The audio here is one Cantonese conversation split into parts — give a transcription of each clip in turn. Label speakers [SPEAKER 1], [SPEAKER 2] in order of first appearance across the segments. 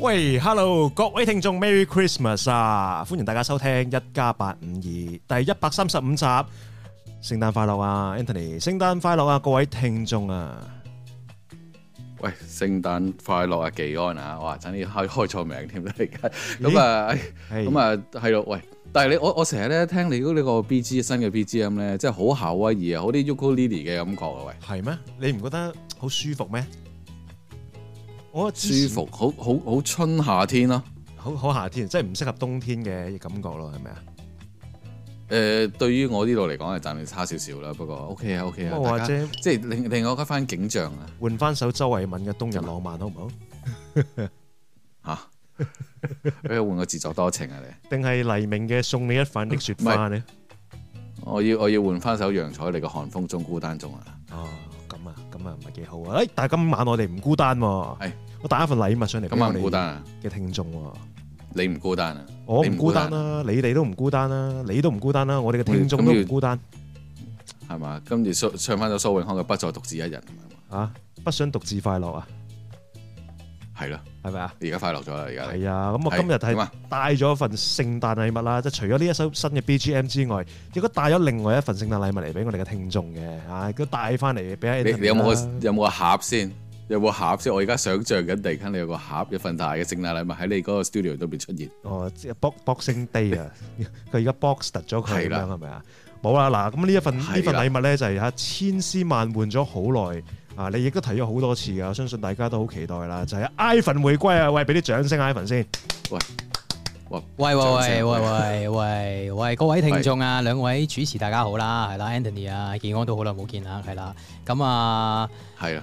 [SPEAKER 1] 喂，Hello，各位聽眾，Merry Christmas 啊！歡迎大家收聽一加八五二第一百三十五集，聖誕快樂啊，Anthony！聖誕快樂啊，各位聽眾啊！
[SPEAKER 2] 喂，聖誕快樂啊，技安啊，哇，差啲開開錯名添啦，而家咁啊，哎
[SPEAKER 1] 係
[SPEAKER 2] 咁，啊，係嗯咯，喂，但係你我我成日咧聽你嗰呢個 BG 新嘅 BGM 咧，真係好夏威夷啊，好啲 ukulele 嘅感覺啊，喂，
[SPEAKER 1] 係咩？你唔覺得好舒服咩？我之前
[SPEAKER 2] 舒，服，好好好春夏天咯、
[SPEAKER 1] 好好夏天，即係唔適合冬天嘅感覺咯，係咪啊？
[SPEAKER 2] 誒、呃對於我呢度嚟講係暫時差少少啦，不過 OK 啊 OK 啊，
[SPEAKER 1] 咁啊
[SPEAKER 2] 大
[SPEAKER 1] 或
[SPEAKER 2] 家
[SPEAKER 1] 者
[SPEAKER 2] 即係另另外一番景象啊
[SPEAKER 1] 換翻首周慧敏嘅《冬日浪漫》好唔好？
[SPEAKER 2] 嚇，俾佢換個自作多情啊你。
[SPEAKER 1] 定係黎明嘅《送你一瓣的雪花》呢？
[SPEAKER 2] 我要我要換翻首楊采妮嘅《寒風中孤單中》啊！
[SPEAKER 1] 哦，咁啊，咁啊，唔係幾好啊！誒，但係今晚我哋唔孤單喎。
[SPEAKER 2] 係
[SPEAKER 1] 我帶一份禮物上嚟俾
[SPEAKER 2] 今
[SPEAKER 1] 我
[SPEAKER 2] 晚唔孤單
[SPEAKER 1] 哋
[SPEAKER 2] 啊，
[SPEAKER 1] 嘅聽眾喎。
[SPEAKER 2] 你唔孤單啊，
[SPEAKER 1] 我
[SPEAKER 2] 你
[SPEAKER 1] 唔孤單啦，你哋都唔孤單啦，你都唔孤單啦，我哋嘅聽眾都
[SPEAKER 2] 咁要
[SPEAKER 1] 唔孤單
[SPEAKER 2] 係嘛？跟住蘇唱翻咗蘇永康嘅《不再獨自一人》，
[SPEAKER 1] 啊！不想獨自快樂啊，
[SPEAKER 2] 係咯，
[SPEAKER 1] 係咪啊？
[SPEAKER 2] 你而家快樂咗啦，而家你
[SPEAKER 1] 係啊，咁我
[SPEAKER 2] 係
[SPEAKER 1] 今
[SPEAKER 2] 點
[SPEAKER 1] 日係
[SPEAKER 2] 啊
[SPEAKER 1] 帶咗份聖誕禮物啦，即係除咗呢一首新嘅 BGM 之外，亦都帶咗另外一份聖誕禮物嚟俾我哋嘅聽眾嘅，啊，亦都帶翻嚟俾阿
[SPEAKER 2] 你
[SPEAKER 1] Anthony
[SPEAKER 2] 你有冇
[SPEAKER 1] 啦
[SPEAKER 2] 個有冇個盒先？有冇盒先？我而家想像緊，突然間你有個盒一份大嘅聖誕禮物喺你嗰個 studio 度邊出現，
[SPEAKER 1] 哦，即係 box boxing day 啊， 佢而家 box 突咗佢咁
[SPEAKER 2] 係啦
[SPEAKER 1] 樣係咪啊？冇啦，嗱咁呢一份
[SPEAKER 2] 係啦
[SPEAKER 1] 呢份禮物咧就係嚇千絲萬換咗好耐啊！你亦都提咗好多次噶，我相信大家都好期待啦，就係 iPhone 回歸啊！喂，俾啲掌聲 iPhone 先，
[SPEAKER 2] 哇！
[SPEAKER 3] 喂喂
[SPEAKER 2] 掌
[SPEAKER 3] 喂
[SPEAKER 2] 聲
[SPEAKER 3] 喂喂喂喂，各位聽眾啊，兩位主持大家好啦，係啦，Anthony 啊，健安都好耐冇見啦，係啦，咁啊，
[SPEAKER 2] 係啊，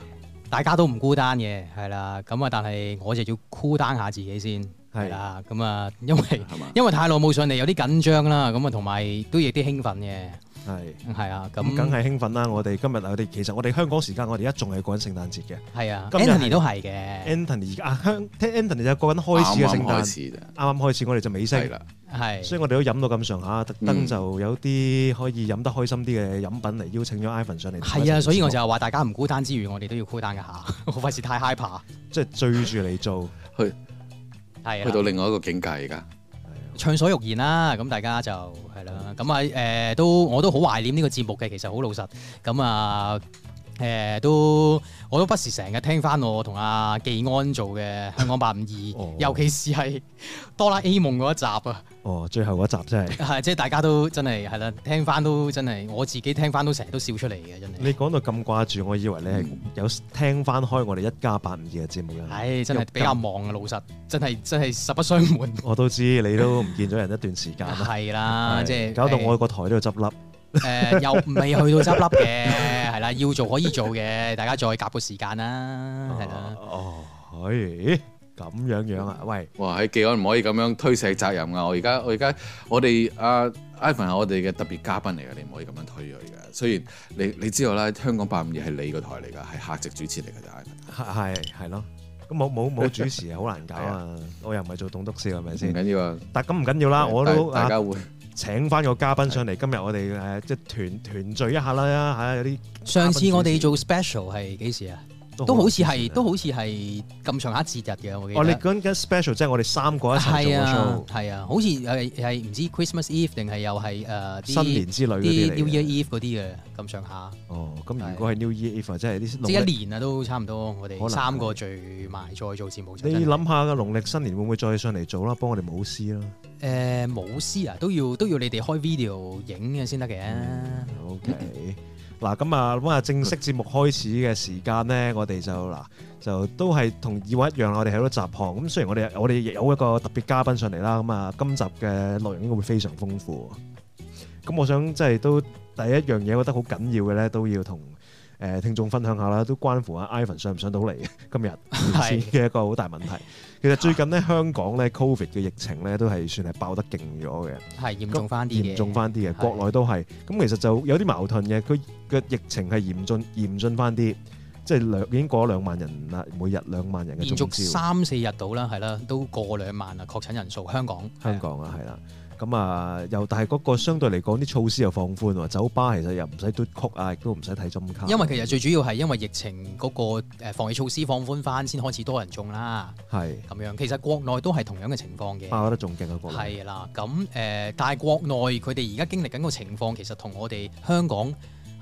[SPEAKER 3] 大家都唔孤單嘅，係啦，咁啊，但係我就要孤單下自己先，係
[SPEAKER 1] 係
[SPEAKER 3] 啦，咁啊，因 為
[SPEAKER 2] 係嘛？
[SPEAKER 3] 因為太耐冇上嚟，有啲緊張啦，咁啊，同埋都有啲興奮嘅，
[SPEAKER 1] 係
[SPEAKER 3] 係啊，咁
[SPEAKER 1] 咁梗係興奮啦！我哋今日我哋其實我哋香港時間我哋而家仲係過緊聖誕節嘅
[SPEAKER 3] 係啊
[SPEAKER 1] 今日係
[SPEAKER 3] ，Anthony 都係嘅，
[SPEAKER 1] ，Anthony 而家啊香聽 Anthony 就過緊開始
[SPEAKER 2] 啱
[SPEAKER 1] 嘅
[SPEAKER 2] 啱
[SPEAKER 1] 聖誕，
[SPEAKER 2] 開
[SPEAKER 1] 啱
[SPEAKER 2] 始啫，
[SPEAKER 1] 啱開始我哋就尾聲
[SPEAKER 2] 係。啦，
[SPEAKER 1] 所
[SPEAKER 3] 係
[SPEAKER 1] 以我哋都飲到咁上下，特登
[SPEAKER 2] 嗯
[SPEAKER 1] 就有啲可以飲得開心啲嘅飲品嚟邀請咗 Ivan 上嚟。
[SPEAKER 3] 係啊，所以我就話大家唔孤單之餘，我哋都要孤單嘅下， 我費事太 hyper，
[SPEAKER 1] 即係追住嚟做，
[SPEAKER 2] 去
[SPEAKER 3] 係
[SPEAKER 2] 去
[SPEAKER 3] 啊
[SPEAKER 2] 到。另外一個境界而家，
[SPEAKER 3] 暢所欲言啦，咁大家就係啦，咁啊誒都我都好懷念呢個節目嘅，其實好老實，咁啊誒都我都不時成日聽翻我同阿技安做嘅香港八五
[SPEAKER 1] 哦
[SPEAKER 3] 二，尤其是係哆啦 A 夢嗰一集啊，
[SPEAKER 1] 哦，最後嗰集真係
[SPEAKER 3] 係即係大家都真係係啦，聽翻都真係我自己聽翻都成日都笑出嚟嘅，真係，
[SPEAKER 1] 你講到咁掛住，我以為你係有聽翻開我哋一家八五二嘅節目嘅。
[SPEAKER 3] 唉真係比較忙啊，老實，真係真係實不 相瞞，
[SPEAKER 1] 我都知你都唔見咗人一段時間啦，
[SPEAKER 3] 係啦，
[SPEAKER 1] 啊係
[SPEAKER 3] 即係
[SPEAKER 1] 搞到
[SPEAKER 3] 誒
[SPEAKER 1] 我個台都要執笠。
[SPEAKER 3] 誒、又未去到執 笠嘅，係啦，要做可以做嘅，大家再夾個時間啦，嗯係啦，
[SPEAKER 1] 哦，係咁樣樣啊？喂，
[SPEAKER 2] 哇！喺技安唔可以咁樣推卸責任啊！我而家我而家我哋阿 Ivan 係我哋嘅特別嘉賓嚟嘅，你唔可以咁樣推佢嘅。雖然你你知道啦，香港八五二係你個台嚟㗎，係客席主持嚟㗎咋
[SPEAKER 1] 係係係咯，咁冇冇冇主持啊，好難搞 啊！我又唔係做棟篤笑，係咪
[SPEAKER 2] Ivan，唔
[SPEAKER 3] 嗯
[SPEAKER 1] 先？
[SPEAKER 2] 緊要啊！
[SPEAKER 1] 但咁唔緊要啦，我都
[SPEAKER 2] 大大
[SPEAKER 1] 啊
[SPEAKER 2] 家會
[SPEAKER 1] 請翻個嘉賓上嚟，今日我哋誒即係團團聚一下啦嚇，有啲
[SPEAKER 3] 上次我哋做 special 係幾時啊？都好似係，都好似係咁上下節日嘅，我
[SPEAKER 1] 我
[SPEAKER 3] 記
[SPEAKER 1] 哋
[SPEAKER 3] 得。
[SPEAKER 1] 講緊 special，即係我哋三哦個一齊做
[SPEAKER 3] 係
[SPEAKER 1] 個
[SPEAKER 3] 啊
[SPEAKER 1] show，，
[SPEAKER 3] 係啊，好似係係唔知 Christmas Eve 定係又係誒
[SPEAKER 1] 新年之類嗰
[SPEAKER 3] 啲
[SPEAKER 1] 啲
[SPEAKER 3] New
[SPEAKER 1] 嚟
[SPEAKER 3] Year
[SPEAKER 1] 嘅。
[SPEAKER 3] Eve 嗰啲嘅咁上下，
[SPEAKER 1] 哦，咁如果係 New Year Eve 或者係啲
[SPEAKER 3] 即係
[SPEAKER 1] 農
[SPEAKER 3] 一
[SPEAKER 1] 曆，
[SPEAKER 3] 年啊都差唔多，我
[SPEAKER 1] 可
[SPEAKER 3] 哋
[SPEAKER 1] 能
[SPEAKER 3] 三個聚埋再做節目就真係。
[SPEAKER 1] 你諗下個農曆新年會唔會再上嚟做啦？幫我哋舞獅啦。嗯
[SPEAKER 3] 誒舞獅啊，都要都要你哋開 video 影嘅先得嘅。
[SPEAKER 1] OK，嗱，咁啊，咁啊，正式節目開始嘅時間咧，我哋就嗱就都係同以往一樣啦，我哋喺度集項。咁雖然我哋我哋有一個特別嘉賓上嚟啦，咁啊，今集嘅內容應該會非常豐富。咁我想即係都第一樣嘢，我覺得好緊要嘅咧，都要同誒聽眾分享下啦，都關乎阿 Ivan 上唔上到嚟 今日
[SPEAKER 3] 係
[SPEAKER 1] 嘅一個好大問題。其實最近咧，香港咧 Covid 嘅疫情咧，都係算係爆得勁咗嘅。
[SPEAKER 3] 係嚴重翻啲嘅，
[SPEAKER 1] 嚴重翻啲嘅，
[SPEAKER 3] 係
[SPEAKER 1] 國內都係。咁其實就有啲矛盾嘅，佢嘅疫情係嚴峻嚴峻翻啲，即係兩已經過咗兩萬人啦，每日兩萬人嘅
[SPEAKER 3] 連
[SPEAKER 1] 中
[SPEAKER 3] 續
[SPEAKER 1] 招，
[SPEAKER 3] 三四日到啦，係啦，都過兩萬啦，確診人數，香港
[SPEAKER 1] 香港啊，係啦。咁啊，又但係嗰個相對嚟講，啲措施又放寬喎。酒吧其實又唔使嘟曲啊，亦都唔使睇針卡。
[SPEAKER 3] 因為其實最主要係因為疫情嗰個誒防疫措施放寬翻，先開始多人中啦。
[SPEAKER 1] 係，
[SPEAKER 3] 咁樣其實國內都係同樣嘅情況嘅。
[SPEAKER 1] 啊我覺得仲勁啊，國內
[SPEAKER 3] 係啦，咁誒、呃但係國內佢哋而家經歷緊個情況，其實同我哋香港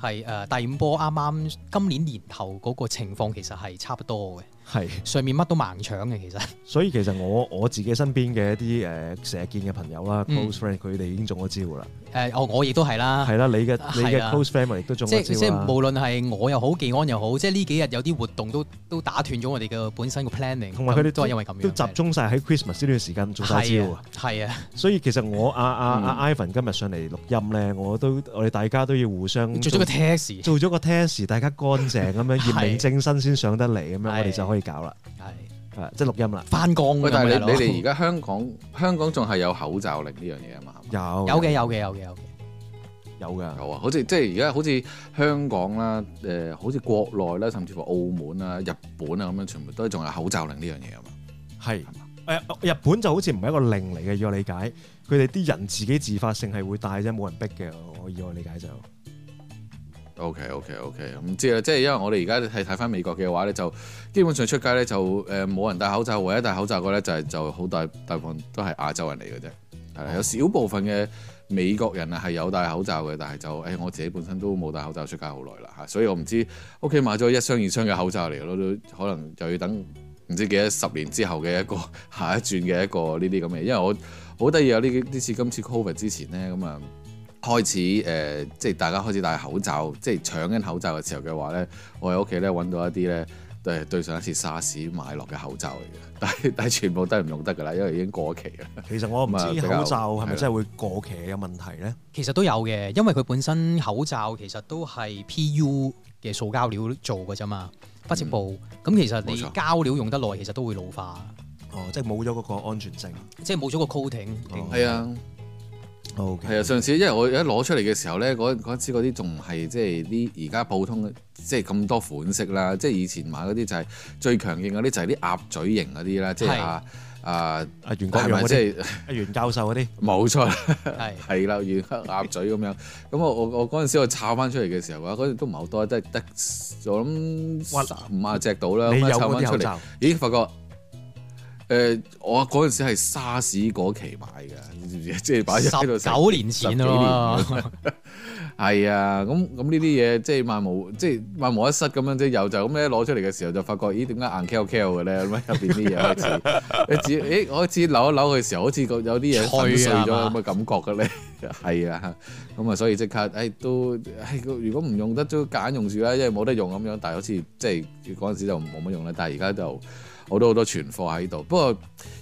[SPEAKER 3] 係誒、呃第五波啱啱今年年頭嗰個情況其實係差不多嘅，
[SPEAKER 1] 係。
[SPEAKER 3] 上面乜都盲搶嘅其實，
[SPEAKER 1] 所以其實我我自己身邊嘅一啲誒成日見嘅朋友啦
[SPEAKER 3] 嗯
[SPEAKER 1] ，close friend 佢哋已經中咗招㗎啦。
[SPEAKER 3] 誒、哦我亦都係啦。
[SPEAKER 1] 係啦，你嘅
[SPEAKER 3] 係
[SPEAKER 1] 你嘅
[SPEAKER 3] 啊
[SPEAKER 1] close friend 亦都中
[SPEAKER 3] 即
[SPEAKER 1] 咗
[SPEAKER 3] 係即
[SPEAKER 1] 招
[SPEAKER 3] 係，
[SPEAKER 1] 啦。
[SPEAKER 3] 無論係我又好，技安又好，即係呢幾日有啲活動都都打斷咗我哋嘅本身個 planning，
[SPEAKER 1] 同埋佢哋
[SPEAKER 3] 咁都係因為咁樣
[SPEAKER 1] 都集中晒喺 Christmas 呢段時間做晒招
[SPEAKER 3] 係
[SPEAKER 1] 啊
[SPEAKER 3] 啊。，係啊，
[SPEAKER 1] 所以其實我阿阿阿 Ivan 今日上嚟錄音咧，我都我哋大家都要互相
[SPEAKER 3] 做咗個 test
[SPEAKER 1] 做咗個 test，大家乾淨 咁樣，
[SPEAKER 3] 係
[SPEAKER 1] 驗明正身先上得嚟咁樣，
[SPEAKER 3] 係
[SPEAKER 1] 我哋就可以搞啦，
[SPEAKER 3] 係
[SPEAKER 1] 啊即係錄音啦。
[SPEAKER 3] 翻工啊
[SPEAKER 2] 喂，但係
[SPEAKER 3] 咁樣咯
[SPEAKER 2] 你你哋而家香港香港仲係有口罩令呢樣嘢啊嘛？係嘛
[SPEAKER 1] 有
[SPEAKER 3] 有嘅有嘅有嘅有嘅，
[SPEAKER 1] 有㗎，
[SPEAKER 2] 有啊，好似即係而家好似香港啦，誒、好似國內啦，甚至乎澳門啊、日本啊咁樣，全部都仲有口罩令呢樣嘢啊嘛。
[SPEAKER 1] 係誒日本就好似唔係一個令嚟嘅，以我理解，佢哋啲人自己自發性係會戴啫，冇人逼嘅。我以我理解就
[SPEAKER 2] OK OK OK，唔知啊，即係因為我哋而家睇睇翻美國嘅話咧，就基本上出街咧就誒冇、人戴口罩，唯一戴口罩嘅咧就係、就好大大部分都係亞洲人嚟嘅啫，係啦，有少部分嘅美國人啊係有戴口罩嘅，但係就誒、我自己本身都冇戴口罩出街好耐啦嚇，所以我唔知屋企買咗一箱二箱嘅口罩嚟咯，都可能就要等唔知幾多十年之後嘅一個 下一轉嘅一個呢啲咁嘅，因為我好得意啊呢啲呢次今次 Covid 之前咧咁啊。開始誒、呃即係大家開始戴口罩，即係搶緊口罩嘅時候嘅話咧，我喺屋企咧揾到一啲咧誒對上一次沙士買落嘅口罩嚟嘅， 但係但係全部都係唔用得㗎啦，因為已經過咗期啦。
[SPEAKER 1] 其實我唔
[SPEAKER 2] 咁啊
[SPEAKER 1] 知
[SPEAKER 2] 比較
[SPEAKER 1] 口罩係
[SPEAKER 2] 係
[SPEAKER 1] 咪
[SPEAKER 2] 啦
[SPEAKER 1] 真係會過期嘅問題咧。
[SPEAKER 3] 其實都有嘅，因為佢本身口罩其實都係 PU 嘅塑膠料做嘅啫嘛，不織布。
[SPEAKER 1] 嗯
[SPEAKER 3] 咁、其實你
[SPEAKER 2] 冇錯
[SPEAKER 3] 膠料用得耐，其實都會老化，
[SPEAKER 1] 哦，即係冇咗嗰個安全性。
[SPEAKER 3] 即係冇咗個 coating。
[SPEAKER 1] 哦
[SPEAKER 2] 係啊，
[SPEAKER 1] O K，
[SPEAKER 2] 係啊，上次因為我一攞出嚟嘅時候咧，嗰嗰次嗰啲仲係即係啲而家普通嘅即係咁多款式啦，即係以前買嗰啲就係最強勁嗰啲就係啲鴨嘴型嗰啲啦，即係
[SPEAKER 3] 係
[SPEAKER 2] 啊啊
[SPEAKER 1] 阿袁國
[SPEAKER 2] 係
[SPEAKER 1] 勇
[SPEAKER 2] 咪
[SPEAKER 1] 嗰
[SPEAKER 2] 即
[SPEAKER 1] 啲，
[SPEAKER 2] 係
[SPEAKER 1] 阿袁教授嗰啲。
[SPEAKER 2] 冇錯啦
[SPEAKER 3] 係
[SPEAKER 2] 係啦，軟黑鴨嘴咁樣。咁我我我嗰陣時我抄翻出嚟嘅時候嘅話，啊嗰陣都唔係好多，得得我
[SPEAKER 1] 哇
[SPEAKER 2] 諗十五啊隻到啦。
[SPEAKER 1] 你
[SPEAKER 2] 咁啊
[SPEAKER 1] 有
[SPEAKER 2] 抄
[SPEAKER 1] 嗰
[SPEAKER 2] 翻
[SPEAKER 1] 啲口
[SPEAKER 2] 出嚟，
[SPEAKER 1] 罩？
[SPEAKER 2] 咦發覺誒、我嗰陣時係沙士嗰期買嘅，你知唔知啊？即係擺咗喺度
[SPEAKER 3] 十
[SPEAKER 2] 成
[SPEAKER 3] 九年前啊咯，
[SPEAKER 2] 係啊，咁咁呢啲嘢即係萬無即係萬無一失咁樣，即係有就咁咧攞出嚟嘅時候就發覺，咦點解硬 kell kell 嘅咧？咁樣入邊啲嘢開 始，你只咦我開始扭一扭嘅時候，好似個有啲嘢粉碎
[SPEAKER 3] 脆啊
[SPEAKER 2] 咗
[SPEAKER 3] 嘛
[SPEAKER 2] 咁嘅感覺嘅咧， 係啊，咁啊所以即刻誒都誒如果唔用得都揀用住啦，因為冇得用咁樣，但係好似即係嗰陣時就冇乜用啦，但係而家就。好多好多存貨喺度，不過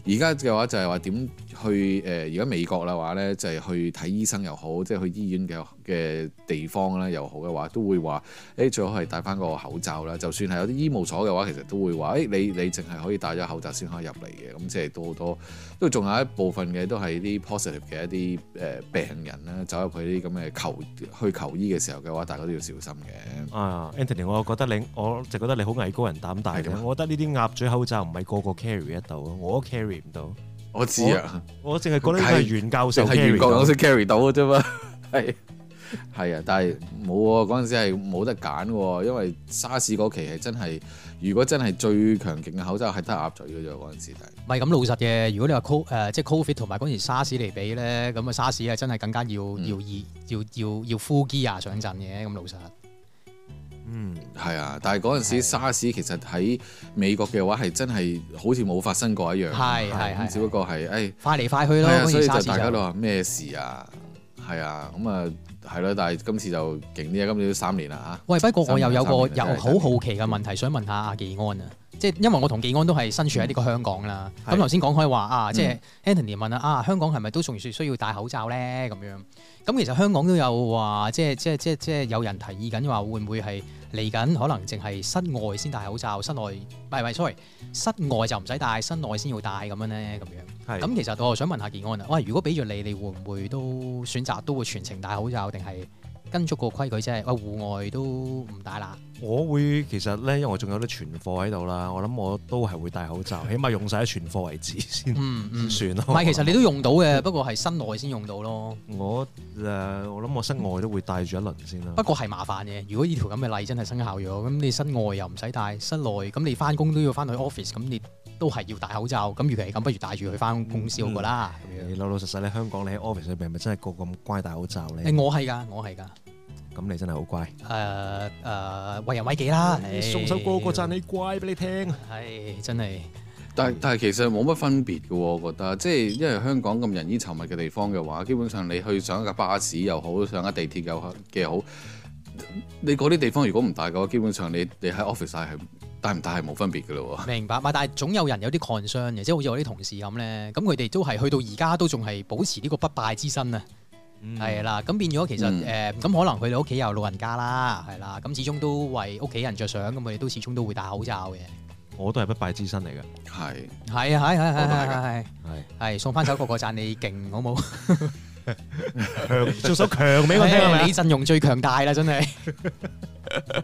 [SPEAKER 2] 而家嘅話就係話點去誒？而家美國嘅話咧，就係、去睇醫生又好，即係去醫院嘅嘅地方啦又好嘅話，都會話誒、最好係戴翻個口罩啦。就算係有啲醫務所嘅話，其實都會話誒、你你淨係可啊以戴咗口罩先可以入嚟嘅。咁即係都好多，都仲有一部分嘅都係啲 positive 嘅一啲誒、呃病人啦，走入去啲咁嘅求去求醫嘅時候嘅話，大家都要小心嘅。
[SPEAKER 1] 啊，Anthony，我覺得你，我就覺得你好藝高人膽大
[SPEAKER 2] 係點
[SPEAKER 1] 嘅。
[SPEAKER 2] 啊
[SPEAKER 1] 我覺得呢啲鴨嘴口罩唔係個個 carry 得到，我都 carry 唔到。
[SPEAKER 2] 我知啊。
[SPEAKER 1] 我淨係覺得呢個係袁教授
[SPEAKER 2] 淨係原
[SPEAKER 1] carry
[SPEAKER 2] 國
[SPEAKER 1] 到
[SPEAKER 2] 佬。先 carry 到嘅啫嘛， 係係啊，但係冇喎，嗰陣時係冇得揀喎，因為沙士嗰期係真係，如果真係最強勁嘅口罩係得鴨嘴嘅啫，嗰陣時但係
[SPEAKER 3] 唔係咁老實嘅。如果你話 co 誒、即係 covid 同埋嗰時沙士嚟比咧，咁啊沙士係真係更加要、
[SPEAKER 2] 嗯
[SPEAKER 3] 要要要要 full gear 上陣嘅。咁老實
[SPEAKER 1] 嗯，
[SPEAKER 2] 係啊，但係嗰陣時
[SPEAKER 3] 係
[SPEAKER 2] 沙士其實喺美國嘅話係真係好似冇發生過一樣，啊
[SPEAKER 3] 係係
[SPEAKER 2] 嗯咁
[SPEAKER 3] 係
[SPEAKER 2] 只不過係誒。哎
[SPEAKER 3] 快嚟快去咯，
[SPEAKER 2] 係啊，所
[SPEAKER 3] 嗰時
[SPEAKER 2] 以
[SPEAKER 3] 沙
[SPEAKER 2] 就
[SPEAKER 3] 士
[SPEAKER 2] 大家都
[SPEAKER 3] 就
[SPEAKER 2] 話咩事啊？係啊，咁啊係咯，但係今次就勁啲啊！今次都三年啦
[SPEAKER 3] 喂，不過我又有個
[SPEAKER 2] 三年
[SPEAKER 3] 又
[SPEAKER 2] 真係
[SPEAKER 3] 好好奇嘅問題想問下阿技安啊，即係因為我同技安都係身處喺呢個香港啦。
[SPEAKER 1] 嗯
[SPEAKER 3] 咁頭先講開話啊，
[SPEAKER 2] 嗯
[SPEAKER 3] 即係 Anthony 問啊，啊香港係咪都仲需要戴口罩咧？咁樣咁其實香港都有話，即係即係即係即係有人提議緊話，會唔會係嚟緊可能淨係室外先戴口罩，室內唔係唔係，sorry，室外就唔使戴，室內先要戴咁樣咧，咁樣。
[SPEAKER 1] 係
[SPEAKER 3] 咁其實我又想問下健安啦，喂，如果俾咗你，你會唔會都選擇都會全程戴口罩，定係跟足個規矩即係喂戶外都唔戴啦？
[SPEAKER 1] 我會其實咧，因為我仲有啲存貨喺度啦，我諗我都係會戴 口罩，起碼用晒啲存貨為止先
[SPEAKER 3] 嗯嗯，
[SPEAKER 1] 先
[SPEAKER 3] 唔
[SPEAKER 1] 算咯。
[SPEAKER 3] 係，其實你都用到嘅，不過係室內先用到咯。
[SPEAKER 1] 我誒，我諗我室外都會戴住一輪先啦
[SPEAKER 3] 不。過係麻煩嘅，如果呢條咁嘅例真係生效咗，咁你室外又唔使戴，室內咁你翻工都要翻去 office，咁你都係要戴口罩。咁與其係咁，不如戴住佢翻公司好過啦。咁樣
[SPEAKER 1] 你老老實實咧，香港你喺 office 裏邊咪真係個個咁乖戴口罩咧？
[SPEAKER 3] 誒，我係㗎，我係㗎。
[SPEAKER 1] 咁你真係好乖。
[SPEAKER 3] 誒誒，為人為己啦。
[SPEAKER 1] 送首歌歌讚你乖俾你聽。
[SPEAKER 3] 唉，真係。
[SPEAKER 2] 嚇，但係但係其實冇乜分別嘅喎，我覺得，即係因為香港咁人煙稠密嘅地方嘅話，基本上你去上一架巴士又好，上一架地鐵又好嘅好，你嗰啲地方如果唔戴嘅話，基本上你你喺 office 戴係戴唔戴係冇分別嘅咯喎。
[SPEAKER 3] 明白，咪但係總有人有啲 concern 嘅，即係好似我啲同事咁咧，咁佢哋都係去到而家都仲係保持呢個不敗之身啊，
[SPEAKER 1] 嗯
[SPEAKER 3] 係啦、咁變咗其實誒，咁、
[SPEAKER 2] 嗯
[SPEAKER 3] 可能佢哋屋企有老人家啦，係啦，咁始終都為屋企人着想，咁佢哋都始終都會戴口罩嘅，
[SPEAKER 1] 我都係不敗之身嚟嘅。
[SPEAKER 2] 係
[SPEAKER 3] 係啊，係係
[SPEAKER 2] 我都係
[SPEAKER 3] 係
[SPEAKER 2] 㗎
[SPEAKER 3] 係
[SPEAKER 1] 係。
[SPEAKER 3] 係係，送翻首個個讚你勁好冇？
[SPEAKER 1] 強做首強俾我聽係 咪啊
[SPEAKER 3] 你陣容最強大啦，真係，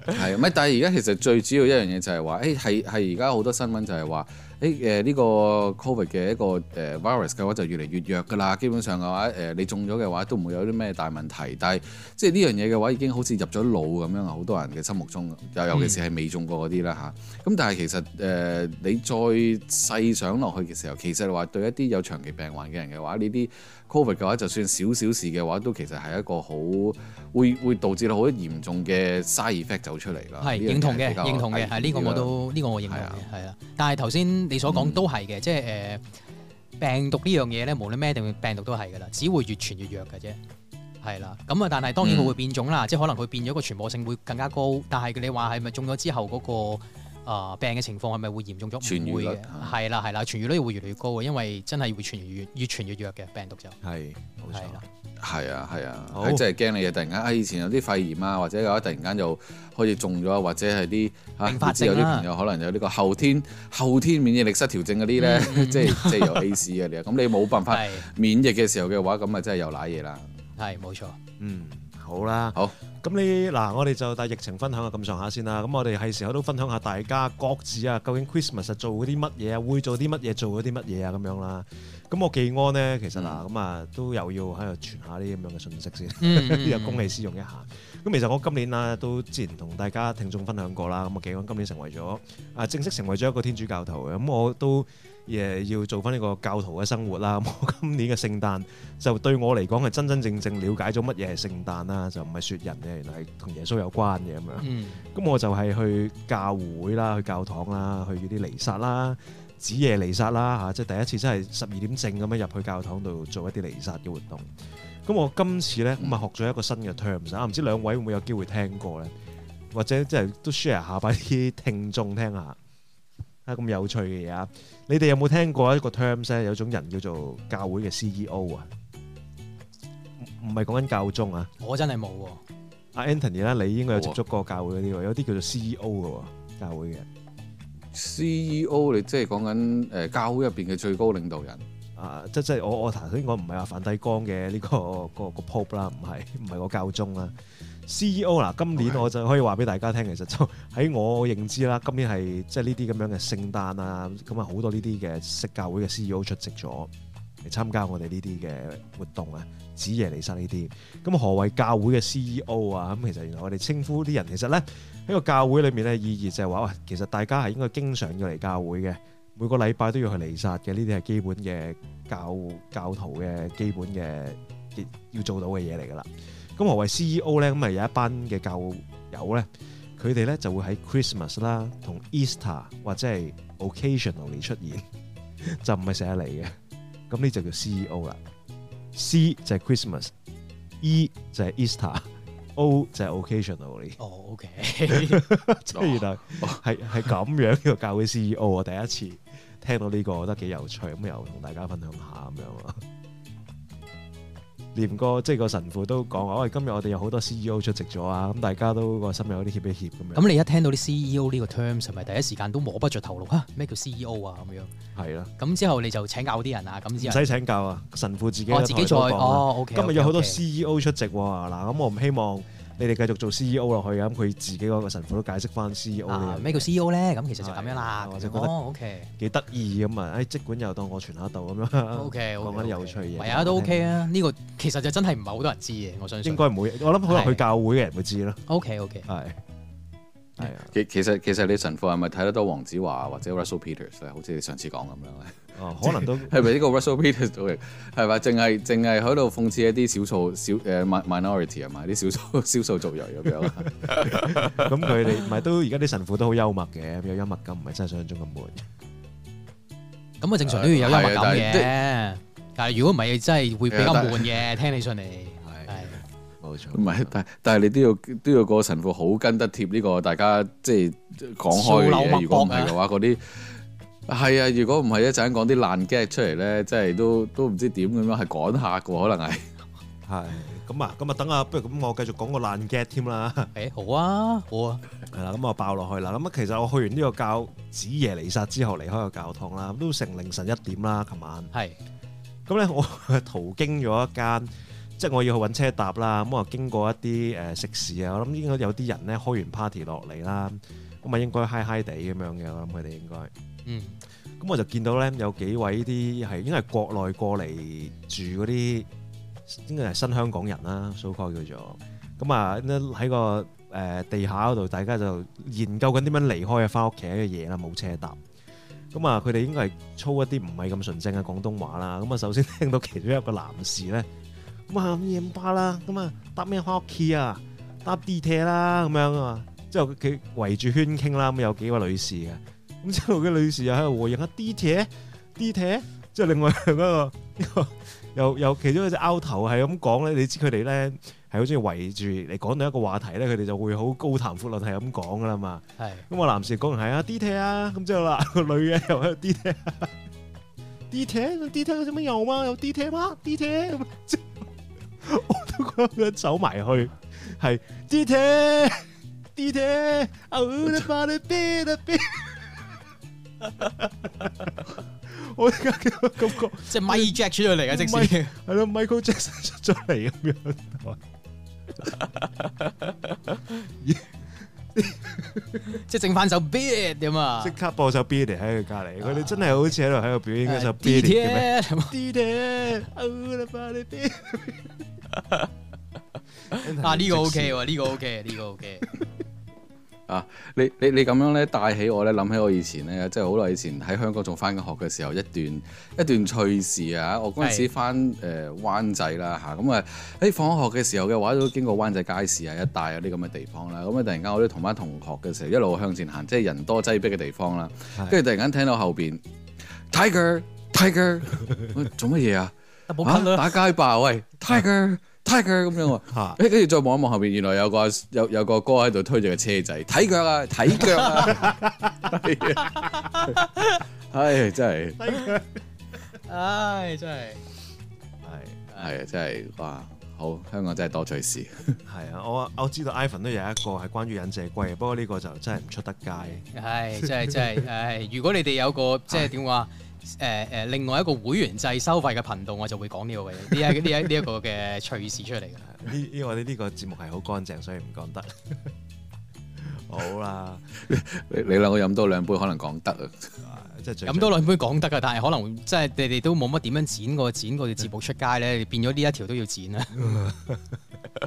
[SPEAKER 2] 係，唔係？但係而家其實最主要一樣嘢就係話，誒係係而家好多新聞就係話，誒誒呢個 covid 嘅一個誒、呃 virus 嘅話就越嚟越弱㗎啦。基本上嘅話，誒、你中咗嘅話都唔會有啲咩大問題。但係即係呢樣嘢嘅話已經好似入咗腦咁樣，啊好多人嘅心目中，尤尤其是係未中過嗰啲啦吓，咁、但係其實誒、呃你再細想落去嘅時候，其實話對一啲有長期病患嘅人嘅話，呢啲 covid 嘅話就算少少事嘅話，都其實係一個好。會會導致到好多嚴重嘅 side effect 走出嚟啦。
[SPEAKER 3] 係
[SPEAKER 2] 啊呢樣嘢
[SPEAKER 3] 認同嘅，
[SPEAKER 2] 比較
[SPEAKER 3] 認同嘅，
[SPEAKER 2] 危險
[SPEAKER 3] 係呢個
[SPEAKER 2] 啲啦
[SPEAKER 3] 我都呢個我認同
[SPEAKER 2] 係啊嗯
[SPEAKER 3] 嘅，係啦。但係頭先你所講都係嘅，即係誒、呃病毒呢樣嘢咧，無論咩定病毒都係㗎啦，只會越傳越弱㗎啫。係啦，咁啊，但係當然佢會變種
[SPEAKER 2] 嗯
[SPEAKER 3] 啦，即係可能佢變咗個傳播性會更加高，但係你話係咪中咗之後嗰、個、呃、病嘅情況係咪會嚴重咗？
[SPEAKER 2] 傳
[SPEAKER 3] 唔會
[SPEAKER 2] 染
[SPEAKER 3] 嘅
[SPEAKER 2] 率，啊
[SPEAKER 3] 係啦係啦，傳染率會越嚟越高嘅，因為真係會傳越越傳越弱嘅病毒就
[SPEAKER 1] 係冇
[SPEAKER 3] 係啦
[SPEAKER 1] 錯。。
[SPEAKER 2] 係啊係啊，
[SPEAKER 1] 好
[SPEAKER 2] 係真係驚你啊！突然間啊，以前有啲肺炎啊，或者有突然間又開始中咗，或者係啲
[SPEAKER 3] 併發
[SPEAKER 2] 啊，知
[SPEAKER 3] 症
[SPEAKER 2] 有啲
[SPEAKER 3] 啦
[SPEAKER 2] 朋友可能有呢個後天後天免疫力失調症嗰啲咧，即係即係有 AC 嘅你啊，咁你冇辦法
[SPEAKER 3] 嗯係
[SPEAKER 2] 免疫嘅時候嘅話，咁啊真係又賴嘢啦。
[SPEAKER 3] 係冇 錯，
[SPEAKER 1] 嗯，好啦。
[SPEAKER 2] 好。
[SPEAKER 1] 咁你嗱，我哋就但係疫情分享啊咁上下先啦。咁我哋係時候都分享下大家各自啊，究竟 à. Christmas 啊做嗰啲乜嘢啊，會做啲乜嘢，做嗰啲乜嘢啊咁樣啦。咁我技安呢，其實嗱咁啊，都又要喺度傳下啲咁樣嘅信息先。
[SPEAKER 3] 嗯
[SPEAKER 1] 又恭喜私用一下。咁其實我今年啦，都之前同大家聽眾分享過啦。咁我幾安今年成為咗啊，正式成為咗一個天主教徒嘅。咁我都誒要做翻呢個教徒嘅生活啦。咁我 今年嘅聖誕就對我嚟講係真真正正了解咗乜嘢係聖誕啦，就唔係雪人嘅，原來係同耶穌有關嘅咁樣。
[SPEAKER 3] 嗯
[SPEAKER 1] 咁我就係去教會啦，去教堂啦，去嗰啲彌撒啦、子夜彌撒啦嚇，即係第一次真係十二點正咁樣入去教堂度做一啲彌撒嘅活動。咁我今次咧咁啊學咗一個新嘅 terms 啊，唔知兩位會唔會有機會聽過咧？或者即係都 share 下俾啲聽眾聽下啊咁有趣嘅嘢啊！你哋有冇聽過一個 terms 咧？有種人叫做教會嘅 CEO 啊，唔唔係講緊教宗啊。
[SPEAKER 3] 我真係冇喎，
[SPEAKER 1] 阿 Anthony 啦，你應該有
[SPEAKER 2] 好
[SPEAKER 1] 接
[SPEAKER 2] 啊
[SPEAKER 1] 觸過教會嗰啲喎，有啲叫做 CEO 嘅喎，教會嘅。
[SPEAKER 2] CEO E 你即係講緊誒教會入邊嘅最高領導人，
[SPEAKER 1] 啊，即即係我我頭先講唔係話梵蒂岡嘅呢、個個 個 pop 啦，唔係唔係個教宗啦。CEO 嗱，今年
[SPEAKER 2] OK
[SPEAKER 1] 我就可以話俾大家聽，其實就喺我認知啦，今年係即係呢啲咁樣嘅聖誕啊，咁啊好多呢啲嘅式教會嘅 CEO 出席咗嚟參加我哋呢啲嘅活動啊，子夜彌撒呢啲。咁何謂教會嘅 CEO 啊？咁其實原來我哋稱呼啲人，其實咧喺個教會裏面咧意義就係話，哇，其實大家係應該經常要嚟教會嘅，每個禮拜都要去彌撒嘅，呢啲係基本嘅教教徒嘅基本嘅嘅要做到嘅嘢嚟㗎啦。咁何謂 CEO 咧？咁咪有一班嘅教友咧，佢哋咧就會喺 Christmas 啦、同 Easter 或者係 occasionally 出現， E 就唔係成日嚟嘅。咁呢就叫 CEO 啦。C 就係 Christmas。 E 就係 Easter，O 就係 occasionally。
[SPEAKER 3] 哦，OK，
[SPEAKER 1] 即係原來係係咁樣嘅教會 CEO 我第一次聽到呢、個，我覺得幾有趣，咁又同大家分享下咁樣啊。連個即係個神父都講話，喂，今日我哋有好多 CEO 出席咗啊，咁大家都個心有啲怯一怯咁樣。
[SPEAKER 3] 咁你一聽到啲 CEO 呢個 terms，係咪第一時間都摸不着頭腦啊？咩叫 CEO 啊？咁樣，
[SPEAKER 1] 係啦，
[SPEAKER 3] 咁之後你就請教啲人啊，咁之
[SPEAKER 1] 唔
[SPEAKER 3] 後，
[SPEAKER 1] 使請教啊，神父自己
[SPEAKER 3] 我
[SPEAKER 1] 喺
[SPEAKER 3] 自
[SPEAKER 1] 台
[SPEAKER 3] 己再，
[SPEAKER 1] 都講啊
[SPEAKER 3] 哦，OK，
[SPEAKER 1] 今日有好多
[SPEAKER 3] C，
[SPEAKER 1] CEO 出席喎，嗱咁我唔希望你哋繼續做 CEO 落去啊咁佢自己嗰個神父都解釋 E 翻 CEO 呢樣嘢
[SPEAKER 3] 啊咩叫 CEO 咧？咁其實就咁樣啦，
[SPEAKER 1] 係啊
[SPEAKER 3] 咁
[SPEAKER 1] 我就
[SPEAKER 3] 樣
[SPEAKER 1] 覺得
[SPEAKER 3] 哦，OK，OK，
[SPEAKER 1] 幾得意咁啊！誒，即管又當我傳下道咁樣，啊講緊啲有趣嘢
[SPEAKER 3] 係啊，都 OK 啊，呢個其實就真係唔係好多人知嘅，我相信
[SPEAKER 1] 應。該唔會。我諗可能去教會嘅人會知咯，
[SPEAKER 3] OK，OK，
[SPEAKER 1] 係係啊，
[SPEAKER 2] 其其實其實你神父係咪睇得多黃子華或者 Russell Peters 咧？好似你上次講咁樣 咧，
[SPEAKER 1] 哦，可能都
[SPEAKER 2] 係咪呢個 Russell Peters 都係係咪？淨係淨係喺度諷刺一啲少數少誒 minority 係咪？啲少數 少數族裔咁 樣啊。
[SPEAKER 1] 咁佢哋唔係都而家啲神父都好幽默嘅，有幽默感，唔係真係想像中咁悶。
[SPEAKER 3] 咁啊正常都要有幽默感
[SPEAKER 2] 係啊
[SPEAKER 3] 嘅，但係如果唔係真係會比較
[SPEAKER 2] 係啊但係
[SPEAKER 3] 悶嘅，聽起上嚟
[SPEAKER 1] 係
[SPEAKER 3] 係。
[SPEAKER 1] 冇錯，
[SPEAKER 2] 唔係，但但係你都要都要個神父好跟得貼呢個大家即係講開
[SPEAKER 3] 潮
[SPEAKER 2] 嘅
[SPEAKER 3] 流脈
[SPEAKER 2] 嘢。如果唔
[SPEAKER 3] 搏啊
[SPEAKER 2] 係嘅話，嗰啲係啊，如果唔係一陣講啲爛 gag 出嚟咧，即係都都唔知點咁樣係趕客嘅喎，可能係。
[SPEAKER 1] 係咁啊，咁啊，等啊，不如咁，我繼續講個爛 get 添 啦。
[SPEAKER 3] 誒好啊，好啊，
[SPEAKER 1] 係啦，咁我爆落去啦。咁啊，其實我去完呢個教子夜彌撒之後，離開個教堂啦，都成凌晨一點啦，琴晚。
[SPEAKER 3] 係
[SPEAKER 1] 咁咧，我途經咗一間，即係我要去揾車搭啦。咁我經過一啲誒、呃食肆啊，我諗應該有啲人咧開完 party 落嚟啦，咁啊應該嗨嗨地咁樣嘅，我諗佢哋應該。
[SPEAKER 3] 嗯
[SPEAKER 1] 咁我就見到咧有幾位啲係應該係國內過嚟住嗰啲，應該係新香港人啦，so call 叫做。咁啊喺個誒、呃地下嗰度，大家就研究緊點樣離開啊，翻屋企嘅嘢啦，冇車搭。咁啊，佢哋應該係操一啲唔係咁純正嘅廣東話啦。咁啊，首先聽到其中一個男士咧，咁啊夜巴啦，咁啊搭咩翻屋企啊？搭地鐵啦咁樣啊。之後佢圍住圈傾啦，咁有幾位女士嘅。咁之後嘅女士又喺度回應啊地鐵地鐵，即係另外嗰、個呢個又又其中一隻拗頭係咁講咧，你知佢哋咧係好中意圍住嚟講到一個話題咧，佢哋就會好高談闊論係咁講噶啦嘛。
[SPEAKER 3] 係
[SPEAKER 1] 咁我男士講完係啊 D T 啊，咁之後啦 個女嘅又喺度 D T 啊，D T D T 做乜有嘛？有 D T 嗎？D T 咁之後 我都覺得走埋去係 D T D T，啊你把你邊啊邊， 我而家嘅感覺。
[SPEAKER 3] 即係咪 Jack 出咗嚟嘅啊即
[SPEAKER 1] 咪
[SPEAKER 3] 使
[SPEAKER 1] 係咯，Michael Jackson 出咗嚟咁樣。
[SPEAKER 3] 即係整翻首 bit 咁啊
[SPEAKER 1] 即，刻播首 b i l l y 喺佢隔離，佢哋真係好似喺度喺度表演嗰首
[SPEAKER 3] 誒
[SPEAKER 1] b i l l y 嘅咩？
[SPEAKER 3] 地鐵咁啊
[SPEAKER 1] 啲咧，啊啦吧你啲。
[SPEAKER 3] 啊呢個 OK 喎，呢個 OK，呢個 OK，
[SPEAKER 2] 啊！你你你咁樣咧帶起我咧，諗起我以前咧，即係好耐以前喺香港仲翻緊學嘅時候，一段一段趣事啊！我嗰陣時
[SPEAKER 3] 係
[SPEAKER 2] 翻誒、呃、灣仔啦嚇，咁啊喺放學嘅時候嘅話，都經過灣仔街市啊一帶有啲咁嘅地方啦，咁啊突然間我啲同班同學嘅時候一路向前行，即係人多擠逼嘅地方啦
[SPEAKER 1] 係，
[SPEAKER 2] 跟住突然間聽到後邊 Tiger Tiger 喂做乜嘢啊？
[SPEAKER 3] 冇
[SPEAKER 2] 啊
[SPEAKER 3] 噴啦，
[SPEAKER 2] 打街霸喂 Tiger Tiger 咁樣喎。
[SPEAKER 1] 嚇，
[SPEAKER 2] 誒，跟住再望一望後邊，原來有個有有個哥喺度推住個車仔，睇腳啊，睇腳啊， 係啊唉，真係，
[SPEAKER 3] 唉真係
[SPEAKER 1] 係
[SPEAKER 2] 係啊，真係，哇，好，香港真係多趣事，
[SPEAKER 1] 係啊！我我知道 Ivan 都有一個係關於忍者龜，不過呢個就真係唔出得街。
[SPEAKER 3] 唉真係真係唉，如果你哋有個即係點話誒誒另外一個會員制收費嘅頻道，我就會講呢個嘅呢一呢一呢一個嘅趣事出嚟㗎。
[SPEAKER 1] 呢呢我哋呢個節目係好乾淨，所以唔講得。 好啦，
[SPEAKER 2] 你你兩個飲多兩杯可能講得啊，
[SPEAKER 1] 即係最
[SPEAKER 3] 飲多兩杯講得㗎，但係可能即係你哋都冇乜點樣剪過剪過嘅節目出街咧，變咗呢一條都要剪啦。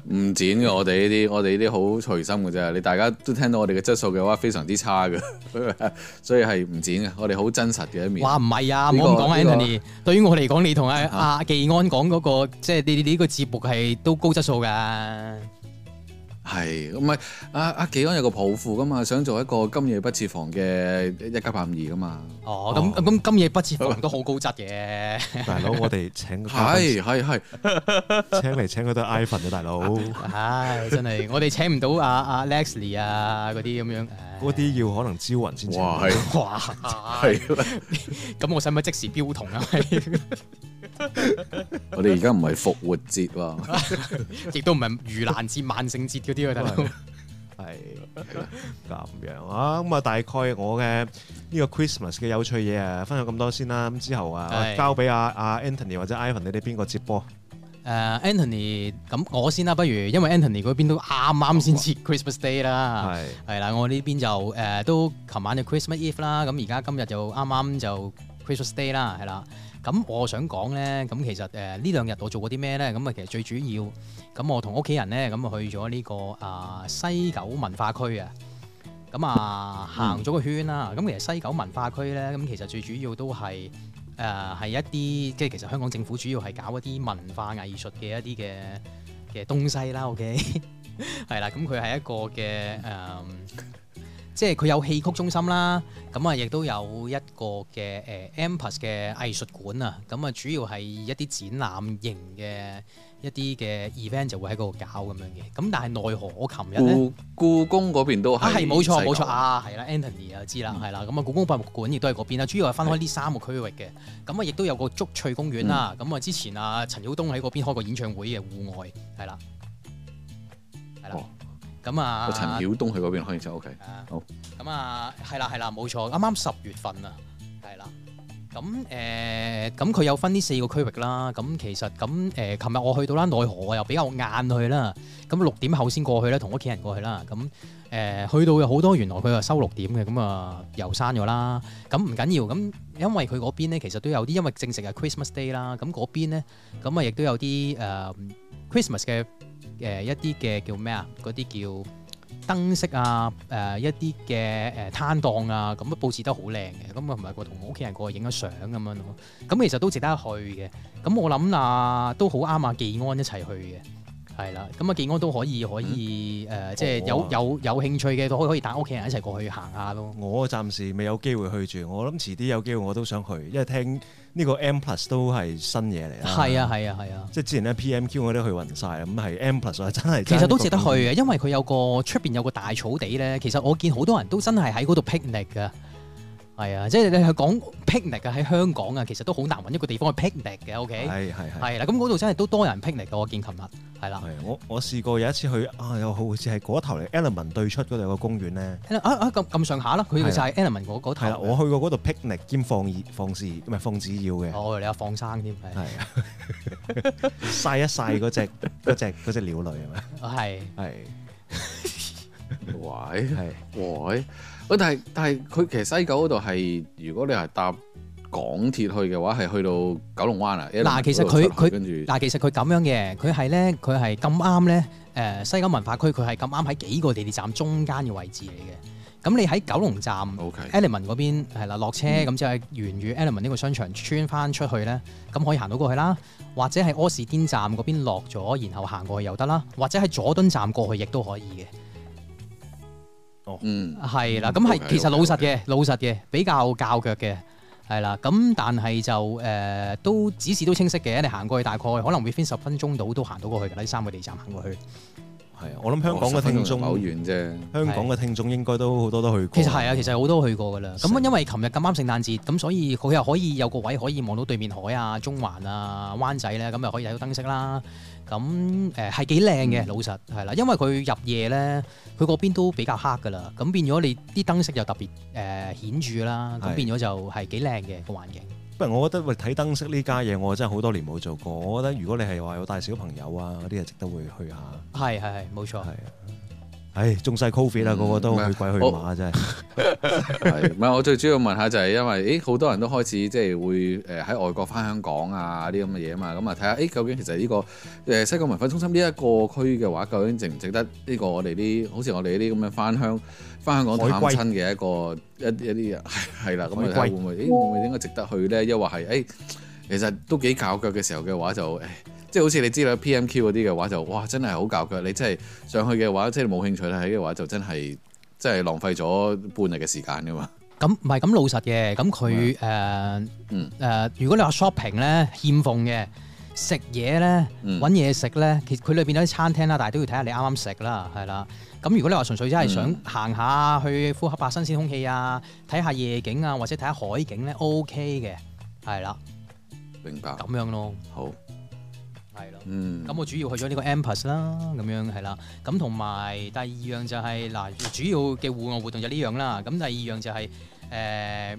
[SPEAKER 2] 唔剪嘅，我哋呢啲我哋呢啲好隨心嘅啫，你大家都聽到我哋嘅質素嘅話，非常之差嘅， 所以係唔剪嘅，我哋好真實嘅一面，
[SPEAKER 3] 哇，唔係啊，唔
[SPEAKER 2] 呢個
[SPEAKER 3] 好咁講啊
[SPEAKER 2] 呢個啊
[SPEAKER 3] ，Anthony。對於我嚟講，你同阿阿技安講嗰個，即係你你呢個節目係都高質素㗎。
[SPEAKER 2] 係唔係？阿阿紀安有個抱負噶嘛，想做一個今夜不設防嘅一家八五二噶嘛。
[SPEAKER 3] 哦，咁
[SPEAKER 1] 哦
[SPEAKER 3] 咁今夜不設防都好高質嘅，
[SPEAKER 1] 大佬，我哋請個嘉賓
[SPEAKER 2] 係係係，
[SPEAKER 1] 請嚟請去都係 iPhone 啊，大 佬，嗰
[SPEAKER 3] 唉，真係我哋請唔到阿阿 Lexley 啊嗰啲咁樣，唉
[SPEAKER 1] 啲要可能招魂先請。
[SPEAKER 2] 哇係
[SPEAKER 3] 哇，
[SPEAKER 2] 係啦，
[SPEAKER 3] 咁我使唔使即時標同啊？
[SPEAKER 2] 我哋而家唔係復活節 喎，
[SPEAKER 3] 亦都唔係盂蘭節、萬聖節嗰啲啊，大佬。
[SPEAKER 1] 係咁樣啊，咁啊大概我嘅呢個 Christmas 嘅有趣嘢啊，分享咁多先啦。咁之後啊，
[SPEAKER 3] 係
[SPEAKER 1] 我交俾阿阿 Anthony 或者 Ivan，你哋邊個接波？
[SPEAKER 3] 誒、Anthony，咁我先啦，不如，因為 Anthony 嗰邊都啱啱
[SPEAKER 2] 啊
[SPEAKER 3] 先至 Christmas Day 啦，
[SPEAKER 1] 係
[SPEAKER 3] 係啦，我呢邊就誒、都琴晚就 Christmas Eve 啦，咁而家今日就啱啱就 Christmas Day 啦，係啦。咁我想講咧，咁其實誒呢兩日我做過啲咩咧？咁啊，其實最主要，咁我同屋企人咧，咁啊去咗呢、個啊、西九文化區啊，咁啊行咗個圈啦。咁其實西九文化區咧，咁其實最主要都係誒係一啲，即係其實香港政府主要係搞一啲文化藝術嘅一啲嘅嘅東西啦。OK，係啦，咁佢係一個嘅誒。嗯即係佢有戲曲中心啦，咁啊亦都有一個嘅呃誒 Empress 嘅藝術館啊，咁啊主要係一啲展覽型嘅一啲嘅 event 就會喺嗰度搞咁樣嘅，咁但係奈何我琴日咧。
[SPEAKER 2] 故故宮嗰邊都
[SPEAKER 3] 啊，
[SPEAKER 2] 係
[SPEAKER 3] 係冇錯
[SPEAKER 2] 西
[SPEAKER 3] 冇錯
[SPEAKER 2] 九
[SPEAKER 3] 啊，係啦，Anthony 啊知
[SPEAKER 2] 嗯
[SPEAKER 3] 啦，係啦，咁啊故宮博物館亦都係嗰邊啦，主要係分開呢三個區域嘅，咁啊亦都有個竹翠公園啦，
[SPEAKER 2] 嗯
[SPEAKER 3] 咁啊之前啊陳曉東喺嗰邊開過演唱會嘅戶外，係啦，係啦
[SPEAKER 2] 哦，
[SPEAKER 3] 咁啊
[SPEAKER 2] 阿陳曉東去嗰邊開演唱 OK，
[SPEAKER 3] 啊
[SPEAKER 2] 好
[SPEAKER 3] 咁啊，係啦係啦，冇錯，啱啱十月份啊，係啦。咁誒，呃咁佢、有分呢四個區域啦。咁其實咁誒，呃琴、日我去到啦，奈何啊我又比較晏去啦。咁六點後先過去啦，同屋企人過去啦。咁誒、呃去到有好多原來佢又收六點嘅，咁啊又閂咗啦。咁唔緊要，咁因為佢嗰邊咧其實都有啲，因為正值係 Christmas Day 啦。咁嗰邊咧，咁啊亦都有啲誒、呃 Christmas 嘅誒、呃一啲嘅叫咩啊？嗰啲叫〜燈飾啊，誒、一啲嘅誒攤檔啊，咁啊佈置得好靚嘅，咁啊唔係個同屋企人過去影咗相咁樣咯，咁其實都值得一去嘅，咁我諗啊都好啱啊，技安一齊去嘅。係啦，咁啊，技安都可以可以誒、即係有
[SPEAKER 1] 哦
[SPEAKER 3] 有有興趣嘅，都可以可以帶屋企人一齊過去行下咯。
[SPEAKER 1] 我暫時未有機會去住，我諗遲啲有機會我都想去，因為聽呢個 M Plus 都係新嘢嚟啦。
[SPEAKER 3] 係啊，，係啊，係啊。
[SPEAKER 1] 即係之前咧 PMQ 我都去暈晒，咁係 M Plus 啊我係真係
[SPEAKER 3] 其實都值得去
[SPEAKER 1] 嘅。
[SPEAKER 3] 嘅，因為佢有個出邊有個大草地咧。其實我見好多人都真係喺嗰度 picnic 噶，係啊，即係你係講 picnic 啊，喺香港啊，其實都好難揾一個地方去 picnic 嘅。OK，
[SPEAKER 1] 係係係。
[SPEAKER 3] 係啦，咁嗰度真係都多人 picnic 嘅，我見琴日係啦。
[SPEAKER 1] 係我我試過有一次去啊，有好似係嗰頭嚟 Element 對出嗰度有個公園咧，
[SPEAKER 3] 啊啊咁咁上下啦，佢
[SPEAKER 1] 係
[SPEAKER 3] 就
[SPEAKER 1] 啦
[SPEAKER 3] 係 Element 嗰嗰頭
[SPEAKER 1] 係啦，
[SPEAKER 3] 嘅。
[SPEAKER 1] 我去過嗰度 picnic 兼放熱放肆，唔係放紙鷂嘅。
[SPEAKER 3] 哦，你有放生添，係
[SPEAKER 1] 係啊， 曬一曬嗰只嗰只嗰只鳥類係咪？
[SPEAKER 3] 哦係
[SPEAKER 1] 係
[SPEAKER 2] 喂。
[SPEAKER 1] 係
[SPEAKER 2] 喂，喂，但係但係佢其實西九嗰度係，如果你係搭港鐵去嘅話，係去到九龍灣啊。
[SPEAKER 3] 嗱其實
[SPEAKER 2] 一路出
[SPEAKER 3] 佢佢
[SPEAKER 2] 去跟住
[SPEAKER 3] 嗱，其實佢咁樣嘅，佢係咧，佢係咁啱咧，誒、西九文化區佢係咁啱喺幾個地鐵站中間嘅位置嚟嘅。咁你喺九龍站。
[SPEAKER 2] OK，
[SPEAKER 3] Element 嗰邊係啦，落車咁之後沿住 Element 呢個商場穿翻出去咧，咁可以行到過去啦，或者係柯士甸站嗰邊落咗，然後行過去又得啦，或者係佐敦站過去亦都可以嘅，
[SPEAKER 2] 嗯，
[SPEAKER 3] 係啦，
[SPEAKER 2] 嗯
[SPEAKER 3] 咁係
[SPEAKER 2] OK，
[SPEAKER 3] 其實
[SPEAKER 2] OK，
[SPEAKER 3] 老實嘅，老實嘅，比較較腳嘅。係啦，咁但係就誒、呃都指示都清晰嘅，你行過去大概可能會 i 十分鐘到都行到過去㗎啦，呢三個地站行過去。
[SPEAKER 1] 係啊，我諗香港嘅
[SPEAKER 2] 10分鐘
[SPEAKER 1] 聽
[SPEAKER 2] 唔係好
[SPEAKER 1] 眾，
[SPEAKER 2] 遠啫。
[SPEAKER 1] 香港嘅聽眾應該都好多都去過。
[SPEAKER 3] 其實係啊，其實好多去過噶啦。咁
[SPEAKER 1] 成
[SPEAKER 3] 因為琴日咁啱聖誕節，咁所以佢又可以有個位可以望到對面海啊、中環啊、灣仔咧，咁又可以睇到燈飾啦。咁誒係幾靚嘅，老實係啦，因為佢入夜咧，佢嗰邊都比較黑噶啦，咁變咗你啲燈飾又特別誒、呃、顯著啦，咁
[SPEAKER 1] 係
[SPEAKER 3] 變咗就係幾靚嘅個環境。
[SPEAKER 1] 不過我覺得喂睇燈飾呢家嘢，我真係好多年冇做過。我覺得如果你係話有帶小朋友啊嗰啲，係值得會去下。
[SPEAKER 3] 係係係，冇錯
[SPEAKER 1] 係。啊，唉，中晒 Covid 啦，
[SPEAKER 2] 嗯
[SPEAKER 1] 個個都去鬼去馬真係。
[SPEAKER 2] 係，唔係我最主要問下就係因為，誒好多人都開始即係會誒喺外國翻香港啊啲咁嘅嘢啊嘛，咁啊睇下，誒究竟其實呢、個誒、西九文化中心呢一個區嘅話，究竟值唔值得呢個我哋啲好似我哋呢啲咁樣翻鄉翻香港探
[SPEAKER 1] 海歸
[SPEAKER 2] 親嘅一個一一啲係係啦，咁啊睇下
[SPEAKER 1] 海
[SPEAKER 2] 會哎
[SPEAKER 1] 歸
[SPEAKER 2] 唔會，誒會唔會應該值得去咧？抑或係誒其實都幾搞腳嘅時候嘅話就誒。即係好似你知啦，PMQ 嗰啲嘅話就哇真係好教腳，你真係上去嘅話，即係冇興趣睇嘅話，就真係真係浪費咗半日嘅時間噶嘛。
[SPEAKER 3] 咁唔係咁老實嘅，咁佢誒
[SPEAKER 2] 嗯
[SPEAKER 3] 誒，如果你話 shopping 咧欠奉嘅，食嘢咧
[SPEAKER 2] 嗯
[SPEAKER 3] 揾嘢食咧，其實佢裏邊有啲餐廳啦，但係都要睇下你啱啱食啦，係啦。咁如果你話純粹真係想
[SPEAKER 2] 嗯
[SPEAKER 3] 行下去呼吸下新鮮空氣啊，睇下夜景啊，或者睇下海景咧，OK 嘅，係啦，
[SPEAKER 2] 明白，
[SPEAKER 3] 咁樣咯，
[SPEAKER 2] 好，
[SPEAKER 3] 係咯。
[SPEAKER 2] 嗯，
[SPEAKER 3] 咁我主要去咗呢個 Empress 啦，咁樣係啦。咁同埋第二樣就係、嗱，主要嘅戶外活動就呢樣啦。咁第二樣就係誒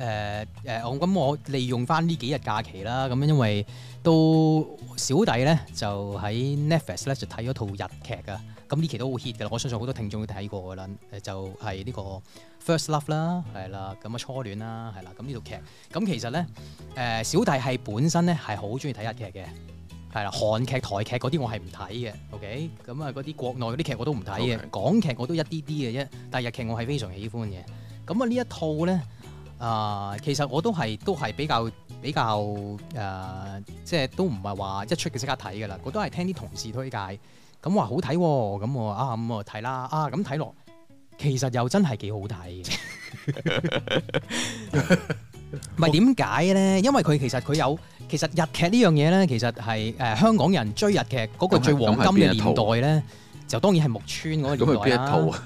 [SPEAKER 3] 誒誒，我咁我利用翻呢幾日假期啦。咁因為都小弟咧就喺 Netflix 咧就睇咗套日劇啊。咁呢期都好 hit 㗎啦，我相信好多聽眾都睇過㗎啦。誒就係、呢個 First Love 啦，係啦，咁啊初戀啦，係啦。咁呢套劇咁其實咧誒、小弟係本身咧係好中意睇日劇嘅。係啦，韓劇、台劇嗰啲我係唔睇嘅，OK？咁啊，嗰啲國內嗰啲劇我都唔睇嘅
[SPEAKER 2] OK
[SPEAKER 3] 港劇我都一啲啲嘅啫，但係日劇我係非常喜歡嘅。咁啊，呢一套咧，啊、其實我都係都係比較比較誒、呃即係都唔係話一出嘅即刻睇㗎啦，我都係聽啲同事推介，咁話好睇喎、咁我話啊咁我睇啦，啊咁睇落，其實又真係幾好 睇嘅。唔係點解咧？因為佢其實佢有其實日劇呢樣嘢咧，其實係誒、呃香港人追日劇嗰個
[SPEAKER 2] 咁係
[SPEAKER 3] 最黃金嘅
[SPEAKER 2] 咁係邊一套
[SPEAKER 3] 年代咧，就當然係木村嗰個
[SPEAKER 2] 咁係邊
[SPEAKER 3] 年代
[SPEAKER 2] 一
[SPEAKER 3] 啦。
[SPEAKER 2] 套 啊？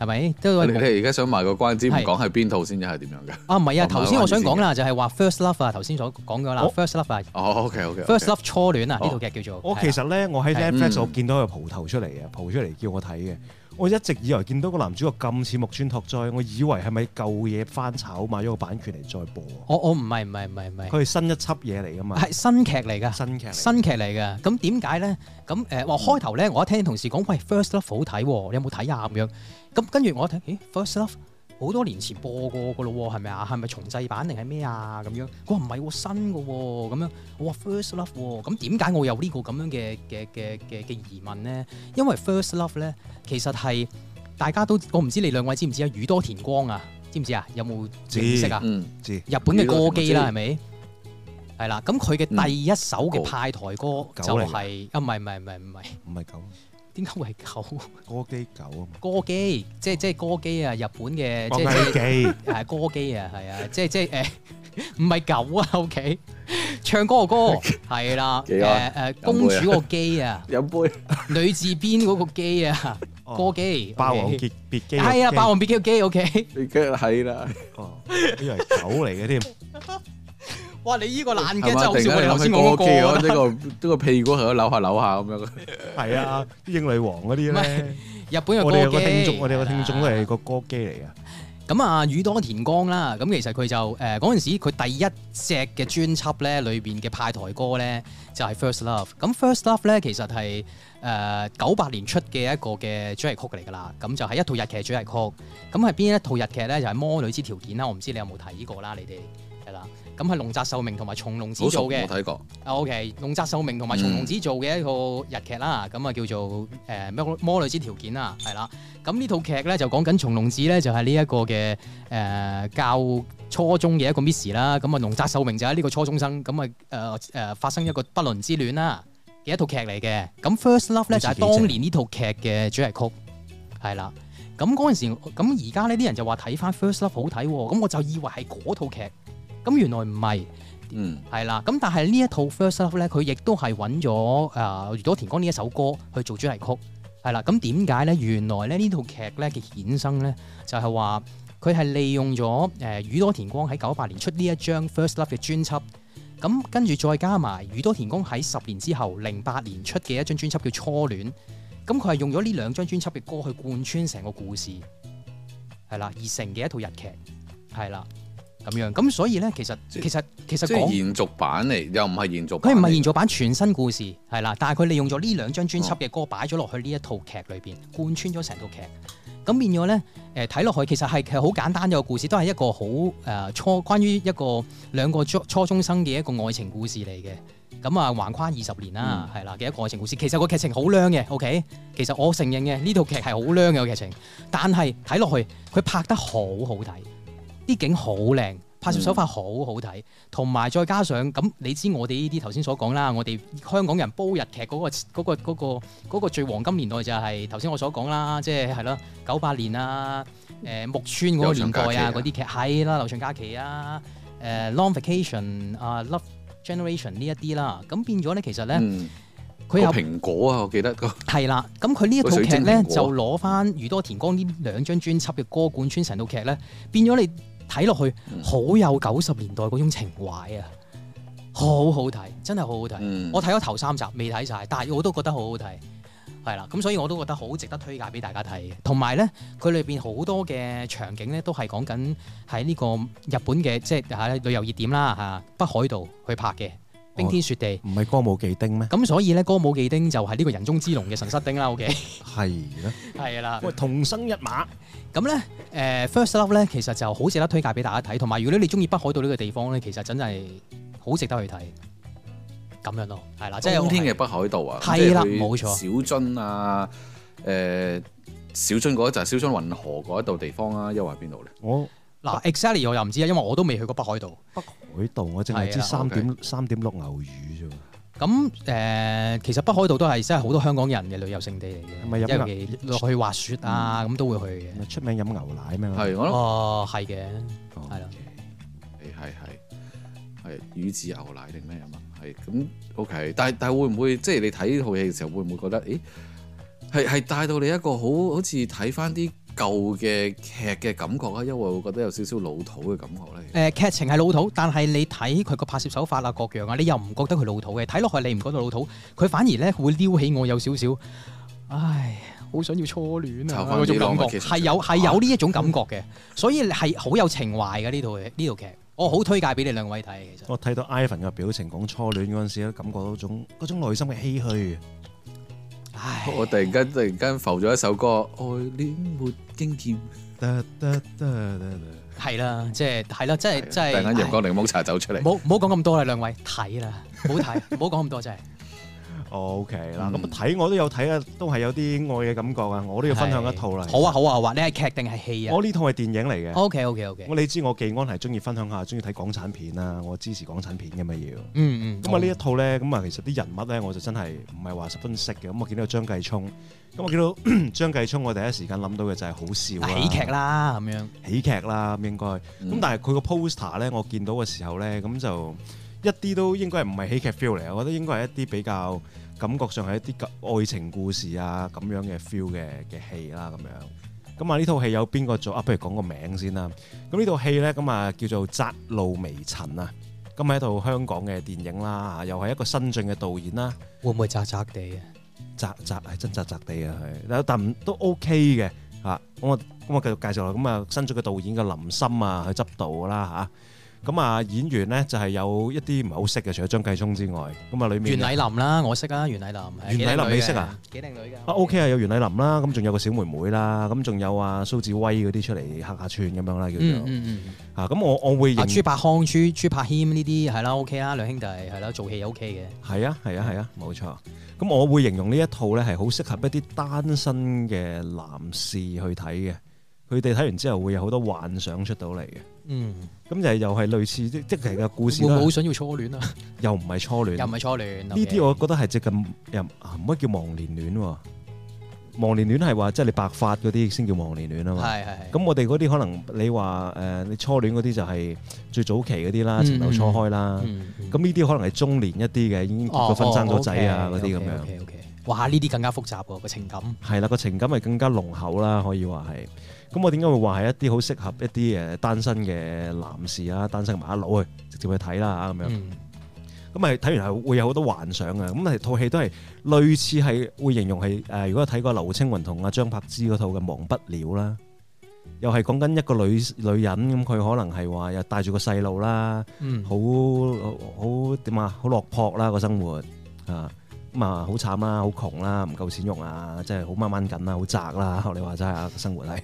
[SPEAKER 3] 係咪？都係
[SPEAKER 2] 你
[SPEAKER 3] 木
[SPEAKER 2] 你而家想賣個關子，唔
[SPEAKER 3] 係
[SPEAKER 2] 講係邊套先，一係點樣 㗎？
[SPEAKER 3] 啊，唔係啊，
[SPEAKER 2] 同埋
[SPEAKER 3] 頭先我想講啦，就係話 first love 啊，頭先所講咗啦
[SPEAKER 1] 我
[SPEAKER 3] ，first love 啊
[SPEAKER 2] 哦，OK OK，
[SPEAKER 3] ，first love 初戀啊，
[SPEAKER 2] 哦
[SPEAKER 3] 呢套劇叫做。
[SPEAKER 1] 我其實咧，我喺
[SPEAKER 3] 係
[SPEAKER 1] Netflix
[SPEAKER 2] 嗯
[SPEAKER 1] 我見到佢蒲頭出嚟嘅，蒲出嚟叫我睇嘅。我一直以為見到個男主角咁似木村拓哉，我以為係咪舊嘢翻炒買咗個版權嚟再播啊？
[SPEAKER 3] 我我唔係唔係唔係唔係，
[SPEAKER 1] 佢係新一輯嘢嚟噶嘛？
[SPEAKER 3] 係新劇嚟㗎。
[SPEAKER 1] 新劇嚟。
[SPEAKER 3] 新劇嚟嘅，咁點解咧？咁誒，我開頭咧，我一聽同事講，喂，First Love 好睇喎，你有冇睇啊？咁樣，咁跟住我一睇，咦，First Love 好多年前播過噶咯喎，係咪啊？係咪重製版定係咩啊？咁樣，佢話唔係喎，新嘅喎，咁樣，我話 First Love 喎，咁點解我有呢個咁樣嘅嘅嘅嘅嘅疑問咧？因為 First Love 咧，其實係大家都，我唔知你兩位知唔知啊？宇多田光啊，知唔知啊？有冇
[SPEAKER 1] 知
[SPEAKER 3] 認識啊？
[SPEAKER 2] 嗯，
[SPEAKER 1] 字
[SPEAKER 3] 日本嘅歌姬啦，
[SPEAKER 2] 嗯
[SPEAKER 3] 係咪？係啦，咁佢
[SPEAKER 1] 嗯
[SPEAKER 3] 嘅第一首
[SPEAKER 1] 哦
[SPEAKER 3] 嘅派台歌就
[SPEAKER 1] 狗嚟
[SPEAKER 3] 係、啊，唔係唔係唔係唔係，
[SPEAKER 1] 唔係狗，
[SPEAKER 3] 點解會係狗
[SPEAKER 1] 歌姬狗啊嘛。
[SPEAKER 3] 歌姬？即係即係歌姬啊！日本嘅即係
[SPEAKER 1] 歌
[SPEAKER 3] 即
[SPEAKER 1] 姬
[SPEAKER 3] 係誒歌姬啊，係啊，即係即係誒， 唔係狗啊，OK，唱歌 嘅歌係啦，
[SPEAKER 2] 幾
[SPEAKER 3] 誒
[SPEAKER 2] 啊
[SPEAKER 3] 誒
[SPEAKER 2] 杯啊
[SPEAKER 3] 公主個姬 啊，
[SPEAKER 2] 飲杯
[SPEAKER 3] 女字邊嗰個姬啊，歌姬，
[SPEAKER 1] 哦霸王
[SPEAKER 3] OK
[SPEAKER 1] 別別姬。
[SPEAKER 3] 係啊，霸王別姬個姬，OK，
[SPEAKER 2] 你梗係啦，
[SPEAKER 1] 哦。以為狗嚟嘅添。
[SPEAKER 3] 哇！你呢個爛 g
[SPEAKER 2] 係
[SPEAKER 3] 真係
[SPEAKER 2] 嘛？
[SPEAKER 3] 好
[SPEAKER 2] 突然
[SPEAKER 3] 似
[SPEAKER 2] 間你
[SPEAKER 3] 我哋頭
[SPEAKER 2] 諗
[SPEAKER 3] 先
[SPEAKER 2] 起
[SPEAKER 3] 講
[SPEAKER 2] 過
[SPEAKER 3] 嗰
[SPEAKER 2] 機
[SPEAKER 3] 個啊
[SPEAKER 2] 我。呢個呢個屁股喺度扭下扭下咁 樣。
[SPEAKER 1] 係啊，啲英女王嗰啲咧。
[SPEAKER 3] 日本嘅
[SPEAKER 1] 我哋有
[SPEAKER 3] 歌
[SPEAKER 1] 個
[SPEAKER 3] 姬，
[SPEAKER 1] 聽眾，我哋有個聽眾都係
[SPEAKER 3] 係啦
[SPEAKER 1] 個歌姬嚟嘅。
[SPEAKER 3] 咁啊，宇多田光啦，咁其實佢就誒嗰陣時佢第一隻嘅專輯咧，裏邊嘅派台歌咧就係、First Love。咁 First Love 咧其實係誒九八年出嘅一個嘅主題曲嚟㗎啦，咁就係一套日劇主題曲。咁係邊一套日劇咧？就係、魔女之條件》啦，我唔知你有冇睇過啦，你哋係啦。咁係龍澤秀明同埋松隆子
[SPEAKER 2] 好熟，
[SPEAKER 3] 做
[SPEAKER 2] 我
[SPEAKER 3] 嘅。
[SPEAKER 2] 睇過。
[SPEAKER 3] 啊，OK，龍澤秀明同埋
[SPEAKER 1] 嗯
[SPEAKER 3] 松隆子做嘅一個日劇啦，咁啊叫做誒咩魔女之條件啦，係啦。咁呢套劇咧就講緊松隆子咧就係呢一個嘅誒、教初中嘅一個 Miss 啦，咁啊龍澤秀明就係呢個初中生，咁啊誒誒發生一個不倫之戀啦嘅一套劇嚟嘅。咁 First Love 咧就係
[SPEAKER 1] 好似幾正
[SPEAKER 3] 當年呢套劇嘅主題曲，係啦。咁嗰陣時，咁而家呢啲人就話睇翻 First Love 好睇喎，咁我就以為係嗰套劇，咁原來唔係。
[SPEAKER 2] 嗯，
[SPEAKER 3] 係啦，咁但係呢一套 First Love 咧，佢亦都係揾咗誒宇多田光呢一首歌去做主題曲，係啦。咁點解咧？原來咧呢套劇咧嘅衍生咧，就係話佢係利用咗誒宇多田光喺九八年出呢一張 First Love 嘅專輯，咁跟住再加埋宇多田光喺十年之後零八年出嘅一張專輯叫初戀，咁佢係用咗呢兩張專輯嘅歌去貫穿成個故事，係啦，而成嘅一套日劇，係啦。咁樣咁，所以咧，其實
[SPEAKER 2] 即
[SPEAKER 3] 其實其實
[SPEAKER 2] 即
[SPEAKER 3] 講
[SPEAKER 2] 係延續版嚟，又唔係延續
[SPEAKER 3] 佢
[SPEAKER 2] 版嚟。
[SPEAKER 3] 唔係現做版全新故事，係啦，但係佢利用咗呢兩張專輯嘅歌擺咗落去呢一套劇裏邊，貫穿咗成套劇。咁變咗咧，誒睇落去其實係其實好簡單嘅個故事，都係一個好誒、呃初關於一個兩個初初中生嘅一個愛情故事嚟嘅。咁啊，橫跨二十年啦，係啦嘅一個愛情故事。其實個劇情好靚嘅，OK。其實我承認嘅呢套劇係好靚嘅個劇情，但係睇落去佢拍得好好睇，啲景好靚，拍攝手
[SPEAKER 2] 嗯
[SPEAKER 3] 法好好睇，同埋再加上咁，你知我哋呢啲頭先所講啦，我哋香港人煲日劇嗰、個嗰、個嗰、個嗰個最黃金年代就係頭先我所講啦，即係係咯九八年啊，誒、木村嗰個年代啊，嗰啲劇係啦，流長假期啊，誒、Long Vacation 啊、Love Generation 呢一啲啦，咁變咗咧其實咧
[SPEAKER 2] 嗯，
[SPEAKER 3] 佢又
[SPEAKER 2] 個蘋果啊，我記得個
[SPEAKER 3] 係啦，咁佢呢一
[SPEAKER 2] 個
[SPEAKER 3] 套劇
[SPEAKER 2] 水晶
[SPEAKER 3] 咧
[SPEAKER 2] 蘋果啊
[SPEAKER 3] 就攞翻宇多田光呢兩張專輯嘅歌貫穿成套劇咧，變咗你睇落去
[SPEAKER 2] 嗯
[SPEAKER 3] 好有九十年代嗰種情懷啊，好好睇，真係好好睇。
[SPEAKER 2] 嗯
[SPEAKER 3] 我睇咗頭三集未睇晒，但係我都覺得好好睇，係啦，咁所以我都覺得好值得推介俾大家睇嘅。同埋咧，佢裏邊好多嘅場景咧，都係講緊喺呢個日本嘅即係喺旅遊熱點啦嚇、啊北海道去拍嘅，冰天雪地。
[SPEAKER 1] 唔係歌舞伎丁咩？
[SPEAKER 3] 咁所以咧，歌舞伎丁就係呢個人中之龍嘅神室丁啦。OK，
[SPEAKER 1] 係啦，
[SPEAKER 3] 係啦。
[SPEAKER 1] 喂，同生一馬，
[SPEAKER 3] 咁咧，誒、First Love 咧，其實就好值得推介俾大家睇。同埋，如果你中意北海道呢個地方咧，其實真係好值得去睇。咁樣咯，係啦，即係
[SPEAKER 2] 冬天嘅北海道啊，
[SPEAKER 3] 係啦
[SPEAKER 2] 即係佢
[SPEAKER 3] 冇錯
[SPEAKER 2] 小樽啊，誒小樽嗰一就係小樽運河嗰一度地方啊，又係邊度咧？
[SPEAKER 1] 我
[SPEAKER 3] 嗱，exactly 我又唔知啊，因為我都未去過北海道。
[SPEAKER 1] 北海道我淨係
[SPEAKER 3] 係
[SPEAKER 1] 知
[SPEAKER 3] 啦
[SPEAKER 1] 三
[SPEAKER 2] OK
[SPEAKER 1] 點三點六牛魚啫喎，
[SPEAKER 3] 咁誒、其實北海道都係真係好多香港人嘅旅遊勝地嚟
[SPEAKER 1] 係咪飲啊嗯
[SPEAKER 3] 嘅，因為落去滑雪啊，咁、都會去嘅。
[SPEAKER 1] 咪出名飲牛奶咩？
[SPEAKER 2] 係我諗
[SPEAKER 3] 哦，係嘅，
[SPEAKER 1] 哦
[SPEAKER 3] 係啦。
[SPEAKER 2] 係係係係魚子牛奶定咩啊嘛？係咁 OK，但係但係會唔會即係你睇呢套戲嘅時候會唔會覺得，咦係係帶到你一個好好似睇翻啲舊嘅劇嘅感覺啊？因為會覺得有少少老土嘅感覺
[SPEAKER 3] 誒、
[SPEAKER 2] 咧。
[SPEAKER 3] 劇情係老土，但係你睇佢個拍攝手法啊各樣啊，你又唔覺得佢老土嘅，睇落去你唔覺得老土，佢反而咧會撩起我有少少，唉，好想要初戀
[SPEAKER 2] 炒
[SPEAKER 3] 啊
[SPEAKER 2] 返
[SPEAKER 3] 嗰
[SPEAKER 2] 啲
[SPEAKER 3] 種
[SPEAKER 2] 浪
[SPEAKER 3] 感
[SPEAKER 2] 漫
[SPEAKER 3] 覺，
[SPEAKER 2] 嘅
[SPEAKER 3] 係
[SPEAKER 2] 情
[SPEAKER 3] 有
[SPEAKER 2] 緒
[SPEAKER 3] 係有呢一種感覺嘅，所以係好有情懷嘅呢套呢套劇，我好推介俾你兩位睇嘅其實。
[SPEAKER 1] 我睇到 Ivan 嘅表情講初戀嗰陣時咧，感覺到種嗰種內心嘅唏噓。
[SPEAKER 3] 唉，
[SPEAKER 2] 我突然間突然間浮咗一首歌《愛戀沒經驗》，
[SPEAKER 1] 得得得得得
[SPEAKER 3] 係啦，即係係啦，即係即
[SPEAKER 2] 啊突然間陽
[SPEAKER 3] 係。唉
[SPEAKER 2] 光檸檬茶走出嚟
[SPEAKER 3] 唔。好唔好講咁多啦，兩位睇啦，唔好睇，唔 好講咁多真係。
[SPEAKER 1] O K 啦，咁
[SPEAKER 2] 嗯
[SPEAKER 1] 睇我都有睇啊，都係有啲愛嘅感覺啊，我都要分享一套啦。
[SPEAKER 3] 好啊，好啊，好啊，你係劇定係戲啊
[SPEAKER 1] 我呢套係電影嚟嘅。
[SPEAKER 3] ？O K O K O K。
[SPEAKER 1] 我你知我技安係中意分享下，中意睇港產片啦，我支持港產片嘅嘛要。
[SPEAKER 3] 嗯嗯。
[SPEAKER 1] 咁啊呢一套咧，咁啊其實啲人物咧，我就真係唔係話十分識嘅。咁我見到有張繼聰，咁我見到 張繼聰，我第一時間諗到嘅就係好
[SPEAKER 2] 啊
[SPEAKER 1] 笑啊啦，
[SPEAKER 3] 啊喜劇，啦咁樣。
[SPEAKER 1] 喜劇啦咁應該。咁、
[SPEAKER 2] 嗯
[SPEAKER 1] 但係佢個 poster 咧，我見到嘅時候咧，咁就一啲都應該唔係喜劇 feel 嚟，我覺得應該係一啲比較感覺上係一啲愛情故事啊咁樣嘅 feel 嘅嘅戲啦咁樣。咁啊呢套戲有邊個做啊？不如講個名先啦。咁呢套戲咧，咁啊叫做《窄路微塵》啊。咁係一套香港嘅電影啦，又係一個新晉嘅導演啦。
[SPEAKER 3] 會唔會窄窄地啊？
[SPEAKER 1] 窄窄係真窄窄地啊，係，但但唔都 OK 嘅嚇。咁我咁我繼續介紹落，咁啊新出嘅導演嘅林森啊去執導㗎啦嚇。咁啊演員咧就係有一啲唔係好識嘅，除咗張繼聰之外，咁啊裡
[SPEAKER 3] 袁
[SPEAKER 1] 面
[SPEAKER 3] 禮林啦，我識啊，袁禮林係。
[SPEAKER 1] 袁禮林
[SPEAKER 3] 幾靚女嘅
[SPEAKER 1] 你識啊？
[SPEAKER 3] 幾靚女㗎。
[SPEAKER 1] 啊 OK 啊有袁麗琳啦，咁仲有個小妹妹啦，咁仲有啊蘇志威嗰啲出嚟客下串咁樣啦叫
[SPEAKER 3] 嗯
[SPEAKER 1] 做
[SPEAKER 3] 嗯嗯。
[SPEAKER 1] 嚇。咁我我會
[SPEAKER 3] 啊，
[SPEAKER 1] 認
[SPEAKER 3] 朱柏康、朱朱柏謙呢啲係啦，OK 啦，兩兄弟係啦，做戲 OK
[SPEAKER 1] 係啊，係啊，係啊，冇錯。咁我會形容呢一套呢係好適合一啲單身嘅男士去睇嘅，佢哋睇完之後會有好多幻想出到嚟嘅。
[SPEAKER 3] 嘅。嗯。
[SPEAKER 1] 咁就係又係類似即即係個故事
[SPEAKER 3] 會唔
[SPEAKER 1] 啦
[SPEAKER 3] 會好，想要初 戀啊？
[SPEAKER 1] 又唔係初戀。
[SPEAKER 3] 又唔
[SPEAKER 1] 呢
[SPEAKER 3] 係初戀。呢
[SPEAKER 1] 啲我覺得係接近又唔啊唔可以叫忘年戀喎。忘年戀係話即係你白髮嗰啲先叫忘年戀啊嘛。
[SPEAKER 3] 係係係。
[SPEAKER 1] 咁我哋嗰啲可能你話誒、你初戀嗰啲就係最早期嗰啲啦，
[SPEAKER 3] 嗯
[SPEAKER 1] 情竇初開啦。
[SPEAKER 3] 嗯嗯
[SPEAKER 1] 啊咁呢啲可能係中年一啲嘅，已經結咗
[SPEAKER 3] 哦
[SPEAKER 1] 婚生咗仔啊
[SPEAKER 3] 哦
[SPEAKER 1] 嗰啲咁
[SPEAKER 3] OK，OK，
[SPEAKER 1] 樣。
[SPEAKER 3] OK OK。哇！呢啲更加複雜喎個情感。
[SPEAKER 1] 係啦，個情感係更加濃厚啦，可以話係。咁我點解會話係一啲好適合一啲誒單身嘅男士啊，單身嘅麻甩佬去直接去睇啦咁樣。
[SPEAKER 3] 嗯。
[SPEAKER 1] 咁咪睇完係會有好多幻想嘅。咁係套戲都係類似係會形容係誒、呃如果睇過劉青雲同阿張柏芝嗰套嘅《忘不了》啦，又係講緊一個女女人咁，佢可能係話又帶住個細路啦。
[SPEAKER 3] 嗯。
[SPEAKER 1] 好好點啊，好落魄啦個生活啊，咁啊好慘啦，好窮啦，唔夠錢用啊，即係好掹掹緊啦，好窄啦，我哋話齋啊，個生活係。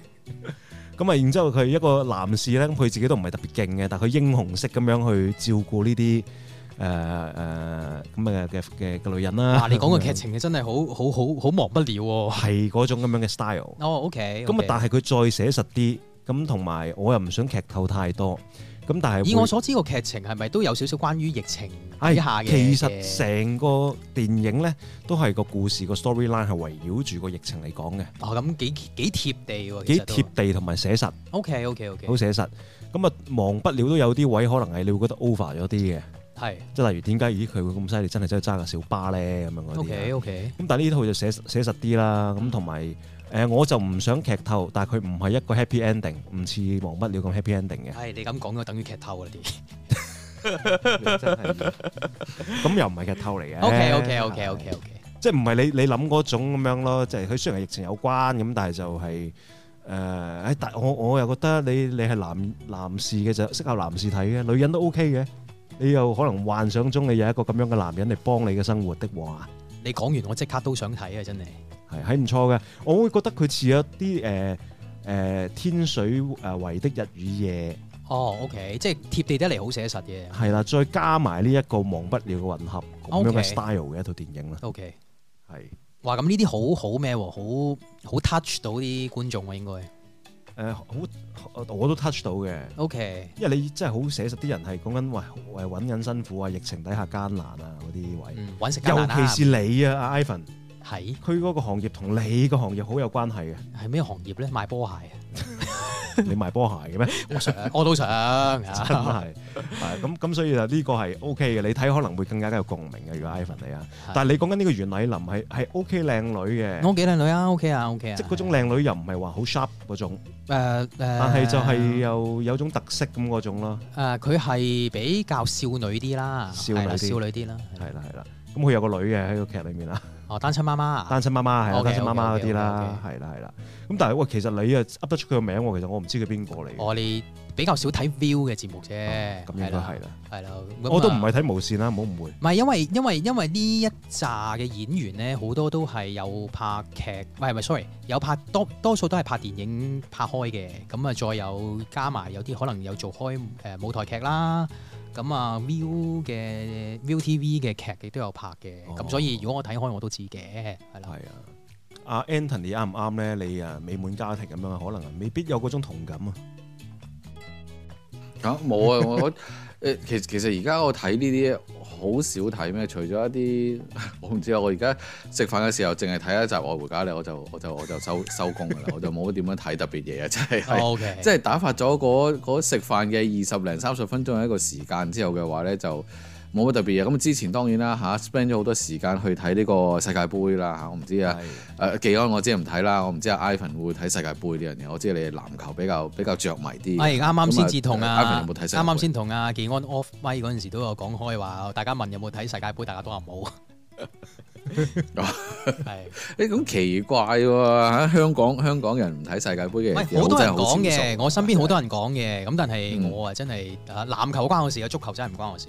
[SPEAKER 1] 咁啊，然之後佢一個男士咧，咁佢自己都唔係特別勁嘅，但係佢英雄式咁樣去照顧呢啲誒誒咁嘅嘅嘅嘅女人啦。
[SPEAKER 3] 哇！你講個 劇情嘅真係好好好好忘不了喎。
[SPEAKER 1] 係嗰種咁樣嘅 style。
[SPEAKER 3] 哦，OK。
[SPEAKER 1] 咁啊，但係佢再寫實啲，咁同埋我又唔想劇透太多。咁但係
[SPEAKER 3] 以我
[SPEAKER 1] 會
[SPEAKER 3] 所知個劇情係咪都有少少關於疫情
[SPEAKER 1] 哎
[SPEAKER 3] 底下嘅？
[SPEAKER 1] 其
[SPEAKER 3] 嘅
[SPEAKER 1] 實成個電影咧都係個故事個 storyline 係圍繞住個疫情嚟講嘅，
[SPEAKER 3] 哦，咁幾幾貼地喎，
[SPEAKER 1] 幾貼地同埋寫實，
[SPEAKER 3] O K O K O K，
[SPEAKER 1] 好寫實。咁啊，忘不了都有啲位可能係你會覺得 over 咗啲嘅，
[SPEAKER 3] 係
[SPEAKER 1] 即係例如點解咦佢會咁犀利，真係真係揸架小巴咧咁樣嗰啲
[SPEAKER 3] O
[SPEAKER 1] 啊
[SPEAKER 3] K。O K，
[SPEAKER 1] 咁但係呢套就寫寫實啲啦，
[SPEAKER 3] 嗯
[SPEAKER 1] 咁同埋誒我就唔想劇透，但係佢唔係一個 happy ending，唔似忘不了咁 happy ending 嘅，
[SPEAKER 3] 係你咁講嘅，等於劇透啦啲。
[SPEAKER 1] 咁又唔係劇透嚟嘅。
[SPEAKER 3] O K O K O K O K O K，
[SPEAKER 1] 即係唔係你你諗嗰種咁樣咯，即係佢雖然係疫情有關咁，但係就係、誒，唉但我我又覺得你你係男男士嘅就適合男士睇嘅，女人都 OK 嘅。你又可能幻想中你有一個咁樣嘅男人嚟幫你嘅生活的話，
[SPEAKER 3] 你講完我即刻都想睇啊！真係
[SPEAKER 1] 係係唔錯嘅。我會覺得佢似一啲誒誒天水誒圍的日與夜
[SPEAKER 3] 哦，O K，即係貼地得嚟好寫實嘅。
[SPEAKER 1] 係啦，再加埋呢一個忘不了嘅混合咁樣
[SPEAKER 3] OK
[SPEAKER 1] 嘅 style 嘅一套電影啦，
[SPEAKER 3] O K，
[SPEAKER 1] 係。
[SPEAKER 3] 哇！咁呢啲好好咩喎？好好 touch 到啲觀眾啊，應該。
[SPEAKER 1] 誒、好，我我都 touch 到嘅，
[SPEAKER 3] O K，
[SPEAKER 1] 因為你真係好寫實，啲人係講緊喂誒揾緊辛苦啊，疫情底下艱難啊嗰啲位，
[SPEAKER 3] 嗯，揾食艱難
[SPEAKER 1] 尤
[SPEAKER 3] 啦
[SPEAKER 1] 其是你啊，阿 Ivan，
[SPEAKER 3] 係
[SPEAKER 1] 佢嗰個行業同你個行業好有關係 嘅。
[SPEAKER 3] 係咩行業咧？賣波鞋啊！
[SPEAKER 1] 你賣波鞋嘅咩？
[SPEAKER 3] 我想，我都 想
[SPEAKER 1] 真
[SPEAKER 3] 啊！
[SPEAKER 1] 係係咁咁，所以就呢個係 OK 嘅。你睇可能會更加有共鳴嘅。如果 Ivan 你啊
[SPEAKER 3] 係，
[SPEAKER 1] 但係你講緊呢個袁澧林係係 OK 靚女嘅，
[SPEAKER 3] 我幾靚女啊，OK 啊，OK 啊，
[SPEAKER 1] 即係嗰種靚女又唔係話好 sharp 嗰種，
[SPEAKER 3] 誒誒，
[SPEAKER 1] 但係就係又有種特色咁嗰種咯。
[SPEAKER 3] 誒，呃佢係比較少女啲啦，
[SPEAKER 1] 少女啲
[SPEAKER 3] 係啦少女啲啦，係啦
[SPEAKER 1] 係啦係啦，咁佢有個女嘅喺個劇裏面啦。
[SPEAKER 3] 哦，單親媽媽啊，
[SPEAKER 1] 單親媽媽係啦，
[SPEAKER 3] OK，
[SPEAKER 1] 單親媽媽嗰
[SPEAKER 3] OK，OK，OK，OK
[SPEAKER 1] 啲啦，係啦係啦。咁但係喂，其實你啊噏得出佢個名喎，其實我唔知佢邊個嚟嘅。
[SPEAKER 3] 我哋比較少睇 view 嘅節目啫，
[SPEAKER 1] 哦咁應該哦係啦，
[SPEAKER 3] 係啦，咁啊
[SPEAKER 1] 我都唔係睇無線啦，唔好誤會。
[SPEAKER 3] 唔係因為因為因為呢一紮嘅演員咧，好多都係有拍劇，唔係唔係，sorry，有拍多多數都係拍電影拍開嘅，咁啊再有加埋有啲可能有做開誒、呃舞台劇啦，咁啊 Viu 嘅 ViuTV 嘅劇亦都有拍嘅，咁、
[SPEAKER 1] 哦
[SPEAKER 3] 所以如果我睇開我都知嘅，係啦，
[SPEAKER 1] 係啊，阿 Anthony 啱唔啱咧？你啊美滿家庭咁樣，可能未必有嗰種同感啊。
[SPEAKER 2] 啊冇啊！我 我誒其其實而家我睇呢啲好少睇咩，除咗一啲我唔知啊！我而家食飯嘅時候淨係睇一集《愛回家》咧，我就我就我就收收工㗎啦，我就冇點樣睇特別嘢啊！真係 係
[SPEAKER 3] O K，
[SPEAKER 2] 即係打發咗嗰嗰食飯嘅二十零三十分鐘一個時間之後嘅話呢，就冇乜特別嘢。咁之前當然啦嚇、spend 咗好多時間去睇呢個世界盃啦嚇、我唔知啊。誒、技安我知唔睇啦，我唔知阿 Ivan 會睇世界盃呢樣嘢。我知你哋籃球比較比較著迷啲。
[SPEAKER 3] 係哎啱啱先至同
[SPEAKER 2] 咁
[SPEAKER 3] 啊，
[SPEAKER 2] Ivan 有冇睇世界盃
[SPEAKER 3] 啱啱先同啊技安 off 咪嗰陣時都有講開話，大家問有冇睇世界盃，大家都話冇，
[SPEAKER 2] 哦 誒
[SPEAKER 3] 係。
[SPEAKER 2] 咁奇怪喎、嚇香港香港人唔睇世界盃嘅
[SPEAKER 3] 喂，
[SPEAKER 2] 人，
[SPEAKER 3] 好多人
[SPEAKER 2] 講
[SPEAKER 3] 講嘅，我身邊好多人講嘅，咁但係
[SPEAKER 2] 嗯
[SPEAKER 3] 我啊真係啊籃球關我事啊，足球真係唔關我事。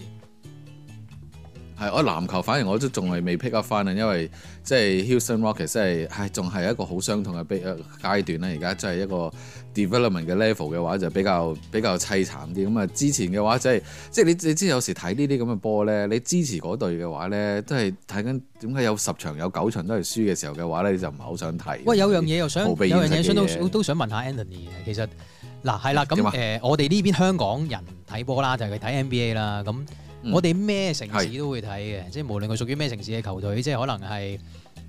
[SPEAKER 2] 係我籃球，反而我都仲係未 pick up 翻啊，因為即係 Houston Rockets 即係唉，仲係一個好傷痛嘅悲呃階段啦。而家即係一個 development 嘅 level 嘅話，就比較比較凄慘啲。咁啊，之前嘅話即係即係你你知有時睇呢啲咁嘅波咧，你支持嗰隊嘅話咧，都係睇緊點解有十場有九場都係輸嘅時候嘅話咧，你就唔係好想睇。
[SPEAKER 3] 喂，有樣嘢又想，有
[SPEAKER 2] 逃避現
[SPEAKER 3] 樣
[SPEAKER 2] 實嘅
[SPEAKER 3] 嘢想都
[SPEAKER 2] 嘢
[SPEAKER 3] 都想問下 Anthony 嘅，其實嗱係啦，咁
[SPEAKER 2] 點啊
[SPEAKER 3] 誒我哋呢邊香港人睇波啦，就係睇 NBA 啦，咁
[SPEAKER 2] 嗯
[SPEAKER 3] 我哋咩城市
[SPEAKER 2] 係
[SPEAKER 3] 都會睇嘅，即係無論佢屬於咩城市嘅球隊，即係可能係。誒、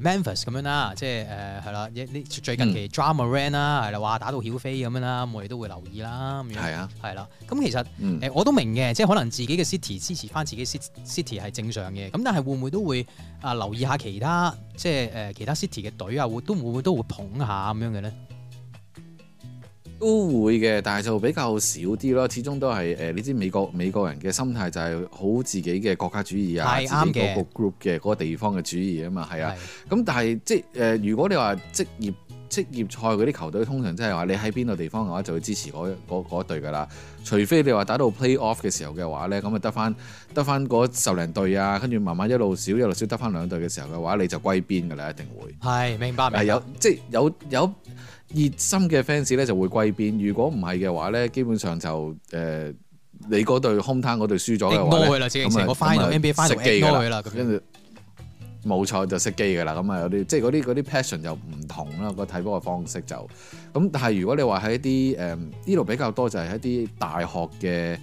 [SPEAKER 3] Memphis 咁樣啦，即係誒係啦，一呢最近
[SPEAKER 2] 嗯
[SPEAKER 3] 期 Drama Ran 啦，係啦，哇打到曉飛咁樣啦，咁我哋都會留意啦，咁樣
[SPEAKER 2] 係啊，
[SPEAKER 3] 係啦。咁其實
[SPEAKER 2] 嗯
[SPEAKER 3] 誒、。我都明嘅，即係可能自己嘅 city 支持翻自己 cit- city 係正常嘅，咁但係會唔會都會啊留意下其他即係誒、呃其他 city 嘅隊啊，會都會唔會都會捧下咁樣嘅咧？
[SPEAKER 2] 都會嘅，但係就比較少啲咯。始終都係誒、呃你知美國美國人嘅心態就係好自己嘅國家主義啊，
[SPEAKER 3] 係
[SPEAKER 2] 自己
[SPEAKER 3] 啱嘅
[SPEAKER 2] 嗰個 group 嘅嗰、個地方嘅主義啊嘛，係啊。
[SPEAKER 3] 係，
[SPEAKER 2] 咁但係即係誒、呃如果你話職業職業賽嗰啲球隊，通常即係話你喺邊個地方嘅話，就會支持嗰嗰嗰隊㗎啦。除非你話打到 play off 嘅時候嘅話咧，咁啊得翻得翻嗰十零隊啊，跟住慢慢一路少一路少得翻兩隊嘅時候嘅話，你就歸邊㗎啦，一定會。
[SPEAKER 3] 係明白明
[SPEAKER 2] 係
[SPEAKER 3] 白。
[SPEAKER 2] 有即係有有熱心嘅 fans 咧就會歸邊，如果唔係嘅話咧，基本上就誒、呃你嗰隊 home town 嗰隊輸咗嘅話
[SPEAKER 3] ignore
[SPEAKER 2] 咧，
[SPEAKER 3] 佢啦，直
[SPEAKER 2] 咁
[SPEAKER 3] 情
[SPEAKER 2] 啊
[SPEAKER 3] 成個
[SPEAKER 2] 咁
[SPEAKER 3] final
[SPEAKER 2] 啊
[SPEAKER 3] NBA final
[SPEAKER 2] 熄機㗎
[SPEAKER 3] ignore 佢啦，咁樣
[SPEAKER 2] 跟住冇錯就熄機㗎啦。咁啊有啲即係嗰啲嗰啲 passion 就唔同啦，個睇波嘅方式就咁。但係如果你話喺一啲誒呢度比較多就係一啲大學嘅誒、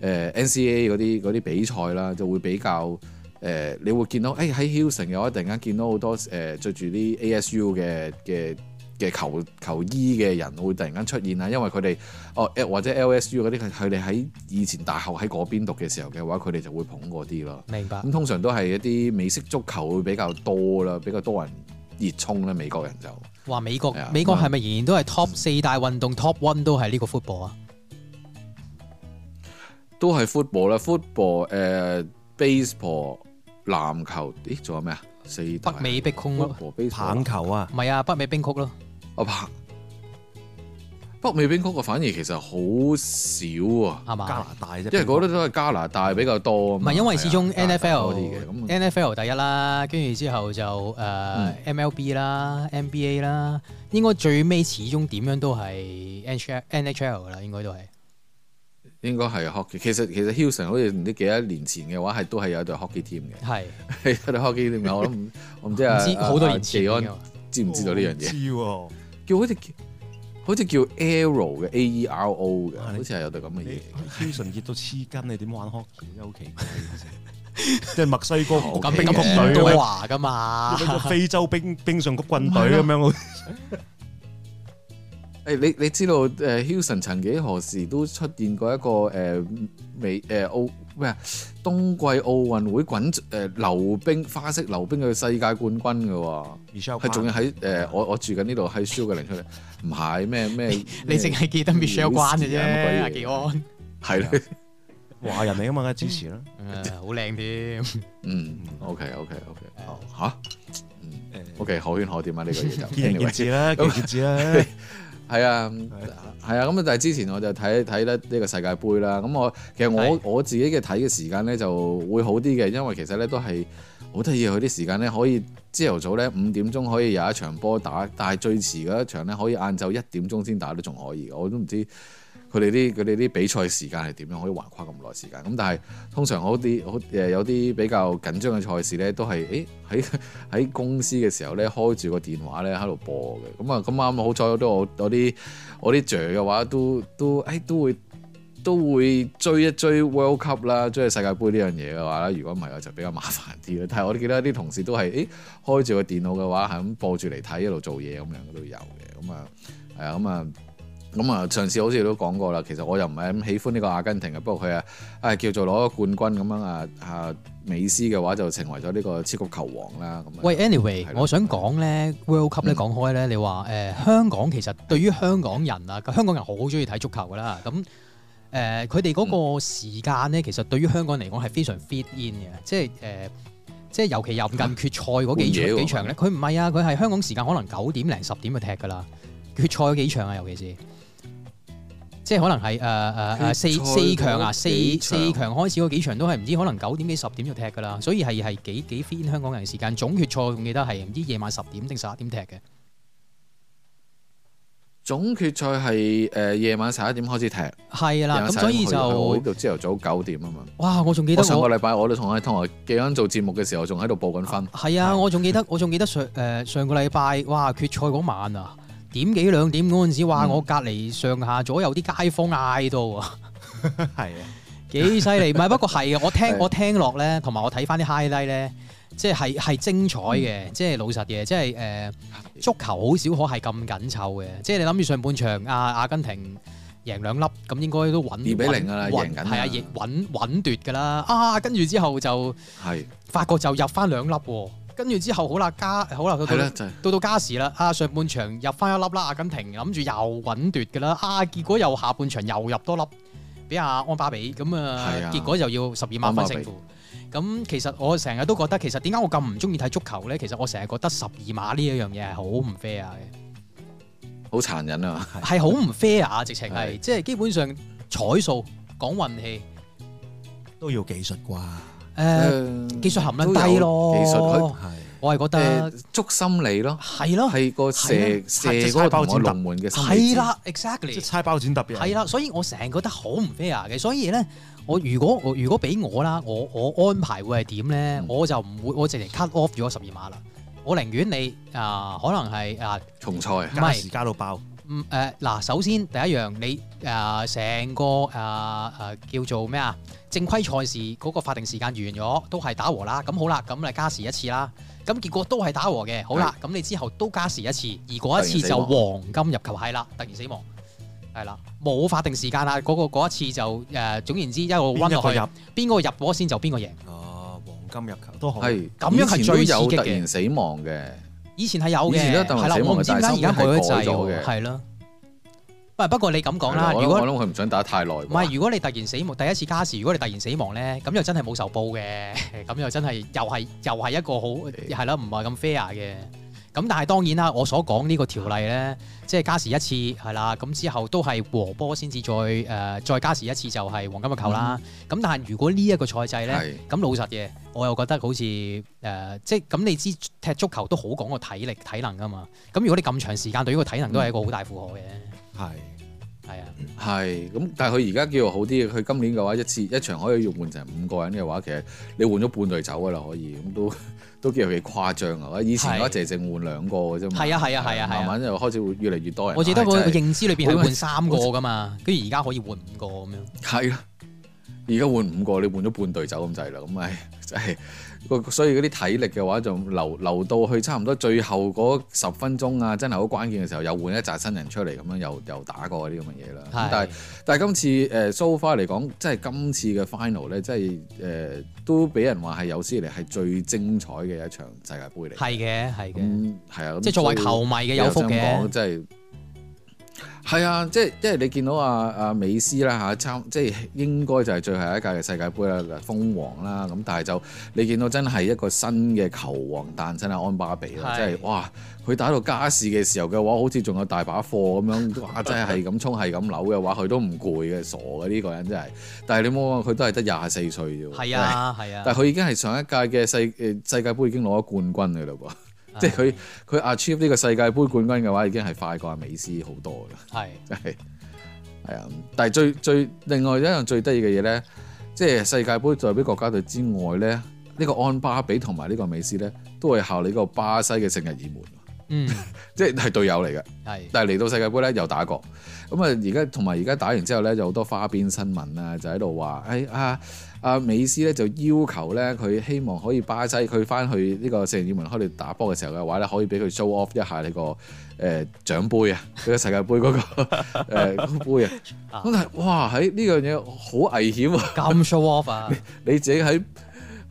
[SPEAKER 2] 呃 NCAA 嗰啲嗰啲比賽啦，就會比較誒、呃你會見到誒喺 Hilton 嘅話，突然間見到好多誒、呃、著住啲 ASU 嘅嘅。嘅球球衣嘅人會突然間出現啊，因為佢哋哦誒或者 LSU 嗰啲，佢佢哋喺以前大學喺嗰邊讀嘅時候嘅話，佢哋就會捧嗰啲咯。
[SPEAKER 3] 明白
[SPEAKER 2] 咁。通常都係一啲美式足球會比較多啦，比較多人熱衷啦，美國人就
[SPEAKER 3] 話美國
[SPEAKER 2] 係啊
[SPEAKER 3] 美國係咪仍然都係 top 四大運動 top one 都係呢個 football 啊？
[SPEAKER 2] 都係 football 啦，football 誒、baseball 籃球，咦仲有咩啊？四大
[SPEAKER 3] 北美逼空咯，
[SPEAKER 2] football baseball
[SPEAKER 1] 棒球
[SPEAKER 2] 嗯
[SPEAKER 1] 啊，
[SPEAKER 3] 唔係啊，北美冰曲咯，
[SPEAKER 2] 啊棒北美冰曲啊，反而其實好少啊，
[SPEAKER 3] 係
[SPEAKER 1] 加
[SPEAKER 3] 嘛？
[SPEAKER 1] 拿大啫，
[SPEAKER 2] 因為嗰啲都係加拿大比較多啊
[SPEAKER 3] 唔
[SPEAKER 2] 嘛。
[SPEAKER 3] 係因為始
[SPEAKER 2] 係
[SPEAKER 3] 終
[SPEAKER 2] 啊加拿嗯大
[SPEAKER 3] NFL
[SPEAKER 2] 多啲嘅咁
[SPEAKER 3] NFL 第一啦，跟住之後就誒、呃 MLB 啦、NBA 啦，應該最尾始終點樣都係 NHL NHL 㗎啦，應該都係。
[SPEAKER 2] 應該係 hockey。其實其實 Hilton 好似唔知幾多年前嘅話係都係有一隊 hockey team 嘅。
[SPEAKER 3] 係，
[SPEAKER 2] 你睇到 hockey 點樣？我都唔，我唔知啊。
[SPEAKER 3] 唔知
[SPEAKER 2] 啊
[SPEAKER 3] 好多
[SPEAKER 2] 啊
[SPEAKER 3] 年前
[SPEAKER 2] 技安
[SPEAKER 3] 嘅哦嘛
[SPEAKER 2] 知唔知道呢樣嘢？
[SPEAKER 1] 嘢？
[SPEAKER 2] 叫好似叫好似叫 Aero 嘅 A E R O 嘅，
[SPEAKER 1] 啊
[SPEAKER 2] 好
[SPEAKER 1] 你
[SPEAKER 2] 似係有對咁嘅 嘢
[SPEAKER 1] 你。Houston 熱到黐筋，你點玩 hockey 真係好奇怪嘅 啫。即係墨西哥
[SPEAKER 2] 好
[SPEAKER 3] 咁
[SPEAKER 2] 奇
[SPEAKER 3] 冰
[SPEAKER 2] 怪
[SPEAKER 3] 咁
[SPEAKER 1] 隊
[SPEAKER 3] 多
[SPEAKER 1] 咁
[SPEAKER 3] 話㗎嘛
[SPEAKER 1] 樣，一，個 非洲冰冰上曲棍隊 咁樣，
[SPEAKER 2] 誒，你你知道誒 Hilton 曾幾何時都出現過一個誒美誒奧咩啊？冬季奧運會滾誒溜冰花式溜冰嘅世界冠軍嘅喎。
[SPEAKER 1] Michelle
[SPEAKER 2] 係仲要喺誒、呃我我住緊呢度喺 s u g a r 出嚟，唔係咩咩，
[SPEAKER 3] 你淨係記得 Michelle 關嘅啫，阿
[SPEAKER 2] 幾
[SPEAKER 3] 技
[SPEAKER 2] 安
[SPEAKER 3] 安，
[SPEAKER 2] 係啊啦，
[SPEAKER 1] 華人嚟噶嘛，梗係支持啦。
[SPEAKER 3] 嗯 好靚添，
[SPEAKER 2] 嗯，OK OK OK，
[SPEAKER 3] 嗯
[SPEAKER 2] 哦嚇，嗯，OK 可圈可點啊 呢個嘢就，
[SPEAKER 1] 見仁見
[SPEAKER 2] anyway，
[SPEAKER 1] 智啦，見仁見智啦。
[SPEAKER 2] 係啊係啊，咁啊但係之前我就睇睇咧呢個世界盃啦，咁我其實我
[SPEAKER 3] 係
[SPEAKER 2] 我自己嘅睇嘅時間咧就會好啲嘅，因為其實咧都係好得意啊佢啲時間咧可以朝頭早咧五點鐘可以有一場波打，但係最遲嗰一場咧可以晏晝一點鐘先打都仲可以，我都唔知。佢哋啲佢哋啲比賽時間係點樣可以橫跨咁耐時間？咁但係通常好啲好誒有啲比較緊張嘅賽事咧，都係誒喺喺公司嘅時候咧開住個電話咧喺度播嘅。咁啊咁啱好彩都我我啲我啲 J 嘅話都都誒、哎都會都會追一追 World Cup 啦，追世界盃呢樣嘢嘅話咧，如果唔係我就比較麻煩啲啦。但係我記得啲同事都係誒開住個電腦嘅話係咁播住嚟睇一路做嘢咁樣都有嘅。咁啊係啊咁啊。咁啊，上次好似都講過啦，其實我又唔係咁喜歡呢個阿根廷嘅，不過佢啊，啊叫做攞咗冠軍咁樣啊啊，美斯嘅話就成為咗呢個超級球王啦。咁啊
[SPEAKER 3] 喂，anyway，
[SPEAKER 2] 係啦
[SPEAKER 3] 我想講咧，World Cup 咧
[SPEAKER 2] 嗯
[SPEAKER 3] 講開咧，你話誒、呃香港其實對於香港人啊，香港人好中意睇足球噶啦，咁誒佢哋嗰
[SPEAKER 2] 嗯
[SPEAKER 3] 個時間咧，其實對於香港嚟講係非常 fit in 嘅，即係誒。呃即係尤其入近決賽嗰幾
[SPEAKER 2] 半夜
[SPEAKER 3] 場
[SPEAKER 2] 喎
[SPEAKER 3] 幾場咧，佢唔係啊，佢係香港時間可能九點零十點就踢㗎啦。決賽嗰幾場啊，尤其是即係可能係誒誒誒四
[SPEAKER 2] 決賽
[SPEAKER 3] 四強啊，
[SPEAKER 2] 嗰
[SPEAKER 3] 四
[SPEAKER 2] 幾場
[SPEAKER 3] 四強開始嗰幾場都係唔知可能九點幾十點就踢㗎啦，所以係係幾幾 fit 香港人時間。總決賽我仲記得係唔知夜晚十點定十一點踢嘅，
[SPEAKER 2] 總決賽係誒夜晚十一點開始踢，夜
[SPEAKER 3] 係啦。
[SPEAKER 2] 晚
[SPEAKER 3] 咁
[SPEAKER 2] 11
[SPEAKER 3] 所以
[SPEAKER 2] 點開始踢我呢
[SPEAKER 3] 就
[SPEAKER 2] 度朝頭早九點啊嘛。
[SPEAKER 3] 哇，我仲
[SPEAKER 2] 我
[SPEAKER 3] 記得
[SPEAKER 2] 上
[SPEAKER 3] 我
[SPEAKER 2] 個禮拜我都同喺同學記緊做節目嘅時候，仲喺度報緊分。
[SPEAKER 3] 係啊，我仲記得我仲記得上誒、上個禮拜哇決賽嗰晚啊。點幾兩點嗰陣時，哇！
[SPEAKER 2] 嗯
[SPEAKER 3] 我隔離上下左右啲街坊嗌到啊，
[SPEAKER 1] 係啊，
[SPEAKER 3] 幾犀利！唔係不過係嘅，啊我聽
[SPEAKER 2] 係
[SPEAKER 3] 我聽落咧，同埋我睇翻啲 highlight 咧，即係係精彩
[SPEAKER 2] 嗯
[SPEAKER 3] 嘅，即係老實嘅，即係誒。足球好少可係咁緊湊嘅，即係你諗住上半場啊阿根廷贏兩粒，咁應該都穩二
[SPEAKER 2] 比零㗎啦贏緊啦
[SPEAKER 3] 係啊，贏穩穩奪㗎啦。啊，跟住之後就
[SPEAKER 2] 係
[SPEAKER 3] 法國就入翻兩粒喎，跟住之後好啦加好啦，到
[SPEAKER 2] 係啦，
[SPEAKER 3] 到
[SPEAKER 2] 就係
[SPEAKER 3] 到到加時啦，啊上半場入翻一粒啦，阿根廷諗住又穩奪㗎啦，啊結果又下半場又入多粒俾阿安巴比，咁啊
[SPEAKER 2] 係啊
[SPEAKER 3] 結果又要十二
[SPEAKER 2] 安
[SPEAKER 3] 萬
[SPEAKER 2] 巴
[SPEAKER 3] 分
[SPEAKER 2] 比
[SPEAKER 3] 勝負。咁其實我成日都覺得，其實點解我咁唔中意睇足球咧？其實我成日覺得十二碼呢一樣嘢係好唔 fair 嘅。
[SPEAKER 2] 好殘忍啊！
[SPEAKER 3] 係好唔 fair 啊！直情係
[SPEAKER 2] 係
[SPEAKER 3] 即係基本上彩數講運氣，誒、
[SPEAKER 1] 都要技術啩。
[SPEAKER 2] 誒
[SPEAKER 3] 技術含量
[SPEAKER 2] 都有
[SPEAKER 3] 低咯
[SPEAKER 2] 技術佢
[SPEAKER 1] 係。
[SPEAKER 3] 我係覺得
[SPEAKER 2] 誒捉心理咯，
[SPEAKER 3] 係咯，
[SPEAKER 2] 係個
[SPEAKER 3] 係
[SPEAKER 2] 射
[SPEAKER 3] 啊
[SPEAKER 2] 射
[SPEAKER 1] 係即係
[SPEAKER 2] 嗰個
[SPEAKER 1] 包
[SPEAKER 2] 同
[SPEAKER 1] 剪
[SPEAKER 2] 我
[SPEAKER 1] 揼
[SPEAKER 2] 龍門嘅心理
[SPEAKER 3] 係
[SPEAKER 2] 戰。
[SPEAKER 3] 啦
[SPEAKER 1] 即係
[SPEAKER 3] ，exactly。
[SPEAKER 1] 猜包剪揼嘢。
[SPEAKER 3] 係啦，所以我成日覺得好唔 fair 嘅，所以咧，我如果我如果俾我啦，我我安排會係點咧？
[SPEAKER 2] 嗯
[SPEAKER 3] 我就唔會，我直情 cut off 咗十二碼啦。我寧願你啊、可能係啊，
[SPEAKER 2] 重賽啊，
[SPEAKER 3] 唔
[SPEAKER 1] 加
[SPEAKER 3] 係
[SPEAKER 1] 時加到爆，
[SPEAKER 3] 嗯誒嗱，首先第一樣你啊成、個啊啊、叫做咩啊正規賽事嗰個法定時間完咗，都係打和啦。咁好啦，咁咪加時一次啦。咁結果都係打和嘅，好啦，咁你之後都加時一次，而嗰一次就
[SPEAKER 2] 突
[SPEAKER 3] 黃金入球係啦，突然死亡係啦，冇法定時間啦。嗰、個嗰一次就誒、總言之一路
[SPEAKER 1] 邊
[SPEAKER 3] 温
[SPEAKER 1] 一
[SPEAKER 3] 落
[SPEAKER 1] 個
[SPEAKER 3] 去，
[SPEAKER 1] 入？
[SPEAKER 3] 邊個入波先就邊個贏。
[SPEAKER 1] 哦，黃金入球都好。
[SPEAKER 2] 係
[SPEAKER 3] 咁樣係
[SPEAKER 2] 以前都
[SPEAKER 3] 最
[SPEAKER 2] 有
[SPEAKER 3] 刺激
[SPEAKER 2] 突
[SPEAKER 3] 嘅
[SPEAKER 2] 然死亡嘅，
[SPEAKER 3] 以前係有
[SPEAKER 2] 以前都
[SPEAKER 3] 嘅，
[SPEAKER 2] 有鄧雲
[SPEAKER 3] 係啦
[SPEAKER 2] 死，亡
[SPEAKER 3] 我唔
[SPEAKER 2] 嘅
[SPEAKER 3] 知點解而家
[SPEAKER 2] 但係
[SPEAKER 3] 改
[SPEAKER 2] 收尾係
[SPEAKER 3] 咗制
[SPEAKER 2] 改咗嘅
[SPEAKER 3] 喎，係咯。不不過你咁講啦，
[SPEAKER 2] 係我諗
[SPEAKER 3] 如果
[SPEAKER 2] 我諗佢唔想打太耐啩。
[SPEAKER 3] 唔係，如果你突然死亡，第一次加時，如果你突然死亡咧，咁又真係冇仇報嘅， 咁又真係又係又係一個好係啦，唔係咁 fair 嘅。咁但係當然啦，我所講呢個條例咧，即係加時一次係啦，咁之後都係和波先至再誒、呃再加時一次就係黃金嘅球啦。咁、但係如果呢一個賽制咧，
[SPEAKER 2] 係
[SPEAKER 3] 咁老實嘅，我又覺得好似誒、呃即係咁你知踢足球都好講個體力體能噶嘛。咁如果你咁長時間對呢個體能都係一個好大負荷嘅，
[SPEAKER 1] 係
[SPEAKER 3] 係啊。
[SPEAKER 2] 係咁，但係佢而家叫做好啲嘅。佢今年嘅話，一次一場可以用換成五個人嘅話，其實你換咗半隊走噶啦，可以咁都 都叫做幾誇張啊！以前嘅話，
[SPEAKER 3] 係
[SPEAKER 2] 淨係淨換兩個嘅啫嘛。
[SPEAKER 3] 係啊係啊係啊係啊
[SPEAKER 2] 慢慢就開始會越嚟越多人。
[SPEAKER 3] 我記得
[SPEAKER 2] 唉
[SPEAKER 3] 我
[SPEAKER 2] 真係
[SPEAKER 3] 認知裏邊係
[SPEAKER 2] 好
[SPEAKER 3] 換三個噶嘛，跟住而家可以換五個咁樣。
[SPEAKER 2] 係啦，而家換五個，你換咗半隊走咁滯啦，咁咪真係個所以嗰啲體力嘅話，就留留到去差唔多最後嗰十分鐘啊，真係好關鍵嘅時候，又換一紮新人出嚟咁樣，又又打過嗰啲咁嘅嘢啦。咁嗯但係
[SPEAKER 3] 係
[SPEAKER 2] 但係今次誒 so far 嚟講，即係今次嘅 final 咧，即係誒都俾人話係有史以嚟係最精彩嘅一場世界盃嚟。
[SPEAKER 3] 係嘅，係嘅，
[SPEAKER 2] 咁係啊，咁
[SPEAKER 3] 即係作為
[SPEAKER 2] 所以
[SPEAKER 3] 球迷嘅有福
[SPEAKER 2] 講
[SPEAKER 3] 嘅，
[SPEAKER 2] 即係係啊，即係即係你見到啊啊美斯啦嚇參，即係應該就係最後一屆嘅世界盃啦，封王啦咁，但係就你見到真係一個新嘅球王誕生啊，安巴比啦，即
[SPEAKER 3] 係
[SPEAKER 2] 係哇！佢打到加時嘅時候嘅話，好似仲有大把貨咁樣，哇！真係係咁衝係咁扭嘅話，佢都唔攰嘅，傻嘅呢個人真係。但係你冇話佢都係得廿四歲啫喎，
[SPEAKER 3] 係啊，係啊。
[SPEAKER 2] 但係佢已經係上一屆嘅世誒世界盃已經攞咗冠軍嘅嘞噃，
[SPEAKER 3] 啊
[SPEAKER 2] 即係佢佢 achieve 呢個世界盃冠軍嘅話，已經係快過阿美斯好多啦，
[SPEAKER 3] 係
[SPEAKER 2] 真係係啊！但係最最另外一樣最得意嘅嘢咧，即係世界盃代表國家隊之外咧，呢、呢個安巴比同埋呢個美斯咧，都係效你個巴西嘅聖日耳門，
[SPEAKER 3] 嗯
[SPEAKER 2] 即係係隊友嚟嘅。
[SPEAKER 3] 係
[SPEAKER 2] 但係嚟到世界盃咧又打過，咁啊而家同埋而家打完之後咧，就好多花邊新聞啊，就喺度話，誒、啊啊美斯咧就要求咧佢希望可以巴西佢翻去呢個聖日耳門開嚟打波嘅時候嘅話咧，可以俾佢 show off 一下呢個誒、呃、獎杯啊，呢個世界盃嗰、個誒嗰個杯啊，
[SPEAKER 3] 啊
[SPEAKER 2] 咁但係哇喺呢樣嘢好危險啊！
[SPEAKER 3] 咁 show off 啊，
[SPEAKER 2] 你自己喺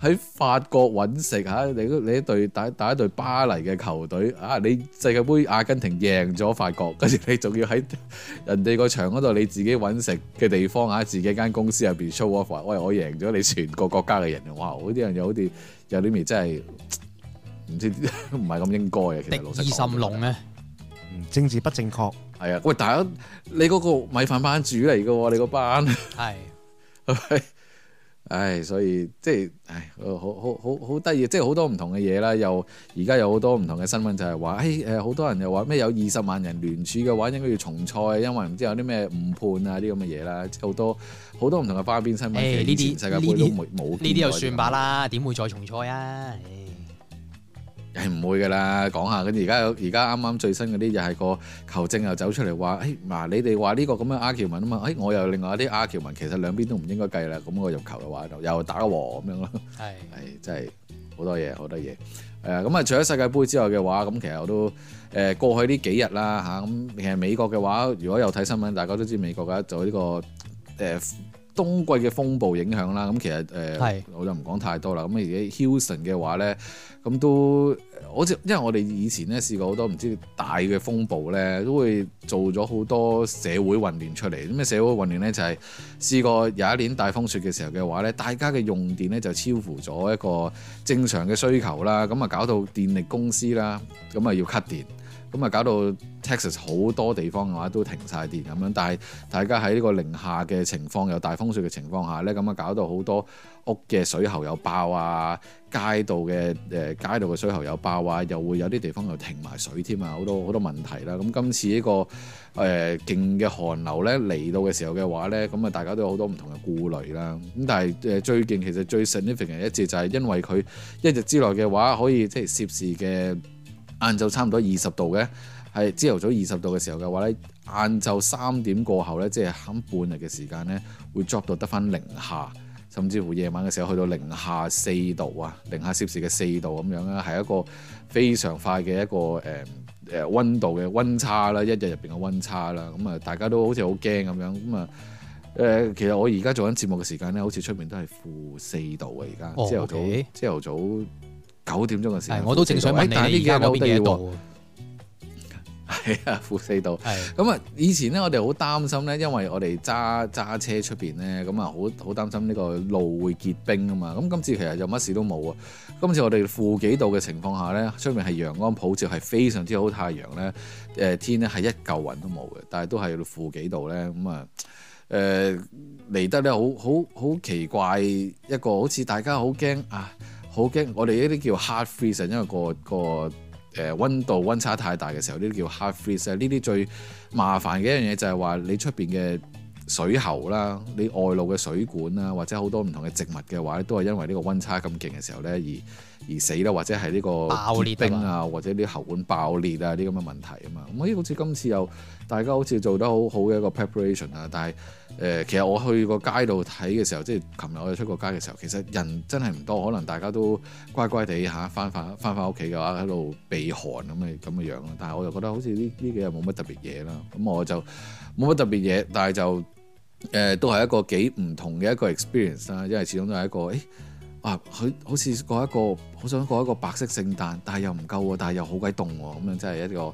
[SPEAKER 2] 喺法國揾食嚇，你都你一隊打打一隊巴黎嘅球隊啊，你世界盃阿根廷贏咗法國， 跟住你仲要喺人哋個場嗰度你自己揾食嘅地方啊，自己間公司入邊 show off，話喂我贏咗你全個國家嘅人，哇！嗰啲人又好似有啲咪真係唔知 唔係咁應該啊嘅，其
[SPEAKER 3] 敵
[SPEAKER 2] 實老實
[SPEAKER 3] 意
[SPEAKER 2] 講
[SPEAKER 3] 甚濃啊，
[SPEAKER 1] 嗯政治不正確，
[SPEAKER 2] 係啊，喂大家你嗰個米飯班主嚟嘅喎，你個班。
[SPEAKER 3] 係
[SPEAKER 2] 係咪唉，所以即係唉，好好好好好得意，即係好多唔同嘅嘢啦。又而家有好多唔同嘅新聞就係話，誒誒，好多人又話咩有二十萬人聯署嘅話，應該要重賽，因為唔知有啲咩誤判啊啲咁嘅嘢啦，即係好多好多唔同嘅花邊新聞。
[SPEAKER 3] 誒
[SPEAKER 2] 其實以
[SPEAKER 3] 呢啲
[SPEAKER 2] 前世界盃都冇冇呢
[SPEAKER 3] 呢啲就算罷。啦，點會再重賽啊？唉
[SPEAKER 2] 係唔會㗎啦，講下跟住而家有而家啱啱最新嗰啲又係個球證又走出嚟話，誒、哎嗱你哋話呢個咁嘅 argument 啊嘛，誒、我又有另外一啲 argument，其實兩邊都唔應該計啦，咁我入球嘅話就又打和咁樣咯。
[SPEAKER 3] 係
[SPEAKER 2] 係真係好多嘢，好多嘢。誒咁啊，除咗世界盃之外嘅話，咁其實我都誒、呃、過去呢幾日啦嚇，咁、其實美國嘅話，如果有睇新聞，大家都知美國嘅就呢、個誒、呃冬季嘅風暴影響啦。咁其實誒、呃
[SPEAKER 3] 係
[SPEAKER 2] 我就唔講太多啦。咁而家 Houston 嘅話咧，咁都好似因為我哋以前咧試過好多唔知大嘅風暴咧，都會做咗好多社會混亂出嚟。咁啊咩社會混亂咧就係、試過有一年大風雪嘅時候嘅話咧，大家嘅用電咧就超乎咗一個正常嘅需求啦，咁啊搞到電力公司啦，咁啊要 cut 電，咁啊搞到 Texas 好多地方嘅話都停晒電咁樣，但係大家喺呢個零下嘅情況，有大風雪嘅情況下咧，咁啊搞到好多屋嘅水喉有爆啊，街道嘅誒、呃街道嘅水喉有爆啊，又會有啲地方又停埋水添啊，好多好多問題啦。咁今次呢、個誒、呃、勁嘅寒流咧嚟到嘅時候嘅話咧，咁啊大家都有好多唔同嘅顧慮啦。咁但係誒、呃最勁其實最 significant 嘅一節就係因為佢一日之內嘅話，可以即係攝氏嘅晏晝差唔多二十度嘅，係朝頭早二十度嘅時候嘅話咧，晏晝三點過後咧，即係冚半日嘅時間咧，會 drop 到得翻零下，甚至乎夜晚嘅時候去到零下四度啊，零下攝氏嘅四度咁樣啦，啊係一個非常快嘅一個誒。誒溫度嘅溫差啦，一日入邊嘅溫差啦，咁啊大家都好似好驚咁樣，咁啊誒其實我而家做緊節目嘅時間咧，好似出面都係負四度啊，而家
[SPEAKER 3] 哦
[SPEAKER 2] 朝頭早
[SPEAKER 3] OK
[SPEAKER 2] 朝頭早九點鐘嘅時
[SPEAKER 3] 係
[SPEAKER 2] 間，
[SPEAKER 3] 我都正想問
[SPEAKER 2] 哎但係
[SPEAKER 3] 你，
[SPEAKER 2] 呢
[SPEAKER 3] 你
[SPEAKER 2] 幾
[SPEAKER 3] 而家
[SPEAKER 2] 日
[SPEAKER 3] 嗰
[SPEAKER 2] 好
[SPEAKER 3] 邊
[SPEAKER 2] 得
[SPEAKER 3] 幾
[SPEAKER 2] 意
[SPEAKER 3] 多
[SPEAKER 2] 喎，
[SPEAKER 3] 度啊？
[SPEAKER 2] 係啊，負四度。
[SPEAKER 3] 係
[SPEAKER 2] 咁啊，以前咧我哋好擔心咧，因為我哋揸揸車出邊咧，咁啊好好擔心呢個路會結冰啊嘛。咁今次其實就乜事都冇啊。今次我哋負幾度嘅情況下咧，出面係陽光普照，係非常之好太陽咧。誒、天咧係一嚿雲都冇嘅，但係都係負幾度咧。咁啊誒嚟得咧好好好奇怪一個，好似大家好驚啊，好驚！我哋呢啲叫 hard freeze，啊因為個個誒呃温度温差太大嘅時候，呢啲叫 hard freeze 啊。呢啲最麻煩嘅一樣嘢就係話你出邊嘅水喉啦，你外露嘅水管啦，或者好多唔同嘅植物嘅話咧，都係因為呢個温差咁勁嘅時候咧而而死啦，或者係呢個
[SPEAKER 3] 爆裂啊嘛
[SPEAKER 2] 結冰啊，或者啲喉管爆裂啊啲咁嘅問題啊嘛。咁咦好似今次又大家好似做得好好嘅一個 preparation 啊，但係誒、其實我去個街度睇嘅時候，即係琴日我哋出過街嘅時候，其實人真係唔多，可能大家都乖乖地嚇翻返翻返屋企嘅話，喺度避寒咁嘅咁嘅樣啦。但係我就覺得好似呢呢幾日冇乜特別嘢啦，咁我就冇乜特別嘢，但係就誒、都係一個幾唔同嘅一個 experience 啦，因為始終都係一個誒。啊！佢好似過一個好想過一個白色聖誕，但係又唔夠啊喎，但係又好鬼凍喎，咁樣真係一個誒、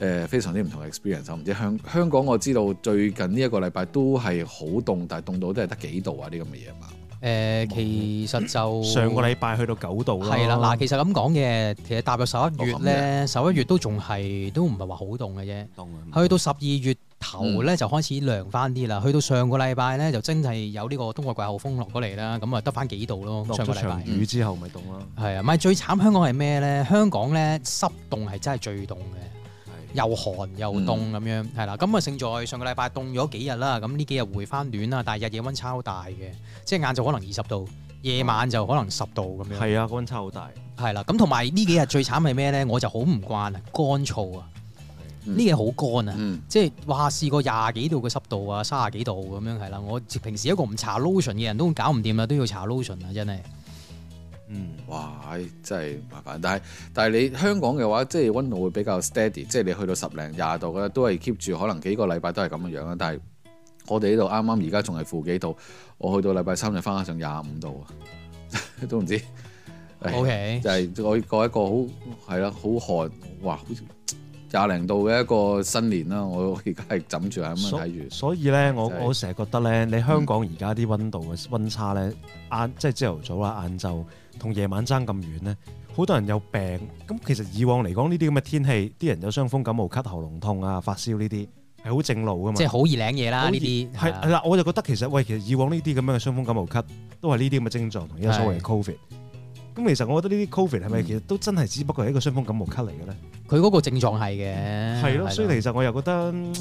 [SPEAKER 2] 呃非常之唔同嘅 experience。我唔啊知香香港我知道最近呢一個禮拜都係好凍，但係凍到都係得幾度啊啲咁嘅嘢嘛。
[SPEAKER 3] 誒，其實就
[SPEAKER 1] 上個禮拜去到九度哦啦，
[SPEAKER 3] 係啦，嗱，其實咁講嘅，其實踏入十一
[SPEAKER 2] 哦
[SPEAKER 3] 月咧，十一月都仲係都唔係話好凍嘅啫。
[SPEAKER 1] 啊
[SPEAKER 3] 去到十二月
[SPEAKER 1] 嗯
[SPEAKER 3] 頭咧就開始涼翻啲啦，去到上個禮拜咧就真係有呢個冬季季候風落過嚟啦，咁啊得翻幾度咯。
[SPEAKER 1] 落
[SPEAKER 3] 上個
[SPEAKER 1] 咗
[SPEAKER 3] 禮拜
[SPEAKER 1] 場雨之後咪凍啦。
[SPEAKER 3] 係啊，咪最慘香港係咩咧？香港咧濕凍係真係最凍嘅。又寒又凍
[SPEAKER 1] 嗯
[SPEAKER 3] 咁樣，係啦、咁啊，勝在上個禮拜凍咗幾日啦，咁呢幾日回翻暖啦，但係日夜温差好大嘅，即係晏晝可能二十度，夜晚就可能十度咁樣。
[SPEAKER 1] 係啊，個温差好大。
[SPEAKER 3] 係啦，咁同埋呢幾日最慘係咩咧？我就好唔慣啊，乾燥啊，
[SPEAKER 2] 嗯
[SPEAKER 3] 呢幾日好乾啊，
[SPEAKER 2] 嗯，
[SPEAKER 3] 即係哇試過廿幾度嘅濕度啊，三十幾度咁樣係啦。我平時一個唔搽 lotion 嘅人都搞唔掂啦，都要搽 lotion 啊，真係。
[SPEAKER 1] 嗯，
[SPEAKER 2] 哇！唉真係麻煩。但係但係你香港嘅話，即係温度會比較 steady，即係你去到十零廿度咧，都係 keep 住可能幾個禮拜都係咁嘅樣啦。但係我哋呢度啱啱而家仲係負幾度，我去到禮拜三就翻上廿五度啊， 都唔知。唉
[SPEAKER 3] O K，
[SPEAKER 2] 就係我過一個好係啦，好寒哇，好似廿零度嘅一個新年啦。我而家係枕住係咁樣啊
[SPEAKER 1] 所
[SPEAKER 2] 睇住，
[SPEAKER 1] 所以咧，我
[SPEAKER 2] 真係
[SPEAKER 1] 我成日覺得咧，你香港而家啲温度嘅温差咧，晏即係朝頭早啊啦、晏晝同夜晚爭咁遠咧，好多人有病。咁其實以往嚟講，呢啲咁嘅天氣，啲人有傷風感冒、咳、喉嚨痛啊、發燒呢啲係好正路噶嘛
[SPEAKER 3] 即係。好易領嘢啦，
[SPEAKER 1] 好易
[SPEAKER 3] 呢啲啊
[SPEAKER 1] 係係
[SPEAKER 3] 啦，
[SPEAKER 1] 啦，我就覺得其實喂，其實以往呢啲咁樣嘅傷風感冒咳，都係呢啲咁嘅症狀同而家所謂嘅 covid。咁其實我覺得呢啲 covid 係咪
[SPEAKER 2] 嗯
[SPEAKER 1] 其實都真係只不過係一個傷風感冒咳嚟嘅咧？
[SPEAKER 3] 佢嗰個症狀係啊嘅。
[SPEAKER 1] 係咯，所以
[SPEAKER 3] 啦
[SPEAKER 1] 其實我又覺得嗯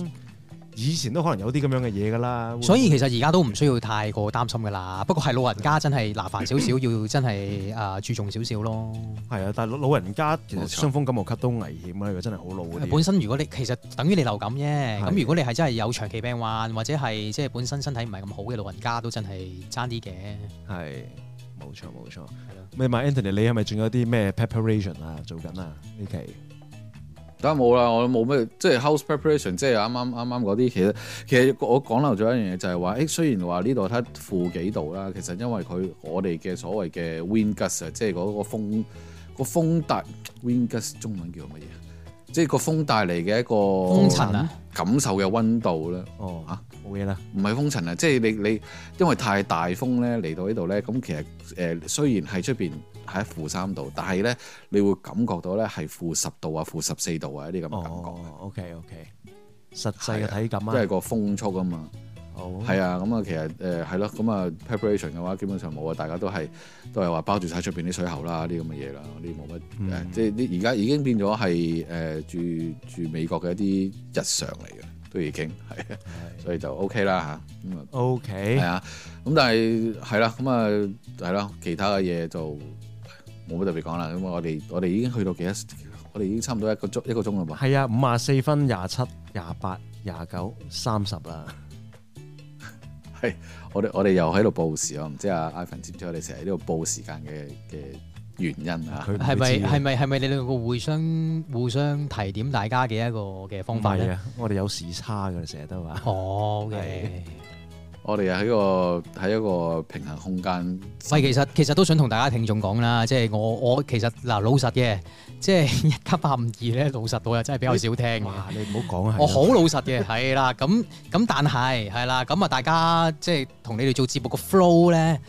[SPEAKER 1] 以前都可能有啲咁樣嘅嘢㗎啦。
[SPEAKER 3] 所以其實而家都唔需要太過擔心噶啦，不過係老人家真係麻煩少少，要真係啊注重少少咯。
[SPEAKER 1] 係啊，但係老人家其實
[SPEAKER 2] 冇錯
[SPEAKER 1] 傷風感冒咳都危險啊！如果真係好老嗰啲
[SPEAKER 3] 本，身如果你其實等於你流感啫，
[SPEAKER 1] 係
[SPEAKER 3] 咁如果你係真係有長期病患或者係即係本身身體唔係咁好嘅老人家，都真係爭啲嘅。
[SPEAKER 1] 係冇錯冇錯。
[SPEAKER 3] 咯
[SPEAKER 1] 咪問 Anthony，你係咪仲有啲咩 preparation 啊？做緊啊呢期？
[SPEAKER 2] 梗係冇啦，我冇咩即係 house preparation，即係啱啱啱啱嗰啲。其實其實我講漏咗一樣嘢就係話，誒雖然話呢度睇負幾度啦，其實因為佢我哋嘅所謂嘅 wind gust 啊，即係嗰個風個風大 wind gust 中文叫乜嘢？即係個風帶嚟嘅一個
[SPEAKER 3] 風塵啊，
[SPEAKER 2] 感受嘅温度咧，
[SPEAKER 1] 哦
[SPEAKER 2] 啊
[SPEAKER 1] 冇嘢啦，
[SPEAKER 2] 唔係風塵啊，即係你你因為太大風咧嚟到呢度咧，咁其實誒、呃、雖然係出邊喺負三度，但係咧你會感覺到咧係負十度啊、負十四度啊一啲咁嘅感覺，
[SPEAKER 1] 哦，OK OK，實際嘅體感
[SPEAKER 2] 因為
[SPEAKER 1] 啊，
[SPEAKER 2] 個風速啊嘛。
[SPEAKER 1] 好，
[SPEAKER 2] 係啊，咁啊，其實誒係咯，咁啊 preparation 嘅話，基本上冇啊，大家都係都係話包住晒出邊啲水喉啦，啲咁嘅嘢啦，嗰啲冇乜誒，即係啲而家已經變咗係誒住住美國嘅一啲日常嚟嘅，都已經係，所以就 OK 啦嚇，咁啊
[SPEAKER 1] OK，
[SPEAKER 2] 係啊，咁但係係啦，咁啊係啦，其他嘅嘢就冇乜特別講啦，咁我哋我哋已經去到幾多？我哋已經差唔多一個鐘一個鐘啦噃。
[SPEAKER 1] 係啊，五啊四分廿七、廿八、廿九、三十啊啦。
[SPEAKER 2] 係，我哋我哋又喺度報時啊！唔知阿 Ivan 知唔知我哋成日喺度報時間嘅嘅原因啊？
[SPEAKER 1] 佢唔會
[SPEAKER 3] 係咪
[SPEAKER 1] 知嘅
[SPEAKER 3] 係咪係咪你兩個互相互相提點大家嘅一個嘅方法
[SPEAKER 1] 唔係
[SPEAKER 3] 咧？
[SPEAKER 1] 啊，我哋有時差嘅，成日都話。
[SPEAKER 3] 哦
[SPEAKER 1] 係
[SPEAKER 3] 嘅，
[SPEAKER 2] 我哋喺個喺一個平衡空間。
[SPEAKER 3] 喂，其實其實都想同大家聽眾講啦，即係我我其實嗱老實嘅，即係 一家八五二咧，老實我又真係比較少聽嘅。
[SPEAKER 1] 哇！ 你唔好講啊，係
[SPEAKER 3] 我
[SPEAKER 1] 啊
[SPEAKER 3] 好老實嘅， 係啦，咁咁但係係啦，咁啊大家即係同你哋做節目個 flow 咧，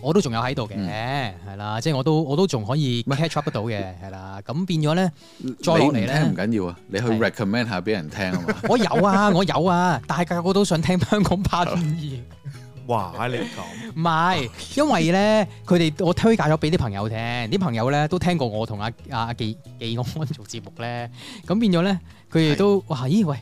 [SPEAKER 3] 我都仲有喺度嘅，
[SPEAKER 1] 嗯
[SPEAKER 3] 係啦，即係我都我都仲可以 catch up 得到嘅，係啦，咁變咗咧，
[SPEAKER 1] 嗯
[SPEAKER 3] 再
[SPEAKER 2] 你
[SPEAKER 3] 落
[SPEAKER 2] 唔
[SPEAKER 3] 嚟
[SPEAKER 2] 聽唔
[SPEAKER 3] 咧，
[SPEAKER 2] 緊要啊，你去
[SPEAKER 3] 係
[SPEAKER 2] recommend 下俾人聽啊 嘛。
[SPEAKER 3] 我有 啊，我有啊，大家個個都想聽香港八五二。
[SPEAKER 1] 哇！你 講
[SPEAKER 3] 唔係，因為咧，佢哋我推介咗俾啲朋友聽，啲朋友咧都聽過我同阿阿阿紀紀安做節目咧，咁變咗咧，佢哋都哇咦喂，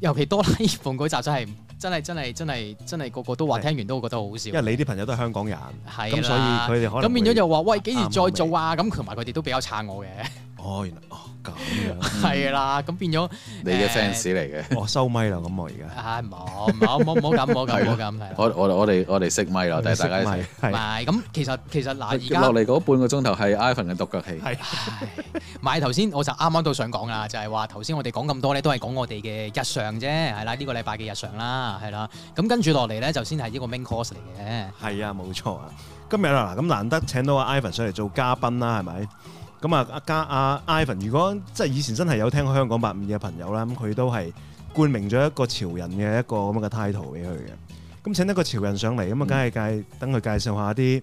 [SPEAKER 3] 尤其哆啦 A 夢嗰集真係真係真係真係真係個個都話
[SPEAKER 1] 係
[SPEAKER 3] 聽完都覺得好好笑，
[SPEAKER 1] 因為你啲朋友都係香港人，
[SPEAKER 3] 係
[SPEAKER 1] 咁所以
[SPEAKER 3] 啦
[SPEAKER 1] 佢哋可能
[SPEAKER 3] 咁變咗
[SPEAKER 1] 會
[SPEAKER 3] 就話喂幾時
[SPEAKER 1] 啱
[SPEAKER 3] 再
[SPEAKER 1] 我
[SPEAKER 3] 做啊？咁同埋佢哋都比較撐我嘅，
[SPEAKER 1] 哦，原來哦咁樣，
[SPEAKER 3] 係啦，咁變咗
[SPEAKER 2] 你嘅
[SPEAKER 3] 誒
[SPEAKER 2] fans 嚟嘅，
[SPEAKER 1] 我哦收咪啦，咁我而家
[SPEAKER 3] 啊冇冇冇冇咁冇咁冇咁係啦
[SPEAKER 2] 我，我我哋我哋熄咪啦，但係大家一齊。
[SPEAKER 3] 唔
[SPEAKER 1] 係
[SPEAKER 3] 係咁其實其實嗱啊而家
[SPEAKER 2] 落。嚟嗰半個鐘頭係 Ivan 嘅獨腳戲。
[SPEAKER 1] 係
[SPEAKER 3] 唉， 唔係頭先我就啱啱都想講啦，啊就係話頭先我哋講咁多咧，都係講我哋嘅日常啫，係啦，呢、個禮拜嘅日常啦，係啦，咁跟住落嚟咧就先係呢個 main course 嚟嘅，
[SPEAKER 1] 係啊，冇錯啊。今日啦，嗱咁難得請到阿 Ivan 上嚟做嘉賓啦，係咪？咁啊，阿嘉阿 Ivan，如果即係以前真係有聽過香港八五二嘅朋友啦，咁佢都係冠名咗一個潮人嘅一個咁嘅 title 俾佢嘅。咁請一個潮人上嚟，咁啊，梗係介等佢介紹下啲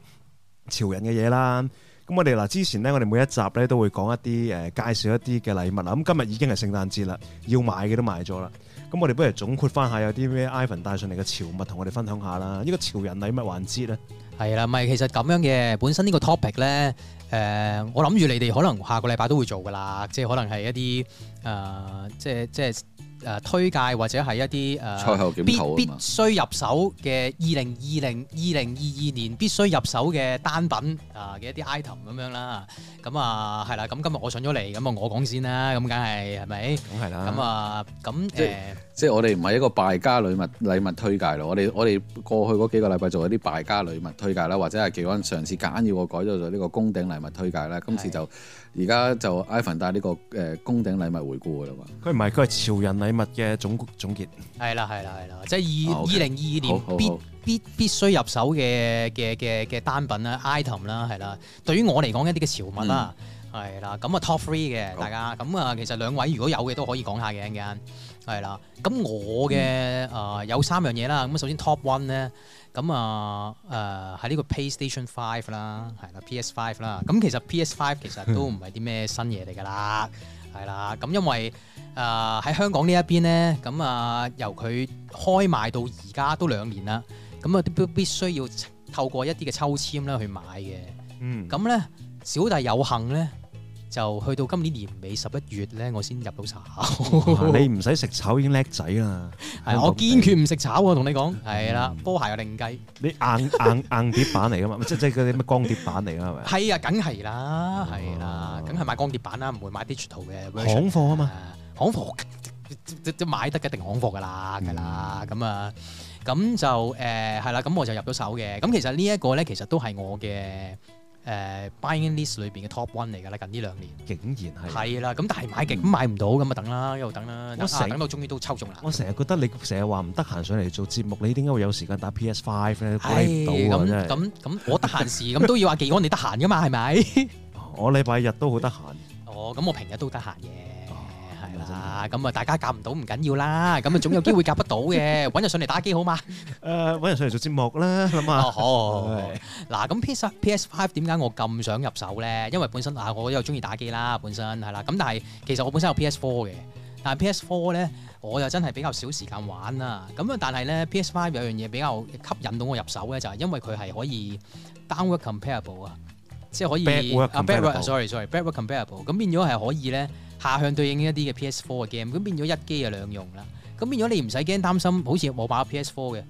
[SPEAKER 1] 潮人嘅嘢啦。咁我哋嗱之前呢，我哋每一集咧都會講一啲誒、介紹一啲嘅禮物啦。咁今日已經係聖誕節啦，要買嘅都買咗啦。咁我哋不如總括翻下有啲咩 Ivan 帶上嚟嘅潮物同我哋分享下啦。呢個潮人禮物環節咧，
[SPEAKER 3] 係啦，咪其實咁樣嘅，本身呢個 topic 咧，誒、我諗住你哋可能下個禮拜都會做噶啦，即係可能係一啲誒、即係即係誒、推介或者係一啲誒。
[SPEAKER 2] 賽後檢
[SPEAKER 3] 必
[SPEAKER 2] 討啊
[SPEAKER 3] 必
[SPEAKER 2] 嘛，
[SPEAKER 3] 須入手嘅二零二零二零二二年必須入手嘅單品啊嘅一啲 item 咁樣啦，咁啊係啦，咁今日我上咗嚟，咁啊我講先啦，咁梗係係咪？
[SPEAKER 1] 梗係啦。
[SPEAKER 3] 咁啊咁
[SPEAKER 2] 即係
[SPEAKER 3] 誒
[SPEAKER 2] 即係我哋唔係一個敗家禮物禮物推介咯。我哋我哋過去嗰幾個禮拜做一啲敗家禮物推介啦，或者係技安上次簡要我改咗做呢個宮頂禮物推介啦。今次就而家就 Ivan 帶呢個誒宮頂禮物回顧㗎啦嘛。
[SPEAKER 1] 佢唔係，佢係潮人禮物嘅總總結。
[SPEAKER 3] 係啦係啦係啦，即係
[SPEAKER 2] 哦
[SPEAKER 3] 二
[SPEAKER 2] ，OK
[SPEAKER 3] 二零二
[SPEAKER 2] 好
[SPEAKER 3] 二
[SPEAKER 2] 好
[SPEAKER 3] 年必
[SPEAKER 2] 好
[SPEAKER 3] 必必須入手嘅嘅嘅嘅單品啦、item 啦，係啦。對於我嚟講一啲嘅潮物啦，係啦。咁啊 top three 嘅
[SPEAKER 2] 好
[SPEAKER 3] 大家，咁啊其實兩位如果有嘅都可以講下嘅一陣間，係啦。咁我嘅誒有三樣嘢啦。咁首先 top one 咧，咁啊誒喺呢個 PlayStation Five 啦，係啦 PS Five 啦。咁其實 PS Five 其實都唔係啲咩新嘢嚟㗎啦，係啦。咁因為誒喺、香港呢一邊咧，咁啊由佢開賣到而家都兩年啦。咁啊都必須要透過一啲嘅抽籤啦去買嘅。
[SPEAKER 1] 嗯，
[SPEAKER 3] 咁咧，小弟有幸咧，就去到今年年尾十一月咧，我先入 到手。
[SPEAKER 1] 哇你唔使食炒已經叻仔啦。
[SPEAKER 3] 係我堅決唔食炒喎，同你講。係啦，波鞋又另計。
[SPEAKER 1] 你硬硬硬碟版嚟噶嘛？ 即即係嗰啲咩光碟版嚟噶係咪？
[SPEAKER 3] 係啊，梗係啦，係啦，梗係買光碟版啦，唔會買 digital 嘅 version。
[SPEAKER 1] 行貨啊嘛，
[SPEAKER 3] 行貨即即買得一定行貨噶啦，噶啦，咁啊，咁就誒係啦，咁我就入咗手嘅。咁其實呢一個咧，其實都係我嘅誒 buying list 裏邊嘅 top one 嚟㗎啦，近呢兩年。
[SPEAKER 1] 竟然係。嗯
[SPEAKER 3] 係啦，咁但係買極咁買唔到，咁啊等啦，一路等啦，
[SPEAKER 1] 我
[SPEAKER 3] 等啊
[SPEAKER 1] 成
[SPEAKER 3] 等到終於都抽中啦。
[SPEAKER 1] 我成日覺得你成日話唔得閒上嚟做節目，你點解會有時間打 PS Five 咧？估
[SPEAKER 3] 唉
[SPEAKER 1] 你唔到啊！
[SPEAKER 3] 咁
[SPEAKER 1] 真係。
[SPEAKER 3] 咁咁，我得閒時咁都要話技安 你得閒㗎嘛，係咪？
[SPEAKER 1] 我禮拜日都好得閒。
[SPEAKER 3] 哦，咁我平日都得閒嘅，
[SPEAKER 1] 係啦真
[SPEAKER 3] 啦
[SPEAKER 1] 係。
[SPEAKER 3] 咁啊，大家夾唔到唔緊要啦，咁啊總有機會夾得到 嘅，揾日上嚟打機好嘛？
[SPEAKER 1] 誒揾人上嚟做節目啦，諗
[SPEAKER 3] 哦，好
[SPEAKER 1] 下。
[SPEAKER 3] 好。好
[SPEAKER 1] 啊係
[SPEAKER 3] 嗱，咁 PS PS Five 點解我咁想入手咧？因為本身啊，我又中意打機啦，本身係啦。咁但係其實我本身有 PS Four 嘅，但係 PS Four 咧，我就真係比較少時間玩啦。咁啊，但係咧 PS Five 有樣嘢比較吸引到我入手咧，就係因為佢係可以 downward comparable 啊，即係可以
[SPEAKER 1] Backward
[SPEAKER 3] 啊
[SPEAKER 1] compatible
[SPEAKER 3] sorry sorry backward comparable，咁變咗係可以咧下向對應一啲嘅 PS Four 嘅 game，咁變咗一機就兩用啦。咁變咗你唔使驚擔心，好似我買 PS Four 嘅。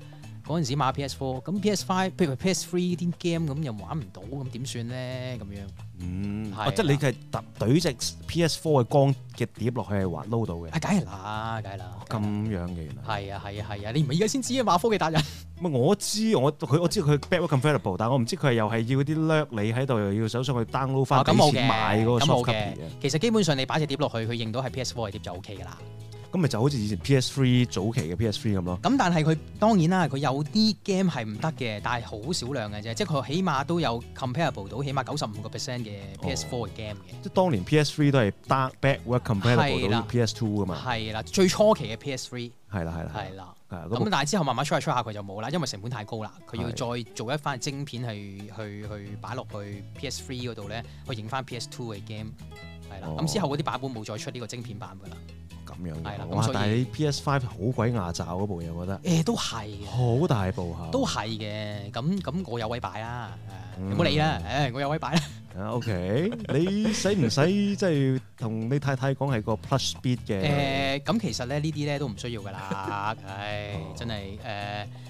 [SPEAKER 3] 嗰陣時買 PS Four，咁 PS Five 譬如 PS Three 啲 game 咁又玩唔到，咁點算咧？咁樣
[SPEAKER 1] 嗯，
[SPEAKER 3] 係啊
[SPEAKER 1] 哦即係你係揼懟只 PS4 嘅光嘅碟落去係玩撈到嘅。
[SPEAKER 3] 啊，梗係啦，梗係啦，
[SPEAKER 1] 咁樣嘅原來。
[SPEAKER 3] 係啊，係啊，係啊，你唔係而家先知啊嘛，科技 達人
[SPEAKER 1] 唔係我知我佢我知佢 backward compatible，但係我唔知佢係又係要啲掠你喺度，又要手上去 download 翻
[SPEAKER 3] 啊
[SPEAKER 1] 俾
[SPEAKER 3] 咁冇
[SPEAKER 1] 錢買嗰
[SPEAKER 3] 嘅，
[SPEAKER 1] 個
[SPEAKER 3] 咁
[SPEAKER 1] soft
[SPEAKER 3] 冇
[SPEAKER 1] copy
[SPEAKER 3] 嘅
[SPEAKER 1] 嘅。。
[SPEAKER 3] 其實基本上你擺隻碟落去，佢認到係 PS Four 嘅碟就 OK 噶啦。
[SPEAKER 1] 咁咪就好似以前 PS3 早期嘅 PS3 咁咯。
[SPEAKER 3] 咁但係佢當然啦，佢有啲 game 係唔得嘅，但係好少量嘅啫，即係佢起碼都有 comparable 到起碼九十五個 percent 嘅 PS Four 嘅 game 嘅。
[SPEAKER 1] 即係當年 PS3 都係 down backward
[SPEAKER 3] 係
[SPEAKER 1] compatible
[SPEAKER 3] 啦
[SPEAKER 1] 到 PS2 噶嘛。
[SPEAKER 3] 係啦，最初期嘅 PS Three
[SPEAKER 1] 係啦係啦
[SPEAKER 3] 係啦。
[SPEAKER 1] 啊
[SPEAKER 3] 咁
[SPEAKER 1] 咁
[SPEAKER 3] 但係之後慢慢出下出下佢就冇啦，因為成本太高啦，佢要
[SPEAKER 1] 係
[SPEAKER 3] 再做一番晶片去去去擺落去 PS Three 嗰度咧，去影翻 PS Two 嘅 game。係啦，
[SPEAKER 1] 哦
[SPEAKER 3] 咁之後嗰啲版本冇再出呢個晶片版噶啦。
[SPEAKER 1] 咁樣
[SPEAKER 3] 係啦
[SPEAKER 1] 嘅。
[SPEAKER 3] 咁
[SPEAKER 1] 哇！
[SPEAKER 3] 所以
[SPEAKER 1] 但係你 PS5 好鬼牙罩嗰部嘢，我覺得
[SPEAKER 3] 誒、都係嘅，
[SPEAKER 1] 好大部下。
[SPEAKER 3] 都係嘅。咁咁我有位擺啦，誒
[SPEAKER 1] 嗯
[SPEAKER 3] 有冇理啦？誒、我有位擺啦。
[SPEAKER 1] 啊，OK，你使唔使即係同你太太講係個 plus speed
[SPEAKER 3] 誒、
[SPEAKER 1] 嘅？
[SPEAKER 3] 咁其實咧呢啲咧都唔需要 噶啦，唉
[SPEAKER 1] 哦，
[SPEAKER 3] 真係誒誒
[SPEAKER 1] 即係
[SPEAKER 3] 係呢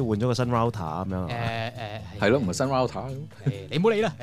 [SPEAKER 3] 啲
[SPEAKER 1] 換咗個新 router 咁樣
[SPEAKER 3] 誒
[SPEAKER 1] 啊。
[SPEAKER 3] 誒
[SPEAKER 2] 係咯，唔係新 router 咯。
[SPEAKER 3] 誒你唔好理啦，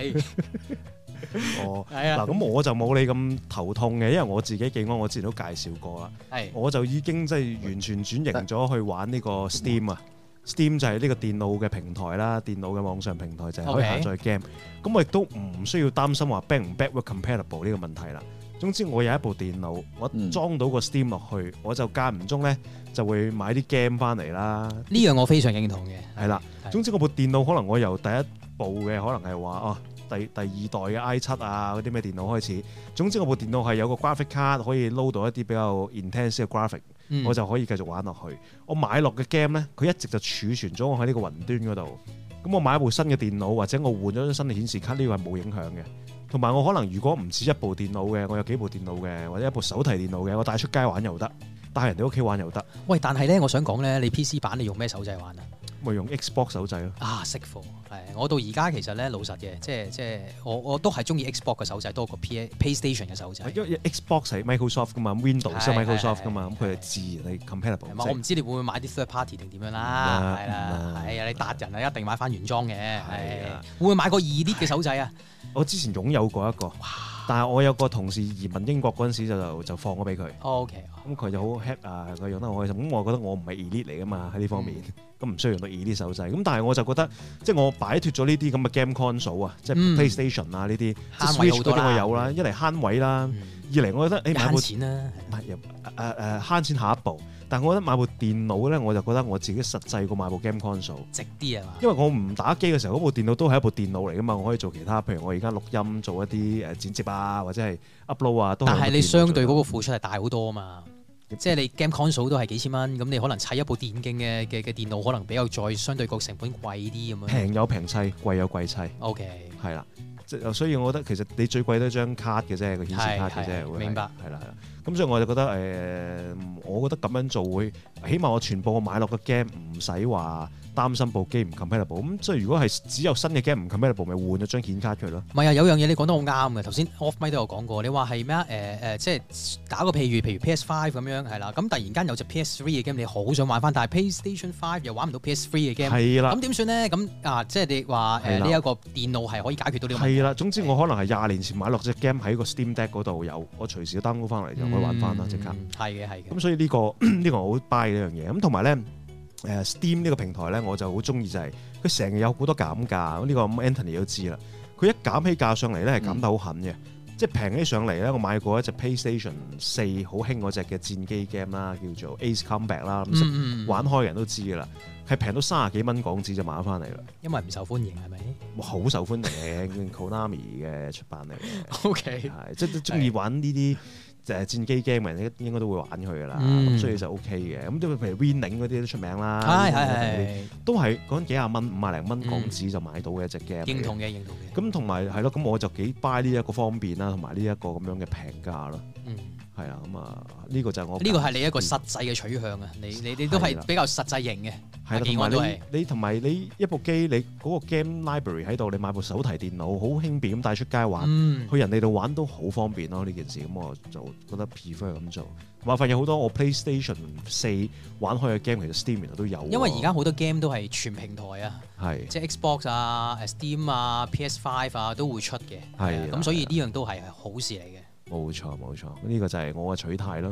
[SPEAKER 3] 誒
[SPEAKER 1] 哦，
[SPEAKER 3] 係啊
[SPEAKER 1] 嗱，咁我就冇你咁頭痛嘅，因為我自己記安，我之前都介紹過啦，
[SPEAKER 3] 係
[SPEAKER 1] 我就已經即係完全轉型咗去玩呢個 Steam 啊。Steam 就係呢個電腦嘅平台啦，電腦嘅網上平台就係可以
[SPEAKER 3] OK
[SPEAKER 1] 下載 game。咁我亦都唔需要擔心話 back 唔 backward compatible 呢個問題啦。總之我有一部電腦，我
[SPEAKER 2] 嗯
[SPEAKER 1] 裝到個 Steam 落去，我就間唔中呢就會買啲 game 翻嚟啦。
[SPEAKER 3] 呢樣我非常認同嘅。
[SPEAKER 1] 係啦，
[SPEAKER 3] 係
[SPEAKER 1] 總之我部電腦可能我由第一部嘅可能係話哦，第第二代嘅 I 七啊嗰啲咩電腦開始，總之我部電腦係有個 graphic card 可以撈到一啲比較 intense 嘅 graphic，、
[SPEAKER 3] 嗯
[SPEAKER 1] 我就可以繼續玩落去。我買落嘅 game 呢，佢一直就儲存咗我喺呢個雲端嗰度。咁我買一部新嘅電腦或者我換咗張新嘅顯示卡，呢個係冇影響嘅。同埋我可能如果唔止一部電腦嘅，我有幾部電腦嘅，或者一部手提電腦嘅，我帶出街玩又得，帶人哋屋企玩又得，
[SPEAKER 3] 喂，但係咧，我想講咧，你 PC 版你用咩手掣玩啊？
[SPEAKER 1] 咪用 Xbox 手掣咯。
[SPEAKER 3] 啊，識貨係我到而家其實咧老實嘅，即係即係我我都係中意 Xbox 嘅手掣多過 P PlayStation 嘅手掣。
[SPEAKER 1] 因為 Xbox 係 Microsoft 噶嘛，Windows 係
[SPEAKER 3] 係
[SPEAKER 1] Microsoft 噶嘛，
[SPEAKER 3] 係
[SPEAKER 1] 咁佢就自然係
[SPEAKER 3] 係
[SPEAKER 1] compatible
[SPEAKER 3] 嘛？
[SPEAKER 1] 即
[SPEAKER 3] 我
[SPEAKER 1] 係。
[SPEAKER 3] 唔知你會唔會買啲 third party 定點樣啦，
[SPEAKER 1] 唔得
[SPEAKER 3] 係啦
[SPEAKER 1] 唔，得
[SPEAKER 3] 係啊，你達人啊，一定買翻原裝嘅，
[SPEAKER 1] 係
[SPEAKER 3] 係
[SPEAKER 1] 啊
[SPEAKER 3] 會唔會買個二 D 嘅手掣啊？
[SPEAKER 1] 我之前擁有過一個，但係我有個同事移民英國嗰陣時就就就放咗俾佢，
[SPEAKER 3] OK，
[SPEAKER 1] 咁佢就好 happy 啊，佢用得好開心。咁我覺得我唔係 elite 嚟噶
[SPEAKER 3] 嗯
[SPEAKER 1] 嘛喺呢方面，咁唔需要用到 elite 手掣。咁但係我就覺得，即係我擺脱咗呢啲咁嘅 game console 啊，即係
[SPEAKER 3] 嗯
[SPEAKER 1] PlayStation 啊呢啲，即係
[SPEAKER 3] 慳位好
[SPEAKER 1] Switch
[SPEAKER 3] 多
[SPEAKER 1] 嗰
[SPEAKER 3] 啦
[SPEAKER 1] 啲我有啦，一嚟慳位啦，
[SPEAKER 3] 嗯
[SPEAKER 1] 二嚟我覺得誒買部
[SPEAKER 3] 慳錢啦，
[SPEAKER 1] 唔係又誒誒慳錢下一步，但係我覺得買部電腦咧，我就覺得我自己實際過買部 game console。
[SPEAKER 3] 值啲啊嘛。
[SPEAKER 1] 因為我唔打機嘅時候，嗰部電腦都係一部電腦嚟噶嘛，我可以做其他，譬如我而家錄音做一啲誒剪接啊，或者係 upload 啊，都
[SPEAKER 3] 但
[SPEAKER 1] 係
[SPEAKER 3] 係
[SPEAKER 1] 用電腦
[SPEAKER 3] 你
[SPEAKER 1] 嗯做
[SPEAKER 3] 相對嗰個付出係大好多啊嘛，即係你 game console 都係幾千蚊，咁你可能砌一部電競嘅嘅嘅電腦，可能比較再相對個成本貴啲咁樣。
[SPEAKER 1] 平有平砌，貴有貴砌，係
[SPEAKER 3] OK，
[SPEAKER 1] 啦。即係所以我覺得其實你最貴都係張卡嘅啫，個顯示卡嘅
[SPEAKER 3] 係
[SPEAKER 1] 啫，
[SPEAKER 3] 係
[SPEAKER 1] 會係
[SPEAKER 3] 明白
[SPEAKER 1] 係啦係啦。咁所以我就覺得誒、呃我覺得咁樣做會，起碼我全部我買落個 game 唔使話擔心部機唔 compatible。咁所以如果係只有新嘅 game 唔 compatible，咪換咗張顯卡佢咯。
[SPEAKER 3] 唔係啊，有樣嘢你講得好啱嘅。頭先 off mic 都有講過，你話係咩啊？誒、誒，即係打個譬如，譬如 PS Five 咁樣係啦，咁突然間有隻 PS Three 嘅 game 你好想玩翻，但係 PlayStation Five 又玩唔到 PS Three 嘅 game，
[SPEAKER 1] 係啦
[SPEAKER 3] 咁。點算咧？咁啊，即係你話誒
[SPEAKER 1] 係啦
[SPEAKER 3] 呢一個電腦係可以解決到呢個問題。
[SPEAKER 1] 係啦，啊總之我可能係廿年前買落只 game 喺個 Steam Deck 嗰度有，我隨時都 download 翻嚟就可以玩翻啦，即刻。
[SPEAKER 3] 嗯係嘅，係嘅。
[SPEAKER 1] 咁所以呢、個 呢、個我好 buy 呢樣嘢。咁同埋咧，誒、Steam 呢個平台咧，我就好中意就係佢成日有好多減價。呢、個咁 Anthony 都知啦，佢一減起價上嚟咧係減得好狠嘅。即係平起上嚟咧，我買過一隻 PlayStation 四好興嗰只嘅戰機 game 啦，叫做 Ace Combat 啦，咁識
[SPEAKER 3] 嗯嗯嗯
[SPEAKER 1] 玩開嘅人都知噶啦，係平到三十幾蚊港紙就買翻嚟啦，
[SPEAKER 3] 因為唔受歡迎 係咪
[SPEAKER 1] 哇好受歡迎嘅 Konami 嘅出版嚟嘅。
[SPEAKER 3] ？OK，
[SPEAKER 1] 係，即係都中意玩呢啲就係戰機 game 嘅人應該都會玩佢噶啦，
[SPEAKER 3] 嗯
[SPEAKER 1] 咁所以就 OK 嘅。咁即係譬如 Winning 嗰啲都出名啦，Winning
[SPEAKER 3] 係係
[SPEAKER 1] 嗰啲
[SPEAKER 3] 係，
[SPEAKER 1] 都係講緊幾廿蚊、五廿零蚊港
[SPEAKER 3] 嗯
[SPEAKER 1] 紙就買到嘅一隻 game 嚟嘅。
[SPEAKER 3] 認同嘅認同嘅。
[SPEAKER 1] 咁同埋係咯，咁我就幾 buy 呢一個方便啦，同埋呢一個咁樣嘅平價咯。
[SPEAKER 3] 嗯，
[SPEAKER 1] 係啊，咁啊呢個就係我
[SPEAKER 3] 呢個係你一個實際嘅取向啊！你你你都
[SPEAKER 1] 係啦
[SPEAKER 3] 係比較實際型嘅。
[SPEAKER 1] 係啦，
[SPEAKER 3] 阿健
[SPEAKER 1] 同埋
[SPEAKER 3] 我都係
[SPEAKER 1] 你你同埋你一部機，你嗰個 game library 喺度，你買部手提電腦好輕便咁帶出街玩，
[SPEAKER 3] 嗯，
[SPEAKER 1] 去人哋度玩都好方便咯。呢件事咁我就覺得 prefer 咁做。同埋發現好多我 PlayStation 四玩開嘅 game 其實 Steam 原來都有喎，
[SPEAKER 3] 因為而家好多 game 都係全平台啊。
[SPEAKER 1] 係
[SPEAKER 3] 即係 Xbox 啊、誒 Steam 啊、PS5 啊都會出嘅，
[SPEAKER 1] 係啊
[SPEAKER 3] 咁所以呢樣都係好事嚟嘅。
[SPEAKER 1] 冇錯冇錯，呢個就係我嘅取態啦。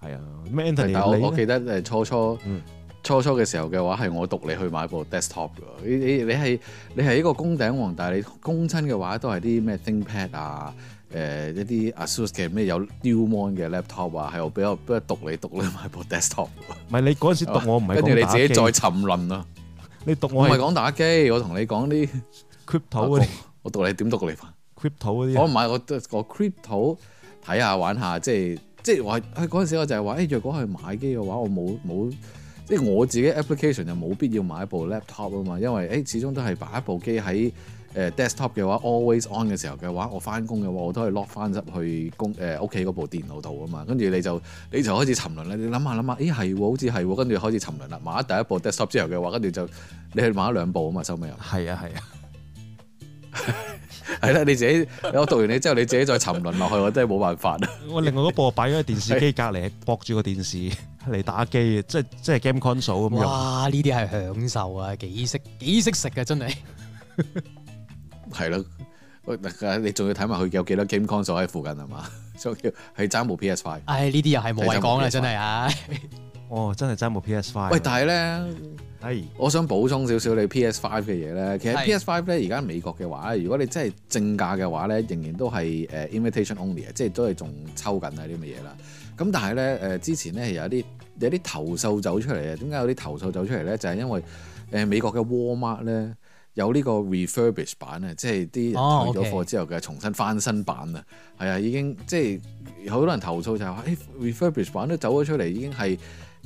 [SPEAKER 2] 係。
[SPEAKER 1] 係啊，咩
[SPEAKER 2] 但
[SPEAKER 1] Anthony
[SPEAKER 2] 係我我
[SPEAKER 1] 你
[SPEAKER 2] 記
[SPEAKER 1] 咧
[SPEAKER 2] 得誒初初、
[SPEAKER 1] 嗯
[SPEAKER 2] 初初嘅時候嘅話係我讀你去買部 desktop 㗎，你你你係你係一個攻頂王，但係你攻親嘅話都係啲咩 ThinkPad 啊。誒、一啲 ASUS 嘅咩有 Dual Mon 嘅 laptop 啊，係我俾我俾我讀你讀你買部 desktop，
[SPEAKER 1] 唔係你嗰陣時讀我唔係
[SPEAKER 2] 跟住
[SPEAKER 1] 講
[SPEAKER 2] 哦你
[SPEAKER 1] 打
[SPEAKER 2] 自己
[SPEAKER 1] 機
[SPEAKER 2] 再沉淪啦。
[SPEAKER 1] 你讀
[SPEAKER 2] 我
[SPEAKER 1] 我
[SPEAKER 2] 唔係
[SPEAKER 1] 係
[SPEAKER 2] 講打機，我同你講啲
[SPEAKER 1] crypto 嗰
[SPEAKER 2] 我
[SPEAKER 1] 啲
[SPEAKER 2] 我讀你點啊讀你法。
[SPEAKER 1] crypto 嗰
[SPEAKER 2] 我
[SPEAKER 1] 啲
[SPEAKER 2] 唔係我我 crypto 睇下玩下，即係即係我係嗰陣時我就係話，誒、若果係買機嘅話，我冇冇即係我自己 application 就冇必要買部 laptop 啊嘛，因為誒、始終都係擺一部機喺誒、desktop 嘅話，always on 嘅時候嘅話，我翻工嘅話，我都係 lock 翻入去公誒屋企嗰部電腦度啊嘛，跟住你就你就開始沉淪啦，你諗下諗下，咦係喎，好似係喎，跟住開始沉淪啦，買咗第一部 desktop 之後嘅話，跟住就你去買咗兩部啊嘛，收尾又。
[SPEAKER 1] 係啊 係啊，
[SPEAKER 2] 係啦，你自己我讀完你之後，你自己再沉淪落去，我真係冇辦法。
[SPEAKER 1] 我另外嗰部我擺咗喺電視機隔離，駁住個電視 嚟打機嘅，即係即係 game console 咁用。
[SPEAKER 3] 哇！呢啲係享受啊，幾識幾識食啊，真係。
[SPEAKER 2] 係咯，喂嗱你仲要睇埋佢有幾多 game console 喺附近係嘛？ 仲要係爭部 PS Five。
[SPEAKER 3] 唉，呢啲又係冇謂講啦，
[SPEAKER 2] 真
[SPEAKER 3] 真
[SPEAKER 2] 係冇
[SPEAKER 3] 係唉。
[SPEAKER 1] 哦，真係爭部 PS Five。
[SPEAKER 2] 喂，但係咧，
[SPEAKER 1] 係
[SPEAKER 2] 我想補充少少你 PS Five 嘅嘢咧。其實
[SPEAKER 3] 係
[SPEAKER 2] PS Five 咧，而家美國嘅話咧，如果你真係正價嘅話咧，仍然都係誒、呃 invitation only 啊，即係都係仲抽緊啊啲咁嘅嘢啦。咁但係咧誒，之前咧有啲有啲投訴走出嚟啊。點解有啲投訴走出嚟咧？就係、因為誒、呃美國嘅 Walmart 咧有呢個 refurbish 版啊，即係啲人
[SPEAKER 3] 哦
[SPEAKER 2] 退咗
[SPEAKER 3] OK
[SPEAKER 2] 貨之後嘅重新翻新版啊。係啊，已經即係好多人投訴就係話，誒、refurbish 版都走咗出嚟，已經係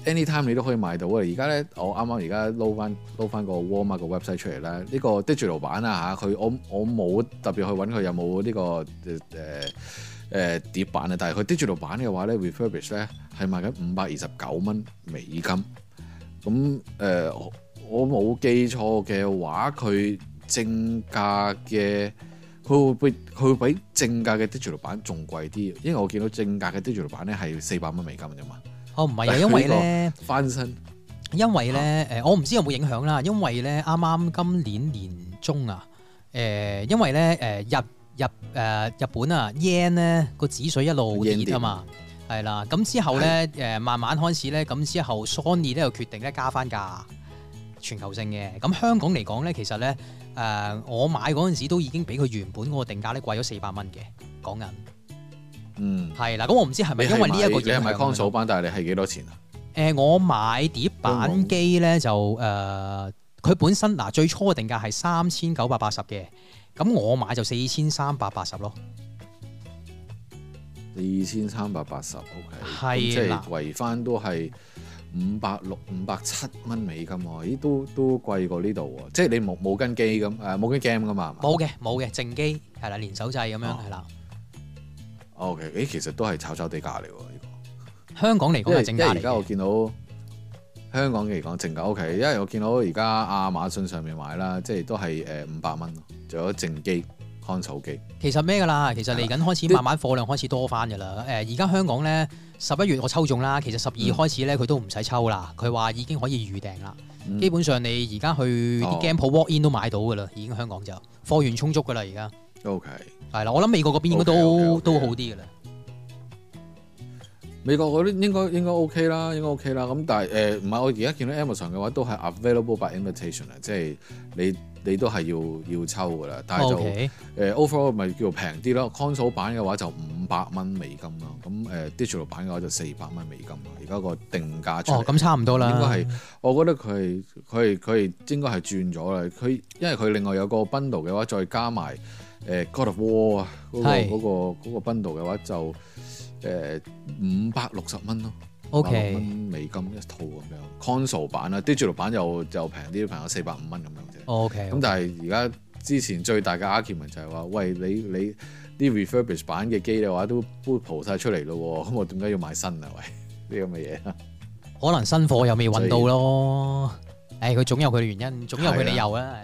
[SPEAKER 2] anytime 你都可以買到啊！而家咧，我啱啱而家撈翻撈翻個 Walmart 個 website 出嚟啦，呢、個 digital 版啊嚇，佢我我冇特別去揾佢有冇呢、個誒誒誒碟版啊，但係佢 digital 版嘅話咧，refurbish 咧係賣緊五百二十九蚊美金，咁誒、呃我我冇記錯嘅話，佢正價嘅。佢會比佢會比正價嘅 digital 版仲貴啲，因為我見到正價嘅 digital 版咧係四百蚊美金啫嘛，
[SPEAKER 3] 哦，唔係啊，因為咧，
[SPEAKER 2] 翻身
[SPEAKER 3] 因為咧，誒，我唔知有冇影響啦。因為咧，啱啱今年年中啊，誒，因為咧，誒，日日誒日本啊 yen 咧個指數一路
[SPEAKER 2] yen
[SPEAKER 3] 跌啊嘛，係啦。咁之後咧，誒，慢慢開始咧，咁之後 Sony 咧又決定咧加翻價。全球性嘅。咁香港嚟講咧，其實咧誒、我買嗰陣時都已經比佢原本嗰個定價咧貴咗四百蚊嘅講緊。
[SPEAKER 2] 嗯。
[SPEAKER 3] 係啦，咁我唔知係咪
[SPEAKER 2] 你
[SPEAKER 3] 因為呢一個
[SPEAKER 2] 個你係
[SPEAKER 3] 影
[SPEAKER 2] 買
[SPEAKER 3] 響啊
[SPEAKER 2] console 版，但係你係幾多錢啊？
[SPEAKER 3] 誒，我買碟版機咧就誒，佢、本身嗱、最初嘅定價係三千九百八十嘅，咁我買就四千三百八十咯。
[SPEAKER 2] 二千三百八十，OK，
[SPEAKER 3] 係
[SPEAKER 2] 咁即係
[SPEAKER 3] 啦
[SPEAKER 2] 圍翻都係五百六、五百七蚊美金喎，咦，都都貴過呢度喎，即係你冇冇跟機咁，誒冇跟 game 噶嘛？係嘛
[SPEAKER 3] 冇嘅，冇嘅，正機係啦，連手掣咁樣
[SPEAKER 2] 哦
[SPEAKER 3] 係啦。
[SPEAKER 2] ，OK，誒其實都係炒炒地價嚟喎，呢個
[SPEAKER 3] 香港嚟
[SPEAKER 2] 因
[SPEAKER 3] 講
[SPEAKER 2] 為
[SPEAKER 3] 係
[SPEAKER 2] 因
[SPEAKER 3] 正
[SPEAKER 2] 為
[SPEAKER 3] 價
[SPEAKER 2] 而
[SPEAKER 3] 嚟
[SPEAKER 2] 家我
[SPEAKER 3] 嘅。
[SPEAKER 2] 見到香港嚟講正價 OK，因為我見到而家亞馬遜上面買啦，即係都係誒五百蚊咯，仲有正機、看草機。
[SPEAKER 3] 其實咩㗎啦？其實嚟緊開始
[SPEAKER 2] 啲
[SPEAKER 3] 慢慢貨量開始多翻㗎啦。誒，而家香港咧十一月我抽中啦，其實十二
[SPEAKER 2] 嗯
[SPEAKER 3] 開始咧佢都唔使抽啦，佢話已經可以預訂啦。
[SPEAKER 2] 嗯
[SPEAKER 3] 基本上你而家去
[SPEAKER 2] 哦
[SPEAKER 3] 啲 game 鋪 walk in 都買到㗎啦，已經香港就貨源充足㗎啦，而家
[SPEAKER 2] OK，
[SPEAKER 3] 係啦。我諗美國嗰邊應該都
[SPEAKER 2] OK，OK，OK
[SPEAKER 3] 都好啲㗎啦。
[SPEAKER 2] 美國嗰啲應該應該 OK 啦，應該 OK 啦。咁但係誒唔係，我而家見到 Amazon 嘅話都係 available by invitation 啊，即係你你都係要要抽㗎啦。但係就
[SPEAKER 3] O K，
[SPEAKER 2] 誒 overall 咪叫做平啲咯，console 版嘅話就五百蚊美金咯，咁誒 digital 版嘅話就四百蚊美金咯。而家個定價出嚟
[SPEAKER 3] 哦，咁差唔多啦。
[SPEAKER 2] 應該係，我覺得佢係佢係佢係應該係轉咗啦。佢因為佢另外有個 bundle 嘅話，再加埋誒、誒 God of War 啊，嗰個
[SPEAKER 3] 係
[SPEAKER 2] 嗰個嗰個 bundle 嘅話就誒五百六十蚊咯。
[SPEAKER 3] O
[SPEAKER 2] 百六蚊
[SPEAKER 3] K
[SPEAKER 2] 美金一套咁樣，console 版啦，digital 版又又平啲，朋友四百五蚊咁樣啫。
[SPEAKER 3] O K，
[SPEAKER 2] 咁但係而家之前最大嘅 argument 就係話，喂你你啲 refurbish 版嘅機嘅話都都蒲晒出嚟咯喎，咁我點解要買新啊？喂，呢啲咁嘅嘢，
[SPEAKER 3] 可能新貨又未揾到咯。誒，佢總有佢嘅原因，總有佢理由啊。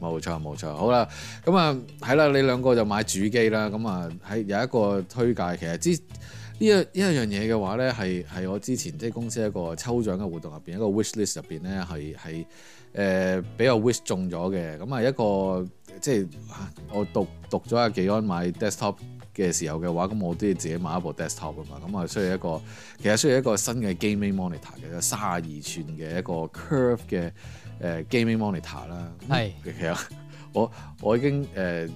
[SPEAKER 2] 冇錯冇錯。好啦，咁啊係啦，你兩個就買主機啦，咁啊喺有一個推介，其實之。呢一呢一樣嘢嘅話咧，係係我之前即係公司一個抽獎嘅活動入邊，一個 wish list 入邊咧係係誒俾我 wish 中咗嘅。咁啊一個即係啊我讀讀咗阿技安買 desktop 嘅時候嘅話，咁我都要自己買一部 desktop 啊嘛。咁啊需要一個其實需要一個新嘅 gaming monitor 嘅，三十二寸嘅一個 curve 嘅誒、呃 gaming monitor 啦。咁
[SPEAKER 3] 係
[SPEAKER 2] 其實我我已經誒。呃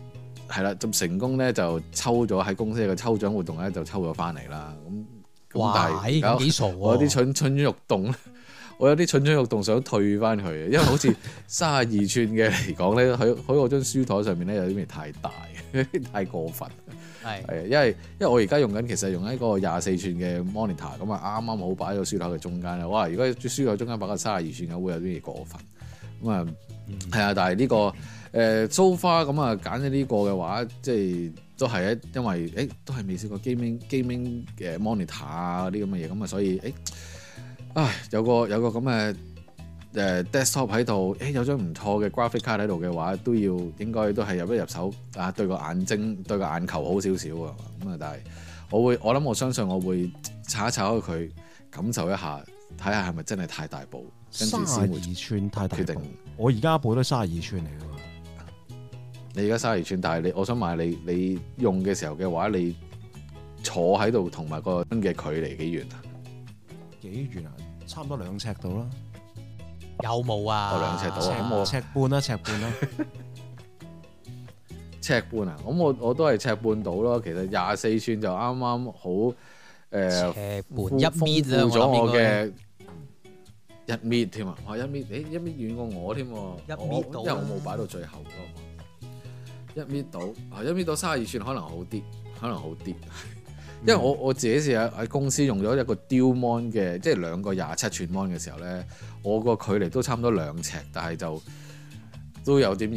[SPEAKER 2] 係啦，咁成功咧就抽咗喺公司嘅抽獎活動咧就抽咗翻嚟啦。咁咁
[SPEAKER 3] 哇，
[SPEAKER 2] 但係
[SPEAKER 3] 咦
[SPEAKER 2] 而
[SPEAKER 3] 咁
[SPEAKER 2] 家
[SPEAKER 3] 幾傻喎！
[SPEAKER 2] 我有啲蠢蠢欲動咧，我有啲蠢蠢欲動想退翻佢，因為好似 三十二寸嘅嚟講咧，喺喺我張書台上面咧有啲咩太大，太過分。
[SPEAKER 3] 係
[SPEAKER 2] 係，啊因為因為我而家用緊其實用緊一個廿四寸嘅 monitor 咁啊，啱啱好擺喺個書台嘅中間啦。哇！如果書台中間擺個三十二寸嘅，會有啲嘢過分咁啊。係啊，但係呢、個誒 so far 咁啊，揀咗呢個嘅話，即係都係一因為誒都係未試過 gaming gaming 嘅 monitor 啊嗰啲咁嘅嘢，咁啊所以誒唉有個有個咁嘅。誒呃 desktop 喺度，誒有張唔錯嘅 graphic card 喺度嘅話，都要應該都係入一入手啊，對個眼睛對個眼球好少少啊。咁啊，但係我會我諗我相信我會查一查開佢，感受一下，睇下係咪真係太大步，跟住
[SPEAKER 1] 三十
[SPEAKER 2] 先會
[SPEAKER 1] 二寸太大部
[SPEAKER 2] 決定。
[SPEAKER 1] 我而家部都三十二寸嚟嘅
[SPEAKER 2] 你而家三十二寸，但係你我想買你你用嘅時候嘅話，你坐喺度同埋個身嘅距離幾遠啊？
[SPEAKER 1] 喎，幾遠啊？差唔多兩尺到啦，
[SPEAKER 3] 有冇
[SPEAKER 2] 我
[SPEAKER 3] 啊
[SPEAKER 2] 兩？尺到啊咁我
[SPEAKER 1] 尺尺半啦，尺半 啦。
[SPEAKER 2] 尺半啊！咁我我都係尺半到咯。其實廿四寸就啱啱好誒，
[SPEAKER 3] 尺
[SPEAKER 2] 呃
[SPEAKER 3] 半一米
[SPEAKER 2] 豐
[SPEAKER 3] 啦，
[SPEAKER 2] 富咗
[SPEAKER 3] 我
[SPEAKER 2] 我
[SPEAKER 3] 諗應該
[SPEAKER 2] 嘅一米添啊！哇，一米誒一米遠過我添喎，
[SPEAKER 3] 一
[SPEAKER 2] 我
[SPEAKER 3] 米到
[SPEAKER 2] 因
[SPEAKER 3] 啊
[SPEAKER 2] 為
[SPEAKER 3] 啦
[SPEAKER 2] 我冇擺到最後嗰個一米到啊，一米到三十二寸可能好啲，可能好啲。
[SPEAKER 3] 嗯
[SPEAKER 2] 因為我我自己試下喺公司用咗一個 Dual Mon 嘅，即係兩個廿七寸 Mon 嘅時候咧，我個距離都差唔多兩尺，但係就都有點而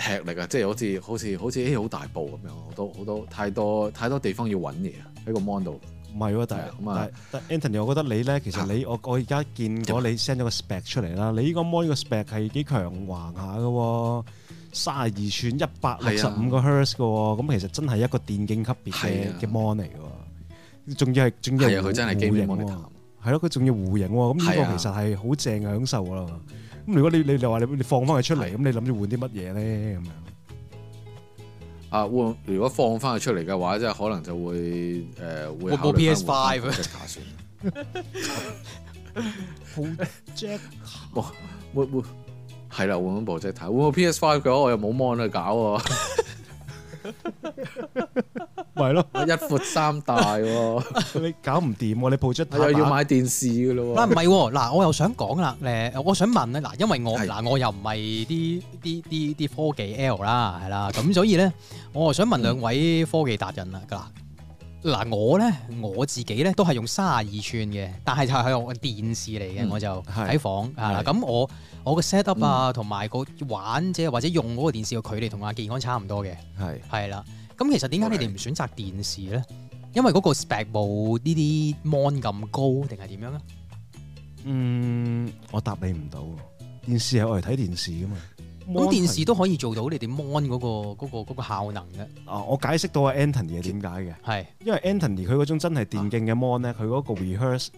[SPEAKER 2] 吃力啊！即係好似好似好似咦好大步咁樣，好多好多太多太多地方要揾嘢啊喺個 Mon 度。
[SPEAKER 1] 唔係喎，但係
[SPEAKER 2] 咁啊
[SPEAKER 1] 但係但 Anthony，我覺得你咧，其實你我我而家見咗你 send 咗個 spec 出嚟啦，你呢個 mon 個 spec 係幾強橫下嘅喎，三十二寸一百六十五個 hertz 嘅喎，咁其實真係一個電競級別
[SPEAKER 2] 啊係啊
[SPEAKER 1] 嘅嘅 mon 嚟嘅喎，仲要係仲要
[SPEAKER 2] 係啊，佢真係
[SPEAKER 1] 護
[SPEAKER 2] gaming
[SPEAKER 1] 型喎
[SPEAKER 2] monitor。
[SPEAKER 1] 係咯，佢仲要弧形喎，咁
[SPEAKER 2] 係
[SPEAKER 1] 呢
[SPEAKER 2] 啊
[SPEAKER 1] 個其實係好正嘅享受啦。咁如果你你你話你你放翻佢出嚟，咁你諗住換啲乜嘢咧？咁樣
[SPEAKER 2] 啊，會如果放翻佢出嚟嘅話，即係可能就會誒、呃、會
[SPEAKER 3] 冇
[SPEAKER 2] 考慮
[SPEAKER 3] PS5
[SPEAKER 2] 翻換翻 projector 算啦 冇會會係啦，換咗部 projector，換部 PS Five 嘅話，我又冇 mon 去搞喎，
[SPEAKER 1] 咪係咯，
[SPEAKER 2] 一闊三大喎，
[SPEAKER 1] 你搞唔掂喎，你 project
[SPEAKER 2] 又要買電視嘅咯
[SPEAKER 3] 嗱
[SPEAKER 2] 喎
[SPEAKER 3] 唔。係喎，嗱我又想講啦，誒我想問咧，嗱因為我
[SPEAKER 2] 係
[SPEAKER 3] 嗱我又唔係啲啲啲啲科技 L 啦，係啦，咁所以咧，我又想問兩位科技達人啦，啊嗱嗱我咧我自己咧都係用三十二寸嘅，但係就係用電視嚟嘅，
[SPEAKER 2] 嗯
[SPEAKER 3] 我就
[SPEAKER 1] 係
[SPEAKER 3] 喺房係啦，
[SPEAKER 1] 係
[SPEAKER 3] 咁我我個 set up 啊，同埋個玩者或者用嗰個電視嘅距離同阿技安差唔多嘅。
[SPEAKER 1] 係
[SPEAKER 3] 係啦，咁其實點解你哋唔選擇電視咧？因為嗰個 spec 冇呢啲 mon 咁高，定係點樣啊？
[SPEAKER 1] 嗯，我答你唔到喎。電視係我嚟睇電視噶嘛。
[SPEAKER 3] 咁
[SPEAKER 1] Mon
[SPEAKER 3] 電視都可以做到你哋 mon 嗰個嗰個嗰個效能嘅，
[SPEAKER 1] 啊，我解釋到阿 Anthony 係點解嘅，
[SPEAKER 3] 係
[SPEAKER 1] 因為 Anthony 佢嗰種真係電競嘅 mon 咧，佢嗰個 rehearse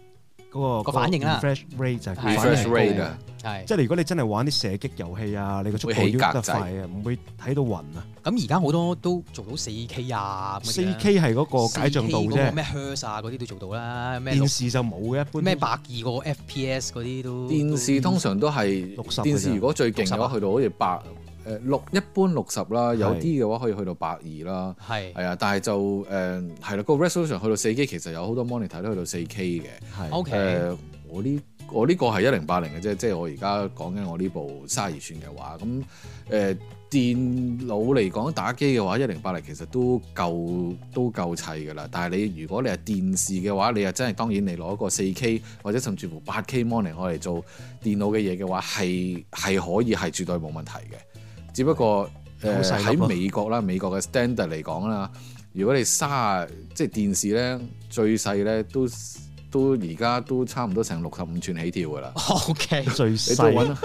[SPEAKER 1] 嗰個
[SPEAKER 3] 個反應啦
[SPEAKER 1] r e f r e s h rate 就係
[SPEAKER 3] 係
[SPEAKER 2] refresh
[SPEAKER 1] 反應
[SPEAKER 2] rate
[SPEAKER 1] 高
[SPEAKER 2] 啊，
[SPEAKER 3] 係。
[SPEAKER 1] 即係如果你真係玩啲射擊遊戲啊，你個速度
[SPEAKER 2] 會起格
[SPEAKER 1] 要得
[SPEAKER 2] 掣
[SPEAKER 1] 快啊，唔會睇到暈啊。
[SPEAKER 3] 咁而家好多都做到四 K 啊，
[SPEAKER 1] 四 K 係嗰個解像度
[SPEAKER 3] 4K 嗰個
[SPEAKER 1] 啫，
[SPEAKER 3] 咩 Hertz 啊嗰啲都做到啦，咩
[SPEAKER 1] 電
[SPEAKER 3] 六
[SPEAKER 1] 視就冇嘅，一般
[SPEAKER 3] 咩百二個 FPS 嗰啲都
[SPEAKER 2] 電視通常都係
[SPEAKER 1] 60
[SPEAKER 2] 電視，如果最勁嘅
[SPEAKER 3] 60啊
[SPEAKER 2] 話，去到好似百誒六，一般六十啦，有
[SPEAKER 1] 係
[SPEAKER 2] 啲嘅話可以去到百二啦。
[SPEAKER 3] 係
[SPEAKER 2] 係啊，但係就誒 係啦，個 resolution 去到四 K，其實有好多 monitor 都去到四 K 嘅。
[SPEAKER 1] 係
[SPEAKER 3] OK
[SPEAKER 2] 誒、我呢我呢個係一零八零嘅啫，即係我而家講緊我呢部卅二寸嘅話，咁誒、呃、電腦嚟講打機嘅話，一零八零其實都夠都夠砌㗎啦。但係你如果你係電視嘅話，你又真係當然你攞個四 K 或者甚至乎八 K mon 嚟我嚟做電腦嘅嘢嘅話，係係可以係絕對冇問題嘅。只不過
[SPEAKER 1] 好
[SPEAKER 2] 誒
[SPEAKER 1] 細粒
[SPEAKER 2] 喺、
[SPEAKER 1] 咯
[SPEAKER 2] 美國啦，美國嘅 standard 嚟講啦，如果你卅即係電視咧最細咧都都而家都差唔多成六十五寸起跳㗎啦。
[SPEAKER 3] O K，
[SPEAKER 1] 最
[SPEAKER 2] 你都
[SPEAKER 1] 細
[SPEAKER 2] 揾
[SPEAKER 3] 啊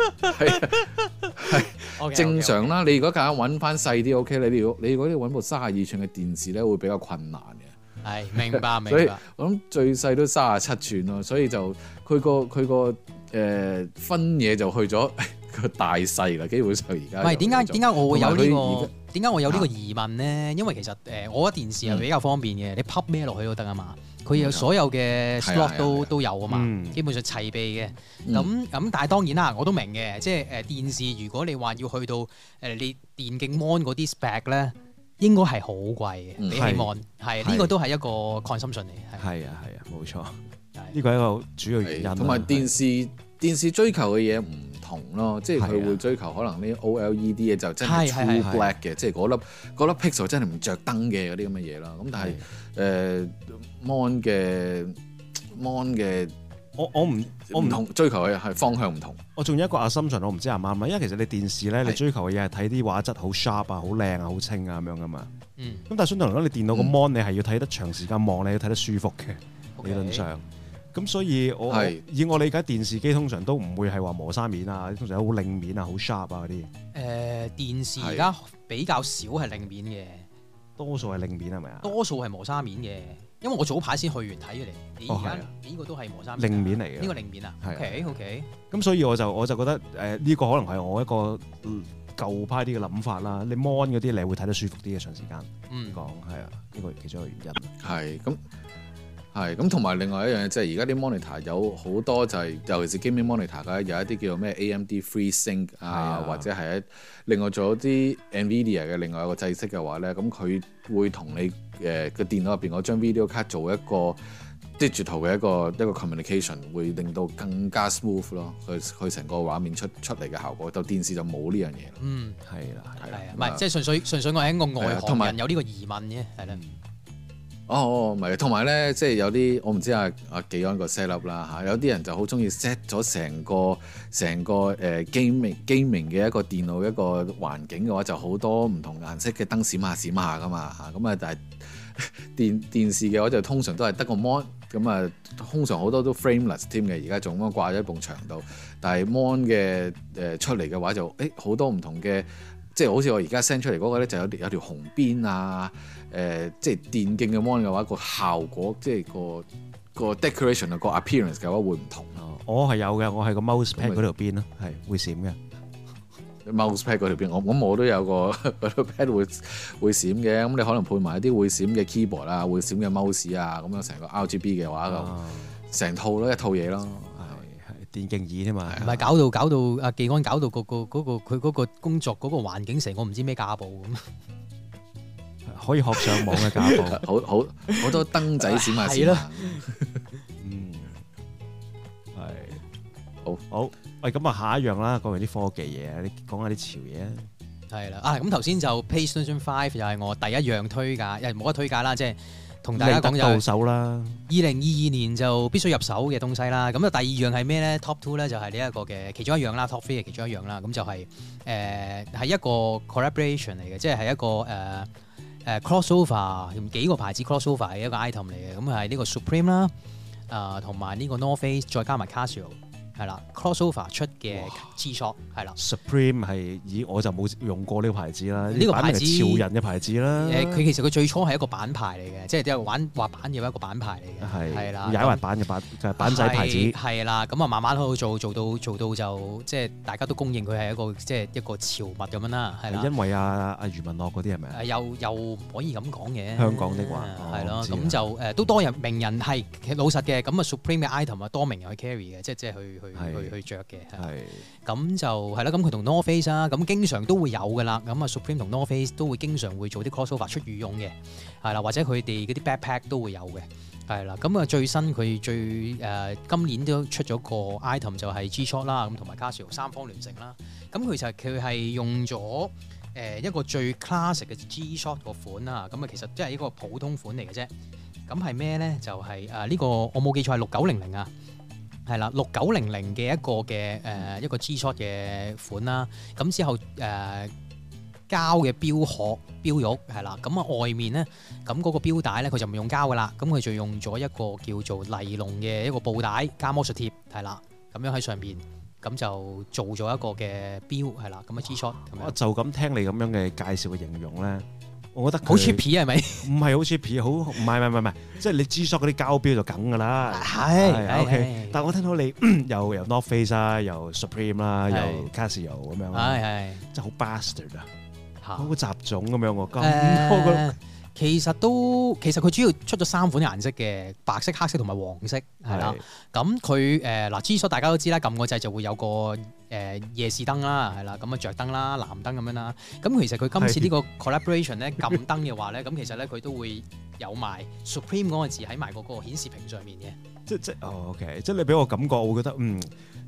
[SPEAKER 2] 係正常啦。你如果夾硬揾翻細啲 OK，你要你如果你揾部三十二寸嘅電視咧，會比較困難嘅。
[SPEAKER 3] 係明白
[SPEAKER 2] 所
[SPEAKER 3] 明
[SPEAKER 2] 以
[SPEAKER 3] 白。
[SPEAKER 2] 我諗最細都三十七寸咯，所以就佢個佢個誒分野就去咗 個大細啦。基本上而家啊
[SPEAKER 3] 唔係點解點解我會有
[SPEAKER 2] 同埋
[SPEAKER 3] 呢
[SPEAKER 2] 佢而
[SPEAKER 3] 個
[SPEAKER 2] 家
[SPEAKER 3] 點解我有呢個疑問咧？因為其實誒，我覺得電視
[SPEAKER 2] 嗯
[SPEAKER 3] 係比較方便嘅，你 pop 咩落去都得啊嘛。佢有
[SPEAKER 2] 冇錯
[SPEAKER 3] 所有嘅
[SPEAKER 2] 嗯係啊係
[SPEAKER 3] slot
[SPEAKER 2] 啊
[SPEAKER 3] 都
[SPEAKER 2] 係啊
[SPEAKER 3] 都有啊嘛
[SPEAKER 1] 嗯，
[SPEAKER 3] 基本上齊備嘅。
[SPEAKER 2] 嗯
[SPEAKER 3] 咁咁，但係當然啦，我都明嘅，即係誒電視，如果你話要去到誒你電競 mon 嗰啲 spec 咧，應該係好貴嘅，
[SPEAKER 2] 嗯
[SPEAKER 3] 比起
[SPEAKER 1] 係
[SPEAKER 3] mon 係
[SPEAKER 1] 係
[SPEAKER 3] 呢個都係一個 consumption 嚟嘅，
[SPEAKER 1] 係啊係啊，冇錯，
[SPEAKER 3] 係
[SPEAKER 1] 呢個係一個主要原因
[SPEAKER 2] 係
[SPEAKER 1] 啦。
[SPEAKER 2] 同埋電視電視追求嘅嘢唔同咯，即係
[SPEAKER 1] 係啊
[SPEAKER 2] 佢會追求可能呢 OLED 嘅 E 就真
[SPEAKER 3] 係
[SPEAKER 2] 係
[SPEAKER 3] 係
[SPEAKER 2] true
[SPEAKER 1] 係
[SPEAKER 2] black 嘅，即係嗰粒嗰粒 pixel 真係唔着燈嘅嗰啲咁嘅嘢啦。咁但係
[SPEAKER 1] 係
[SPEAKER 2] 誒 mon 嘅 mon 嘅
[SPEAKER 1] 我我唔我
[SPEAKER 2] 唔
[SPEAKER 1] 唔
[SPEAKER 2] 同追求嘅係方向唔同，
[SPEAKER 1] 我仲有一個 assumption，我唔知啱唔啱啊，因為其實你電視咧，你
[SPEAKER 2] 係
[SPEAKER 1] 追求嘅嘢係睇啲畫質好 sharp 啊、好靚啊、好清啊咁樣噶嘛。
[SPEAKER 3] 嗯，
[SPEAKER 1] 咁但係相對嚟講，你電腦個
[SPEAKER 2] 嗯
[SPEAKER 1] mon 你係要睇得長時間望，你要睇得舒服嘅理論
[SPEAKER 3] OK
[SPEAKER 1] 上。咁所以我
[SPEAKER 2] 係
[SPEAKER 1] 以我理解，電視機通常都唔會係話磨砂面啊，通常有好靚面啊、好 sharp 啊嗰啲，
[SPEAKER 3] 誒、電視
[SPEAKER 2] 係
[SPEAKER 3] 而家比較少係令面
[SPEAKER 1] 多數係靚面係咪啊
[SPEAKER 3] 嘅，？多數係磨砂面嘅。因為我早排先去完睇嘅你，你
[SPEAKER 1] 哦
[SPEAKER 3] 而家
[SPEAKER 1] 係啊
[SPEAKER 3] 你呢個都係磨砂面啊
[SPEAKER 1] 靚面嚟
[SPEAKER 3] 呢個
[SPEAKER 1] 嘅。
[SPEAKER 3] 令面啊
[SPEAKER 1] 係啊
[SPEAKER 3] ？OK OK，
[SPEAKER 1] 咁所以我就我就覺得誒呢、個可能係我一個嗯舊派啲嘅諗法啦。你 mon 嗰啲你會睇得舒服啲嘅長時間
[SPEAKER 3] 嗯
[SPEAKER 1] 講係啊，呢個其中一個原因。
[SPEAKER 2] 係咁。係咁，同埋另外一樣嘢，即係而家啲 monitor 有好多就係、尤其是 gaming monitor 嘅，有一啲叫做咩 AMD FreeSync 啊，
[SPEAKER 1] 啊
[SPEAKER 2] 或者係一另外仲有啲 NVIDIA 嘅另外一個制式嘅話咧，咁佢會同你誒個、電腦入邊嗰張 video 卡做一個 digital 嘅一個一個 communication，會令到更加 smooth 咯，佢佢成個畫面出出嚟嘅效果，就電視就冇呢樣嘢啦。
[SPEAKER 3] 嗯，
[SPEAKER 1] 係啦，
[SPEAKER 2] 係啦
[SPEAKER 3] 係啊，唔
[SPEAKER 2] 咁啊
[SPEAKER 3] 係即係純粹純粹我係一個
[SPEAKER 2] 係
[SPEAKER 3] 外
[SPEAKER 2] 啊
[SPEAKER 3] 行
[SPEAKER 2] 同埋
[SPEAKER 3] 人有呢個疑問啫，係
[SPEAKER 1] 嗯
[SPEAKER 3] 啦，
[SPEAKER 2] 哦，唔係，同埋咧，即係有啲我唔知啊啊幾安個 set up 啦嚇，有啲人就好中意 set 咗成個成個誒、gaming gaming 嘅一個電腦一個環境嘅話，就好多唔同顏色嘅燈閃下閃下噶嘛嚇，咁啊但係 電電視嘅話就通常都係得個 mon，咁啊通常好多都 frameless 添嘅，而家仲咁樣掛咗喺埲牆度，但係 mon 嘅誒出嚟嘅話就誒好多唔同嘅。即係好似我而家 send 出嚟嗰個咧，就有條有條紅邊啊，誒、即係電競嘅 mon 嘅話，個效果即係個個 decoration 啊，個 appearance 嘅話會唔同咯。
[SPEAKER 1] 我係有嘅，我係個 mouse pad
[SPEAKER 2] 咁咪
[SPEAKER 1] 嗰條邊啦，係會閃嘅。
[SPEAKER 2] mouse pad 嗰條邊，我咁我都有個 嗰條 pad 會會閃嘅，咁你可能配埋一啲會閃嘅 keyboard 啊，會閃嘅 mouse 啊，咁樣成個 RGB 嘅話就
[SPEAKER 1] 啊
[SPEAKER 2] 成套咯，一套嘢咯。
[SPEAKER 1] 係係電啊競椅添嘛，
[SPEAKER 3] 唔係搞到搞到阿技安搞到個個嗰個佢嗰個工作嗰個環境成個唔知咩家暴咁，
[SPEAKER 1] 可以學上網嘅 架步。
[SPEAKER 2] 好好好多燈仔閃下閃
[SPEAKER 3] 哦係咯
[SPEAKER 2] 下，
[SPEAKER 1] 嗯，係
[SPEAKER 2] 好
[SPEAKER 1] 好。喂，咁啊，下一樣啦，講完啲科技嘢，你講下啲潮嘢啊。
[SPEAKER 3] 係啦，啊咁頭先就 PlayStation Five 就係我第一樣推介，又冇得推介啦，即係同大家講
[SPEAKER 1] 你
[SPEAKER 3] 就
[SPEAKER 1] 得
[SPEAKER 3] 係
[SPEAKER 1] 到手啦，
[SPEAKER 3] 二零二二年就必須入手嘅東西啦。咁啊，第二樣係咩咧？Top two 咧就係呢一個嘅其中一樣啦，Top three 嘅其中一樣啦。咁就係誒係一個 collaboration 嚟嘅，即係係一個誒。呃誒 crossover 幾個牌子 crossover 嘅一個 item 嚟嘅，咁係呢個 Supreme 啦，啊同埋呢個 North Face，再加埋 Casio，係啦，crossover 出嘅 G Shock 係啦。
[SPEAKER 1] Supreme 係，咦，我就冇用過呢個牌子啦，
[SPEAKER 3] 呢個牌
[SPEAKER 1] 擺
[SPEAKER 3] 子
[SPEAKER 1] 明係潮人嘅牌子啦。
[SPEAKER 3] 誒，佢其實佢最初係一個板牌嚟嘅，即係都係玩滑板嘅一個板牌嚟嘅，
[SPEAKER 1] 係
[SPEAKER 3] 係啦，
[SPEAKER 1] 踩滑板嘅板嘅板仔牌子
[SPEAKER 3] 係，係啦，咁啊慢慢喺度做，做到做到就即係大家都公認佢係一個即係一個潮物咁樣啦，係
[SPEAKER 1] 係
[SPEAKER 3] 啦。
[SPEAKER 1] 因為阿阿余文樂嗰啲係咪啊
[SPEAKER 3] 誒？又又唔可以咁講嘅，啊
[SPEAKER 1] 香港的話哦
[SPEAKER 3] 係咯，
[SPEAKER 1] 我知啦
[SPEAKER 3] 咁就誒都多人名人係其實老實嘅，咁啊 Supreme 嘅 item 啊多名人去 carry 嘅，即係即係去去
[SPEAKER 1] 係
[SPEAKER 3] 去去著嘅，係啦
[SPEAKER 1] 係
[SPEAKER 3] 咁就係啦，咁佢同 North Face 啦，咁經常都會有噶啦，咁啊 Supreme 同 North Face 都會經常會做啲 crossover 出御用嘅，係啦，或者佢哋嗰啲 backpack 都會有嘅，係啦，咁啊最新佢最誒、呃今年都出咗個 item 就係 G Shot 啦，咁同埋 Casio 三方聯成啦。咁其實佢係用咗誒、呃一個最 classic 嘅 G Shot 個款啦，咁啊其實即係一個普通款嚟嘅啫。咁係咩咧？就係誒呢個我冇記錯係六九零零啊，係啦，六九零零嘅一個嘅誒、呃一個 G Shot 嘅款啦。咁之後誒、呃膠嘅錶殼錶玉係啦，咁啊外面咧。咁嗰個錶帶咧，佢就唔用膠噶啦，咁佢就用咗一個叫做尼龍嘅一個布帶加魔術貼，係啦，咁樣喺上邊，咁就做咗一個嘅錶，係啦，咁嘅啊 G shot 咁
[SPEAKER 1] 我
[SPEAKER 3] 樣，
[SPEAKER 1] 就咁聽你咁樣嘅介紹嘅形容咧，我覺得佢
[SPEAKER 3] 好 cheap 係咪？
[SPEAKER 1] 唔係好 cheap，好唔係唔係唔係唔係，即係你 G Shock 嗰啲膠錶就梗㗎啦。
[SPEAKER 3] 係
[SPEAKER 1] 係 OK，
[SPEAKER 3] 係
[SPEAKER 1] 但我聽到你 又又 North Face 啦，又 Supreme 啦，
[SPEAKER 3] 係
[SPEAKER 1] 又 Casio 咁樣啦，
[SPEAKER 3] 係
[SPEAKER 1] 真係好 bastard 啊！
[SPEAKER 3] 嚇
[SPEAKER 1] 好雜種咁樣喎，咁多個
[SPEAKER 3] 誒，其實都其實佢主要出咗三款顏色嘅，白色、黑色同埋黃色，係啦。咁佢誒嗱，G Shot 大家都知啦，撳個掣就會有個誒、呃夜視燈啦，係啦，咁啊着燈啦、藍燈咁樣啦。咁其實佢今次呢個 collaboration 咧撳燈嘅話咧，咁其實咧佢都會有埋 Supreme 嗰個字喺埋嗰個顯示屏上面嘅。
[SPEAKER 1] 即即哦 OK，即係你俾我感覺，我會覺得嗯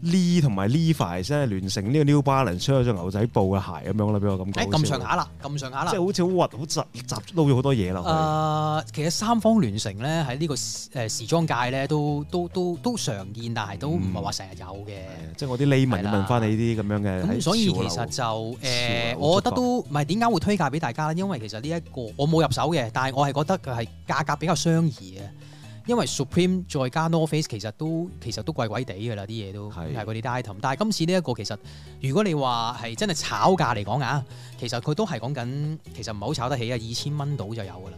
[SPEAKER 1] Lee 同埋 Levi 即係聯成呢個 New Balance 出咗隻牛仔布嘅鞋咁樣啦，俾我感覺。
[SPEAKER 3] 誒咁上，下啦，咁上下啦
[SPEAKER 1] 即係。好似好核好雜雜撈咗好多嘢
[SPEAKER 3] 誒、
[SPEAKER 1] 啦。
[SPEAKER 3] 啊其實三方聯成咧喺呢個時誒時裝界咧都都都都常見，但係都
[SPEAKER 1] 嗯
[SPEAKER 3] 唔係話成日有嘅。
[SPEAKER 1] 係啊即係我啲 layman
[SPEAKER 3] 係
[SPEAKER 1] 要
[SPEAKER 3] 啦
[SPEAKER 1] 問翻你呢啲咁樣嘅喺
[SPEAKER 3] 咁所以
[SPEAKER 1] 啊潮
[SPEAKER 3] 其
[SPEAKER 1] 流
[SPEAKER 3] 實就誒、
[SPEAKER 1] 潮流
[SPEAKER 3] 我覺
[SPEAKER 1] 觸
[SPEAKER 3] 得都唔係點解會推介俾大家咧？因為其實呢、一個我冇入手嘅，但係我係覺得佢係價格比較相宜嘅。因為 Supreme 再加 North Face 其實都其實都貴貴地㗎啦，啲嘢都
[SPEAKER 1] 係
[SPEAKER 3] 係嗰啲 item。但係今次呢一個其實，如果你話係真係炒價嚟講啊，其實佢都係講緊，其實唔係好炒得起啊，二千蚊到就有㗎啦。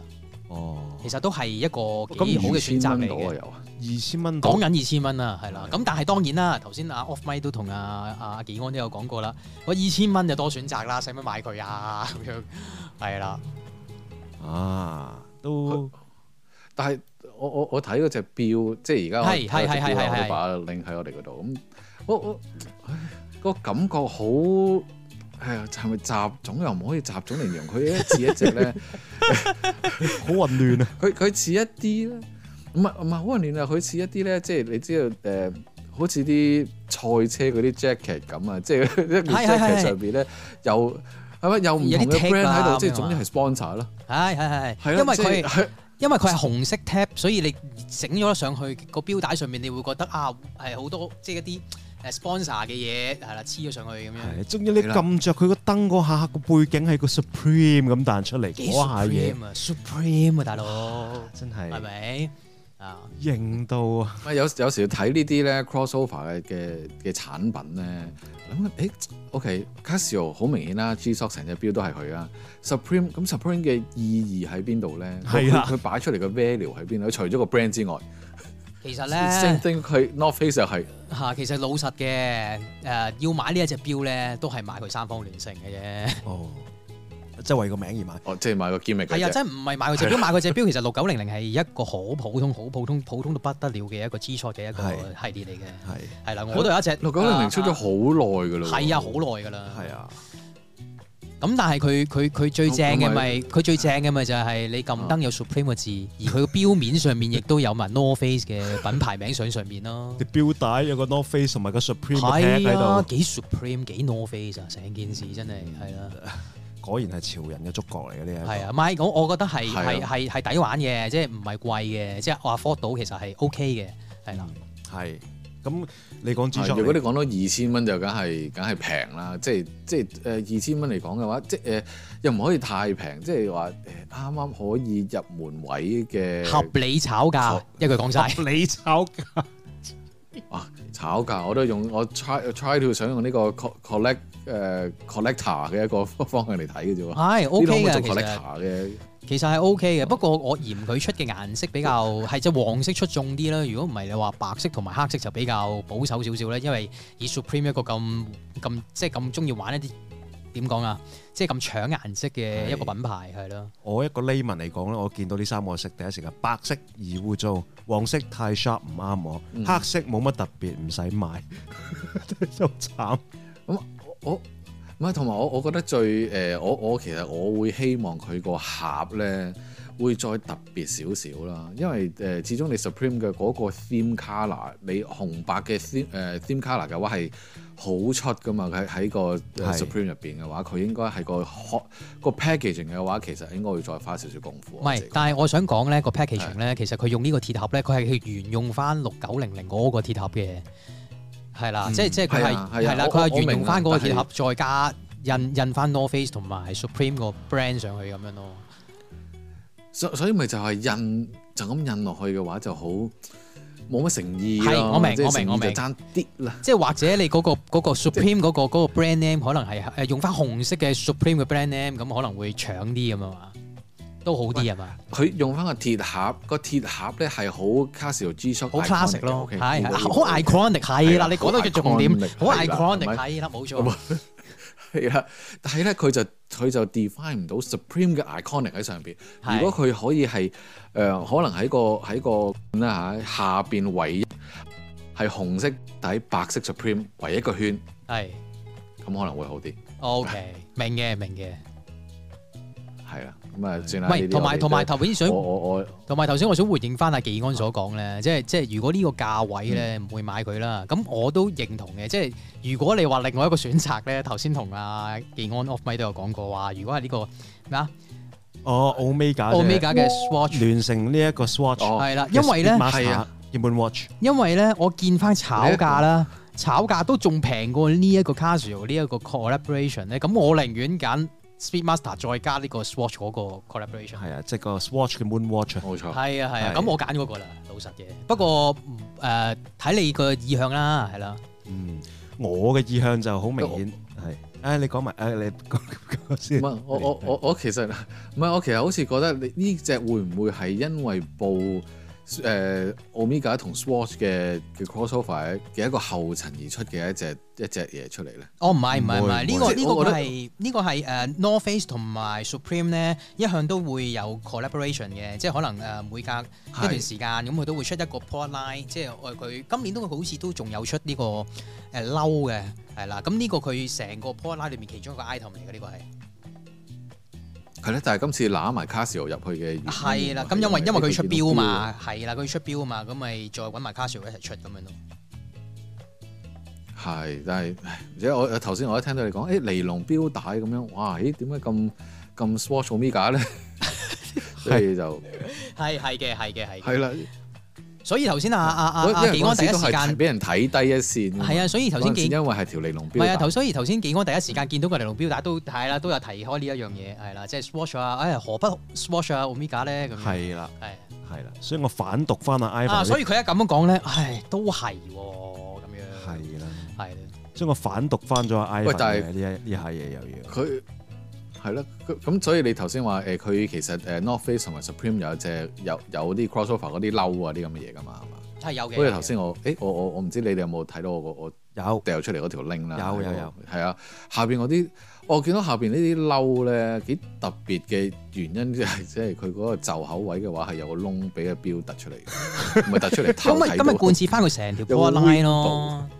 [SPEAKER 1] 哦，
[SPEAKER 3] 其實都係一個幾
[SPEAKER 2] 咁
[SPEAKER 3] 好嘅選擇嚟嘅。
[SPEAKER 2] 有啊，
[SPEAKER 1] 二千蚊
[SPEAKER 3] 講
[SPEAKER 1] 到
[SPEAKER 3] 緊二千蚊啦，係啦。咁但係當然啦，頭先阿 Off m i 都同阿阿阿紀安都有講過啦。我二千蚊就多選擇啦，使乜買佢啊？ 咁樣係啦，
[SPEAKER 1] 啊，都
[SPEAKER 2] 但係我我我睇嗰只表，即係而家我
[SPEAKER 3] 係係係係係係
[SPEAKER 2] 我把拎喺我哋嗰度，咁我我唉個感覺好係啊，係咪雜種又唔可以雜種嚟形容佢咧？似一隻咧，
[SPEAKER 1] 好混 亂啊！
[SPEAKER 2] 佢佢似一啲咧，唔係唔係好混亂啊！佢似一啲咧，即係你知道誒、呃好似啲賽車嗰啲 jacket 咁啊， 即係一個
[SPEAKER 3] 係係係
[SPEAKER 2] jacket 上邊咧又係咪有唔
[SPEAKER 3] 有
[SPEAKER 2] 同
[SPEAKER 3] 啲
[SPEAKER 2] 嘅
[SPEAKER 3] tag
[SPEAKER 2] brand 喺
[SPEAKER 3] 啊
[SPEAKER 2] 度，即係
[SPEAKER 3] 咁樣
[SPEAKER 2] 總之係 sponsor 啦，
[SPEAKER 3] 係係
[SPEAKER 2] 係
[SPEAKER 3] 係，
[SPEAKER 2] 啦
[SPEAKER 3] 因為
[SPEAKER 2] 即係
[SPEAKER 3] 佢因為佢係紅色 tap，所以你整咗上去個錶帶上面，你會覺得啊係好多即係一啲誒 sponsor 嘅嘢係啦，黐咗上去咁樣，
[SPEAKER 1] 係，終於你撳着佢個燈嗰下，個背景係個 Supreme 咁彈出嚟
[SPEAKER 3] 幾
[SPEAKER 1] 嗰下嘢，
[SPEAKER 3] supreme 啊，supreme 啊，大佬
[SPEAKER 1] 真
[SPEAKER 3] 係
[SPEAKER 1] 係
[SPEAKER 3] 咪啊？
[SPEAKER 1] 型到啊！
[SPEAKER 2] 咪有有時睇呢啲咧 crossover 嘅嘅嘅產品咧，諗緊誒，OK，Casio 好明顯啦，G-Shock 成隻表都係佢啦，Supreme 啊咁 Supreme 嘅意義喺邊度咧？
[SPEAKER 1] 係
[SPEAKER 3] 啊
[SPEAKER 1] 啦
[SPEAKER 2] 佢佢擺出嚟嘅 value 喺邊度？除咗個 brand 之外
[SPEAKER 3] 其實咧
[SPEAKER 2] same。thing 佢 North Face 又係
[SPEAKER 3] 嚇、其實老實嘅，誒、要買呢一隻錶咧，都係買佢三方聯成嘅啫。
[SPEAKER 1] 哦，即係為個名而買。
[SPEAKER 2] 哦，即係買個 gimmick
[SPEAKER 3] 係
[SPEAKER 2] 嘅
[SPEAKER 3] 啊，
[SPEAKER 2] 啫。
[SPEAKER 3] 真係唔係買佢隻錶，買佢隻錶其實六九零零係一個好普通、好普通、普通到不得了嘅一個 G Shot 嘅一個
[SPEAKER 1] 係
[SPEAKER 3] 系列嚟嘅。
[SPEAKER 1] 係
[SPEAKER 3] 係啦，我都有一隻
[SPEAKER 2] 六九零零出咗
[SPEAKER 3] 啊
[SPEAKER 2] 好耐㗎啦喎，
[SPEAKER 3] 係啊，好耐㗎啦。
[SPEAKER 1] 係啊，
[SPEAKER 3] 咁但係佢佢佢最正嘅
[SPEAKER 2] 同埋
[SPEAKER 3] 咪佢最正嘅咪就係你撳燈
[SPEAKER 1] 啊
[SPEAKER 3] 有 Supreme 嘅字，而佢個錶面上面亦都有埋 North Face 嘅品牌名上上面咯。
[SPEAKER 1] 啲錶帶有個 North Face 同埋個 Supreme 嘅 tag
[SPEAKER 3] 係
[SPEAKER 1] 喺
[SPEAKER 3] 啊，
[SPEAKER 1] 度，
[SPEAKER 3] 幾 Supreme 幾 North Face 啊！成件事真係係啦。
[SPEAKER 1] 果然係潮人嘅觸覺嚟嘅呢一個。
[SPEAKER 3] 係啊，唔係我我覺得係
[SPEAKER 2] 係啊
[SPEAKER 3] 係係係抵玩嘅，即係唔係貴嘅，即係我 afford 到其實係 OK 嘅，係啦。
[SPEAKER 1] 係咁，你講 G
[SPEAKER 2] 係
[SPEAKER 1] Shock，
[SPEAKER 2] 啊如果你講到二千蚊就梗係梗係平啦，即係即係誒二千蚊嚟講嘅話，即係誒、呃又唔可以太平，即係話誒呃啱啱可以入門位嘅
[SPEAKER 3] 合理炒價
[SPEAKER 2] 合，
[SPEAKER 3] 一句講晒。
[SPEAKER 1] 你炒價
[SPEAKER 2] 啊炒價，我都用我 try try to 想用呢個 co- collect 誒、collector 嘅一個 方向嚟睇嘅啫喎。
[SPEAKER 3] 係啊 OK
[SPEAKER 2] 呢
[SPEAKER 3] 嘅，
[SPEAKER 2] 種
[SPEAKER 3] 其
[SPEAKER 2] 做
[SPEAKER 3] 實
[SPEAKER 2] collector 嘅，
[SPEAKER 3] 其實係 OK 嘅，不過我嫌佢出嘅顏色比較係即係黃色出眾啲啦。如果唔係你話白色同埋黑色就比較保守少少咧，因為以 Supreme 一個咁咁即係咁中意玩一啲點講啊，即係咁搶顏色嘅一個品牌係咯。
[SPEAKER 1] 我一個 layman 嚟講咧，我見到呢三個色第一時間白色易污糟，黃色太 sharp 唔啱我，黑色冇乜特別唔使買， 真係好慘。
[SPEAKER 2] 咁我我呃唔係同埋我我覺得最誒、我我其實我會希望佢個盒咧會再特別少少啦，因為誒、呃始終你 Supreme 嘅嗰個 theme colour，你紅白嘅 theme 誒、theme colour 嘅話係好出噶嘛，佢喺喺個
[SPEAKER 1] 係
[SPEAKER 2] 呃 Supreme 入邊嘅話，佢應該係個 hot- 個 packaging 嘅話，其實應該要再花少少功夫。
[SPEAKER 3] 唔
[SPEAKER 2] 我自
[SPEAKER 3] 係
[SPEAKER 2] 己，
[SPEAKER 3] 但係我想講咧個 packaging 咧，其實佢用呢個鐵盒咧，佢係沿用翻六九零零嗰個鐵盒嘅，係啦，
[SPEAKER 2] 嗯
[SPEAKER 3] 即係即係佢
[SPEAKER 2] 係啊係
[SPEAKER 3] 係
[SPEAKER 2] 啊
[SPEAKER 3] 係啦，
[SPEAKER 2] 我
[SPEAKER 3] 佢
[SPEAKER 2] 我
[SPEAKER 3] 係沿用翻嗰個鐵
[SPEAKER 2] 明
[SPEAKER 3] 盒
[SPEAKER 2] 啊，
[SPEAKER 3] 再加印印翻 North Face 同埋 Supreme 個 brand 上去咁樣咯。
[SPEAKER 2] 所所以咪就係印就咁印落去嘅話就好冇乜誠意
[SPEAKER 3] 係
[SPEAKER 2] 啦
[SPEAKER 3] 我明
[SPEAKER 2] 即係
[SPEAKER 3] 我
[SPEAKER 2] 誠
[SPEAKER 3] 明
[SPEAKER 2] 意
[SPEAKER 3] 我明
[SPEAKER 2] 就爭啲啦。
[SPEAKER 3] 即係或者 你嗰、個嗰個 Supreme 嗰、個嗰個 brand name 可能係誒用翻紅色嘅 Supreme 嘅 brand name，咁可能會搶啲咁啊嘛，都好啲啊嘛，
[SPEAKER 2] 佢用翻個鐵盒，個鐵盒咧係好 Casio G Shock，
[SPEAKER 3] 好 classic 咯，
[SPEAKER 2] OK，
[SPEAKER 3] 係係
[SPEAKER 2] 呢個
[SPEAKER 3] 好 iconic 係
[SPEAKER 2] 係
[SPEAKER 3] 啦，
[SPEAKER 2] 啦啊
[SPEAKER 3] 你講到嘅重點，好
[SPEAKER 2] 好 iconic，
[SPEAKER 3] iconic
[SPEAKER 2] 係啦
[SPEAKER 3] 係啦，冇
[SPEAKER 2] 係
[SPEAKER 3] 錯
[SPEAKER 2] 咪，係啦，但係咧佢就佢就 define 唔到 Supreme 嘅 iconic 喺上邊。
[SPEAKER 3] 係
[SPEAKER 2] 如果佢可以係誒、呃可能喺個喺個啦嚇下邊唯一係紅色底白色 Supreme 圍一個圈，
[SPEAKER 3] 係
[SPEAKER 2] 咁可能會好啲。
[SPEAKER 3] OK，明嘅明嘅。
[SPEAKER 2] 係啦，咁啊算啦。呢
[SPEAKER 3] 喂，
[SPEAKER 2] 啲
[SPEAKER 3] 同
[SPEAKER 2] 我
[SPEAKER 3] 埋
[SPEAKER 2] 哋
[SPEAKER 3] 同埋
[SPEAKER 2] 都
[SPEAKER 3] 頭先想
[SPEAKER 2] 我我我
[SPEAKER 3] 同埋頭先我想回應翻阿技安所講咧，即係即係如果呢個價位咧
[SPEAKER 2] 嗯
[SPEAKER 3] 唔會買佢啦，咁我都認同嘅。即係如果你話另外一個選擇咧，頭先同阿技安 off 咪都有講過話，如果係呢個咩啊
[SPEAKER 1] 哦，Omega
[SPEAKER 2] 啊
[SPEAKER 1] 嘅
[SPEAKER 3] Omega 嘅 Swatch
[SPEAKER 1] 聯成呢一個 Swatch，
[SPEAKER 2] 哦
[SPEAKER 3] 係啦，因為咧
[SPEAKER 2] 係
[SPEAKER 1] 係
[SPEAKER 2] 啊
[SPEAKER 1] 日本 watch
[SPEAKER 3] 因為咧我見翻炒價啦，炒價都仲平過呢一個 Casio 呢一個 collaboration 咧，咁我寧願揀 Speedmaster 再加呢個 Swatch 嗰個 collaboration。
[SPEAKER 1] 係啊，即係個 Swatch 嘅 Moon Watch 啊
[SPEAKER 2] 冇錯。
[SPEAKER 3] 係啊係啊，
[SPEAKER 1] 係
[SPEAKER 3] 咁我揀嗰個啦，老實嘅。不過嗯誒睇你個意向啦，係啦。
[SPEAKER 1] 嗯，我嘅意向就好明顯係，誒你講埋誒你 講先
[SPEAKER 2] 唔，係，我我我我其實唔係，我其實好似覺得你呢只會唔會係因為部誒、呃 Omega 同 Swatch 嘅嘅 crossover 嘅一個後塵而出嘅一隻一隻嘢出嚟咧？
[SPEAKER 3] 哦，唔係唔係唔係，呢
[SPEAKER 1] 唔
[SPEAKER 3] 個
[SPEAKER 2] 會
[SPEAKER 3] 呢
[SPEAKER 2] 即係
[SPEAKER 3] 個
[SPEAKER 2] 我
[SPEAKER 3] 佢
[SPEAKER 2] 覺得
[SPEAKER 3] 係呢個係誒 North Face 同埋 Supreme 咧，一向都會有 collaboration 嘅，即係可能誒每隔一段時間咁，佢都會出一個 product line，即係我佢今年都好似都仲有出呢個誒褸嘅，係啦。咁呢個佢成個 product line 裏面其中一個 item 嚟嘅，呢個係。
[SPEAKER 2] 係咧，但係今次揦埋 Casio 入去嘅原因
[SPEAKER 3] 嗯係啦，咁因為因為佢出
[SPEAKER 2] 呢個見到
[SPEAKER 3] 標嘛，係啦，佢出標嘛，咁咪再揾埋 Casio 一齊出咁樣咯。
[SPEAKER 2] 標，係，但係唉而且我頭先我一聽到你講，誒尼龍錶帶咁樣，哇，咦點解咁咁 Swatch Omega 咧？所以就
[SPEAKER 3] 係係嘅，係嘅，係嘅。
[SPEAKER 2] 係啦，
[SPEAKER 3] 所以頭先啊啊啊
[SPEAKER 2] 因
[SPEAKER 3] 啊
[SPEAKER 2] 為嗯
[SPEAKER 3] 技
[SPEAKER 2] 嗰
[SPEAKER 3] 安
[SPEAKER 2] 陣
[SPEAKER 3] 第一
[SPEAKER 2] 時都
[SPEAKER 3] 時
[SPEAKER 2] 係
[SPEAKER 3] 間
[SPEAKER 2] 俾人睇低一線㗎嘛。
[SPEAKER 3] 係啊，所以頭
[SPEAKER 2] 嗰
[SPEAKER 3] 先
[SPEAKER 2] 陣時
[SPEAKER 3] 技
[SPEAKER 2] 因為係條尼龍
[SPEAKER 3] 唔
[SPEAKER 2] 錶
[SPEAKER 3] 係啊，
[SPEAKER 2] 帶。
[SPEAKER 3] 頭所以頭先技安第一時間見到個尼龍錶帶都係啦，都有提開呢一樣嘢係啦，即係 Swatch 啊，哎呀何不 Swatch 啊 Omega 咧咁樣
[SPEAKER 1] 係啦
[SPEAKER 3] 係
[SPEAKER 2] 哎
[SPEAKER 1] 係啦，所以我反讀翻阿
[SPEAKER 3] 啊，
[SPEAKER 1] Ivan
[SPEAKER 3] 所
[SPEAKER 1] 啲
[SPEAKER 3] 以佢一咁樣講咧，唉都係喎咁樣
[SPEAKER 1] 係啦，
[SPEAKER 3] 係
[SPEAKER 1] 所以我反讀翻咗阿
[SPEAKER 2] 喂
[SPEAKER 1] Ivan
[SPEAKER 2] 但係
[SPEAKER 1] 嘅呢一呢下嘢又要
[SPEAKER 2] 佢係啦，佢咁所以你頭先話誒，佢、其實誒 North Face 同埋 Supreme 有一隻有有啲 crossover 嗰啲褸啊啲咁嘅嘢噶嘛，係嘛？
[SPEAKER 3] 嗯係啊有嘅。
[SPEAKER 2] 好似頭先我誒、我我我唔知你哋有冇睇到我個我
[SPEAKER 1] 有
[SPEAKER 2] 掉出嚟嗰條 link 啦，
[SPEAKER 1] 有有有，
[SPEAKER 2] 係啊，下邊嗰啲我見到下邊呢啲褸咧幾特別嘅原因就係 即係佢嗰個袖口位嘅話係有個窿俾個標突出嚟，唔係突出嚟，
[SPEAKER 3] 咁
[SPEAKER 2] 偷
[SPEAKER 3] 咪
[SPEAKER 2] 睇
[SPEAKER 3] 咁咪
[SPEAKER 2] 到
[SPEAKER 3] 貫徹翻佢成條
[SPEAKER 2] 有個
[SPEAKER 3] core line 咯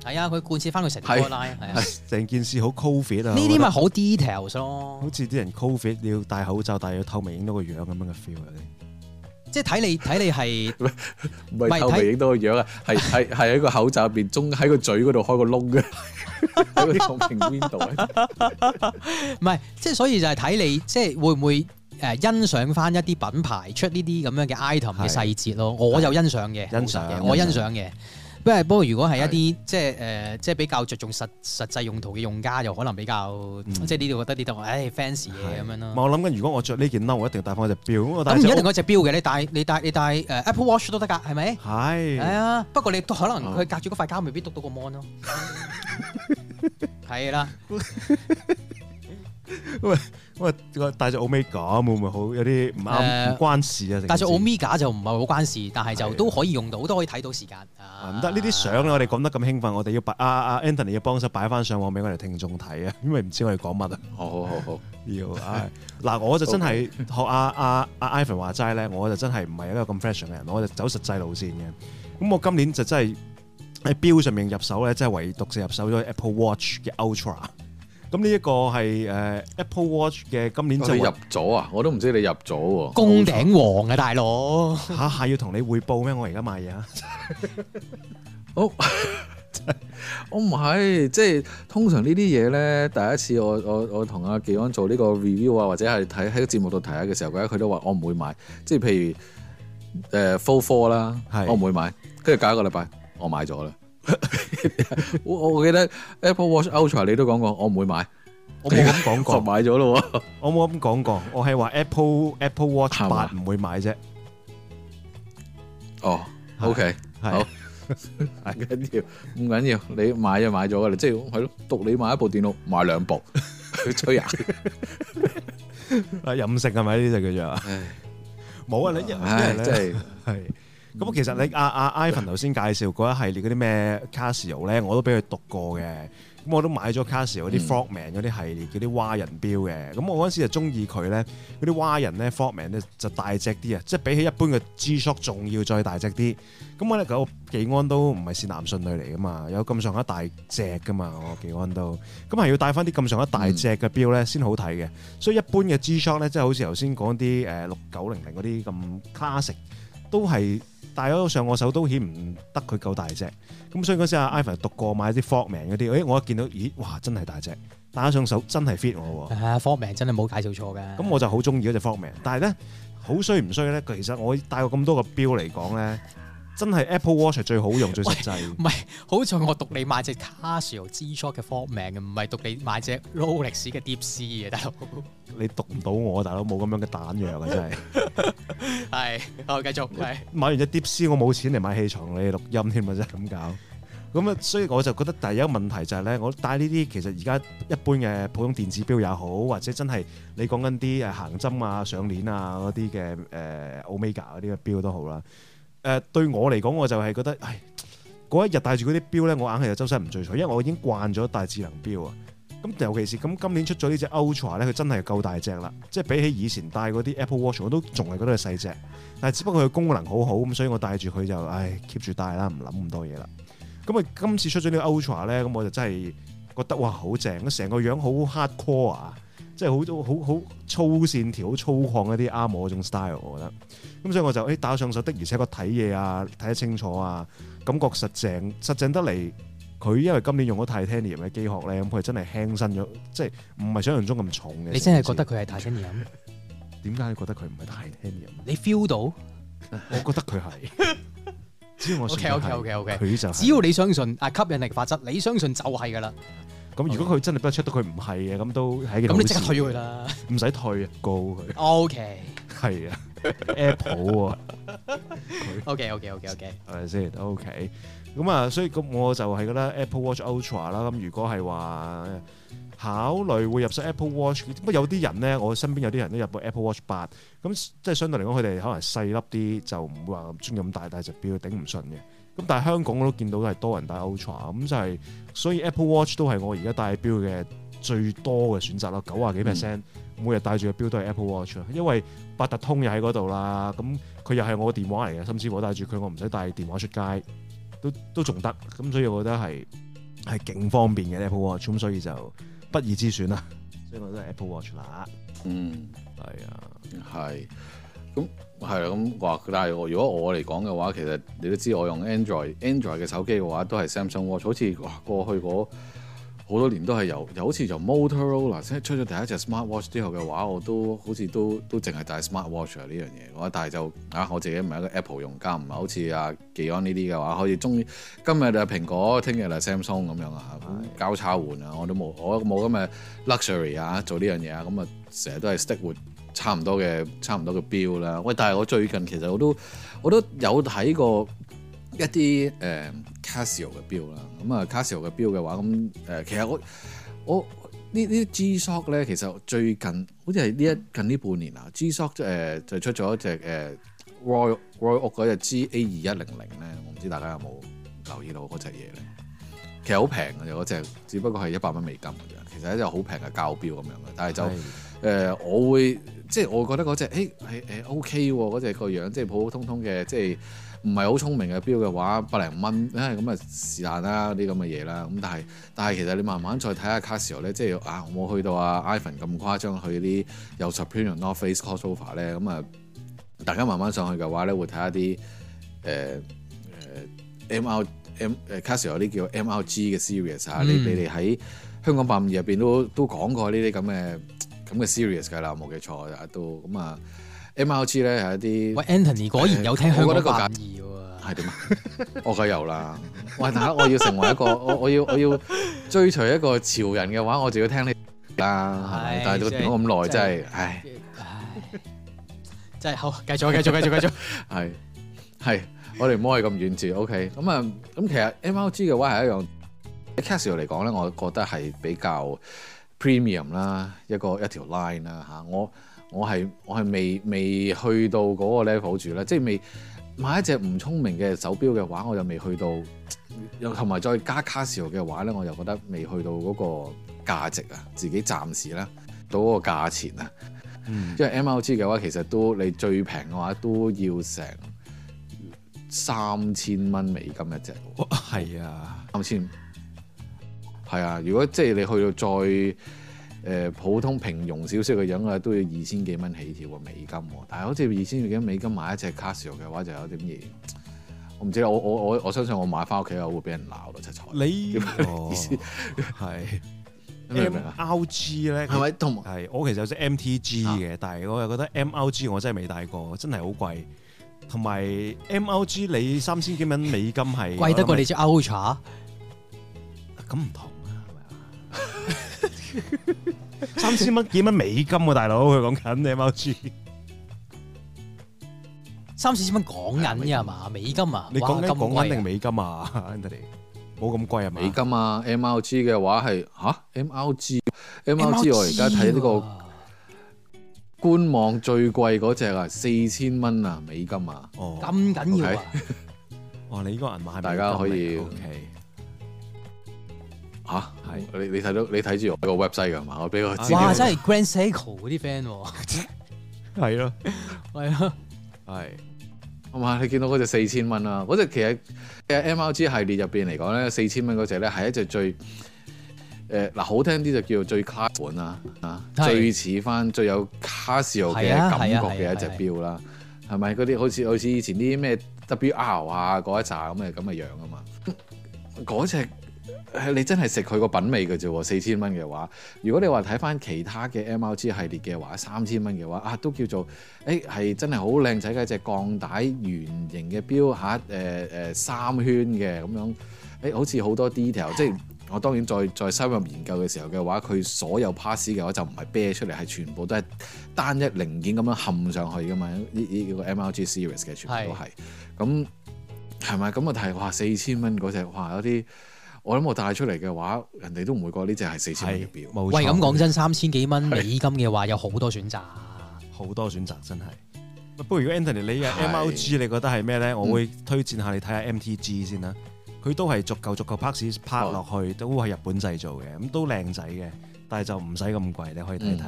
[SPEAKER 2] window，
[SPEAKER 3] 係啊，佢貫徹翻佢成條
[SPEAKER 2] 係
[SPEAKER 3] core line 係啊。
[SPEAKER 1] 成件事好 covid 啊，
[SPEAKER 3] 呢
[SPEAKER 1] 我
[SPEAKER 3] 啲
[SPEAKER 1] 覺
[SPEAKER 3] 咪
[SPEAKER 1] 得
[SPEAKER 3] 好 details 咯
[SPEAKER 1] 好，似啲人 covid 你要戴口罩，但係要透明影到個樣咁樣嘅 feel 啊有啲
[SPEAKER 3] 即係睇你睇你係
[SPEAKER 2] 唔
[SPEAKER 3] 唔係
[SPEAKER 2] 係透
[SPEAKER 3] 睇
[SPEAKER 2] 明影到個樣啊，係係係喺個口罩入邊中喺個嘴嗰度開個窿 嘅，喺個透明 window 啊喺度
[SPEAKER 3] 唔係即係所以就係睇你即係會唔會誒欣賞翻一啲品牌出呢啲咁樣嘅 item
[SPEAKER 1] 係
[SPEAKER 3] 嘅細節咯，我就欣賞嘅，
[SPEAKER 1] 欣賞
[SPEAKER 3] 老實
[SPEAKER 1] 欣
[SPEAKER 3] 嘅
[SPEAKER 1] 賞
[SPEAKER 3] 我欣賞嘅。不過不過如果係一啲即係誒即係比較着重實實際用途嘅用家，又可能比較、即係呢度覺得呢度唉 fancy 嘢咁樣
[SPEAKER 1] 唔
[SPEAKER 3] 咯
[SPEAKER 1] 係。我諗緊，如果我着呢件褸，我一定戴翻隻錶。咁我戴
[SPEAKER 3] 咁唔
[SPEAKER 1] 隻
[SPEAKER 3] 一定嗰隻錶嘅，你戴你戴你戴誒 Apple Watch 都得㗎，係咪？係
[SPEAKER 1] 係
[SPEAKER 3] 啊，不過你都可能佢隔住嗰塊膠，未必篤到個 mon 咯。係啦。
[SPEAKER 1] 喂，我戴隻 Omega 會唔會好有啲唔
[SPEAKER 3] 誒
[SPEAKER 1] 啱唔關事啊？
[SPEAKER 3] 但係
[SPEAKER 1] 隻
[SPEAKER 3] Omega 就唔係好關事，但係就
[SPEAKER 1] 係
[SPEAKER 3] 都可以用到，都可以睇到時間。啊
[SPEAKER 1] 唔得呢啲相咧，我哋講得咁興奮，我哋要擺啊啊 Anthony 要幫手擺翻上網俾我哋聽眾睇啊，因為唔知我哋講乜啊。
[SPEAKER 2] 好好好好。
[SPEAKER 1] 要唉嗱，我就真係學阿阿阿 Ivan 話齋咧，我就真係唔係一個咁 fashion 嘅人，我就走實際路線嘅。咁我今年就真係喺錶上面入手咧，即係唯獨是入手咗 Apple Watch 嘅 Ultra。咁呢一個係誒 Apple Watch 嘅今年
[SPEAKER 2] 哦
[SPEAKER 1] 就
[SPEAKER 2] 你入咗啊！我都唔知你入咗喎。
[SPEAKER 3] 宮頂王啊，大佬！
[SPEAKER 1] 下下要同你匯報咩？我而家買嘢啊！
[SPEAKER 2] 哦，我哦唔係，即係通常呢啲嘢咧，第一次我我我同阿技安做呢個 review 啊，或者係睇喺個節目度睇下嘅時候，佢佢都話我唔會買，即係譬如誒 full four 啦，
[SPEAKER 1] 係
[SPEAKER 2] 我唔會買，跟住隔一個禮拜我買咗 啦。我我記得 Apple Watch Ultra 你都講過，我唔會買，
[SPEAKER 1] 我冇咁 講
[SPEAKER 2] 我
[SPEAKER 1] 過，
[SPEAKER 2] 買咗咯喎。
[SPEAKER 1] 我冇咁講過，我係話 Apple Apple Watch
[SPEAKER 2] 係
[SPEAKER 1] 八
[SPEAKER 2] 嘛
[SPEAKER 1] 唔會買啫。
[SPEAKER 2] 哦
[SPEAKER 1] 係
[SPEAKER 2] ，OK。
[SPEAKER 1] 係
[SPEAKER 2] 好唔緊要，唔緊要，你買就買咗噶啦，即係係咯，讀你買一部電腦，買兩 部，吹啊！
[SPEAKER 1] 啊飲食係咪呢啲就叫做
[SPEAKER 2] 唉，
[SPEAKER 1] 冇啊？你一
[SPEAKER 2] 唉，
[SPEAKER 1] 因為
[SPEAKER 2] 真
[SPEAKER 1] 咧
[SPEAKER 2] 係
[SPEAKER 1] 係。咁其實你阿阿 Ivan 頭先介紹嗰一系列嗰啲咩 Casio 咧，我都俾佢讀過嘅。咁我都買咗 Casio 嗰啲
[SPEAKER 2] 嗯
[SPEAKER 1] Frogman 嗰啲系列嗰啲蛙人錶嘅。咁我嗰陣時就中意佢咧，嗰啲蛙人咧 Frogman 咧就大隻啲啊，即係比起一般嘅 G-Shock 仲要再大隻啲。咁我咧個技安都唔係善男信女嚟噶嘛，有咁上下大隻噶嘛，我技安都。咁係要戴翻啲咁上下大隻嘅錶咧先好睇嘅。所以一般嘅 G-Shock 咧，即係好似頭先講啲誒六九零零嗰啲咁 classic，都係戴咗上我手都顯唔得佢夠大隻。咁所以嗰時阿 Ivan 讀過買啲 Frogman 嗰啲，誒我一見到，咦，哇，真係大隻，戴咗上手真係 fit 我喎。
[SPEAKER 3] 啊，科名真係冇介紹錯嘅。
[SPEAKER 1] 咁我就好中意嗰只 Frogman，但係咧好衰唔衰咧？其實我戴過咁多個錶嚟講咧，真係 Apple Watch 係最好用、最實際。
[SPEAKER 3] 好在我讀你買隻 Casio G Shock 嘅科名嘅，唔係讀你買隻 Rolex 嘅 Deep Sea 嘅，大佬。
[SPEAKER 1] 你讀唔到我，大佬冇咁樣嘅彈藥啊！真係
[SPEAKER 3] 係，好繼續係。
[SPEAKER 1] 買完只碟絲，我冇錢嚟買氣床你錄音添啊！真係咁搞。咁啊，所以我就覺得第一個問題就係咧，我戴呢啲其實而家一般嘅普通電子錶也好，或者真係你講緊啲誒行針啊、上鏈啊嗰啲嘅誒 Omega 嗰啲嘅錶都好啦。誒、對我嚟講，我就係覺得，唉，嗰一日戴住嗰啲錶咧，我硬係有周身唔聚財，因為我已經慣咗戴智能錶啊。咁尤其是咁今年出咗呢只 Ultra 咧，佢真係夠大隻啦，即係比起以前戴嗰啲 Apple Watch，我都仲係覺得佢細隻，但係只不過佢功能好好，咁所以我戴住佢就唉 keep 住戴啦，唔諗咁多嘢啦。咁啊，今次出咗呢個 Ultra 咧，咁我就真係覺得哇好正，成個樣好 hardcore 啊，即係好好好粗線條、好粗犷一啲啱我嗰種 style，我覺得。咁所以我就誒哎打上手的，而且個睇嘢啊睇得清楚啊，感覺實正實正得嚟。佢因為今年用咗 titanium 嘅機殼咧，咁佢真係輕身咗，即係唔係想象中咁重嘅。
[SPEAKER 3] 你真係覺得佢係大聲飲？
[SPEAKER 1] 點解你覺得佢唔係 titanium？
[SPEAKER 3] 你 feel 到？
[SPEAKER 1] 我覺得佢 係，只要我信佢係
[SPEAKER 3] OK，OK，OK，OK
[SPEAKER 1] 佢就係
[SPEAKER 3] 只要你相信啊吸引力法則，你相信就係㗎啦。
[SPEAKER 1] 咁。如果佢真係不 check 到佢唔係嘅，咁都係一件
[SPEAKER 3] 咁
[SPEAKER 1] 好
[SPEAKER 3] 你即刻
[SPEAKER 1] 事
[SPEAKER 3] 退咗佢，啦。
[SPEAKER 1] 唔使退啊，告佢
[SPEAKER 3] OK。
[SPEAKER 1] 係啊，Apple 喎。
[SPEAKER 3] OK OK OK OK，
[SPEAKER 1] 係咪先？OK，咁啊，所以咁我就係覺得 Apple Watch Ultra 啦。咁如果係話考慮會入手 Apple Watch，不過有啲人咧，我身邊有啲人都入過 Apple Watch 八，咁即係相對嚟講，佢哋可能細粒啲，就唔會話中意咁大大隻錶，頂唔順嘅。咁但係香港我都見到係多人戴 Ultra，咁就係、所以 Apple Watch 都係我而家戴錶嘅最多嘅選擇啦，九啊幾 percent，每日戴住嘅錶都係 Apple Watch 啦，因為八達通又喺嗰度啦，咁佢又係我電話嚟嘅，甚至我帶住佢，我唔使帶電話出街，都都仲得，咁所以我覺得係係勁方便嘅 Apple Watch，咁所以就不二之選啦，所以我覺得 Apple Watch 啦，
[SPEAKER 2] 嗯。
[SPEAKER 1] 係啊，
[SPEAKER 2] 係，咁係啦，咁話，但係我如果我嚟講嘅話，其實你都知我用 Android，Android 嘅手機嘅話都係 Samsung Watch，好似哇過去嗰好多年都係由，又好似由 Motorola 即係出咗第一隻 Smart Watch 之後嘅話，我都好似都都淨係戴 Smart Watch 啊呢樣嘢嘅話，但係就啊我自己唔係一個 Apple 用家，唔係好似啊技安呢啲嘅話，可以中意今日就係蘋果，聽日就係 Samsung 咁樣啊，咁交叉換啊，我都冇我冇咁嘅 luxury 啊，做呢樣嘢啊，咁啊成日都係 stick with 差唔多嘅差唔多嘅標啦。喂，但係我最近其實我都我都有睇過一啲誒、呃 Casio 嘅標啦。咁啊 Casio 嘅標嘅話，咁誒、呃其實我我呢呢啲 G Shock 咧，其實最近好似係呢一近呢半年啊，G Shock 誒、呃就出咗一隻誒、呃 Royal Royal Oak 嗰只 G A 二一零零咧，我唔知大家有冇留意到嗰只嘢咧。其實好平嘅啫，嗰只只呃不過係一百蚊美金嘅啫。其實係一隻好平嘅膠標咁樣嘅，但係就誒、我會即係我覺得嗰只誒係誒 OK 喎，嗰只個樣即係普普通通嘅，即係唔係好聰明嘅錶嘅話，百零蚊，唉咁啊是但啦啲咁嘅嘢啦。咁但係但係其實你慢慢再睇下 Casio 咧，即係啊我冇去到啊 Ivan 咁誇張去啲有 Superior North Face crossover 咧，咁啊大家慢慢上去嘅話咧，會睇下啲誒誒 MR M 誒 Casio 有啲叫 MRG 嘅 series 啊，你
[SPEAKER 3] 嗯
[SPEAKER 2] 你哋喺香港八五二入邊都都講過呢啲咁嘅咁嘅 series 㗎啦，冇記錯啊都咁啊 MRG 咧係一啲
[SPEAKER 3] 喂，Anthony 果然有聽香
[SPEAKER 2] 我覺得
[SPEAKER 3] 港
[SPEAKER 2] 個
[SPEAKER 3] 八
[SPEAKER 2] 價
[SPEAKER 3] 五二
[SPEAKER 2] 係點啊？ 我梗有啦！喂，大家我要成為一個我我要我要追隨一個潮人嘅話，我就要聽你啦，係咪
[SPEAKER 3] 唉
[SPEAKER 2] 但係都
[SPEAKER 3] 真係
[SPEAKER 2] 等咗咁耐，
[SPEAKER 3] 真
[SPEAKER 2] 真係
[SPEAKER 3] 係
[SPEAKER 2] 唉
[SPEAKER 3] 喎，唉，真係好，繼續繼續繼續繼續，
[SPEAKER 2] 係係，我哋唔好係咁遠住，OK？咁啊咁其實 MRG 嘅話係一樣喺 Casio 嚟講咧，我覺得係比較 premium 啦，一個一條 line 啦嚇，我我係我係未未去到嗰個 level 住啦，即係未買一隻唔聰明嘅手錶嘅話，我又未去到，又同埋再加 Casio 嘅話咧，我又覺得未去到嗰個價值啊，自己暫時啦，到嗰個價錢啊，
[SPEAKER 1] 嗯
[SPEAKER 2] 因為 MLG 嘅話其實都你最平嘅話都要成三千蚊美金一隻喎。
[SPEAKER 1] 哇係啊，
[SPEAKER 2] 啱先？係啊，如果即係你去到再誒、呃普通平庸少少嘅樣啊，都要二千幾蚊起跳喎美金喎。但係好似二千幾蚊美金買一隻 Casio 嘅話，就有啲嘢。我唔知啦，我我我我相信我買翻屋企啊我會俾人鬧到七彩。
[SPEAKER 1] 你
[SPEAKER 2] 意思
[SPEAKER 1] 係
[SPEAKER 2] 你明唔明啊？
[SPEAKER 1] MLG 咧，
[SPEAKER 2] 係咪同埋
[SPEAKER 1] 係我其實有隻 MTG 嘅，但係我又覺得 MLG 我真係未戴過，真係好貴。同埋 MLG 你三千幾蚊美金係
[SPEAKER 3] 貴得過你，隻 Ultra，
[SPEAKER 1] 咁唔同啊， 係咪啊？三千蚊幾蚊美金喎，大佬佢講緊 MLG，
[SPEAKER 3] 三四千蚊港銀嘅係嘛？美金啊，
[SPEAKER 1] 你
[SPEAKER 3] 哇
[SPEAKER 1] 講緊
[SPEAKER 3] 咁
[SPEAKER 1] 港銀定
[SPEAKER 3] 貴啊，
[SPEAKER 1] 美金啊？Anthony 冇咁貴係嘛？
[SPEAKER 2] 美金啊，MLG 嘅話係吓
[SPEAKER 3] 啊
[SPEAKER 2] MLG，MLG 我而家睇呢個官網最貴嗰只啊，四千蚊啊美金啊，
[SPEAKER 1] 哦，
[SPEAKER 3] 咁緊要啊！
[SPEAKER 1] 哇！哦你呢個銀碼係
[SPEAKER 2] 大家可以
[SPEAKER 1] 啊 OK，
[SPEAKER 2] 吓、你你睇到你睇住我個 website 㗎嘛？我俾個資料
[SPEAKER 3] 哇！
[SPEAKER 2] 你
[SPEAKER 3] 真係 Grand Seiko 嗰啲 friend 喎，
[SPEAKER 1] 係咯，
[SPEAKER 3] 係咯，
[SPEAKER 1] 係
[SPEAKER 2] 係嘛？你見到嗰只四千蚊啦，嗰只其實嘅 MLG 系列入邊嚟講咧，四千蚊嗰只咧係一隻最誒嗱、好聽啲就叫做最 class 款啦，啊
[SPEAKER 3] 係
[SPEAKER 2] 最似翻最有 Casio 嘅
[SPEAKER 3] 係啊
[SPEAKER 2] 感
[SPEAKER 3] 係啊
[SPEAKER 2] 覺嘅一隻錶啦，係咪嗰啲好似好似以前啲咩 WR 啊嗰一扎咁嘅咁嘅樣啊嘛，嗰只。誒你真係食佢個品味嘅啫喎，四千蚊嘅話，如果你話睇翻其他嘅 MLG 系列嘅話，三千蚊嘅話啊，都叫做誒係真係好靚仔嘅一隻鋼帶圓形嘅錶嚇，誒、誒三圈嘅咁樣，誒、好似好多 detail，即係我當然再再深入研究嘅時候嘅話，佢所有 pass 嘅話就唔係啤出嚟，係全部都係單一零件咁樣冚上去噶嘛，呢呢個 MLG series 嘅全部都係，咁係咪咁啊？但係哇四千蚊嗰只哇有啲，我諗我帶出嚟嘅話，人哋都唔會覺得呢只係四千蚊嘅
[SPEAKER 1] 係
[SPEAKER 2] 錶。
[SPEAKER 1] 冇錯。
[SPEAKER 3] 喂，咁講真，三千幾蚊美金嘅話，有好多選擇。
[SPEAKER 1] 好多選擇真係。不過如果 Anthony 你嘅
[SPEAKER 2] 係
[SPEAKER 1] MLG 你覺得係咩咧？我會推薦下你睇下 MTG 先啦。佢都係逐嚿逐嚿 parts 拍落去，都係日本製造嘅，咁都靚仔嘅，但係就唔使咁貴，你可以睇睇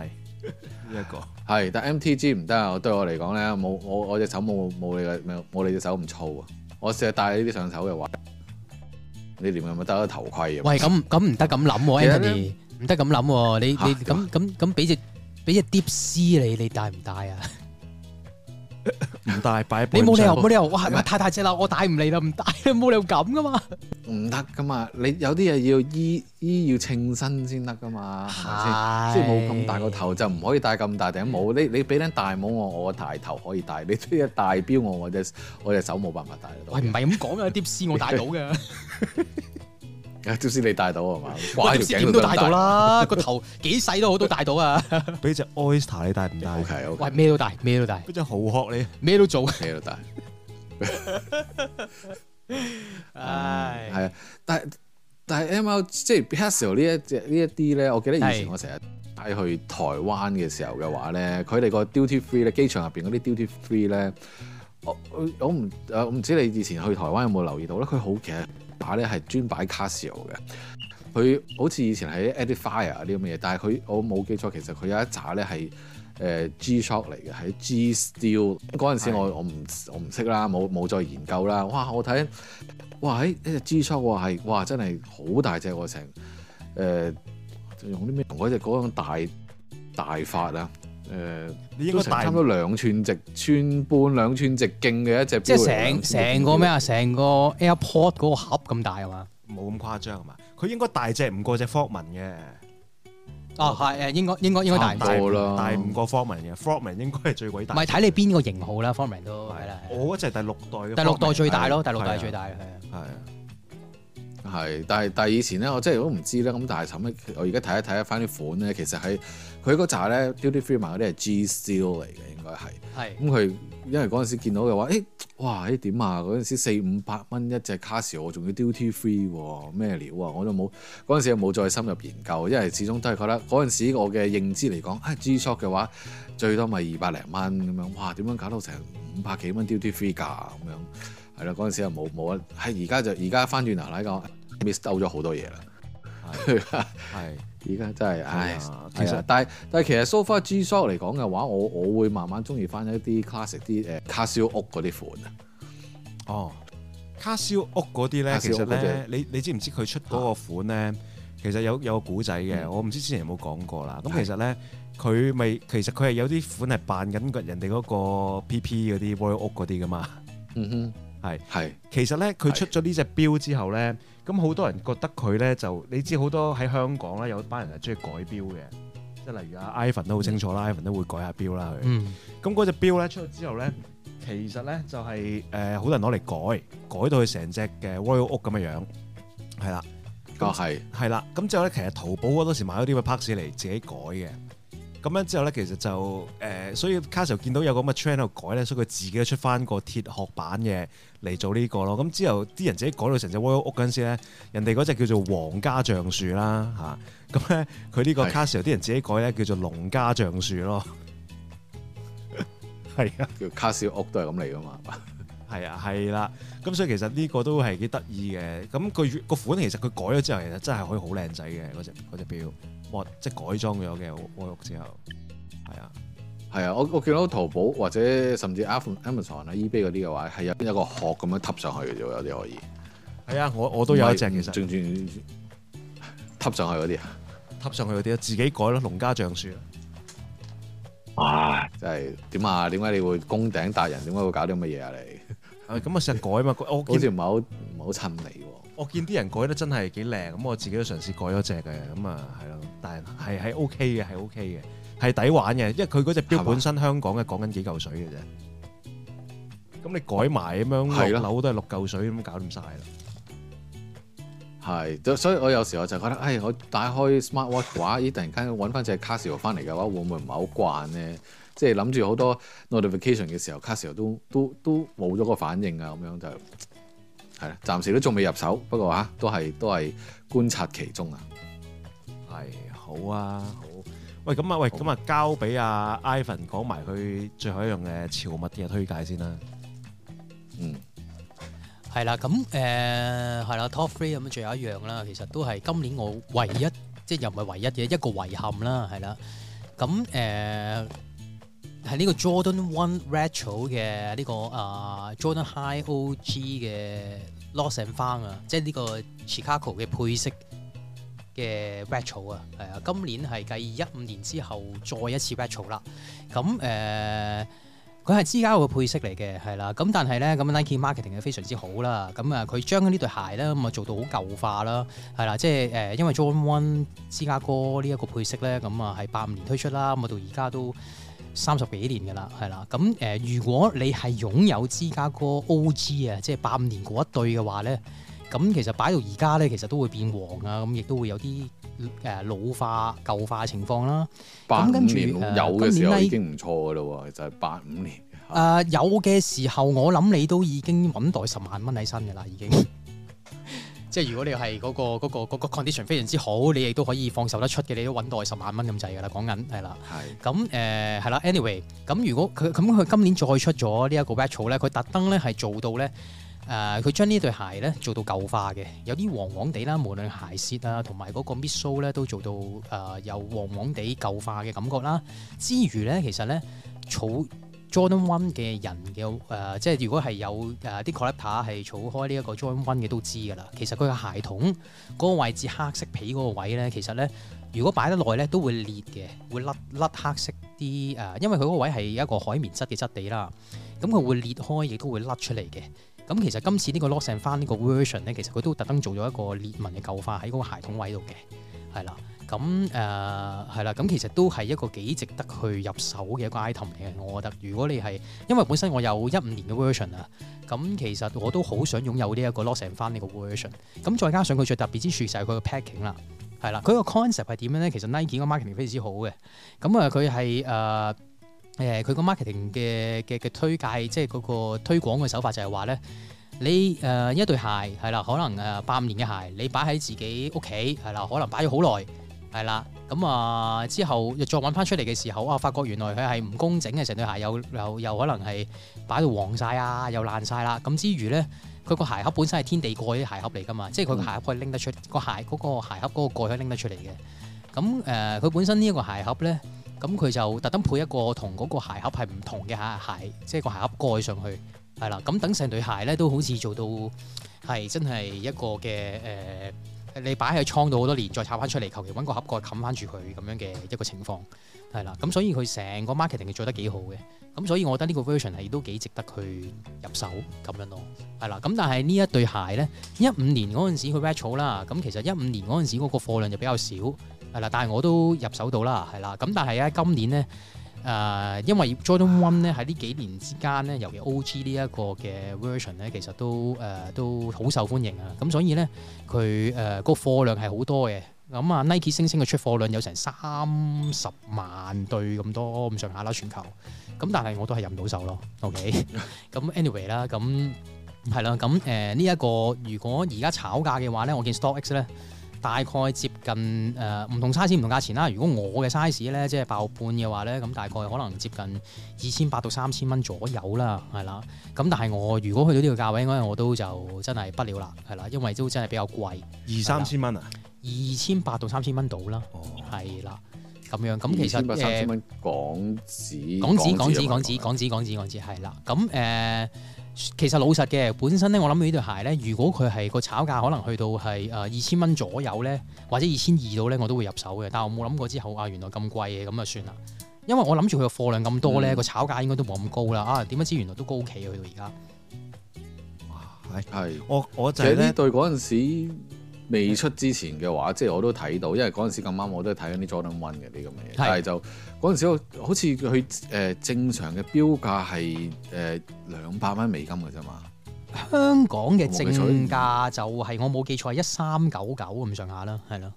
[SPEAKER 1] 呢一個。
[SPEAKER 2] 係，但 MTG 唔得啊！對我嚟講咧，冇我我隻手冇冇你嘅冇你隻手咁粗啊！我成日戴呢啲上手嘅話，你連有冇戴咗頭盔啊？
[SPEAKER 3] 喂，咁咁唔得咁諗喎
[SPEAKER 2] 其實
[SPEAKER 3] ，Anthony，唔得咁諗喎。你
[SPEAKER 2] 嚇
[SPEAKER 3] 你咁咁咁俾只俾只 deep C 你，你帶唔帶啊？
[SPEAKER 1] 唔帶擺喺
[SPEAKER 3] 你
[SPEAKER 1] 背
[SPEAKER 3] 冇理由
[SPEAKER 1] 上
[SPEAKER 3] 冇理由，哇！太大隻啦，我帶唔嚟啦，唔帶啦，冇理由咁噶嘛。
[SPEAKER 2] 唔得噶嘛！你有啲嘢要醫醫要稱身先得噶嘛，係咪先？即係冇咁大個頭就唔可以戴咁大頂帽。你你俾頂大帽我，我大頭可以戴；你俾一大標我，我隻我隻手冇辦法戴得
[SPEAKER 3] 喂，唔
[SPEAKER 2] 到。
[SPEAKER 3] 係咁講嘅，deep C 我帶到嘅，
[SPEAKER 2] 即使你戴到係嘛？掛
[SPEAKER 3] 我
[SPEAKER 2] 喺
[SPEAKER 3] deep
[SPEAKER 2] 條
[SPEAKER 3] C 點
[SPEAKER 2] 頸
[SPEAKER 3] 都
[SPEAKER 2] 度
[SPEAKER 3] 帶到。啦，個頭幾細都好都帶到啊。
[SPEAKER 1] 俾只 oyster 你帶唔帶
[SPEAKER 2] O？K O
[SPEAKER 3] 喂，
[SPEAKER 2] K，
[SPEAKER 3] 咩都帶，咩都帶，
[SPEAKER 1] 俾只豪殼你
[SPEAKER 3] 咩都做。
[SPEAKER 2] 你都戴。
[SPEAKER 3] 唉，
[SPEAKER 2] 係啊，但係但係 ML 即係 Casio 呢一隻呢一啲咧，我記得以前
[SPEAKER 3] 係
[SPEAKER 2] 我成日帶去台灣嘅時候嘅話咧，佢哋個 duty free 咧，機場入邊嗰啲 duty free 咧，我我我唔誒呃我唔知你以前去台灣有冇留意到咧，佢好其實擺咧係專擺 Casio 嘅。啊佢好似以前喺 Edifier 啲咁嘅嘢，但係佢我冇記錯，其實佢有一紮咧係誒 G Shock 嚟嘅，喺 G Steel 嗰陣時我我唔我唔識啦，冇冇再研究啦。哇！我睇哇喺呢隻 G Shock 喎係哇真係好大隻喎，成誒、呃用啲咩嗰隻嗰種大大法啊！誒、
[SPEAKER 1] 你應
[SPEAKER 2] 都
[SPEAKER 1] 該
[SPEAKER 2] 成
[SPEAKER 1] 大
[SPEAKER 2] 差唔多兩寸直穿半兩寸直徑嘅一隻錶嚟㗎，
[SPEAKER 3] 即係成
[SPEAKER 2] 兩寸直徑
[SPEAKER 3] 成個咩啊？成個 AirPod 嗰個盒咁大啊嘛？
[SPEAKER 1] 冇咁誇張係嘛？佢應該大隻唔過只 Frogman 嘅，
[SPEAKER 3] 啊係誒，應該應該應該大唔
[SPEAKER 2] 差唔
[SPEAKER 3] 到
[SPEAKER 2] 多，啦
[SPEAKER 1] 大唔過 Frogman 嘅，Frogman 應該係最鬼大。
[SPEAKER 3] 唔係睇你邊個型號啦，Forman 都係
[SPEAKER 1] 係
[SPEAKER 3] 啦
[SPEAKER 1] 啦，。我嗰隻係第六代嘅 Frogman，
[SPEAKER 3] 第六代最大咯，第六
[SPEAKER 1] 係
[SPEAKER 3] 代
[SPEAKER 1] 啊
[SPEAKER 3] 最大係啊。
[SPEAKER 1] 係啊。
[SPEAKER 2] 係，但係但係以前咧，我真係都唔知咧。咁但係後尾我而家睇一睇翻啲款咧，其實係佢嗰扎咧 Duty Free 賣嗰啲係 G Steel 嚟嘅，應該係。
[SPEAKER 3] 係
[SPEAKER 2] 咁佢因為嗰陣時見到嘅話，誒、哇誒點啊？嗰陣時四五百蚊一隻卡士，我仲要 duty free 喎，咩料啊？我都冇嗰陣時又冇再深入研究，因為始終都係覺得嗰陣時我嘅認知嚟講，啊 G Shock 嘅話最多咪二百零蚊咁樣，哇點樣搞到成五百幾蚊 duty free 㗎咁樣？係啦，嗰陣時又冇冇得，係而家就而家翻轉頭嚟講，miss 兜咗好多嘢啦。
[SPEAKER 1] 係啊
[SPEAKER 2] 而家真係，唉，
[SPEAKER 1] 其
[SPEAKER 2] 其
[SPEAKER 1] 實
[SPEAKER 2] 實但係但係其實 so far G Shock 嚟講嘅話，我我會慢慢中意翻一啲 classic 啲誒卡燒屋嗰啲款啊。
[SPEAKER 1] 哦，卡燒屋嗰啲咧，
[SPEAKER 2] 卡
[SPEAKER 1] 其
[SPEAKER 2] 燒屋
[SPEAKER 1] 實
[SPEAKER 2] 嗰隻
[SPEAKER 1] 咧，你你知唔知佢出嗰個款咧？其實有有個古仔嘅，
[SPEAKER 2] 嗯
[SPEAKER 1] 我唔知之前有冇講過啦。咁
[SPEAKER 2] 係
[SPEAKER 1] 其實咧，佢咪其實佢係有啲款係扮緊個人哋嗰個 PP 嗰啲 Royal 屋嗰啲噶嘛。
[SPEAKER 2] 嗯哼，
[SPEAKER 1] 係
[SPEAKER 2] 係
[SPEAKER 1] 其實咧，佢
[SPEAKER 2] 係
[SPEAKER 1] 出咗呢只錶之後咧，咁好多人覺得佢咧就你知好多喺香港咧有班人係中意改錶嘅，即係例如阿 Ivan 都好清楚啦，Ivan 都會改下錶啦佢。
[SPEAKER 3] 嗯
[SPEAKER 1] 咁嗰只錶咧出咗之後咧，其實咧就係誒好多人攞嚟改，改到佢成隻嘅 Royal Oak 咁嘅樣，係啦，
[SPEAKER 2] 哦係，
[SPEAKER 1] 係啦。咁之後咧，其實淘寶嗰陣時買咗啲嘅 parts 嚟自己改嘅。咁樣之後咧，其實就誒、呃所以 Casio 見到有咁嘅 trend 喺度改咧，所以佢自己都出翻個鐵殼板嘅嚟做呢個咯。咁之後啲人自己改到成隻 Royal Oak 嗰陣時咧，人哋嗰只叫做皇家橡樹啦嚇，咁咧佢呢個
[SPEAKER 2] 係
[SPEAKER 1] Casio 啲人自己改咧叫做龍家橡樹咯，係啊。
[SPEAKER 2] 叫卡燒屋都係咁嚟噶嘛。
[SPEAKER 1] 係啊，係啦，咁所以其實呢個都係幾得意嘅。咁佢個款其實佢改咗之後，其實真係可以好靚仔嘅嗰只嗰只錶，哇！即係改裝咗嘅鍋屋之後，係啊，
[SPEAKER 2] 係啊，我我見到淘寶或者甚至 Am- Amazon 啊、eBay 嗰啲嘅話，係有有個殼咁樣揼上去嘅啫，有啲可以。
[SPEAKER 1] 係啊，我我都有一隻
[SPEAKER 2] 唔
[SPEAKER 1] 其
[SPEAKER 2] 係
[SPEAKER 1] 實
[SPEAKER 2] 轉轉揼上去嗰啲啊，
[SPEAKER 1] 揼上去嗰啲自己改咯，農家橡樹啊
[SPEAKER 2] 哇！真係點啊？點解你會攻頂達人？點解會搞啲咁嘅嘢啊？你
[SPEAKER 1] 啊，咁啊成日改嘛，我
[SPEAKER 2] 好似
[SPEAKER 1] 見
[SPEAKER 2] 唔係好唔係好襯你喎。
[SPEAKER 1] 我見啲人改得真係幾靚，咁我自己都嘗試改咗隻嘅，咁啊係咯，但係係係 OK 嘅，係 OK 嘅，係抵玩嘅，因為佢嗰隻
[SPEAKER 2] 係嘛
[SPEAKER 1] 錶本身香港嘅講緊幾嚿水嘅啫，咁你改埋咁樣
[SPEAKER 2] 係咯
[SPEAKER 1] 落樓都係六嚿水咁搞掂晒啦。
[SPEAKER 2] 係，就所以我有時我就覺得，唉，我打開 smartwatch 嘅話，咦，突然間揾翻隻 Casio 翻嚟嘅話，會唔會唔係好慣呢？即係諗住好多 notification 嘅時候，Casio 都都都冇咗個反應啊，咁樣就係啦，暫時都仲未入手，不過嚇、啊都係都係觀察其中啊。
[SPEAKER 1] 係好啊，好。喂，咁啊，喂，咁啊，交俾阿 Ivan 講埋佢最後一樣嘅潮物嘅推介先啦。
[SPEAKER 2] 嗯，
[SPEAKER 3] 係啦，咁誒係啦，Top Three 咁樣仲有一樣啦，其實都係今年我唯一即係又唔係唯一嘅一個遺憾啦，係啦。咁誒係呢個 Jordan One Retro 嘅呢個啊 Jordan High OG 嘅 Lost and Found 啊，即係呢個 Chicago 嘅配色嘅 Retro 啊，係啊，今年係繼一五年之後再一次 Retro 啦。咁誒。佢係之交嘅配色嚟嘅，係啦。咁但係咧，咁 Nike marketing 係非常之好啦。咁啊，佢將呢對鞋咧咁啊做到好舊化啦，係啦。即係誒、呃因為 Jordan One 芝加哥呢一個配色咧，咁啊係八五年推出啦，咁啊到而家都三十幾年㗎啦，係啦。咁誒、呃如果你係擁有芝加哥 OG 啊，即係八五年嗰一對嘅話咧，咁其實擺到而家咧，其實都會變黃啊，咁亦都會有啲誒、呃老化舊化嘅情況啦。
[SPEAKER 2] 八五
[SPEAKER 3] 跟住
[SPEAKER 2] 年有
[SPEAKER 3] 誒
[SPEAKER 2] 嘅時
[SPEAKER 3] 今
[SPEAKER 2] 候
[SPEAKER 3] 年
[SPEAKER 2] 已經唔錯嘅咯喎，其實係八五年。
[SPEAKER 3] 誒、啊有嘅時候，我諗你都已經揾袋十萬蚊喺身嘅啦，已經。 即係如果你係嗰、個嗰、個嗰個 condition 非常之好，你亦都可以放手得出嘅，你都揾袋十萬蚊咁滯㗎啦，講緊係啦。
[SPEAKER 2] 係
[SPEAKER 3] 咁誒係啦，anyway，咁如果佢咁佢今年再出咗呢一個 retro 咧，佢特登咧係做到咧誒，佢將呢對鞋咧做到舊化嘅，有啲黃黃地啦，無論鞋舌啊，同埋嗰個 midsole 咧都做到誒、呃有黃黃地舊化嘅感覺啦。之餘咧，其實咧儲 Jordan One 嘅人嘅誒、呃即係如果係有呃誒啲、collector 係呃儲開呢一個 Jordan One 嘅都知㗎啦。其實佢嘅鞋筒嗰個位置黑色皮嗰個位咧，其實咧如果擺得耐咧都會裂嘅，會甩甩黑色啲誒、呃因為佢嗰個位係一個海綿質嘅質地啦，咁佢會裂開，亦都會甩出嚟嘅。咁其實今次呢個 Lost and Found 呢個 version 咧，其實佢都特登做咗一個裂紋嘅舊化喺嗰個鞋筒位度嘅，係啦。咁誒係啦，咁其實都係一個幾值得去入手嘅一個 item 嚟嘅，我覺得。如果你係因為本身我有一五年嘅 version 啊，咁其實我都好想擁有呢一個 Lost and Found 呢個 version。咁再加上佢最特別之處就係佢個 packing 啦，係啦，佢個 concept 係點樣咧？其實 Nike 個 marketing 非常之好嘅。咁啊，佢係誒。呃誒佢個 marketing 嘅嘅嘅推介，即係嗰個推廣嘅手法就係話咧，你誒、呃一對鞋係啦，可能呃誒八五年嘅鞋，你擺喺自己屋企係啦，可能擺咗好耐係啦，咁啊、之後再揾翻出嚟嘅時候啊，發覺原來佢係唔工整嘅，成對鞋又又又可能係擺到黃晒啊，又爛晒啦，咁之餘咧。佢個鞋盒本身係天地蓋啲鞋盒嚟㗎嘛，即係佢個鞋盒可以拎得出，個鞋嗰、個鞋盒嗰個蓋可以拎得出嚟嘅。咁誒，呃佢、本身呢一個鞋盒咧，咁佢就特登配一個同嗰個鞋盒係唔同嘅鞋鞋，即係個鞋盒蓋上去，係啦。咁等成對鞋咧都好似做到係真係一個嘅誒、呃你擺喺倉度好多年，再拆翻出嚟，求其揾個盒蓋冚翻住佢咁樣嘅一個情況，係啦。咁所以佢成個 marketing 係做得幾好嘅，咁所以我覺得呢個 version 係都幾值得去入手咁樣咯，係啦。咁但係呢一對鞋咧，一五年嗰陣時佢 r e t r o 啦，咁其實一五年嗰陣時嗰個貨量就比較少。係啦，但係我都入手到啦，係啦。咁但係咧，今年咧，誒、因為 Jordan One 咧喺呢幾年之間咧，尤其 O.G. 呢一個嘅 version 咧，其實都誒、都好受歡迎啊。咁所以咧，佢誒個貨量係好多嘅。咁啊，Nike 星星嘅出貨量有成三十萬對咁多咁上下啦，全球。咁但係我都係入唔到手咯。OK，咁 anyway 啦，咁係啦，咁誒呢一個如果而家炒價嘅話咧，我見 StockX 咧。大概接近誒唔、同 size 唔同價錢啦。如果我嘅 size 咧，即係爆半嘅話咧，咁大概可能接近二千八到三千蚊左右啦，係啦。咁但係我如果去到呢個價位，應該我都就真係不了啦，係啦，因為都真係比較貴，
[SPEAKER 1] 二三千蚊啊，
[SPEAKER 3] 二千八到三千蚊到啦，係啦，咁樣咁
[SPEAKER 2] 哦二
[SPEAKER 3] 其實
[SPEAKER 2] 千八三千
[SPEAKER 3] 誒
[SPEAKER 2] 蚊港紙，
[SPEAKER 3] 港紙港
[SPEAKER 2] 啊
[SPEAKER 3] 紙港紙港紙港紙港紙係啦，咁誒。其實老實嘅，本身咧我諗呢對鞋咧，如果佢係個炒價可能去到係呃誒二千蚊左右咧，或者二千二到咧，我都會入手嘅。但係我冇諗過之後啊，原來咁貴嘅，咁就算啦。因為我諗住佢個貨量咁多咧，
[SPEAKER 2] 嗯
[SPEAKER 3] 個、炒價應該都冇咁高啦。啊，點不知原來都高企去到而家。
[SPEAKER 2] 係。
[SPEAKER 1] 我我
[SPEAKER 2] 其
[SPEAKER 1] 就係
[SPEAKER 2] 實呢
[SPEAKER 1] 咧，
[SPEAKER 2] 對嗰陣時未出之前嘅話，即係我都睇到，因為嗰陣時咁啱我都係睇緊啲 Jordan One 嘅啲咁嘅嘢，但係就嗰陣時我好似佢誒正常嘅標價係誒兩百蚊美金嘅啫嘛，
[SPEAKER 3] 香港嘅
[SPEAKER 2] 我冇記
[SPEAKER 3] 正價就係、我冇記錯係一三九九咁上下啦，係咯。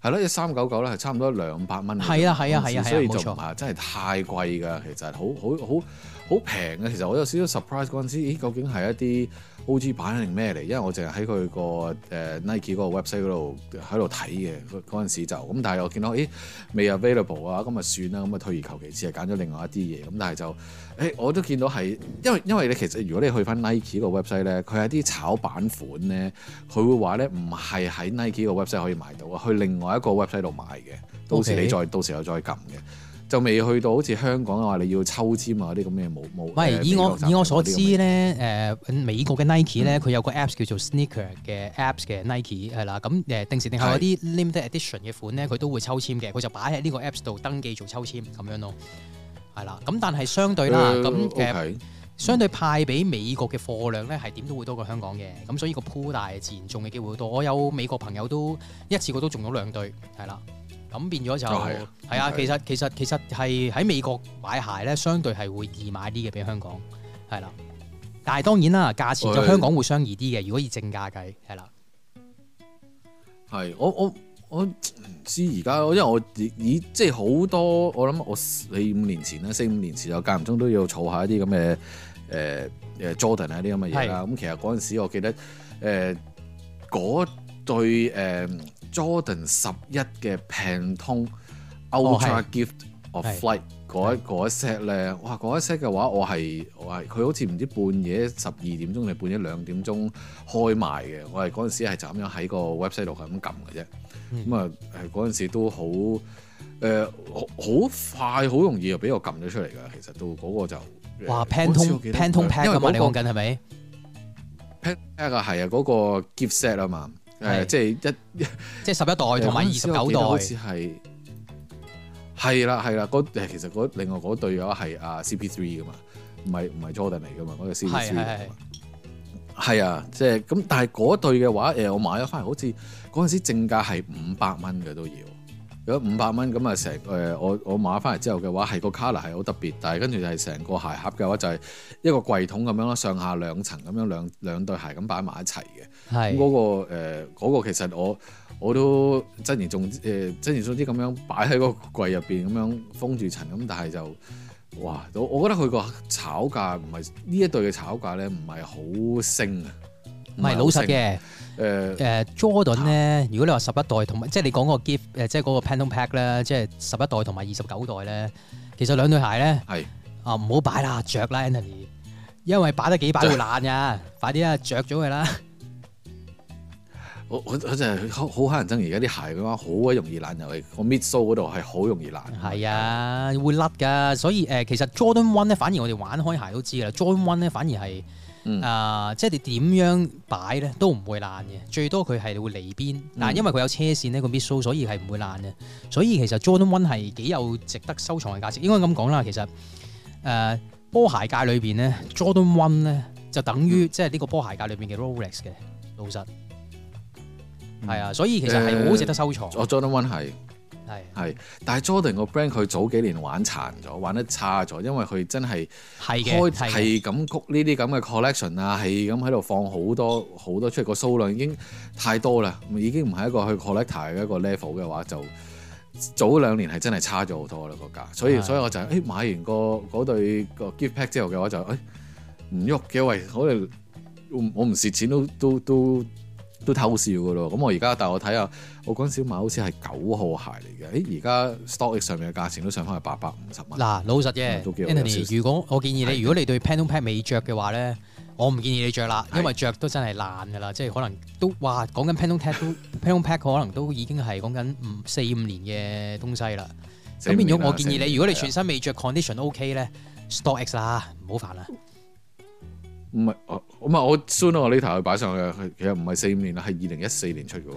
[SPEAKER 2] 係咯，一三九九咧係差唔多兩百蚊嘅啫嘛。
[SPEAKER 3] 係啊係啊係啊係啊
[SPEAKER 2] 所以就
[SPEAKER 3] 冇
[SPEAKER 2] 唔
[SPEAKER 3] 錯
[SPEAKER 2] 係真係太貴㗎，其實好好好好平啊嘅。其實我有少少 surprise 嗰陣時，咦究竟係一啲 O.G. 版定咩嚟？因為我淨係喺佢個誒 Nike 嗰個 website 嗰度喺度睇嘅嗰嗰陣時就咁，但係我見到咦未 available 啊，咁啊算啦，咁啊退而求其次係揀咗另外一啲嘢，咁但係就誒我都見到係因為因為你其實如果你去翻 Nike 個 website 咧，佢係啲炒版款咧，佢會話咧唔係喺 Nike 個 website 可以買到啊，去另外一個 website 度買嘅，到時你
[SPEAKER 3] OK
[SPEAKER 2] 再到時候再撳嘅。就未去到好似香港嘅話，你要抽籤啊嗰啲咁嘅冇冇。
[SPEAKER 3] 唔係，
[SPEAKER 2] 誒
[SPEAKER 3] 以我
[SPEAKER 2] 美國
[SPEAKER 3] 以我
[SPEAKER 2] 集團
[SPEAKER 3] 所
[SPEAKER 2] 嗰啲
[SPEAKER 3] 知
[SPEAKER 2] 咁嘅
[SPEAKER 3] 咧，誒、嗯美國嘅 Nike 咧，佢有個 Apps 叫做 Sneaker 嘅 Apps 嘅 Nike 係啦，咁誒定時定候有啲 limited edition 嘅款咧，佢都會抽籤嘅，佢就擺喺呢個 Apps 度登記做抽籤咁樣咯，係啦，咁但係相對啦，
[SPEAKER 2] 誒
[SPEAKER 3] 咁誒、
[SPEAKER 2] OK
[SPEAKER 3] 相對派俾美國嘅貨量咧，係點都會多過香港嘅，咁所以個鋪大自然中嘅機會會多。我有美國朋友都一次過都中咗兩對，係啦，咁變咗就
[SPEAKER 2] 哦係啊
[SPEAKER 3] 係啊，
[SPEAKER 2] 係
[SPEAKER 3] 其實其實其實係喺美國買鞋咧，相對係會易買啲嘅比香港，係啦。但係當然啦，價錢就
[SPEAKER 2] 喂
[SPEAKER 3] 香港會相宜啲嘅，如果以正價計，係啦。
[SPEAKER 2] 係我我我唔知而家，因為我以以即係好多，我諗我四五年前啦，四五年前就間唔中都要儲下一啲咁嘅誒誒 Jordan 啊啲咁嘅嘢啦。咁其實嗰陣時我記得誒嗰、對誒 Jordan 十一嘅 Pantone
[SPEAKER 3] 哦
[SPEAKER 2] Ultra
[SPEAKER 3] 係
[SPEAKER 2] Gift of
[SPEAKER 3] 係
[SPEAKER 2] flight 嗰一嗰一 set 咧，哇！嗰一 set 嘅話，我係我係佢好似唔知半夜十二點鐘定半夜兩點鐘開賣嘅，我係嗰陣時係就咁樣喺個 website 度係咁撳嘅啫。
[SPEAKER 3] 嗯
[SPEAKER 2] 咁啊誒嗰陣時都好誒、呃好好快好容易就俾我撳咗出嚟㗎，其實都嗰、個就
[SPEAKER 3] 哇
[SPEAKER 2] 呃嗰陣時我
[SPEAKER 3] Pantone
[SPEAKER 2] 記得
[SPEAKER 3] Pantone Pack
[SPEAKER 2] 因為
[SPEAKER 3] 咁嘛，啊
[SPEAKER 2] 嗰
[SPEAKER 3] 你
[SPEAKER 2] 個
[SPEAKER 3] 講緊係咪？
[SPEAKER 2] Pad 啊，係啊，嗰個 gift set 啊嘛，誒
[SPEAKER 3] 係
[SPEAKER 2] 即係一。
[SPEAKER 3] 即係十一代同埋二十
[SPEAKER 2] 嗰陣時我記得好
[SPEAKER 3] 九
[SPEAKER 2] 似係係啦係啦，嗰誒其實嗰另外嗰對嘅話係啊 CP3 噶嘛，唔係唔係 Jordan 嚟噶嘛，嗰對 CP3 嚟
[SPEAKER 3] 係係
[SPEAKER 2] 㗎嘛係啊，即係咁，但係嗰對嘅話誒，我買咗翻嚟，好似嗰陣時正價係五百蚊嘅都要。如果五百蚊咁啊，成誒、我我買翻嚟之後嘅話，係個 colour 係好特別，但係跟住就係成個鞋盒嘅話就係一個櫃桶咁樣咯，上下兩層咁樣兩兩對鞋咁擺埋一齊嘅。咁
[SPEAKER 3] 代，係
[SPEAKER 2] 嗰、個誒嗰、個其實我我都真言重誒真言總之咁樣擺喺個櫃入邊咁樣封住塵咁，但係就哇，我我覺得佢個炒價唔係呢一對嘅炒價咧，唔係好升啊，
[SPEAKER 3] 唔係老實嘅。
[SPEAKER 2] 誒。
[SPEAKER 3] 誒呃 Jordan 咧，如果你話十一代同埋即係你講個 gift 誒，即係嗰個 Pantone Pack 咧，即係十一代同埋二十九代咧，其實兩對鞋咧
[SPEAKER 2] 係
[SPEAKER 3] 啊唔好擺啦，着啦 Anthony，因為擺得幾擺會爛㗎，快啲啊着咗佢啦，
[SPEAKER 2] 我我我就係好好乞人憎，而家啲鞋嘅話好鬼容易爛，尤其個 mid sole 嗰度係好容易爛。
[SPEAKER 3] 係啊會甩㗎，所以呃誒其實 Jordan One 咧，反而我哋玩開鞋都知㗎啦，Jordan One 咧反而係
[SPEAKER 2] 嗯，
[SPEAKER 3] 啊、即係你點樣擺咧都唔會爛嘅，最多佢係會離邊，
[SPEAKER 2] 嗯
[SPEAKER 3] 但係因為佢有車線呢個 midsole 所以係唔會爛嘅。所以其實 Jordan One 係幾有值得收藏嘅價值，應該咁講啦。其實誒、呃波鞋界裏邊咧，Jordan One 咧就等
[SPEAKER 2] 嗯
[SPEAKER 3] 於即係呢個波鞋界裏邊嘅 Rolex 嘅，老實係啊，所以其實係好值得收藏，係
[SPEAKER 2] 嗯呃我 Jordan One 係。
[SPEAKER 3] 係啊
[SPEAKER 2] 但係 Jordan 個 brand 佢早幾年玩殘咗，玩得差咗，因為佢真係
[SPEAKER 3] 嘅，
[SPEAKER 2] 開
[SPEAKER 3] 係嘅
[SPEAKER 2] 係咁谷呢啲咁嘅 collection 啊，係咁喺度放好多好多出嚟，個數量已經太多啦，已經唔係一個去 collector 嘅一個 level 嘅話，就早兩年係真係差咗好多啦個價，所以
[SPEAKER 3] 係
[SPEAKER 2] 所以我就誒、哎買完個嗰對個 gift pack 之後嘅話就誒唔喐嘅，喂，我哋嗯我唔蝕錢都都都都偷笑噶咯，咁我而家但係我睇下，我嗰陣時買好似係九號鞋嚟嘅，誒而家 StockX 上面嘅價錢都上翻去八百五十蚊。
[SPEAKER 3] 嗱，老實嘅
[SPEAKER 2] 嗯都幾有有少少
[SPEAKER 3] ，Anthony，如果我建議
[SPEAKER 2] 係
[SPEAKER 3] 你，如果你對 Pantone Pack 未着嘅話咧，我唔建議你着啦，
[SPEAKER 2] 係
[SPEAKER 3] 因為着都真係爛㗎啦，即係可能都哇講緊 Pantone Pack 都 Pantone Pack 可能都已經係講緊五四五年嘅東西啦。
[SPEAKER 2] 啊
[SPEAKER 3] 咁變咗，我建議你，如果你全身未着 condition OK 咧，Store X 啦，唔好煩啦。
[SPEAKER 2] 唔係，我唔係我 soon 我呢頭去擺上去，啊佢其實唔係四五年啦，係二零一四年出嘅喎。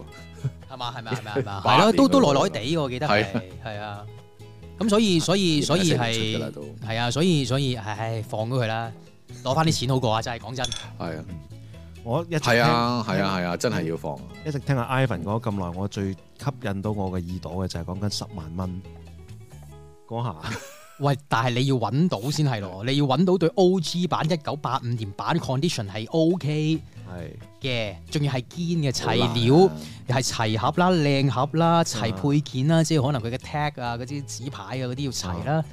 [SPEAKER 3] 係嘛？係 咪？係咪？係咪？
[SPEAKER 2] 八
[SPEAKER 3] 係咯，
[SPEAKER 2] 年
[SPEAKER 3] 都都
[SPEAKER 2] 㗎
[SPEAKER 3] 耐
[SPEAKER 2] 啦
[SPEAKER 3] 耐地喎，我記得係
[SPEAKER 2] 係
[SPEAKER 3] 係啊。咁所以所以嗯所以
[SPEAKER 2] 2014年出㗎啦
[SPEAKER 3] 係
[SPEAKER 2] 都
[SPEAKER 3] 係啊，所以所以唉，放咗佢啦，攞翻啲錢好過啊！真係講真，
[SPEAKER 2] 係啊，
[SPEAKER 1] 我一直
[SPEAKER 2] 係
[SPEAKER 1] 聽
[SPEAKER 3] 嗯
[SPEAKER 2] 啊，係啊，係啊，真係要放。
[SPEAKER 1] 一直聽阿 Ivan 講咗咁耐，我最吸引到我嘅耳朵嘅就係講緊十萬蚊嗰下。
[SPEAKER 3] 喂，但係你要揾到先係咯，你要揾到對 O.G. 版一九八五年版 condition 係 O.K.
[SPEAKER 1] 係嘅，
[SPEAKER 3] 嘅，仲要係堅嘅
[SPEAKER 2] 好
[SPEAKER 3] 齊
[SPEAKER 2] 難啊
[SPEAKER 3] 料。係齊盒啦、靚盒啦、齊配件啦，即係可能佢嘅 tag 啊、嗰啲紙牌啊嗰啲要齊啦，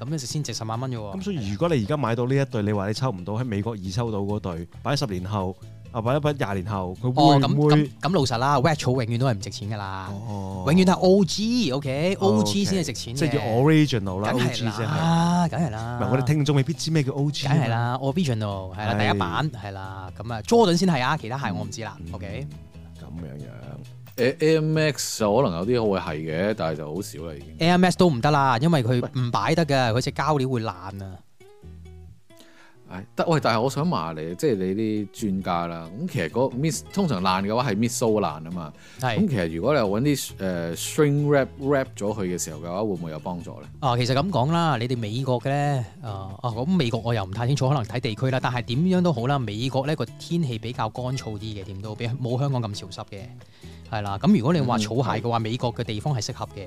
[SPEAKER 3] 咁樣先值十萬蚊嘅喎。
[SPEAKER 1] 咁所以如果你而家買到呢一對，你話你抽唔到喺美國易抽到嗰對，擺十年後啊，擺一擺廿年後，佢
[SPEAKER 3] 哦，
[SPEAKER 1] 會
[SPEAKER 3] 咁
[SPEAKER 1] 唔會
[SPEAKER 3] 咁？咁老實啦，Red 草永遠都係唔值錢㗎啦，
[SPEAKER 1] 哦
[SPEAKER 3] 永遠都係 O.G.，OK，O.G. 先係值錢嘅。
[SPEAKER 1] 即係要 original 啦
[SPEAKER 3] 梗
[SPEAKER 1] ，O G
[SPEAKER 3] 係
[SPEAKER 1] 即係。
[SPEAKER 3] 啦，梗係啦。
[SPEAKER 1] 嗱，我哋聽眾未必知咩叫 O G。
[SPEAKER 3] 梗係。啦，Original 係啦，
[SPEAKER 1] 係
[SPEAKER 3] 第一版係啦，咁啊 Jordan 先係啊，其他鞋我唔知啦。OK，
[SPEAKER 1] 咁樣樣。
[SPEAKER 2] 誒 Air Max 就可能有啲會係嘅，但係就好少啦已經。
[SPEAKER 3] a m s 都唔得啦，因為佢唔擺得㗎，佢隻膠料會爛啊。
[SPEAKER 2] 唉，得喂，但係我想話你，即係你啲專家啦。咁其實嗰 miss 通常爛嘅話係 miss so 爛啊嘛。咁
[SPEAKER 3] 係
[SPEAKER 2] 其實如果你揾啲誒 string wrap wrap 咗佢嘅時候嘅話，會唔會有幫助咧？
[SPEAKER 3] 啊，其實咁講啦，你哋美國嘅咧，啊啊咁美國我又唔太清楚，可能睇地區啦。但係點樣都好啦，美國咧個天氣比較乾燥啲嘅，點都比冇香港咁潮濕嘅，係啦。咁如果你話
[SPEAKER 2] 嗯
[SPEAKER 3] 草鞋嘅話，美國嘅地方係適合嘅。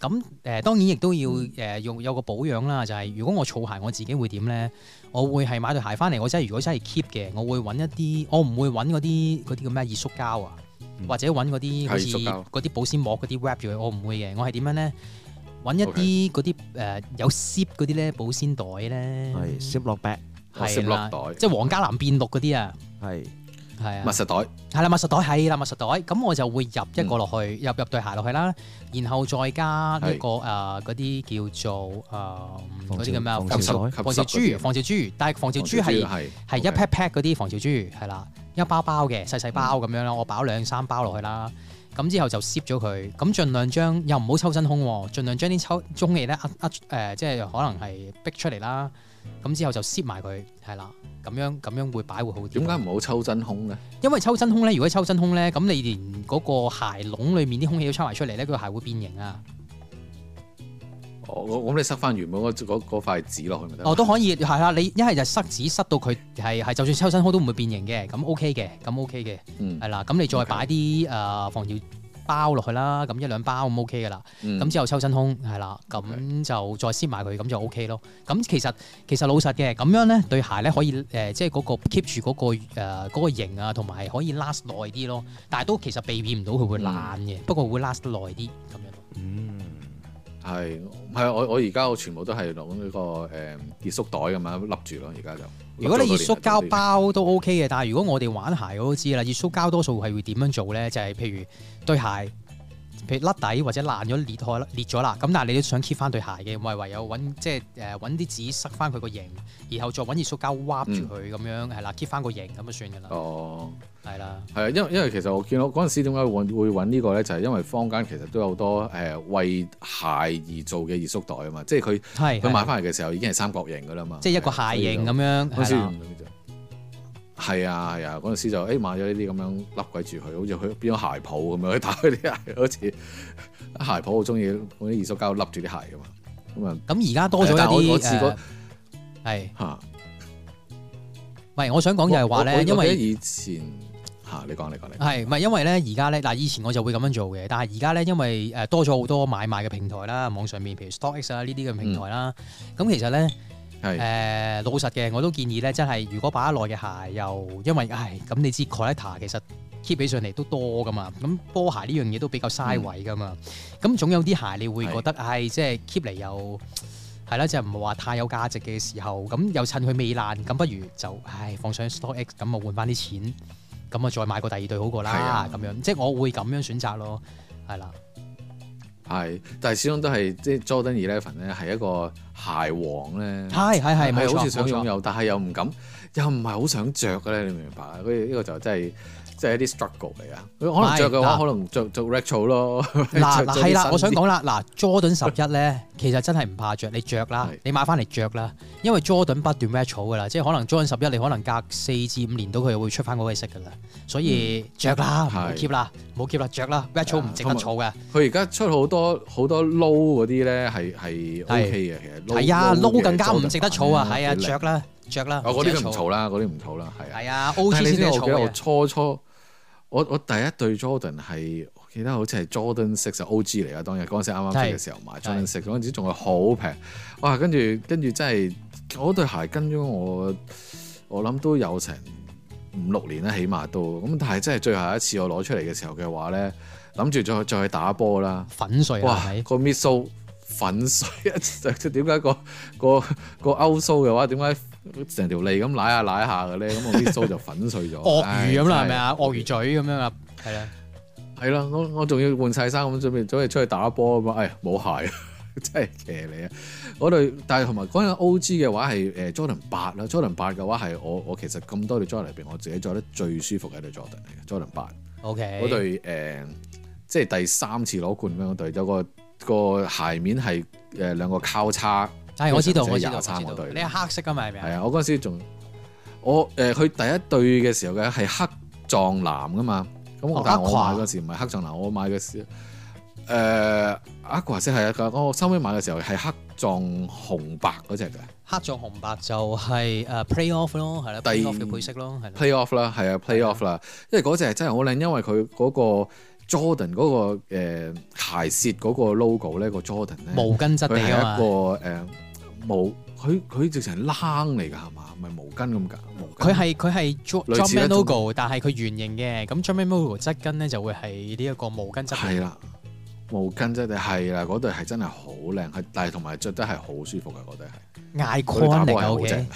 [SPEAKER 3] 咁誒、呃、當然亦都要誒、呃用有個保養啦，就係、如果我草鞋我自己會點咧？我會係買對鞋翻嚟，我真係如果真係 keep 嘅，我會揾一啲，我唔會揾嗰啲嗰啲叫咩熱縮膠啊，
[SPEAKER 1] 嗯
[SPEAKER 3] 或者揾嗰啲好似
[SPEAKER 2] 係塑膠
[SPEAKER 3] 嗰啲保鮮膜嗰啲 wrap 住佢，我唔會嘅。我係點樣咧？揾一啲嗰啲誒有 zip 嗰啲咧保鮮袋咧，
[SPEAKER 1] 係攝落 back。
[SPEAKER 2] 我攝
[SPEAKER 3] 係啦
[SPEAKER 2] 落袋
[SPEAKER 3] 即係皇家藍變綠嗰啲啊，
[SPEAKER 1] 係。
[SPEAKER 3] 係啊
[SPEAKER 2] 密。實袋，
[SPEAKER 3] 係啦，密實袋係啦，密實袋，咁我就會入一個落去，入入對鞋落去啦，然後再加呢一個誒嗰啲叫做誒
[SPEAKER 1] 防
[SPEAKER 3] 嗰
[SPEAKER 1] 潮
[SPEAKER 3] 啲叫咩啊
[SPEAKER 1] 防
[SPEAKER 2] 吸
[SPEAKER 1] 潮
[SPEAKER 2] 濕
[SPEAKER 1] 袋
[SPEAKER 3] 防
[SPEAKER 2] 吸
[SPEAKER 3] 防潮
[SPEAKER 2] 濕
[SPEAKER 3] 珠，防潮珠，但係防潮珠係
[SPEAKER 2] 係
[SPEAKER 3] 係一 pack pack 嗰啲防潮珠，係啦，一包包嘅細細包咁樣
[SPEAKER 2] 嗯
[SPEAKER 3] 啦，我飽兩三包落去啦。咁之後就攝咗佢，咁盡量將又唔好抽真空喎，盡量將啲抽中氣咧呃呃誒，即係可能係逼出嚟啦。咁之後就攝埋佢，係啦，咁樣咁樣會擺會好啲。
[SPEAKER 2] 點解唔好抽真空咧？
[SPEAKER 3] 因為抽真空咧，如果抽真空咧，咁你連嗰個鞋籠裡面啲空氣都抽埋出嚟咧，個鞋會變形啊！
[SPEAKER 2] 我我哦咁你塞翻原本嗰嗰嗰塊紙落去咪得？
[SPEAKER 3] 哦，都可以係啦，你一係就塞紙塞到佢係係，就算抽真空都唔會變形嘅，咁 OK 嘅，咁 OK 嘅，
[SPEAKER 2] 嗯
[SPEAKER 3] 係啦，咁你再
[SPEAKER 2] OK
[SPEAKER 3] 擺啲誒防潮包落去啦，咁一兩包咁 OK 噶啦，
[SPEAKER 2] 嗯
[SPEAKER 3] 咁之後抽真空係啦，
[SPEAKER 2] OK
[SPEAKER 3] 咁就再撕埋佢，咁就 OK 咯。咁其實其實老實嘅，咁樣咧對鞋咧可以誒，即係嗰個 keep 住嗰個誒嗰個型啊，同埋可以 last 耐啲咯。但係都其實避免唔到佢會爛
[SPEAKER 2] 嗯
[SPEAKER 3] 嘅，不過會 last 得耐啲咁樣。
[SPEAKER 1] 嗯，
[SPEAKER 2] 係唔係？啊我我而家我全部都係攞呢個誒熱縮袋咁樣笠住咯，而家就。
[SPEAKER 3] 如果你
[SPEAKER 2] 笠
[SPEAKER 3] 熱
[SPEAKER 2] 咗
[SPEAKER 3] 縮
[SPEAKER 2] 個
[SPEAKER 3] 膠
[SPEAKER 2] 連
[SPEAKER 3] 包都 OK 嘅，但係如果我哋玩鞋我都知啦，熱縮膠多數係會點樣做咧？就係、譬如對鞋，譬如甩底或者爛咗裂開啦裂咗啦，咁但係你都想 keep 翻對鞋嘅，咪唯有揾即係誒揾啲紙塞翻佢個型，然後再揾熱縮膠挖住佢咁樣，係啦，keep 翻個型咁就算㗎啦，
[SPEAKER 2] 嗯哦。
[SPEAKER 3] 係啦，
[SPEAKER 2] 係啊，因為因為其實我見到嗰陣時點解會會揾呢個咧，就係、因為坊間其實都有好多誒、呃、為鞋而做嘅熱縮袋啊嘛，即係佢
[SPEAKER 3] 係
[SPEAKER 2] 佢買
[SPEAKER 3] 係
[SPEAKER 2] 翻嚟嘅時候已經係三角形噶啦嘛，
[SPEAKER 3] 即係一個鞋型咁樣，
[SPEAKER 2] 嗰陣時
[SPEAKER 3] 係啦，
[SPEAKER 2] 係啊係啊，嗰陣時就誒、欸、買咗呢啲咁樣笠鬼住佢，好似佢變咗鞋鋪咁樣，打佢啲鞋好似啊鞋鋪好中意嗰啲熱縮膠笠住啲鞋噶嘛，咁啊
[SPEAKER 3] 咁而家多咗
[SPEAKER 2] 但係我
[SPEAKER 3] 一
[SPEAKER 2] 我
[SPEAKER 3] 啲
[SPEAKER 2] 試過
[SPEAKER 3] 誒係，
[SPEAKER 2] 嚇。
[SPEAKER 3] 喂，我想講就係話
[SPEAKER 2] 我我
[SPEAKER 3] 咧，因
[SPEAKER 2] 我記得
[SPEAKER 3] 為。
[SPEAKER 2] 以前嚇、你講你講你講
[SPEAKER 3] 係，唔係因為咧？而家咧，嗱，以前我就會咁樣做嘅，但係而家咧，因為誒多咗好多買賣嘅平台啦，網上面譬如 StockX 啊呢啲嘅平台啦，咁、其實咧誒、
[SPEAKER 2] 係
[SPEAKER 3] 呃老實嘅，我都建議咧，真係如果擺得耐嘅鞋又因為唉咁，你知 collector 其實 keep 起上嚟都多噶嘛，咁波鞋呢樣嘢都比較
[SPEAKER 2] 嗯
[SPEAKER 3] 嘥位噶嘛，咁、總有啲鞋你會覺得唉，即係 keep 嚟又。係啦，即係唔係話太有價值嘅時候，咁又趁佢未爛，咁不如就唉放上 StockX 咁啊換翻啲錢，咁啊再買個第二對好過
[SPEAKER 2] 係
[SPEAKER 3] 啦
[SPEAKER 2] 啊，
[SPEAKER 3] 咁樣即係我會咁樣選擇咯，係啦，
[SPEAKER 2] 係，但係始終都係即係 Jordan Eleven 咧係一個鞋王咧，
[SPEAKER 3] 係係係冇
[SPEAKER 2] 嗯係好似想
[SPEAKER 3] 錯冇
[SPEAKER 2] 擁
[SPEAKER 3] 錯，
[SPEAKER 2] 有，但係又唔敢，又唔係好想着嘅咧，你明唔明白啊？嗰啲呢個就真係即係一啲 struggle 嚟啊！佢可能着嘅話，
[SPEAKER 3] 係嗱
[SPEAKER 2] 可能着着 retro 咯，
[SPEAKER 3] 嗱
[SPEAKER 2] 着
[SPEAKER 3] 嗱
[SPEAKER 2] 着啲
[SPEAKER 3] 係啦
[SPEAKER 2] 新，啲
[SPEAKER 3] 我想講啦，嗱 Jordan 十 一咧其實真係唔怕着，你着啦
[SPEAKER 2] 係，
[SPEAKER 3] 你買翻嚟着啦，因為 Jordan 不斷 retro 噶啦，即係可能 Jordan 十一你可能隔四至五年到佢又會出翻嗰個色噶啦，所以着啦，唔好
[SPEAKER 2] 嗯係啊
[SPEAKER 3] keep 啦，唔好 keep 啦，着啦，retro 唔值得儲嘅。
[SPEAKER 2] 佢而家出好多好多 low 嗰啲咧，係係 OK 嘅，其實 low-
[SPEAKER 3] 係啊
[SPEAKER 2] low 嘅
[SPEAKER 3] 撈更加唔值得儲啊，
[SPEAKER 2] Jordan
[SPEAKER 3] 係啊，啊
[SPEAKER 2] 版咧
[SPEAKER 3] 着啦，着啦，
[SPEAKER 2] 我哦嗰啲都唔
[SPEAKER 3] 值得儲
[SPEAKER 2] 嘈啦，嗰啲唔嘈啦，係啊。
[SPEAKER 3] 係啊
[SPEAKER 2] 但
[SPEAKER 3] ，O.G.
[SPEAKER 2] 係你
[SPEAKER 3] 先
[SPEAKER 2] 知
[SPEAKER 3] 得
[SPEAKER 2] 道我記得我
[SPEAKER 3] 儲嘅，
[SPEAKER 2] 初初，我我第一對 Jordan 係，我記得好似係 Jordan Six 啊 O.G. 嚟噶，當日嗰陣時啱啱出嘅時候買 Jordan Six，嗰陣時仲係好平，哇！跟住跟住真係嗰對鞋跟咗我，我諗都有成五六年啦，起碼都咁。但係真係最後一次我攞出嚟嘅時候嘅話咧，諗住再再去打波啦。
[SPEAKER 3] 粉碎啊
[SPEAKER 2] 哇哎
[SPEAKER 3] 係咪？！
[SPEAKER 2] 個 m i s o 粉碎啊！即係點解個個個歐蘇嘅話，點解成條脷咁舐下舐下嘅咧？咁個 m i s o 就粉碎咗。
[SPEAKER 3] 鱷魚咁啦，
[SPEAKER 2] 唉
[SPEAKER 3] 係咪啊？鱷
[SPEAKER 2] 真
[SPEAKER 3] 魚？嘴咁樣啊，係啦，
[SPEAKER 2] 係啦，我我仲要換晒衫咁準備，準備出去打波咁啊！哎呀，冇鞋啊！真係騎你啊！我對，但係同埋嗰陣 O.G. 嘅話係誒 Jordan 八啦，Jordan 八嘅話係我我其實咁多對 Jordan 入邊，我自己着得最舒服嘅一對 Jordan 嚟嘅 Jordan 八。
[SPEAKER 3] ，OK，
[SPEAKER 2] 嗰對誒、呃即係第三次攞冠軍嗰對，有個個鞋面係誒兩個交叉，
[SPEAKER 3] 係我知道，
[SPEAKER 2] 即係
[SPEAKER 3] 我知道，
[SPEAKER 2] 廿
[SPEAKER 3] 我知
[SPEAKER 2] 三
[SPEAKER 3] 道，
[SPEAKER 2] 嗰對
[SPEAKER 3] 你係黑色噶嘛，係咪
[SPEAKER 2] 係
[SPEAKER 3] 啊？
[SPEAKER 2] 啊！我嗰陣時仲我誒佢、第一對嘅時候嘅係黑撞藍噶嘛，咁我、
[SPEAKER 3] 哦
[SPEAKER 2] 但係我
[SPEAKER 3] Aqua
[SPEAKER 2] 買嗰時唔係黑撞藍，我買嘅時誒 aqua 色係啊，我收尾買嘅時候係黑撞紅白嗰只嘅
[SPEAKER 3] 黑撞紅白就係誒 playoff 咯，係啦
[SPEAKER 2] 第
[SPEAKER 3] ，playoff 嘅配色咯，係啦，
[SPEAKER 2] playoff 啦，係啊 playoff 啦，因為嗰只真係好靚，因為佢嗰個 Jordan 嗰、個、呃、鞋舌嗰個 logo 咧，個 Jordan 咧
[SPEAKER 3] 毛巾質
[SPEAKER 2] 佢
[SPEAKER 3] 地
[SPEAKER 2] 係
[SPEAKER 3] 噶
[SPEAKER 2] 一個
[SPEAKER 3] 嘛，
[SPEAKER 2] 誒、呃毛，佢佢直情係冷嚟㗎係嘛？唔係毛巾咁㗎，毛巾
[SPEAKER 3] 佢係佢係 Jo-
[SPEAKER 2] 類似一
[SPEAKER 3] Jumpman
[SPEAKER 2] 種
[SPEAKER 3] logo，但係佢圓形嘅，咁 Jumpman logo 側跟咧就會係呢一個毛巾質
[SPEAKER 2] 係
[SPEAKER 3] 地，
[SPEAKER 2] 啦，毛巾啫，定係啦，嗰對係真係好靚，係但係同埋着得係好舒服嘅嗰對係，
[SPEAKER 3] 艾 c
[SPEAKER 2] 佢
[SPEAKER 3] o
[SPEAKER 2] 打
[SPEAKER 3] n 嚟
[SPEAKER 2] 波
[SPEAKER 3] 嘅
[SPEAKER 2] 係好正
[SPEAKER 3] ，OK，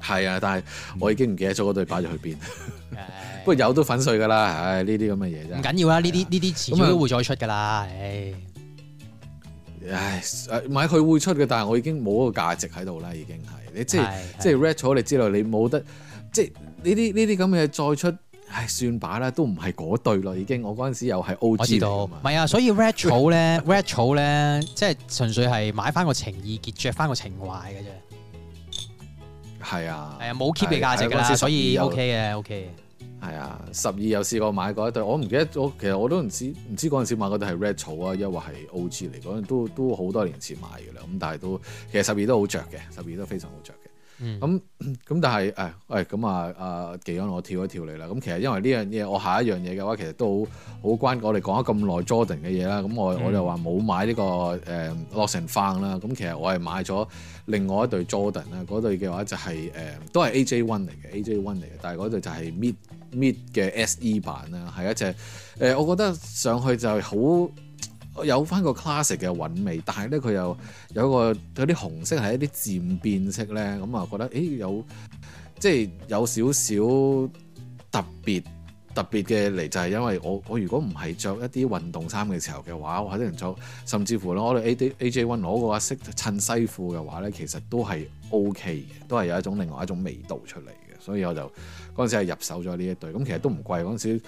[SPEAKER 2] 係啊，但係我已經唔記得咗嗰對擺咗去邊。
[SPEAKER 3] 唉
[SPEAKER 2] 不過有都粉碎㗎啦，唉，呢啲咁嘅嘢啫。
[SPEAKER 3] 唔緊要啦，呢啲呢啲遲
[SPEAKER 2] 咁
[SPEAKER 3] 早
[SPEAKER 2] 啊
[SPEAKER 3] 都會再出㗎啦，唉，
[SPEAKER 2] 唉，唔係佢會出嘅，但係我已經冇嗰個價值喺度啦，已經係你即係
[SPEAKER 3] 係
[SPEAKER 2] 即係 red 咗，你知道你冇得即係呢啲呢啲咁嘅再出，唉，算把啦，都唔係嗰對咯，已經我嗰陣時又係 O
[SPEAKER 3] 我知
[SPEAKER 2] G
[SPEAKER 3] 道，唔係啊，所以 red 草咧，red 草咧，即係純粹係買翻個情意結，着翻個情懷嘅啫，
[SPEAKER 2] 係啊，
[SPEAKER 3] 係啊，冇 keep 嘅價值
[SPEAKER 2] 係
[SPEAKER 3] 㗎
[SPEAKER 2] 嗰陣
[SPEAKER 3] 啦，
[SPEAKER 2] 時
[SPEAKER 3] 所以
[SPEAKER 2] 12
[SPEAKER 3] OK 嘅，OK
[SPEAKER 2] 係啊，十二又試過買過一對，我唔記得咗，其實我都唔知唔知嗰陣時買嗰對係 Red 草啊，抑或係 O.G. 嚟講，都都好多年前買嘅啦。咁但係都其實十二都好着嘅，十二都非常好着嘅。
[SPEAKER 3] 嗯
[SPEAKER 2] 咁咁但係誒誒咁啊啊技安，我跳一跳你啦。咁其實因為呢樣嘢，我下一樣嘢嘅話，其實都好好關我哋講咗咁耐 Jordan 嘅嘢啦。咁我、
[SPEAKER 3] 嗯
[SPEAKER 2] 我就話冇買呢、個誒 Lost and Found 啦。咁其實我係買咗另外一對 Jordan 啦。嗰對嘅話就係、誒、都係 AJ One 嚟嘅，AJ One 嚟嘅，但係嗰對就係 Mid Mid 嘅 SE 版啦，係一隻誒、我覺得上去就係好。有翻個 classic 嘅韻味，但係咧佢又有一個有啲紅色係一啲漸變色咧，咁啊覺得誒有即係有少少特別特別嘅嚟，就係因為我我如果唔係着一啲運動衫嘅時候嘅話，我可能着甚至乎咧我哋 A D A J One 攞嘅話識襯西褲嘅話咧，其實都係 O K 嘅，都係有一種另外一種味道出嚟嘅，所以我就嗰陣時係入手咗呢一對，咁其實都唔貴嗰陣時。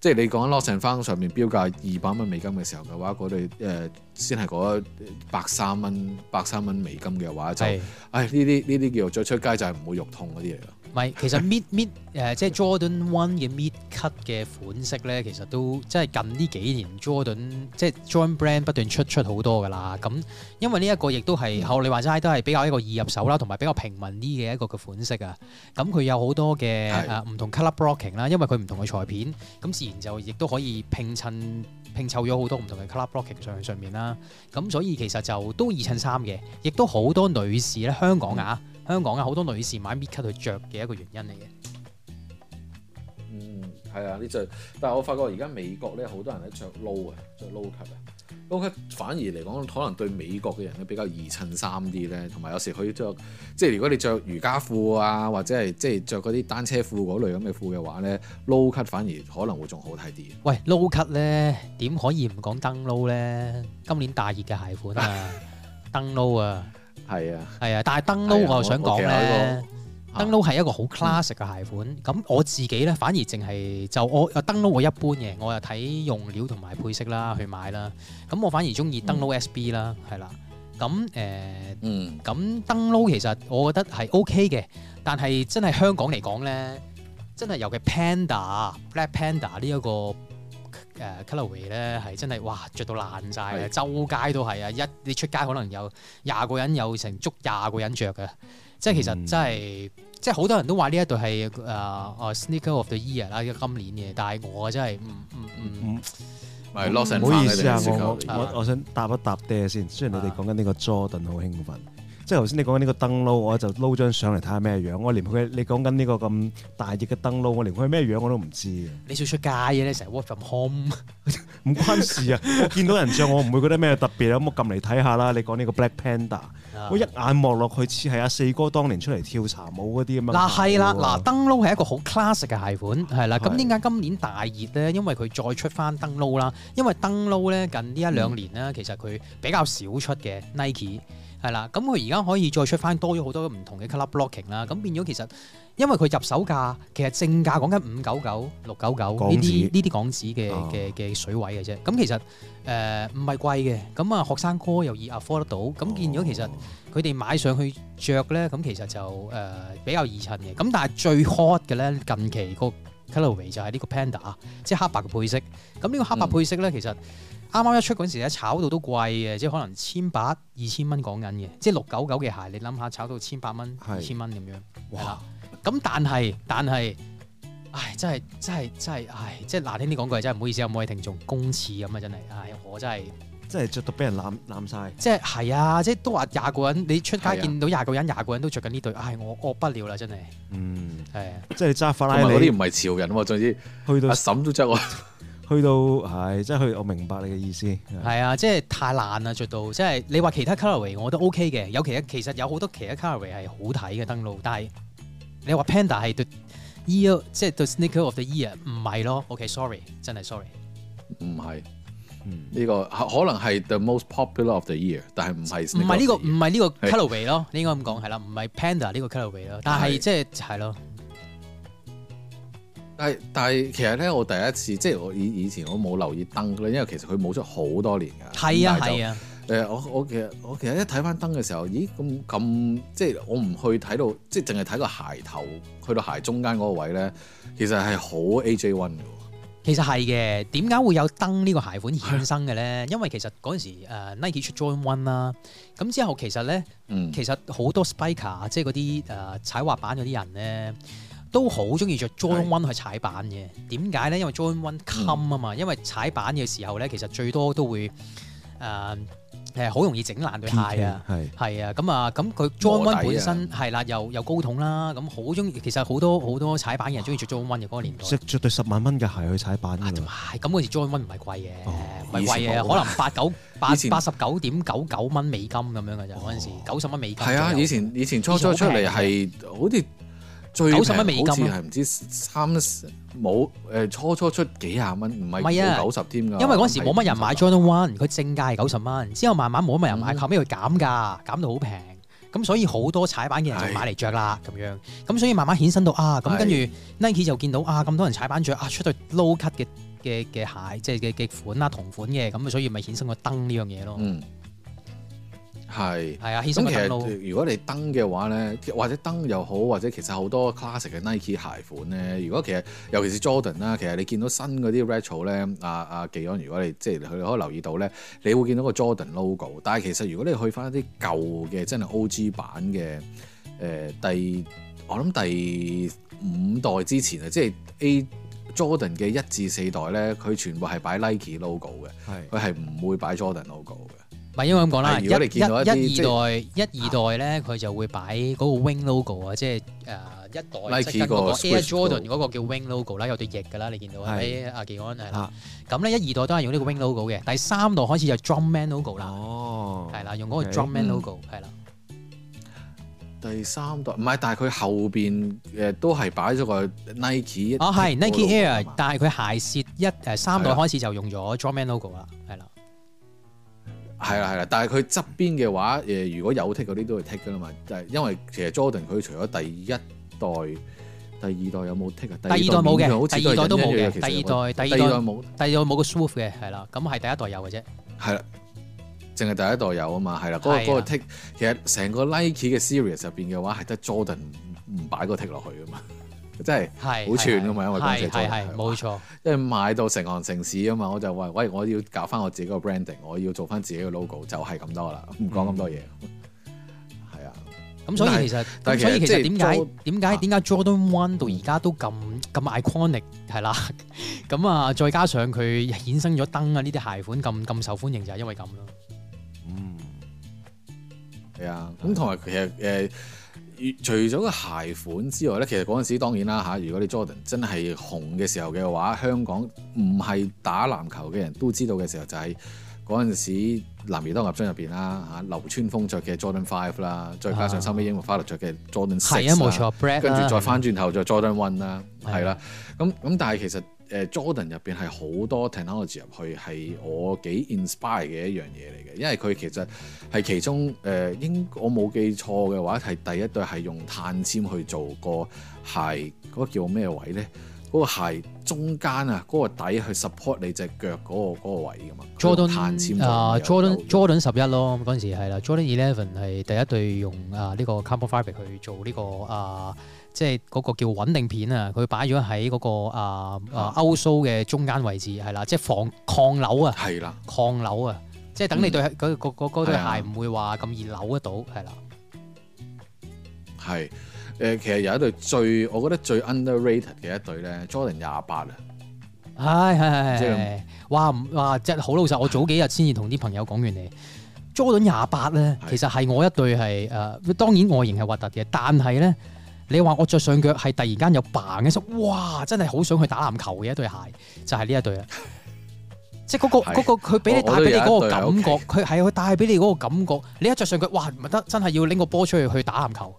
[SPEAKER 2] 即係你講 Lost and Found 上面標價二百蚊美金嘅時候嘅話，嗰對誒先係嗰百三蚊百三蚊美金嘅話就，唉
[SPEAKER 3] 係
[SPEAKER 2] 呢。啲呢啲叫做着出街就係唔會肉痛嗰啲嚟咯。
[SPEAKER 3] 唔係，其實 mid mid 誒即係 Jordan One 嘅 mid cut 嘅款式咧，其實都即係近呢幾年 Jordan 即係 Jordan Brand 不斷出出好多㗎啦。咁因為呢一個亦都係後你話齋都係比較一個易入手啦，同埋比較平民啲嘅一個嘅款式啊。咁佢有好多嘅
[SPEAKER 2] 係
[SPEAKER 3] 誒唔同 colour blocking 啦，因為佢唔同嘅裁片，咁自然就亦都可以拼襯。拼湊咗好多唔同嘅 colour blocking 上上面啦，咁所以其實就都易襯衫嘅，亦都好多女士咧，香港啊，香港啊好多女士買 mid cut 去着嘅一個原因嚟嘅。
[SPEAKER 2] 嗯，係啊，呢隻，但係我發覺而家美國咧，好多人咧着 low 啊，着 low cut 啊，low cut 反而嚟講，可能對美國嘅人咧比較易襯衫啲咧，同埋有時佢着，即係如果你着瑜伽褲啊，或者係即係着嗰啲單車褲啊嗰類咁嘅褲嘅話咧，low cut 反而可能會仲好睇啲。
[SPEAKER 3] 喂，low cut 咧點可以唔講燈 low 咧？今年大熱嘅鞋 款啊，燈 low 啊，
[SPEAKER 2] 係
[SPEAKER 1] 嗯
[SPEAKER 2] 啊，
[SPEAKER 3] 係啊，但係燈
[SPEAKER 2] 係
[SPEAKER 3] low
[SPEAKER 2] 啊
[SPEAKER 3] 我又想講
[SPEAKER 2] 我我其實有
[SPEAKER 3] 咧，
[SPEAKER 2] 個
[SPEAKER 3] 燈 low 係一個好 classic 嘅鞋款。咁我自己咧反而淨係就我燈 low 我一般嘅，我又睇用料同埋配色啦去買啦。咁我反而中意燈 low SB 啦，係啦。咁誒。
[SPEAKER 2] 嗯。
[SPEAKER 3] 咁燈籠其實我覺得係 OK 嘅，但係真係香港嚟講咧，真係尤其 Panda、Black Panda 呢、一個誒、呃 colorway 咧，係真係哇着到爛晒啊！
[SPEAKER 2] 係
[SPEAKER 3] 周街都係啊！一你出街可能有廿個人有成足廿個人着嘅，即係其實
[SPEAKER 1] 嗯
[SPEAKER 3] 真係、即係好多人都話呢一對係誒誒 sneaker of the year 啦，今年嘅，但係我真係唔唔唔
[SPEAKER 1] 唔
[SPEAKER 2] 咪 Lost
[SPEAKER 1] 唔
[SPEAKER 2] and
[SPEAKER 1] 好
[SPEAKER 2] Found
[SPEAKER 1] 意
[SPEAKER 2] 嘅
[SPEAKER 1] 思啊，
[SPEAKER 2] 定係雪
[SPEAKER 1] 我我
[SPEAKER 2] 球
[SPEAKER 3] 啊
[SPEAKER 1] 我我想搭一搭爹先。雖然你哋
[SPEAKER 3] 啊
[SPEAKER 1] 講緊呢個 Jordan 好興奮，即係頭先你講緊呢個燈籠，我就撈張相嚟睇下咩樣。我連佢你講緊呢個咁大熱嘅燈籠，我連佢咩樣我都唔知嘅。
[SPEAKER 3] 你少出街嘅咧，成日 work from home。
[SPEAKER 1] 唔關 事啊！我見到人着我唔會覺得咩特別啊，咁我撳嚟睇下啦。你講呢個 Black Panda，
[SPEAKER 2] 啊
[SPEAKER 1] 我一眼望落去似係阿四哥當年出嚟跳茶舞嗰啲咁樣。哦
[SPEAKER 3] 嗱係啦，嗱燈籠係一個好 classic 嘅鞋款，係啦。咁
[SPEAKER 2] 係
[SPEAKER 3] 點解今年大熱咧？因為佢再出翻燈籠啦。因為燈籠咧近呢一兩年咧，其實佢比較少出嘅 Nike 係啦。咁佢而家可以再出翻多咗好多唔同嘅 colour blocking 啦。咁變咗其實因為佢入手價其實正價講緊五九九、六九九
[SPEAKER 1] 港
[SPEAKER 3] 呢
[SPEAKER 1] 紙
[SPEAKER 3] 啲呢啲港紙嘅
[SPEAKER 1] 啊
[SPEAKER 3] 嘅嘅水位嘅啫。咁其實誒唔係貴嘅，咁啊學生哥又易 afford 得到，咁變咗其
[SPEAKER 1] 哦
[SPEAKER 3] 實。佢哋買上去着咧，咁其實就誒、呃比較易襯嘅。咁但係最 hot 嘅咧，近期個 colorway 就係呢個 panda，即係黑白嘅配色。咁呢個黑
[SPEAKER 1] 嗯
[SPEAKER 3] 白配色咧，其實啱啱一出嗰陣時咧，炒到都貴嘅，即係可能千八二千蚊講緊嘅，即係六九九嘅鞋，你諗下炒到千八蚊
[SPEAKER 1] 係
[SPEAKER 3] 二千蚊咁樣，係
[SPEAKER 1] 哇
[SPEAKER 3] 啦！咁但係但係，唉，真係真係真係，唉，即係難聽啲講句，真係唔好意思啊，每位聽眾公廁咁啊，真係，唉，我真係〜
[SPEAKER 1] 真係着到俾人攬攬晒。
[SPEAKER 3] 即係係啊！即係都話廿個人，你出
[SPEAKER 2] 係
[SPEAKER 3] 街
[SPEAKER 2] 啊
[SPEAKER 3] 見到廿個人，廿個人都着緊呢對，唉，我惡不了啦，真係
[SPEAKER 1] 嗯，
[SPEAKER 3] 係啊！
[SPEAKER 1] 即係你揸法
[SPEAKER 2] 同
[SPEAKER 1] 拉
[SPEAKER 2] 埋嗰啊
[SPEAKER 1] 利
[SPEAKER 2] 啲唔係潮人喎，總之
[SPEAKER 1] 去到
[SPEAKER 2] 阿嬸都着 我。
[SPEAKER 1] 去到係，即係去我明白你嘅意思。係
[SPEAKER 3] 係啊！即係太爛啦，着到即係你話其他 colorway 我都 OK 嘅，有其他其實有好多其他 colorway 係好睇嘅燈籠，但係你話 Panda 係對 Year 即係對 Sneaker of the Year 唔係咯？OK，sorry，、真係 sorry。
[SPEAKER 2] 唔係
[SPEAKER 1] 嗯
[SPEAKER 2] 呢個可可能係 the most popular of the year，但係唔係
[SPEAKER 3] 唔
[SPEAKER 2] Sneaker
[SPEAKER 3] 係呢個
[SPEAKER 2] of the
[SPEAKER 3] 唔
[SPEAKER 2] year
[SPEAKER 3] 係呢個
[SPEAKER 2] 係
[SPEAKER 3] colorway 咯，你應該咁講係啦，唔係 Panda 呢個 colorway 咯，但
[SPEAKER 2] 係
[SPEAKER 3] 係即係係咯，
[SPEAKER 2] 但係但係其實咧，我第一次即係我以以前我冇留意燈咧，因為其實佢冇出好多年㗎。
[SPEAKER 3] 係啊
[SPEAKER 2] 咁但就
[SPEAKER 3] 係啊，
[SPEAKER 2] 誒、我我其實我其實一睇翻燈嘅時候，咦咁咁即係我唔去睇到，即係淨係睇個鞋頭，去到鞋中間嗰個位咧，其實係好 AJ One 嘅喎。
[SPEAKER 3] 其實係嘅。點解會有燈呢個鞋款衍生嘅
[SPEAKER 2] 啊
[SPEAKER 3] 咧？因為其實嗰陣時誒 Nike 出 Join One 啦，咁之後其實咧。
[SPEAKER 2] 嗯，
[SPEAKER 3] 其實好多 spiker 即係嗰啲誒踩滑板嗰啲人咧，都好中意着 Join
[SPEAKER 2] 係嗯
[SPEAKER 3] One 去踩板嘅。點解咧？因為 Join One 襟啊嘛，因為踩板嘅時候咧，其實最多都會誒誒好容易整爛對鞋啊。
[SPEAKER 4] 係
[SPEAKER 3] 係啊，咁啊，咁佢 John
[SPEAKER 2] 磨
[SPEAKER 3] One
[SPEAKER 2] 底啊
[SPEAKER 3] 本身係啦，又又高筒啦，咁好中意，其實好多好多踩板嘅人中意着 John One 嘅嗰個年代。
[SPEAKER 1] 着着對十萬蚊嘅鞋去踩板
[SPEAKER 3] 啊
[SPEAKER 1] 㗎啦，
[SPEAKER 3] 係咁嗰時 John One 唔係貴嘅，唔
[SPEAKER 2] 嗯哦
[SPEAKER 3] 係
[SPEAKER 2] 以
[SPEAKER 3] 貴
[SPEAKER 2] 前
[SPEAKER 3] 嘅，
[SPEAKER 2] 冇啊
[SPEAKER 3] 可能八九八
[SPEAKER 2] 以前哦
[SPEAKER 3] 八十九點九九蚊美金咁樣嘅啫，嗰陣時九十蚊美金左
[SPEAKER 2] 係
[SPEAKER 3] 右。
[SPEAKER 2] 啊，以前以前初初出嚟係好似最
[SPEAKER 3] 90蚊美
[SPEAKER 2] 平，
[SPEAKER 3] 金
[SPEAKER 2] 好似
[SPEAKER 3] 啊
[SPEAKER 2] 係唔知三冇誒初初出幾廿蚊，唔係
[SPEAKER 3] 唔係啊
[SPEAKER 2] 冇九十添㗎。
[SPEAKER 3] 因為嗰陣時冇乜人買
[SPEAKER 2] 係
[SPEAKER 3] Jordan One，佢正價係九十蚊，之後慢慢冇乜人買，
[SPEAKER 2] 嗯
[SPEAKER 3] 後尾佢減價，減到好平，咁所以好多踩板嘅人就買嚟着啦，咁樣，咁所以慢慢衍生到啊，咁
[SPEAKER 2] 係
[SPEAKER 3] 跟住 Nike 就見到啊咁多人踩板着啊，出對 low cut 嘅嘅嘅鞋，即係嘅嘅款啦，同款嘅，咁所以咪衍生個燈呢樣嘢咯，
[SPEAKER 2] 嗯係。
[SPEAKER 3] 係啊，衍
[SPEAKER 2] 咁
[SPEAKER 3] 生個
[SPEAKER 2] 其
[SPEAKER 3] 燈咯，
[SPEAKER 2] 實如果你燈嘅話咧，或者燈又好，或者其實好多 classic 嘅 Nike 鞋款咧，如果其實尤其是 Jordan 啦，其實你見到新嗰啲 retro 咧，啊啊技安，如果你即係佢可以留意到咧，你會見到個 Jordan logo，但係其實如果你去翻一啲舊嘅真係 OG 版嘅誒、呃第我諗第五代之前啊，即係 A Jordan 嘅一至四代咧，佢全部係擺 Nike logo
[SPEAKER 1] 係
[SPEAKER 2] 嘅，佢係唔會擺 Jordan logo 嘅。
[SPEAKER 3] 咪應該咁講啦，
[SPEAKER 2] 係
[SPEAKER 3] 一
[SPEAKER 2] 如果你見到一啲
[SPEAKER 3] 一
[SPEAKER 2] 即
[SPEAKER 3] 一二代一二代咧，佢就會擺嗰個 wing logo 啊，即係誒一代
[SPEAKER 2] Nike
[SPEAKER 3] 即係跟嗰個
[SPEAKER 2] 個
[SPEAKER 3] Air
[SPEAKER 2] Swiss logo
[SPEAKER 3] Jordan 嗰個叫 wing logo 啦，有對翼㗎啦，你見到
[SPEAKER 1] 係
[SPEAKER 3] 喺阿技安係啦。
[SPEAKER 1] 啊，
[SPEAKER 3] 咁咧一二代都係用呢個 wing logo 嘅，第三代開始就 drum man logo 啦，
[SPEAKER 1] 哦，
[SPEAKER 3] 係啦，用嗰個
[SPEAKER 1] OK
[SPEAKER 3] drum man
[SPEAKER 2] 嗯
[SPEAKER 3] logo 係啦，
[SPEAKER 2] 第三代唔係，但係佢後邊誒都係擺咗個 Nike
[SPEAKER 3] 哦係 Nike Air，
[SPEAKER 2] 係嘛
[SPEAKER 3] 但係佢鞋舌一誒三代
[SPEAKER 2] 係啦
[SPEAKER 3] 開始就用咗 drum man logo 啦，係啦，
[SPEAKER 2] 係啦係啦，但係佢側邊嘅話誒，如果有剔嗰啲都會剔噶啦嘛，但係因為其實 Jordan 佢除咗第一代、第二代有冇剔啊？
[SPEAKER 3] 第二代冇
[SPEAKER 2] 面好
[SPEAKER 3] 嘅，
[SPEAKER 2] 似
[SPEAKER 3] 第二代都冇
[SPEAKER 2] 係隱隱
[SPEAKER 3] 嘅，
[SPEAKER 2] 約約其實
[SPEAKER 3] 第
[SPEAKER 2] 有冇
[SPEAKER 3] 二代第
[SPEAKER 2] 第
[SPEAKER 3] 二
[SPEAKER 2] 二代
[SPEAKER 3] 代
[SPEAKER 2] 冇，
[SPEAKER 3] 第二代冇個 swoof 嘅，係啦，咁係第一代有嘅啫，
[SPEAKER 2] 係啦。淨係第一代有啊嘛，係啦，嗰、個
[SPEAKER 3] 係啊
[SPEAKER 2] 嗰個 tick 其實成個 Nike 嘅 series 入邊嘅話，係得 Jordan 唔唔擺個 tick 落去噶嘛， 真係
[SPEAKER 3] 係
[SPEAKER 2] 好串㗎嘛因為嗰陣時
[SPEAKER 3] 係係
[SPEAKER 2] Jordan
[SPEAKER 3] 係
[SPEAKER 2] 係
[SPEAKER 3] 冇錯，
[SPEAKER 2] 因為買到成行成市啊嘛，我就話喂，我要搞翻我自己個 branding，我要做翻自己嘅 logo，就係咁多啦，唔
[SPEAKER 3] 嗯
[SPEAKER 2] 講咁多嘢。係啊，
[SPEAKER 3] 咁所以其實
[SPEAKER 2] 但
[SPEAKER 3] 咁
[SPEAKER 2] 係
[SPEAKER 3] 所以其
[SPEAKER 2] 其實
[SPEAKER 3] 實
[SPEAKER 2] 即
[SPEAKER 3] 點
[SPEAKER 2] 係
[SPEAKER 3] 解
[SPEAKER 2] 做
[SPEAKER 3] 點解
[SPEAKER 2] 啊
[SPEAKER 3] 點解 Jordan One 到而家都咁咁 iconic 係啦， 咁啊再加上佢衍生咗燈啊呢啲鞋款咁咁受歡迎就係因為咁咯。
[SPEAKER 1] 嗯，
[SPEAKER 2] 係啊，咁同埋其實誒、
[SPEAKER 3] 啊
[SPEAKER 2] 呃除咗個鞋款之外咧，其實嗰陣時當然啦嚇，如果你 Jordan 真係紅嘅時候嘅話，香港唔係打籃球嘅人都知道嘅時候就係、嗰陣時，南美多鴨章入邊啦嚇，流川楓着嘅 Jordan Five 啦，再加上
[SPEAKER 3] 啊
[SPEAKER 2] 收尾櫻木花道着嘅 Jordan Six
[SPEAKER 3] 係啊，冇
[SPEAKER 2] 啦
[SPEAKER 3] 錯，Brad
[SPEAKER 2] 跟住再
[SPEAKER 3] 啦
[SPEAKER 2] 翻轉頭就 Jordan One 啦，
[SPEAKER 3] 係啊
[SPEAKER 2] 係啦。咁咁但係其實誒 Jordan 入邊係好多 technology 入去係我幾 inspire 嘅一樣嘢嚟嘅，因為佢其實係其中誒、呃、應我冇記錯嘅話係第一對係用碳纖去做個鞋嗰、個叫咩位咧？嗰、個鞋中間啊，嗰、個底去 support 你隻腳嗰、個嗰個位噶嘛。佢用碳纖
[SPEAKER 3] Jordan 啊
[SPEAKER 2] 做嘅有
[SPEAKER 3] ，Jordan Jordan 十一咯，嗰陣時係啦，Jordan Eleven 係第一對用啊呢個 carbon fibre 去做呢個啊，即係嗰個叫穩定片啊，佢擺咗喺嗰個啊啊歐蘇嘅中間位置係啦，即係防抗扭啊，
[SPEAKER 2] 係啦。
[SPEAKER 3] 抗扭啊，即係等你對嗰嗰嗰嗰對
[SPEAKER 2] 嗯係啊
[SPEAKER 3] 鞋唔會話咁易扭得到係啦。
[SPEAKER 2] 係誒、呃其實有一對最我覺得最 underrated 嘅一對咧，Jordan 廿八啊，
[SPEAKER 3] 係係
[SPEAKER 2] 即
[SPEAKER 3] 係
[SPEAKER 2] 係
[SPEAKER 3] 係，哇唔哇！真係好老實，我早幾日先至同啲朋友講完你 Jordan 廿八咧，
[SPEAKER 2] 係
[SPEAKER 3] 其實係我一對係誒、呃，當然外形係核突嘅，但係咧，你話我着上腳係突然間有嘭一聲，哇！真係好想去打籃球嘅一對鞋，就係、呢一對啦。即係嗰、
[SPEAKER 2] 係
[SPEAKER 3] 個嗰個佢俾你
[SPEAKER 2] 我
[SPEAKER 3] 帶俾你嗰
[SPEAKER 2] 我
[SPEAKER 3] 個
[SPEAKER 2] 都有一對喺屋企
[SPEAKER 3] 感覺，佢係佢帶俾你嗰個感覺，你一着上腳，哇！唔得，真係要拎個波出去去打籃球，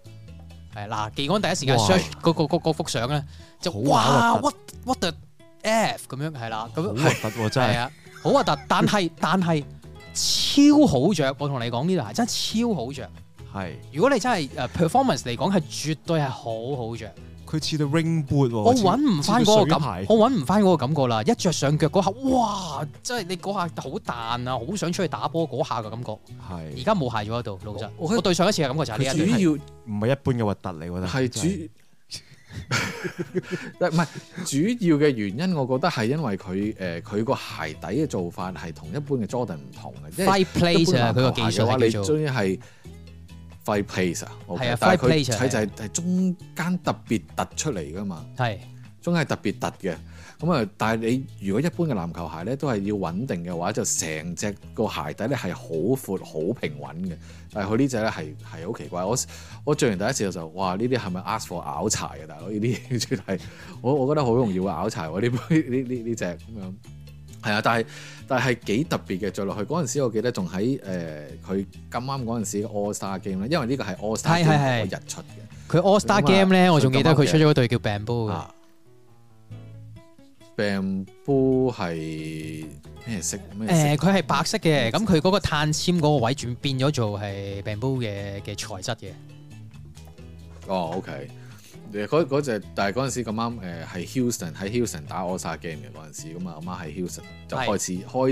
[SPEAKER 3] 係係嗱，技安第一時間
[SPEAKER 1] 哇
[SPEAKER 3] search 嗰個嗰嗰幅相咧，就
[SPEAKER 1] 好
[SPEAKER 2] 啊
[SPEAKER 3] 哇
[SPEAKER 1] 核
[SPEAKER 3] what what the f 咁樣係啦，咁
[SPEAKER 1] 好
[SPEAKER 3] 樣
[SPEAKER 1] 核突喎，真
[SPEAKER 3] 係
[SPEAKER 1] 係
[SPEAKER 3] 啊，好核突，但係 但係超好着，我同你講呢對鞋真係超好着。
[SPEAKER 1] 係
[SPEAKER 3] 如果你真係誒呃 performance 嚟講，係絕對係好好着。
[SPEAKER 1] 佢似到 ring boot 喎，
[SPEAKER 3] 我
[SPEAKER 1] 哦似
[SPEAKER 3] 揾唔翻嗰個
[SPEAKER 1] 似到水
[SPEAKER 3] 感，
[SPEAKER 1] 牌
[SPEAKER 3] 我揾唔翻嗰個感覺啦。一着上腳嗰下，哇！真係你嗰下好彈啊，好想出去打波嗰下嘅感覺。而
[SPEAKER 1] 係
[SPEAKER 3] 家冇鞋咗喺度，老實。
[SPEAKER 2] 我
[SPEAKER 3] 我對上一次嘅感覺就係啊呢一
[SPEAKER 2] 佢
[SPEAKER 3] 對鞋。
[SPEAKER 2] 主
[SPEAKER 1] 唔係一般嘅核突嚟？我覺
[SPEAKER 2] 要
[SPEAKER 1] 得
[SPEAKER 2] 係
[SPEAKER 1] 真
[SPEAKER 2] 主。
[SPEAKER 1] 係
[SPEAKER 2] 唔係主要嘅原因，我覺得係因為佢誒佢個鞋底嘅做法係同一般嘅 Jordan 唔同嘅，即係
[SPEAKER 3] Five
[SPEAKER 2] 一
[SPEAKER 3] place 啊，
[SPEAKER 2] 般
[SPEAKER 3] 佢個
[SPEAKER 2] 籃
[SPEAKER 3] 技
[SPEAKER 2] 球
[SPEAKER 3] 術
[SPEAKER 2] 鞋嘅話，
[SPEAKER 3] 係
[SPEAKER 2] 你
[SPEAKER 3] 叫做
[SPEAKER 2] 終於係 five place 啊，OK，
[SPEAKER 3] 係啊
[SPEAKER 2] 但
[SPEAKER 3] five
[SPEAKER 2] 係
[SPEAKER 3] place 啊
[SPEAKER 2] 佢佢就係係中間特別突出嚟噶嘛。
[SPEAKER 3] 係
[SPEAKER 2] 中間係特別突嘅。咁啊，但係你如果一般嘅籃球鞋咧，都係要穩定嘅話，就成隻個鞋底咧係好闊、好平穩嘅。但係佢呢只咧係係好奇怪。我我著完第一次就哇，呢啲係咪 ask for 拗柴啊嘅大佬？呢啲絕係我我覺得好容易會拗柴喎。呢呢呢呢只咁樣係啊，但係但係幾特別嘅着落去嗰陣時，我記得仲喺誒佢咁啱嗰陣時嘅 All Star Game 咧，因為呢個係 All
[SPEAKER 3] 係
[SPEAKER 2] Star
[SPEAKER 3] 係
[SPEAKER 2] Game
[SPEAKER 3] 係
[SPEAKER 2] 嗰日出嘅
[SPEAKER 3] 佢 All Star
[SPEAKER 2] 咁啊
[SPEAKER 3] Game 咧，我
[SPEAKER 2] 佢
[SPEAKER 3] 仲記得
[SPEAKER 2] 咁啱
[SPEAKER 3] 佢
[SPEAKER 2] 嘅
[SPEAKER 3] 出咗嗰對叫 Bamboo 嘅。
[SPEAKER 2] 啊。病煲係咩色？咩色？
[SPEAKER 3] 誒，佢係白色嘅，咁佢嗰個碳纖嗰個位轉變咗做係 Bamboo 嘅嘅材質嘅。
[SPEAKER 2] 哦，OK。誒嗰嗰隻，但係嗰陣時咁啱誒係 Houston 喺 Houston 打 All Star Game 嘅嗰陣時，咁啊阿媽喺 Houston 就
[SPEAKER 3] 係
[SPEAKER 2] 開始開始，好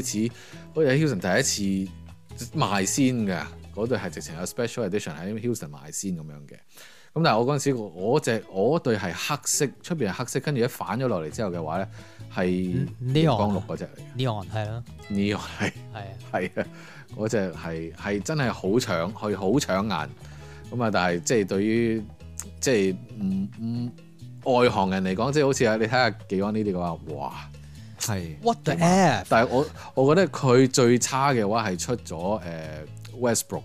[SPEAKER 2] 似喺 Houston 第一次賣先嘅，嗰對係直情有 special edition 喺 Houston 賣先咁樣嘅。咁但係我嗰陣時我我隻我對係黑色，出邊係黑色，跟住一反咗落嚟之後嘅話咧係
[SPEAKER 3] 嗯
[SPEAKER 2] 熒
[SPEAKER 3] neon
[SPEAKER 2] 光綠
[SPEAKER 3] 啊
[SPEAKER 2] 嗰只嚟
[SPEAKER 3] Neon 係咯，
[SPEAKER 2] 嘅，neon 係。
[SPEAKER 3] 係啊。
[SPEAKER 2] 係啊，嗰只係係真係好搶，佢好搶眼。咁啊，但係即係對於即係唔唔外行人嚟講，即係好似啊，你睇下技安呢啲嘅話，哇！
[SPEAKER 1] 係
[SPEAKER 3] What the F？
[SPEAKER 2] 但係我我覺得佢最差嘅話係出咗誒、呃 Westbrook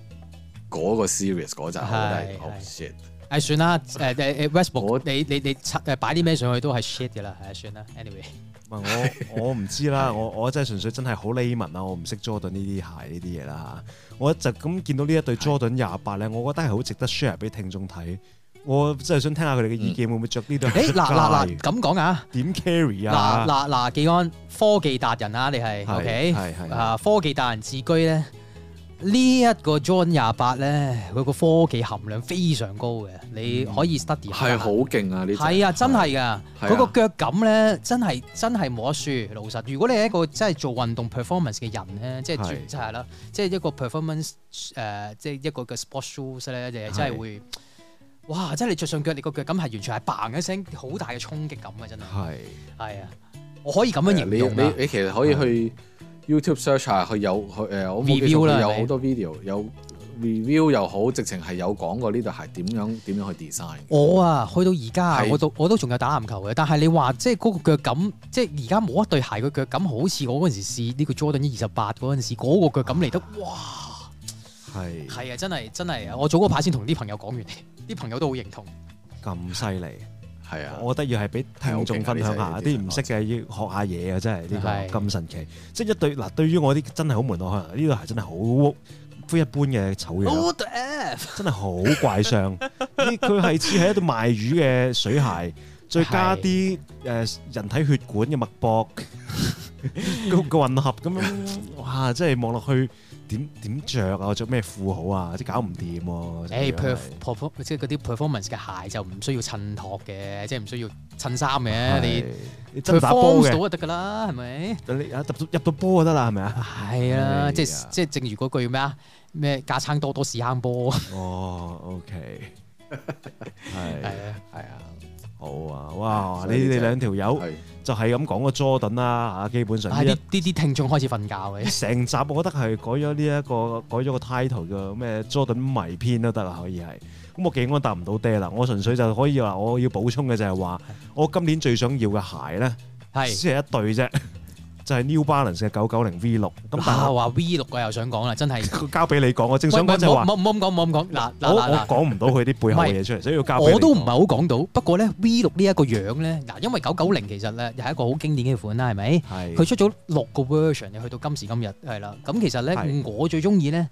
[SPEAKER 2] 嗰個 series 嗰陣，我覺得係
[SPEAKER 3] 係
[SPEAKER 2] 哦
[SPEAKER 3] 係
[SPEAKER 2] shit。
[SPEAKER 3] 誒算啦，誒誒誒
[SPEAKER 2] 我
[SPEAKER 3] Westbrook，你你你誒擺啲咩上去都係 shit 嘅啦，係啊算啦，anyway。
[SPEAKER 1] 唔係我我唔知啦，我我真係純粹真係好 layman 啦，我唔識 Jordan 呢啲鞋呢啲嘢啦嚇。我就咁見到呢一對 Jordan 廿八咧，我覺得係好值得 share 俾聽眾睇。我真係想聽下佢哋嘅意見，會唔會着呢對鞋
[SPEAKER 3] 嗯誒
[SPEAKER 1] 出
[SPEAKER 3] 哎嗱嗱嗱
[SPEAKER 1] 街
[SPEAKER 3] 咁講啊，
[SPEAKER 1] 點 carry
[SPEAKER 3] 嗱
[SPEAKER 1] 啊？
[SPEAKER 3] 嗱嗱，技安科技達人啊，你係
[SPEAKER 1] 係
[SPEAKER 3] OK？
[SPEAKER 1] 係係
[SPEAKER 3] 啊，科技達人自居咧，呢一個 John 廿八咧，佢個科技含量非常高嘅，你可以 study 下
[SPEAKER 2] 係好勁啊！呢隻
[SPEAKER 3] 係啊，真係噶，
[SPEAKER 2] 係
[SPEAKER 3] 佢個
[SPEAKER 2] 啊
[SPEAKER 3] 腳感咧，真係真係冇得輸。老實，如果你係一個真係做運動 performance 嘅人咧，即係
[SPEAKER 1] 係
[SPEAKER 3] 專就係啦，即係一個 performance 誒、即係一個嘅 sport shoes 咧，你係真係會，哇！真係你着上腳，你個腳感係完全係 bang 一聲，好大嘅衝擊感嘅啊真係。
[SPEAKER 1] 係
[SPEAKER 3] 係啊，我可以咁樣
[SPEAKER 2] 係啊
[SPEAKER 3] 形
[SPEAKER 2] 你
[SPEAKER 3] 容啊
[SPEAKER 2] 你你其實可以去 YouTube search 下，佢有佢誒，我冇記
[SPEAKER 3] Review
[SPEAKER 2] 錯
[SPEAKER 3] 啦
[SPEAKER 2] 佢
[SPEAKER 3] 係
[SPEAKER 2] 有
[SPEAKER 3] 咪
[SPEAKER 2] 好多 video 有 review 又好，直情係有講過呢對鞋點樣點樣去 design 嘅。
[SPEAKER 3] 我啊，去到而家啊
[SPEAKER 2] 係
[SPEAKER 3] 我都我都仲有打籃球嘅，但係你話即係嗰個腳感，即係而家冇一對鞋嘅腳感，好似我嗰陣時試呢個 Jordan 二十八嗰陣時嗰、個腳感嚟得，哇！
[SPEAKER 1] 係
[SPEAKER 3] 係啊，真係真係啊！我早嗰排先同啲朋友講完， 啲朋友都好認同。
[SPEAKER 1] 咁犀利。
[SPEAKER 2] 係啊，
[SPEAKER 1] 我覺得要係俾聽眾分享下，
[SPEAKER 2] 係，OK 㗎呢隻
[SPEAKER 1] 啲唔識嘅要學下嘢啊！真係呢
[SPEAKER 3] 係
[SPEAKER 1] 個咁神奇，即係一對嗱，對於我啲真係好門路，可能呢對鞋真係好非一般嘅醜樣，
[SPEAKER 3] What Oh, the F？
[SPEAKER 1] 真係好怪相。呢佢係似係一對賣魚嘅水鞋，再加啲誒人體血管嘅脈搏 個個混合咁樣，哇！真係望落去點點著啊？我着咩褲好啊？即係搞唔掂喎。真係
[SPEAKER 3] 誒 perform 即係嗰啲 performance 嘅鞋就唔需要襯托嘅，即係唔需要襯衫嘅，
[SPEAKER 1] 係
[SPEAKER 3] 你
[SPEAKER 1] 你真係打波
[SPEAKER 3] perform
[SPEAKER 1] 嘅
[SPEAKER 3] 到。就得㗎啦，係咪？
[SPEAKER 1] 你啊入到入到波就得啦，係咪啊？
[SPEAKER 3] 係啊，即
[SPEAKER 1] 係
[SPEAKER 3] 係
[SPEAKER 1] 啊
[SPEAKER 3] 即係正如嗰句咩啊？咩架撐多多屎坑波
[SPEAKER 1] 哦，OK，
[SPEAKER 3] 係
[SPEAKER 1] 係
[SPEAKER 3] 啊，
[SPEAKER 2] 係啊，
[SPEAKER 1] 好啊，哇！
[SPEAKER 2] 所
[SPEAKER 1] 你
[SPEAKER 2] 以就
[SPEAKER 1] 哋兩條友
[SPEAKER 2] 係
[SPEAKER 1] 就係咁講個 Jordan 啦嚇，基本上
[SPEAKER 3] 啊
[SPEAKER 1] 呢
[SPEAKER 3] 呢
[SPEAKER 1] 一
[SPEAKER 3] 呢啲聽眾開始瞓覺嘅。
[SPEAKER 1] 成集我覺得係改咗呢一個改咗個 title 叫咩 Jordan 迷篇都得啦，可以係。咁我技安答唔到爹啦，我純粹就可以話我要補充嘅就係話，我今年最想要嘅鞋咧，
[SPEAKER 3] 係
[SPEAKER 1] 只係一對啫， 就係 New Balance 嘅九九零 V 六。咁但
[SPEAKER 3] 啊
[SPEAKER 1] 係
[SPEAKER 3] 話 V 六我又想講啦，真係。
[SPEAKER 1] 我交俾 你講，我正
[SPEAKER 3] 喂
[SPEAKER 1] 想
[SPEAKER 3] 唔
[SPEAKER 1] 講
[SPEAKER 3] 係
[SPEAKER 1] 就係話
[SPEAKER 3] 唔。好唔好唔好咁講，唔好咁講。嗱
[SPEAKER 1] 我
[SPEAKER 3] 嗱
[SPEAKER 1] 我
[SPEAKER 3] 嗱嗱。
[SPEAKER 1] 講唔到佢啲背後嘅嘢出嚟，所以要交俾你
[SPEAKER 3] 我都唔
[SPEAKER 1] 講
[SPEAKER 3] 係好講到，不過咧 V 六呢一個樣咧，嗱，因為九九零其實咧又係一個好經典嘅款啦，係咪？
[SPEAKER 1] 係
[SPEAKER 3] 佢出咗六個 version 嘅，去到今時今日係啦。咁其實
[SPEAKER 1] 係
[SPEAKER 3] 咧，我最中意咧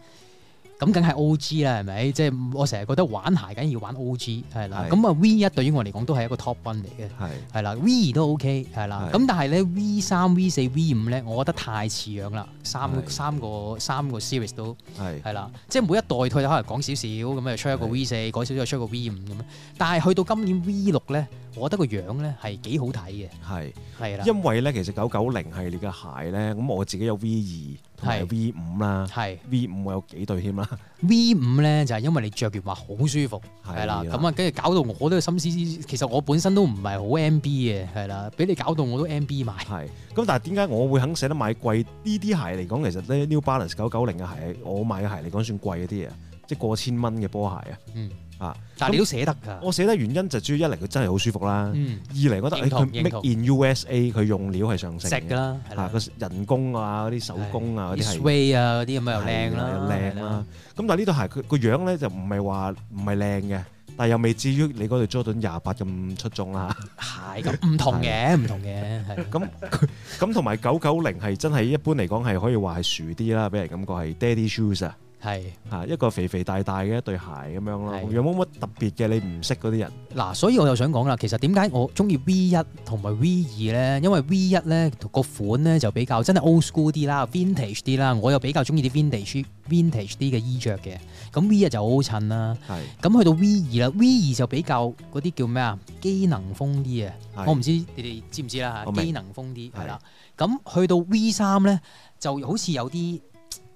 [SPEAKER 3] 咁梗係 O.G. 啦，係咪？即係我成日覺得玩鞋梗要玩 O.G. 係啦，
[SPEAKER 1] 係
[SPEAKER 3] 咁啊 V 一對於我嚟講都係一個 top one 嚟嘅。係啦，V 二都 OK 係啦，
[SPEAKER 1] 係
[SPEAKER 3] 咁但係咧 V 三、V 四、V 五咧，我覺得太似樣啦，三
[SPEAKER 1] 係
[SPEAKER 3] 三個三個 series 都
[SPEAKER 1] 係
[SPEAKER 3] 係啦，即係每一代佢可能講少少咁，又啊出一個
[SPEAKER 1] 係
[SPEAKER 3] V 四，改少少又出一個 V 五咁樣，但係去到今年 V 六咧，我覺得個樣咧係幾好睇嘅，
[SPEAKER 1] 係。
[SPEAKER 3] 係啦，
[SPEAKER 1] 因為咧，其實九九零系列嘅鞋咧，咁我自己有 V 二同埋
[SPEAKER 3] 係
[SPEAKER 1] V 五啦
[SPEAKER 3] 係
[SPEAKER 1] ，V 五我有幾對添啦，
[SPEAKER 3] V 五咧就係因為你着完話好舒服，係啦，咁啊跟住搞到我都有心思，其實我本身都唔係好 MB 嘅，係啦，俾你搞到我都 MB 埋，
[SPEAKER 1] 係。咁但係點解我會肯捨得買貴呢啲鞋嚟講？其實咧 New Balance 九九零嘅鞋，我買嘅鞋嚟講算貴一啲啊，即係過千蚊嘅波鞋
[SPEAKER 3] 嗯，
[SPEAKER 1] 啊。
[SPEAKER 3] 但係你都捨得
[SPEAKER 1] 啊，
[SPEAKER 3] 㗎，
[SPEAKER 1] 我捨得原因就主要一嚟佢真係好舒服啦，
[SPEAKER 3] 嗯，
[SPEAKER 1] 二嚟覺得
[SPEAKER 3] 認
[SPEAKER 1] 誒
[SPEAKER 3] 同
[SPEAKER 1] 佢
[SPEAKER 3] 認同
[SPEAKER 1] make in USA 佢用料係上乘
[SPEAKER 3] 食㗎
[SPEAKER 1] 嘅，
[SPEAKER 3] 啦，係
[SPEAKER 1] 啊
[SPEAKER 3] 啦。
[SPEAKER 1] 個人工啊嗰啲手工啊嗰啲係
[SPEAKER 3] sway 啊嗰啲咁又靚啦，
[SPEAKER 1] 又
[SPEAKER 3] 係
[SPEAKER 1] 靚啦。。咁但係呢對鞋佢個樣咧就唔係話唔係靚嘅，但係又未至於你嗰對 Jordan 廿八咁出眾 啦。
[SPEAKER 3] 係咁唔同嘅，唔同嘅，係
[SPEAKER 1] 咁佢咁同埋九九零係真係一般嚟講係可以話係薯啲啦，俾人感覺係 daddy shoes 啊。
[SPEAKER 3] 係
[SPEAKER 1] 嚇一個肥肥大大嘅一對鞋咁樣咯，
[SPEAKER 3] 係
[SPEAKER 1] 有冇乜特別嘅？你唔識嗰啲人
[SPEAKER 3] 嗱，所以我又想講啦，其實點解我中意 V 一同埋 V 二咧？因為 V 一咧個款咧就比較真係 old school 啲啦，vintage 啲啦，我又比較中意啲 vintage vintage 啲嘅衣着嘅。咁 V 一就好好襯啦，
[SPEAKER 1] 係
[SPEAKER 3] 咁去到 V 二啦，V 二就比較嗰啲叫咩啊，機能風啲啊。
[SPEAKER 1] 係
[SPEAKER 3] 我唔知你哋知唔知啦
[SPEAKER 1] 我
[SPEAKER 3] 嚇，
[SPEAKER 1] 明
[SPEAKER 3] 機能風啲
[SPEAKER 1] 係
[SPEAKER 3] 係啦。咁去到 V 三咧，就好似有啲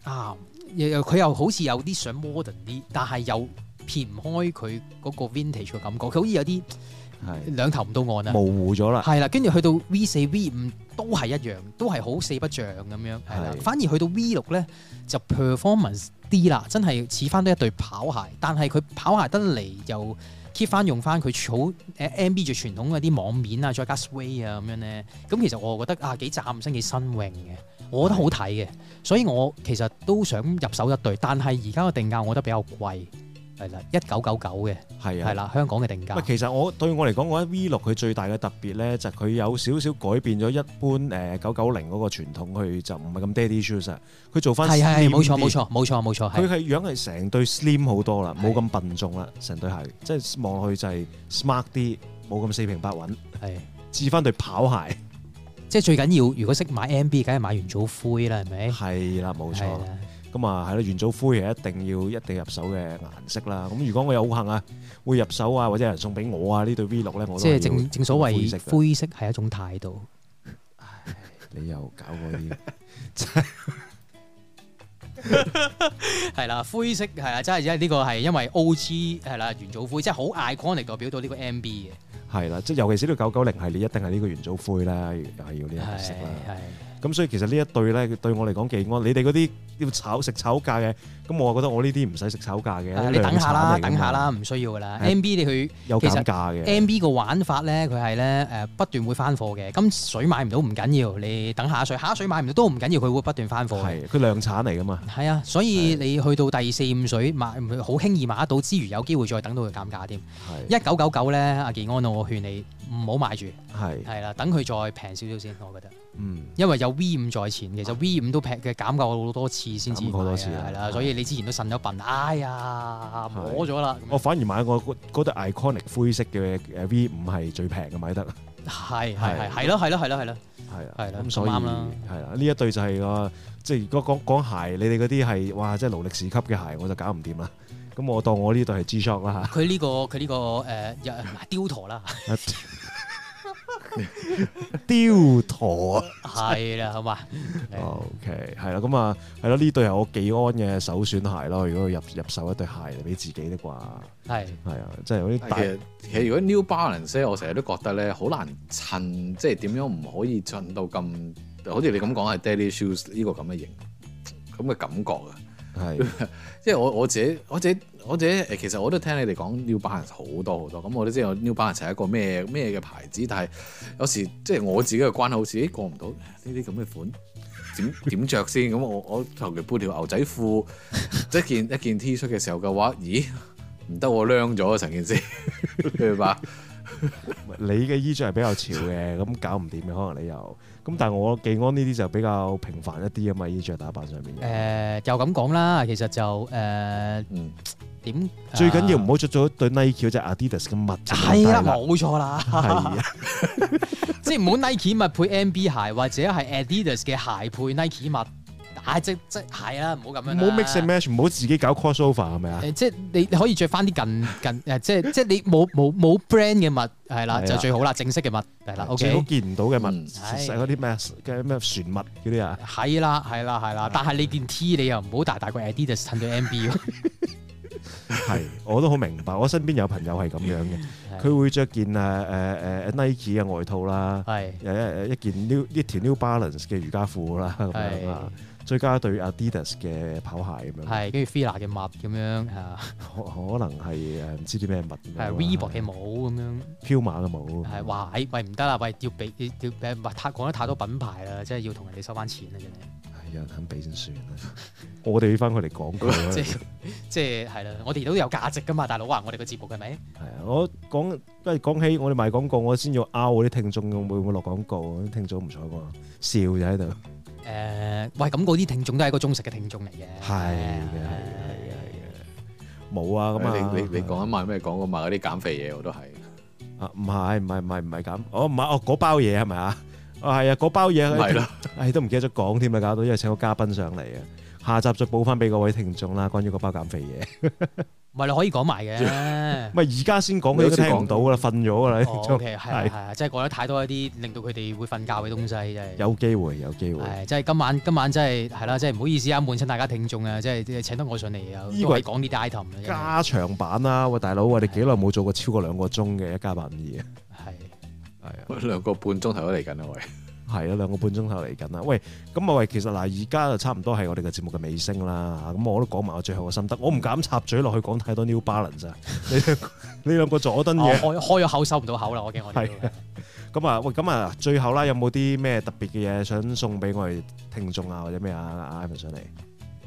[SPEAKER 3] 啊，又又佢又好似有啲想 modern 啲，但係又撇唔開佢嗰個 vintage 嘅感覺，佢好似有啲
[SPEAKER 1] 係
[SPEAKER 3] 兩頭唔到岸啊。
[SPEAKER 1] 模糊咗 啦，
[SPEAKER 3] 係啦，跟住去到 V 四、V 五都係一樣，都係好四不像咁樣，係啦
[SPEAKER 1] 係。
[SPEAKER 3] 反而去到 V 六咧就 performance 啲啦，真係似翻都一對跑鞋，但係佢跑鞋得嚟又 keep 翻用翻佢好誒 MB 住傳統嗰啲網面啊，再加 sway 啊咁樣咧。咁其實我覺得啊幾嶄新幾新穎嘅，我覺得好睇嘅，所以我其實都想入手一對，但係而家個定價我覺得比較貴，係啦，一九九九嘅
[SPEAKER 1] 係啊
[SPEAKER 3] 係。啦，香港嘅定價
[SPEAKER 1] 喂，其實我對我嚟講，我覺得 V 六佢最大嘅特別咧，就係佢有少少改變咗一般誒九九零嗰個傳統，佢就唔係咁 daddy shoes 啊，佢做翻
[SPEAKER 3] 係係係冇錯
[SPEAKER 1] slim 啲，
[SPEAKER 3] 冇錯冇錯冇錯
[SPEAKER 1] 佢。
[SPEAKER 3] 係
[SPEAKER 1] 係樣係成對 slim 好多啦，
[SPEAKER 3] 係
[SPEAKER 1] 冇咁笨重啦，成對鞋即係望落去就係 smart 啲，冇咁四平八穩，
[SPEAKER 3] 係，
[SPEAKER 1] 置翻對跑鞋
[SPEAKER 3] 即係最緊要，如果識買 MB，梗係買完早灰啦，係 咪？
[SPEAKER 1] 係啦，冇錯
[SPEAKER 3] 係。啦，
[SPEAKER 1] 咁啊，係咯，元祖灰係一定要一定入手嘅顏色啦。咁如果我有好幸啊，會入手啊，或者有人送俾我啊，呢對 V 六咧，我都
[SPEAKER 3] 即係
[SPEAKER 1] 係要
[SPEAKER 3] 正正所
[SPEAKER 1] 灰色
[SPEAKER 3] 謂
[SPEAKER 1] 嘅
[SPEAKER 3] 灰色係一種態度。
[SPEAKER 1] 你又搞過啲。
[SPEAKER 3] 係啦，灰色係啊，真係因為呢個係因為 O.G. 係啦，元祖灰，即係好 iconic 代表到呢個 M.B. 嘅，
[SPEAKER 1] 係啦，即係尤其是呢個九九零系列，一定係呢個元祖灰啦，又係要呢個
[SPEAKER 3] 係
[SPEAKER 1] 顏色啦。
[SPEAKER 3] 係
[SPEAKER 1] 咁所以其實呢一對咧，對我嚟講幾安。你哋嗰啲要炒食炒價嘅，咁我覺得我呢啲唔使食炒價嘅。
[SPEAKER 3] 係。
[SPEAKER 1] 兩
[SPEAKER 3] 啊你等下
[SPEAKER 1] 產
[SPEAKER 3] 啦，
[SPEAKER 1] 嚟㗎嘛
[SPEAKER 3] 等下，啦，唔需要噶啦。
[SPEAKER 1] 係
[SPEAKER 3] M.B. 你去
[SPEAKER 1] 有
[SPEAKER 3] 其
[SPEAKER 1] 減
[SPEAKER 3] 實
[SPEAKER 1] 價嘅。
[SPEAKER 3] M.B. 個玩法咧，佢係咧誒不斷會翻貨嘅。咁水買唔到唔緊要，你等下一水，下一水買唔到都唔緊要，佢會不斷翻貨嘅。
[SPEAKER 1] 係佢量產嚟噶嘛？
[SPEAKER 3] 係啊，所以你去到第四五水買，好輕易買得到之餘，有機會再等到佢減價添。
[SPEAKER 1] 係
[SPEAKER 3] 一九九九咧，阿健安，我勸你唔好買住，
[SPEAKER 1] 係
[SPEAKER 3] 係啦，等佢再平少少先，我覺得，
[SPEAKER 1] 嗯
[SPEAKER 3] 因為有 V 五在前，其實 V 五都平嘅減過好多次先至
[SPEAKER 1] 啊減
[SPEAKER 3] 買
[SPEAKER 1] 過好多次啊
[SPEAKER 3] 啊係啦，所以你之前都呻咗笨，哎呀，摸咗啦，
[SPEAKER 1] 我反而買我嗰嗰對 iconic 灰色嘅誒 V 五係最平嘅買得，
[SPEAKER 3] 係係
[SPEAKER 1] 係
[SPEAKER 3] 係係咯係咯係咯係咯，
[SPEAKER 1] 係啊，
[SPEAKER 3] 係啦
[SPEAKER 1] 咁所以
[SPEAKER 3] 咁啱啦
[SPEAKER 1] 係啦，呢一對就係個即係如果講講鞋，你哋嗰啲係哇，即係勞力士級嘅鞋，我就搞唔掂啦。咁我當我呢對係 G Shock 啦
[SPEAKER 3] 佢呢個佢呢個誒又雕 陀啦，
[SPEAKER 1] 嚇，雕陀啊
[SPEAKER 3] 係啦，好嘛，
[SPEAKER 1] 哦
[SPEAKER 3] 嗯
[SPEAKER 1] ，OK 係啦，咁啊係咯，呢對係我技安嘅首選鞋咯。如果入入手一對鞋嚟俾自己的啩，係
[SPEAKER 3] 係
[SPEAKER 1] 啊，即係有啲
[SPEAKER 2] 但
[SPEAKER 1] 大
[SPEAKER 2] 其實其實如果 New Balance 咧，我成日都覺得咧好難襯，即係點樣唔可以襯到咁，好似你咁講係 Daily Shoes 呢個咁嘅型，咁嘅感覺啊！
[SPEAKER 1] 係
[SPEAKER 2] 即係我我自己我自己我自己誒，其實我都聽你哋講 New Balance 好多好多，咁我都知道 New Balance 係一個咩咩嘅牌子，但係有時即係我自己嘅關口，自己過唔到呢啲咁嘅款。點 點著先咁？我我求其搬條牛仔褲， 即係一件一件 T 恤嘅時候嘅話，咦唔得我僆咗啊成件事，你明白？
[SPEAKER 1] 你嘅衣着係比較潮嘅，咁搞唔掂嘅可能你又咁，但係我技安呢啲就比較平凡一啲啊嘛，衣着打扮上面。
[SPEAKER 3] 誒又咁講啦，其實就誒
[SPEAKER 2] 嗯，
[SPEAKER 3] 點
[SPEAKER 1] 最緊要唔
[SPEAKER 3] 好
[SPEAKER 1] 好着咗對 Nike 或者 Adidas 嘅襪就
[SPEAKER 3] 啊係啦，
[SPEAKER 1] 得
[SPEAKER 3] 冇錯啦，
[SPEAKER 1] 係啊，
[SPEAKER 3] 即係唔好 Nike 襪配 NB 鞋，或者係 Adidas 嘅鞋配 Nike 襪，唉，即即係啦，唔好咁樣啦
[SPEAKER 1] 唔好 mix and match，唔好自己搞 crossover 係咪啊？
[SPEAKER 3] 誒，即係你可以着翻啲近近誒，即係即係你冇冇冇 brand 嘅襪係
[SPEAKER 1] 係
[SPEAKER 3] 啦，
[SPEAKER 1] 啊
[SPEAKER 3] 就最好啦，正式嘅襪係啦
[SPEAKER 1] 最好
[SPEAKER 3] ，OK。
[SPEAKER 1] 見唔到嘅
[SPEAKER 2] 嗯
[SPEAKER 1] 襪，
[SPEAKER 3] 係
[SPEAKER 1] 嗰啲咩嘅咩船襪嗰啲啊，
[SPEAKER 3] 係啦，係啦，係啦，但係你件 T 你又唔好大大個 Adidas 襯到 NB 喎，
[SPEAKER 1] 係我都好明白。我身邊有朋友係咁樣嘅，佢會着件誒誒誒 Nike 嘅外套啦，誒
[SPEAKER 3] 係
[SPEAKER 1] 誒一件 New 一條 New Balance 嘅瑜伽褲啦咁樣啊，再加一對 Adidas 嘅跑鞋咁樣，
[SPEAKER 3] 係跟住 Fila 嘅襪咁樣嚇，
[SPEAKER 1] 可可能係誒唔知啲咩襪咁樣啦，
[SPEAKER 3] 係 Reebok 嘅帽咁樣，
[SPEAKER 1] 彪馬嘅帽，
[SPEAKER 3] 係話唉喂唔得啦，喂要俾要要誒話太講得太多品牌啦，即係要同人哋收翻錢啦，真係。
[SPEAKER 1] 係有人肯俾先算啦。我哋要翻佢哋廣告
[SPEAKER 3] 即
[SPEAKER 1] 啦。
[SPEAKER 3] 係即係係啦，我哋都有價值噶嘛，大佬啊，我哋個節目係咪？
[SPEAKER 1] 係啊，我講不如講起我哋賣廣告，我先要 out 啲聽眾會唔會落廣告？啲聽眾唔睬我，笑就喺度。
[SPEAKER 3] 誒、喂，咁嗰啲聽眾都係一個忠實嘅聽眾嚟嘅。啊
[SPEAKER 1] 係嘅，係嘅，係嘅，係嘅。冇啊，咁啊，
[SPEAKER 2] 你你你講緊賣咩講過賣嗰啲減肥嘢我都係，
[SPEAKER 1] 啊？唔係唔係唔係唔係咁，哦唔係哦嗰包嘢係咪啊？哦係啊，嗰包嘢
[SPEAKER 2] 唔係啦，
[SPEAKER 1] 唉都唔記得咗講添啦，啊搞到因為請個嘉賓上嚟啊，下集再補翻俾各位聽眾啦，關於嗰包減肥嘢。
[SPEAKER 3] 唔係你可以講 埋嘅。
[SPEAKER 1] 唔係而家先講，佢都聽唔到噶啦，瞓咗噶啦啲
[SPEAKER 3] 哦
[SPEAKER 1] 聽眾。
[SPEAKER 3] ，OK，係啊係啊，即係講得太多一啲令到佢哋會瞓覺嘅東西，真係。
[SPEAKER 1] 有機會，有機會。
[SPEAKER 3] 係，即係今晚今晚真係係啦，即係唔好意思啊，悶親大家聽眾啊，即係即係請得我上嚟啊，
[SPEAKER 1] 衣
[SPEAKER 3] 都
[SPEAKER 1] 櫃
[SPEAKER 3] 係講呢啲 item 嘅真係。
[SPEAKER 1] 加長版啦，喂大佬，我哋幾耐冇做過超過兩個鐘嘅一加八五二啊？
[SPEAKER 3] 係
[SPEAKER 1] 係啊，
[SPEAKER 2] 兩個半鐘頭都嚟緊啦喂。
[SPEAKER 1] 係啊，兩個半鐘頭嚟緊啦。喂，咁啊喂，其實嗱，而家就差唔多係我哋嘅節目嘅尾聲啦。咁我都講埋我最後嘅心得，我唔敢插嘴落去講太多 New Balance 啊。 你兩個你兩個佐敦
[SPEAKER 3] 哦
[SPEAKER 1] 嘅，
[SPEAKER 3] 開開咗口收唔到口啦，我驚我哋
[SPEAKER 1] 係咁啊喂，咁啊最後啦，有冇啲咩特別嘅嘢想送俾我哋聽眾啊，或者咩啊啊？Ivan 上嚟，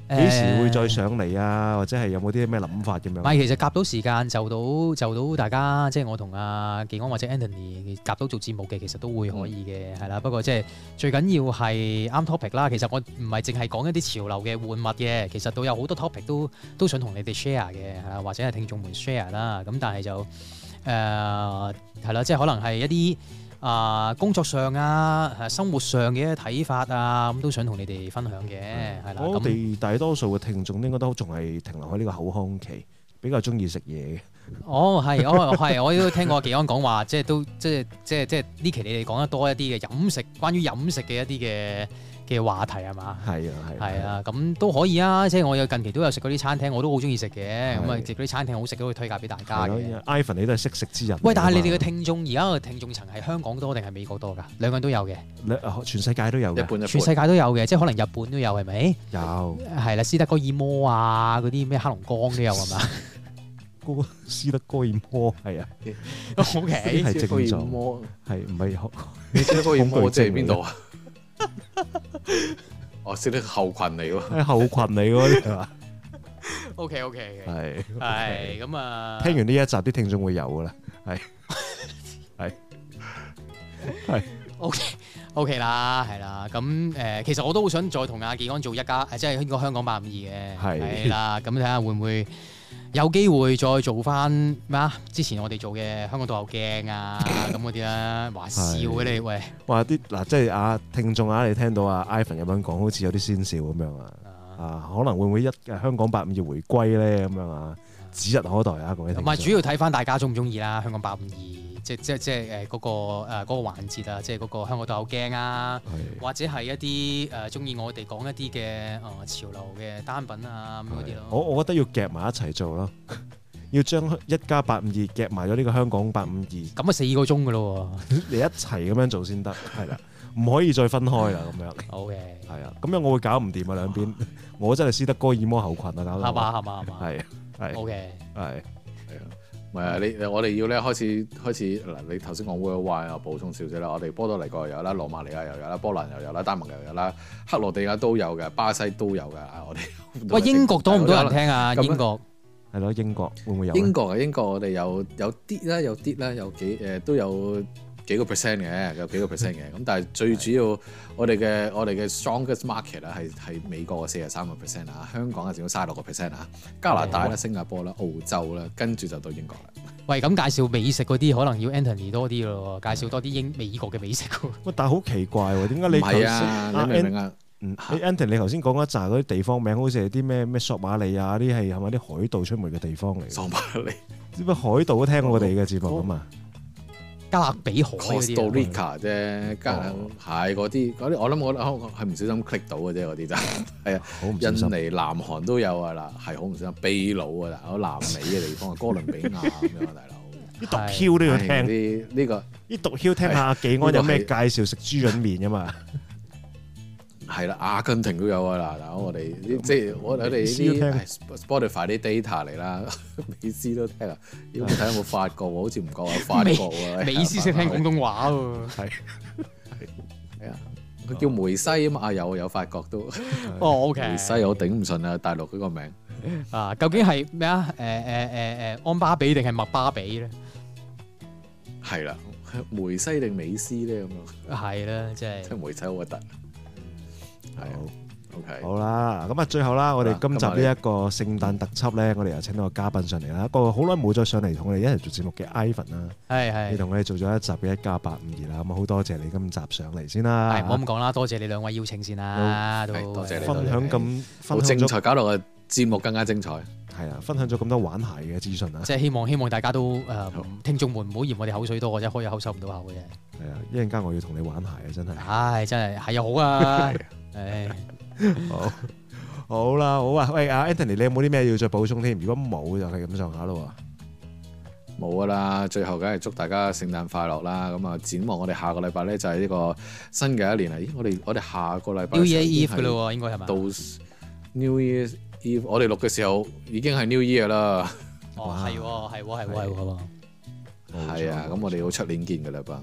[SPEAKER 3] 都
[SPEAKER 1] 幾時會再？
[SPEAKER 3] 誒
[SPEAKER 1] 上嚟啊？或者係有冇啲咩諗法咁
[SPEAKER 3] 唔
[SPEAKER 1] 樣？
[SPEAKER 3] 係，其實夾到時間就到就到大家，即係我同阿技安或者 Anthony 夾到做節目嘅，其實都會可以
[SPEAKER 1] 嗯
[SPEAKER 3] 嘅，係啦、不過即係最緊要係啱 topic 啦。其實我唔係淨係講一啲潮流嘅換物嘅，其實都有好多 topic 都都想同你哋 share 嘅，係啦，或者係聽眾們 share 啦。咁但係就誒係啦，即係可能係一啲。啊、工作上啊，誒生活上嘅一啲睇法啊，咁都想同你哋分享嘅，係啦。
[SPEAKER 1] 我
[SPEAKER 3] 咁
[SPEAKER 1] 哋大多數嘅聽眾應該都仲係停留喺呢個口腔期，比較中意食嘢嘅。
[SPEAKER 3] 哦，係，哦，係，我都聽過技安講話，即係都即係即係即係呢期你哋講得多一啲嘅飲食，關於飲食嘅一啲嘅嘅話題係嘛？
[SPEAKER 1] 係啊，係
[SPEAKER 3] 係，啊，咁都可以啊！即係我有近期都有食嗰啲餐廳，我都好中意食嘅。咁啊，食嗰啲餐廳好食都會推介俾大家
[SPEAKER 1] 係咯啊
[SPEAKER 3] 嘅。
[SPEAKER 1] 因為，Ivan 你都係識食之人嚟㗎嘛。
[SPEAKER 3] 喂，但係你哋嘅聽眾而家嘅聽眾層係香港多定係美國多㗎？兩樣都有嘅，
[SPEAKER 1] 你啊全世界都有
[SPEAKER 2] 一
[SPEAKER 1] 嘅，
[SPEAKER 2] 半一
[SPEAKER 3] 全
[SPEAKER 2] 半。
[SPEAKER 3] 世界都有嘅，即係可能日本都有係咪？
[SPEAKER 1] 有
[SPEAKER 3] 係啦，斯德哥爾摩啊，嗰啲咩黑龍江都有 係嘛
[SPEAKER 1] 高 斯德哥爾摩係啊，
[SPEAKER 3] ？O K，
[SPEAKER 1] 係正
[SPEAKER 2] 斯德哥爾
[SPEAKER 1] 常
[SPEAKER 2] 摩，
[SPEAKER 1] 係唔 係
[SPEAKER 2] 你斯德哥爾摩即係邊度啊？ 哦，識得後群嚟喎。
[SPEAKER 1] 喺後群嚟嗰啲係嘛？
[SPEAKER 3] O K，O K，
[SPEAKER 1] 係
[SPEAKER 3] 係咁啊。
[SPEAKER 1] 聽完呢一集啲聽眾會有噶啦，係係
[SPEAKER 3] O K O K 啦，係啦，咁誒、呃其實我都好想再同阿技安做一家，呃誒即係應該香港八五二嘅，
[SPEAKER 1] 係
[SPEAKER 3] 係啦，咁睇下會唔會有機會再做翻咩啊？之前我哋做嘅香港倒後鏡啊，咁嗰啲啦，話笑嘅你喂，
[SPEAKER 1] 哇啲嗱即係啊聽眾啊，你聽到啊 Ivan 咁樣講，好似有啲先兆咁樣啊
[SPEAKER 3] 啊
[SPEAKER 1] 啊，可能會唔會一啊香港八五要回歸咧咁樣啊？指日可待啊，各位
[SPEAKER 3] 同
[SPEAKER 1] 聽
[SPEAKER 3] 埋
[SPEAKER 1] 眾。
[SPEAKER 3] 主要睇翻大家中唔中意啦，香港八五二，即即即係誒呃嗰個誒嗰、個環節啊，即係嗰個香港倒後鏡啊。
[SPEAKER 1] 係
[SPEAKER 3] 或者係一啲誒中意我哋講一啲嘅誒潮流嘅單品啊咁嗰啲
[SPEAKER 1] 我
[SPEAKER 3] 咯，
[SPEAKER 1] 我覺得要夾埋一齊做咯， 要將一加八五二夾埋咗呢個香港八五二。
[SPEAKER 3] 咁啊四個鐘噶咯喎。
[SPEAKER 1] 你一齊咁樣做先得，係啦，唔可以再分開啦咁樣，
[SPEAKER 3] 好嘅，
[SPEAKER 1] 係啊，咁樣我會搞唔掂啊 兩邊，我真係斯德哥爾摩後群啊，搞
[SPEAKER 3] 係
[SPEAKER 1] 到我，
[SPEAKER 3] 嘛係嘛係嘛，
[SPEAKER 1] 係
[SPEAKER 3] 好
[SPEAKER 1] 係
[SPEAKER 3] 嘅，
[SPEAKER 1] 係
[SPEAKER 2] 係啊，唔係啊，你我哋要咧開始開始嗱，你頭先講 worldwide 啊，補充少少啦，我哋波多黎各又有啦，羅馬尼亞又有啦，波蘭又有啦，丹麥又有啦，克羅地亞都有嘅，巴西都有嘅，啊我哋
[SPEAKER 3] 喂英國多唔多人？聽啊？
[SPEAKER 2] 咁樣
[SPEAKER 3] 英國
[SPEAKER 1] 係咯，英國會唔會有呢？
[SPEAKER 2] 英國啊，英國我哋有有啲啦，有啲啦，有幾誒、呃都有幾個 percent 嘅，有幾個 percent 嘅。咁但係最主要我哋嘅我哋嘅 strongest market 啊，係係美國嘅四十三個 percent 啊，香港啊剩咗三十六個 percent 啊，加拿大啦、新加坡啦、澳洲啦，跟住就到英國啦。
[SPEAKER 3] 喂，咁介紹美食嗰啲可能要 Anthony 多啲咯喎，介紹多啲英美國嘅美食喎。
[SPEAKER 1] 喂，但係好奇怪喎，點解你
[SPEAKER 2] 唔
[SPEAKER 1] 頭先
[SPEAKER 2] 係啊，你明唔明啊？
[SPEAKER 1] 嗯你，Anthony，你頭先講嗰一紮嗰啲地方名，好似係啲咩咩索馬利亞啲係係咪啲海盜出沒嘅地方嚟？
[SPEAKER 2] 桑巴利、
[SPEAKER 1] 知唔知海盜都聽過我哋嘅節目咁啊？
[SPEAKER 3] 加勒比海嗰
[SPEAKER 2] Costa
[SPEAKER 3] 啲啊
[SPEAKER 2] Rica 啫，加拿大係嗰啲嗰啲，我諗我我係唔小心 click 到嘅啫，嗰啲就係啊。
[SPEAKER 1] 好唔小
[SPEAKER 2] 印
[SPEAKER 1] 心。
[SPEAKER 2] 尼、南韓都有啊啦，係好唔想秘魯啊，大佬南美嘅地方啊，哥倫比亞咁樣啊，大佬。
[SPEAKER 1] 啲毒梟都要
[SPEAKER 2] 唉
[SPEAKER 1] 聽，
[SPEAKER 2] 啲呢個
[SPEAKER 1] 啲毒梟聽下阿紀安有咩介紹食豬潤面噶嘛？
[SPEAKER 2] 係啦，阿根廷都有啊嗱，大佬我 哋呢即係我我哋呢
[SPEAKER 1] 美斯都
[SPEAKER 2] 啲
[SPEAKER 1] 聽
[SPEAKER 2] 唉 Spotify 啲 data 嚟啦， 美斯都聽啊，要唔睇下有冇法國喎？好似唔夠啊，法國 啊，
[SPEAKER 3] 美斯識聽廣東話喎。
[SPEAKER 2] 係啊，佢叫梅西啊嘛，啊有有法國都
[SPEAKER 3] 哦，OK
[SPEAKER 2] 梅。西我頂唔順啊，大陸嗰個名
[SPEAKER 3] 啊，究竟係咩啊？誒誒誒誒，安巴比定係麥巴比咧？
[SPEAKER 2] 係啦，梅西定美斯咧咁樣，
[SPEAKER 3] 係啦，
[SPEAKER 2] 即
[SPEAKER 3] 即
[SPEAKER 2] 係
[SPEAKER 3] 係
[SPEAKER 2] 梅西好核突，係啊，OK。
[SPEAKER 1] 好啦，咁啊最後啦，我哋
[SPEAKER 2] 好啦
[SPEAKER 1] 今集
[SPEAKER 2] 咁我
[SPEAKER 1] 呢
[SPEAKER 2] 哋
[SPEAKER 1] 一個聖誕特輯咧，我哋又請到個嘉賓上嚟啦，一個好耐冇再上嚟同我哋一齊做節目嘅 Ivan 啦，
[SPEAKER 3] 係
[SPEAKER 1] 你
[SPEAKER 3] 係。
[SPEAKER 1] 同我哋做咗一集嘅一加八五二啦，咁啊好多謝你今集上嚟先
[SPEAKER 3] 係唔好咁
[SPEAKER 1] 啦，
[SPEAKER 3] 講啦，多謝你兩位邀請先啦，都
[SPEAKER 2] 啊係多謝你多謝
[SPEAKER 1] 分
[SPEAKER 2] 你
[SPEAKER 1] 享咁
[SPEAKER 2] 好
[SPEAKER 1] 分享
[SPEAKER 2] 精
[SPEAKER 1] 咗
[SPEAKER 2] 彩，搞到個節目更加精彩。
[SPEAKER 1] 係啊，分享咗咁多玩鞋嘅資訊啊，
[SPEAKER 3] 即係希望希望大家都誒聽眾們唔好嫌我哋口水多，或者開咗口收唔到口嘅啫。
[SPEAKER 1] 係啊，一陣間我要同你玩鞋啊，真係。
[SPEAKER 3] 唉，真係係又好啊，唉。
[SPEAKER 1] 好，好啦，好啊，喂，阿 Anthony，你有冇啲咩要再補充添？如果冇就係咁上下咯
[SPEAKER 2] 冇噶啦，最後梗係祝大家聖誕快樂啦！咁啊，展望我哋下個禮拜咧就係、呢個新嘅一年啦。啊咦，我哋我哋下個禮拜
[SPEAKER 3] New
[SPEAKER 2] 嘅時
[SPEAKER 3] Year
[SPEAKER 2] 候已經
[SPEAKER 3] Eve
[SPEAKER 2] 係
[SPEAKER 3] 噶咯喎，應該係咪？哦
[SPEAKER 2] 到 New Year Eve，我哋錄嘅時候已經係 New Year 啦。
[SPEAKER 3] 哦，係喎，係喎，係喎，係喎。
[SPEAKER 1] 喎。冇錯
[SPEAKER 2] 係啊，咁我哋要出年見噶啦噃。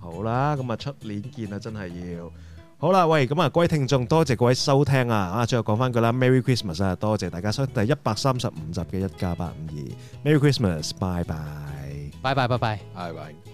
[SPEAKER 1] 好啦，咁啊出年見啦，真係要。好啦，喂，咁啊，各位聽眾，多謝各位收聽啊！啊，最後講翻句啦，Merry Christmas 啊！多謝大家收聽第一百三十五集嘅一家八五二，Merry Christmas，拜拜。
[SPEAKER 3] 拜拜，拜拜。
[SPEAKER 2] 拜拜。